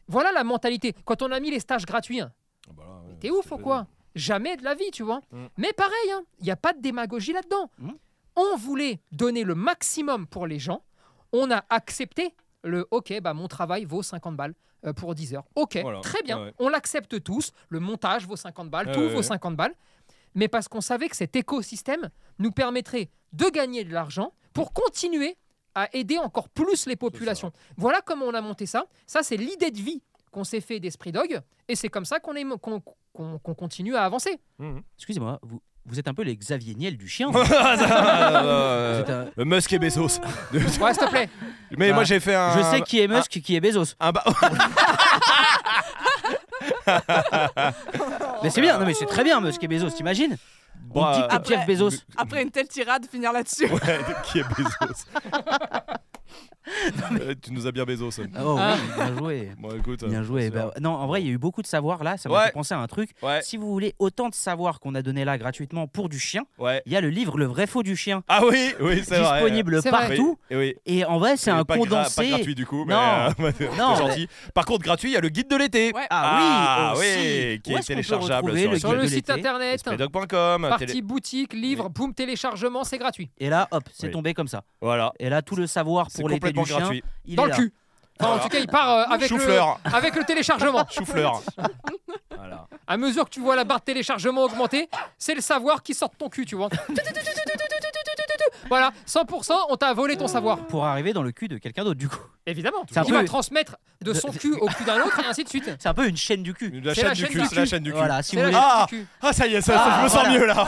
Speaker 6: Voilà la mentalité. Quand on a mis les stages gratuits, hein,
Speaker 7: Ah bah là, ouais,
Speaker 6: t'es ouf
Speaker 7: c'est
Speaker 6: ou quoi Jamais de la vie, tu vois.
Speaker 7: Mm.
Speaker 6: Mais pareil, il n'y a pas de démagogie là-dedans.
Speaker 1: Mm.
Speaker 6: On voulait donner le maximum pour les gens. On a accepté le OK, bah, mon travail vaut 50 balles euh, pour 10 heures. OK,
Speaker 7: Voilà.
Speaker 6: très bien.
Speaker 7: Ouais, ouais.
Speaker 6: On l'accepte tous. Le montage vaut 50 balles,
Speaker 7: Ouais,
Speaker 6: tout
Speaker 7: ouais,
Speaker 6: vaut
Speaker 7: ouais.
Speaker 6: 50 balles. Mais parce qu'on savait que cet écosystème nous permettrait de gagner de l'argent pour continuer à aider encore plus les populations. Voilà comment on a monté ça. Ça, c'est l'idée de vie qu'on s'est fait d'Esprit Dog. Et c'est comme ça qu'on est mo- qu'on- qu'on- qu'on continue à avancer.
Speaker 7: Mhm.
Speaker 1: Excusez-moi, vous, vous êtes un peu les Xavier Niel du
Speaker 7: Ah,
Speaker 1: chien.
Speaker 7: Euh,
Speaker 1: Vous êtes un-
Speaker 7: euh, Musk et Bezos.
Speaker 6: Ouais, s'il te plaît.
Speaker 7: Mais
Speaker 1: Bah,
Speaker 7: moi j'ai fait un.
Speaker 1: Je sais qui
Speaker 7: ah.
Speaker 1: est Musk, qui est Bezos.
Speaker 7: un ba-
Speaker 1: Mais c'est bien, non mais c'est très bien Musk et Bezos, t'imagines On
Speaker 7: Bah,
Speaker 1: dit que
Speaker 8: après-
Speaker 1: Jeff Bezos.
Speaker 8: Après une telle tirade, finir là-dessus.
Speaker 7: Ouais, qui est Bezos. Euh, Tu nous as bien Bezos.
Speaker 1: Oh
Speaker 6: Ah.
Speaker 1: oui, bien joué.
Speaker 7: Bon, écoute.
Speaker 1: Bien joué.
Speaker 7: c'est
Speaker 1: Bah,
Speaker 7: vrai.
Speaker 1: non, en vrai, il y a eu beaucoup de savoir là. Ça m'a
Speaker 7: Ouais. Eh.
Speaker 1: fait penser à un truc.
Speaker 7: Ouais,
Speaker 1: Si vous voulez autant de savoir qu'on a donné là gratuitement pour du chien,
Speaker 7: ouais.
Speaker 1: il y a le livre Le vrai faux du chien
Speaker 7: Ah oui, oui, c'est vrai.
Speaker 1: disponible
Speaker 6: C'est vrai.
Speaker 1: partout.
Speaker 7: Oui, oui.
Speaker 1: Et en vrai, c'est un
Speaker 7: pas gra-
Speaker 1: condensé.
Speaker 7: pas gratuit du coup, mais
Speaker 1: Non.
Speaker 7: euh, c'est
Speaker 1: Non,
Speaker 7: gentil. Par contre, gratuit, il y a le guide de l'été.
Speaker 8: Ouais.
Speaker 1: Ah, oui, aussi.
Speaker 7: oui,
Speaker 1: Où
Speaker 7: qui est
Speaker 1: est-ce qu'on peut
Speaker 7: téléchargeable
Speaker 1: retrouver
Speaker 7: sur,
Speaker 1: le
Speaker 6: Sur
Speaker 1: guide
Speaker 6: le
Speaker 1: de
Speaker 6: site
Speaker 1: l'été,
Speaker 6: internet,
Speaker 7: spreadoc.com.
Speaker 6: partie boutique, livre, boum, téléchargement, c'est gratuit.
Speaker 1: Et là, hop, c'est
Speaker 7: Oui.
Speaker 1: tombé comme ça.
Speaker 7: Voilà.
Speaker 1: Et là, tout le savoir
Speaker 7: C'est
Speaker 1: pour l'été
Speaker 7: complètement
Speaker 1: du chien,
Speaker 7: gratuit.
Speaker 1: il
Speaker 6: Dans
Speaker 1: est
Speaker 6: le
Speaker 1: là.
Speaker 6: cul. Enfin, en tout cas, il part euh, avec, le,
Speaker 7: Chou-fleur.
Speaker 6: avec le téléchargement.
Speaker 7: Chou-fleur. voilà.
Speaker 6: À mesure que tu vois la barre de téléchargement augmenter, c'est le savoir qui sort de ton cul, tu vois. Voilà, 100%, on t'a volé ton savoir.
Speaker 1: Pour arriver dans le cul de quelqu'un d'autre, du coup.
Speaker 6: Évidemment,
Speaker 1: C'est un
Speaker 6: il va
Speaker 1: peu-
Speaker 6: transmettre de son
Speaker 1: De-
Speaker 6: cul au cul d'un autre et ainsi de suite.
Speaker 1: C'est un peu une chaîne du cul.
Speaker 7: La
Speaker 6: C'est
Speaker 7: chaîne
Speaker 6: la
Speaker 7: du
Speaker 6: chaîne
Speaker 7: cul,
Speaker 6: du
Speaker 7: c'est la
Speaker 6: cul.
Speaker 7: chaîne du cul.
Speaker 1: Voilà, si
Speaker 6: C'est
Speaker 1: vous
Speaker 6: la
Speaker 1: voulez.
Speaker 6: chaîne
Speaker 7: Ah
Speaker 6: du cul.
Speaker 7: Ah, ça y est, ça, ça, je me sens
Speaker 1: voilà.
Speaker 7: mieux là.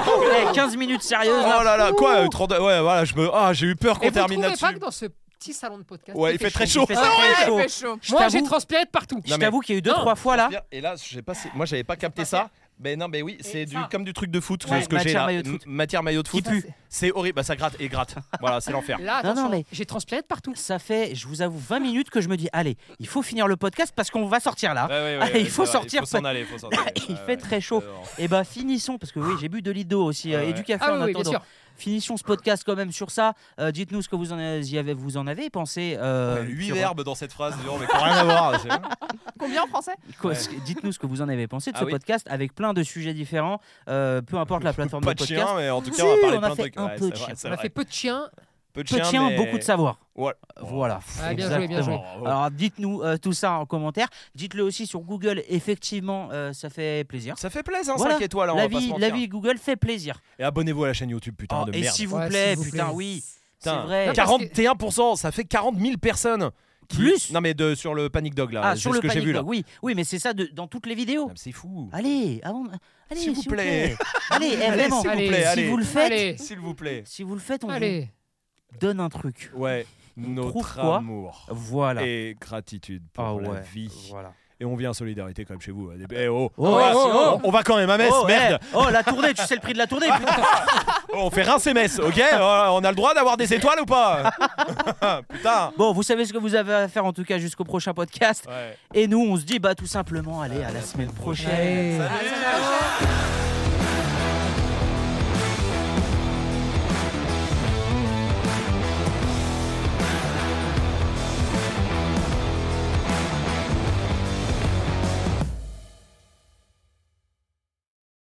Speaker 1: Eh, 15 minutes sérieuses
Speaker 7: Ah, Oh
Speaker 1: là.
Speaker 7: là là, quoi euh, 32 Ouais, voilà, je me. Ah, j'ai eu peur
Speaker 6: Et
Speaker 7: qu'on
Speaker 6: vous
Speaker 7: termine
Speaker 6: trouvez
Speaker 7: là-dessus.
Speaker 6: pas que dans ce petit salon de podcast,
Speaker 7: Ouais, il fait très chaud.
Speaker 1: Il fait
Speaker 8: Ah ouais,
Speaker 1: très chaud.
Speaker 8: il fait chaud.
Speaker 1: Je
Speaker 6: Moi, j'ai
Speaker 1: t'avoue-
Speaker 6: transpiré de partout.
Speaker 1: Je t'avoue qu'il y a eu deux, trois fois là.
Speaker 7: Et là, je sais pas si- moi j'avais pas capté ça. Mais non, mais oui, c'est du comme du truc de foot,
Speaker 1: Ouais,
Speaker 7: ce que j'ai
Speaker 1: matière
Speaker 7: là.
Speaker 1: maillot de
Speaker 7: M-
Speaker 1: foot.
Speaker 7: Matière maillot de foot.
Speaker 1: pue.
Speaker 7: C'est horrible, bah ça gratte et gratte. Voilà, c'est l'enfer.
Speaker 6: Là,
Speaker 1: Non, non,
Speaker 6: attention,
Speaker 1: mais-
Speaker 6: j'ai transpiré de partout.
Speaker 1: Ça fait, je vous avoue, 20 minutes que je me dis allez, il faut finir le podcast parce qu'on va sortir là. ouais,
Speaker 7: il
Speaker 1: faut c'est vrai, sortir,
Speaker 7: Il faut s'en aller, faut s'en aller.
Speaker 1: Ah, Il fait très chaud. Et bah finissons parce que oui, j'ai bu de litres d'eau aussi euh,
Speaker 7: euh, Ouais,
Speaker 1: et du
Speaker 7: ouais.
Speaker 1: café
Speaker 6: Ah
Speaker 1: en
Speaker 6: oui, oui, bien
Speaker 1: attendant.
Speaker 6: sûr.
Speaker 1: Finissons ce podcast quand même sur ça. Euh, Dites-nous ce que vous en avez, y avez- vous en avez pensé. euh,
Speaker 7: Huit
Speaker 1: sur-
Speaker 7: verbes dans cette phrase, genre, mais qui ont rien à voir. c'est-
Speaker 8: Combien en français
Speaker 1: quoi- ce que- Dites-nous ce que vous en avez pensé de
Speaker 7: Ah
Speaker 1: ce
Speaker 7: oui.
Speaker 1: podcast avec plein de sujets différents, euh, peu importe la plateforme
Speaker 7: Pas
Speaker 1: de
Speaker 7: de
Speaker 1: podcast.
Speaker 7: chien, mais en tout
Speaker 1: Si,
Speaker 7: cas, on va parler
Speaker 1: on
Speaker 7: de
Speaker 1: a
Speaker 7: plein de
Speaker 1: fait
Speaker 7: trucs.
Speaker 1: un
Speaker 7: Ouais,
Speaker 1: peu
Speaker 7: c'est
Speaker 1: de
Speaker 7: vrai,
Speaker 1: chien.
Speaker 7: c'est
Speaker 6: On a
Speaker 7: vrai.
Speaker 6: fait peu de chiens.
Speaker 7: peu de
Speaker 1: Peu de
Speaker 7: chien,
Speaker 1: chiens,
Speaker 7: mais-
Speaker 1: beaucoup de savoir.
Speaker 7: Ouais.
Speaker 1: Voilà.
Speaker 6: Ah, bien joué, bien joué.
Speaker 7: Exactement.
Speaker 1: Alors dites-nous euh, tout ça en commentaire. Dites-le aussi sur Google. Effectivement, euh, ça fait plaisir.
Speaker 7: Ça fait plaisir,
Speaker 1: Voilà.
Speaker 7: 5 étoiles, hein, on
Speaker 1: la,
Speaker 7: va pas se
Speaker 1: vie, la
Speaker 7: mentir.
Speaker 1: vie Google fait plaisir.
Speaker 7: Et abonnez-vous à la chaîne YouTube, putain
Speaker 1: Oh,
Speaker 7: de
Speaker 1: et
Speaker 7: merde.
Speaker 1: s'il vous
Speaker 6: Ouais,
Speaker 1: plaît,
Speaker 6: s'il vous
Speaker 1: putain,
Speaker 6: plaît.
Speaker 1: oui. C'est
Speaker 7: Putain.
Speaker 1: vrai.
Speaker 6: Non, parce que-
Speaker 7: 41%, ça fait 40 000 personnes. qui-
Speaker 1: Plus
Speaker 7: Non, mais de, sur le Panic Dog là.
Speaker 1: Ah,
Speaker 7: Euh, c'est
Speaker 1: sur
Speaker 7: ce
Speaker 1: le
Speaker 7: que j'ai
Speaker 1: panier
Speaker 7: vu là.
Speaker 1: oui, oui, mais c'est ça de- dans toutes les vidéos.
Speaker 7: Non, mais C'est fou.
Speaker 1: Allez, avant, allez,
Speaker 7: S'il vous plaît.
Speaker 1: allez, eh, vraiment.
Speaker 7: s'il vous
Speaker 6: Allez,
Speaker 7: plaît,
Speaker 1: si
Speaker 7: allez.
Speaker 1: vous le faites,
Speaker 6: Allez,
Speaker 7: S'il vous plaît.
Speaker 1: si vous le faites, on
Speaker 6: allez.
Speaker 1: vous donne un truc.
Speaker 7: Ouais,
Speaker 1: trouve
Speaker 7: notre
Speaker 1: quoi
Speaker 7: amour.
Speaker 1: Voilà.
Speaker 7: Et gratitude pour
Speaker 1: Ah
Speaker 7: la
Speaker 1: ouais.
Speaker 7: vie.
Speaker 1: Voilà.
Speaker 7: Et on vient en solidarité quand même chez vous. Eh oh,
Speaker 1: Oh,
Speaker 7: Voilà,
Speaker 1: oh, oh.
Speaker 7: on va quand même à Metz,
Speaker 1: oh,
Speaker 7: merde.
Speaker 1: eh, oh, la tournée, tu sais le prix de la tournée. putain.
Speaker 7: Oh, on fait rincer Metz, ok Voilà, On a le droit d'avoir des étoiles ou pas Putain.
Speaker 1: Bon, vous savez ce que vous avez à faire en tout cas jusqu'au prochain podcast.
Speaker 7: Ouais.
Speaker 1: Et nous, on se dit bah tout simplement, allez, à la semaine prochaine.
Speaker 6: Allez.
Speaker 8: Ah, c'est la chaîne.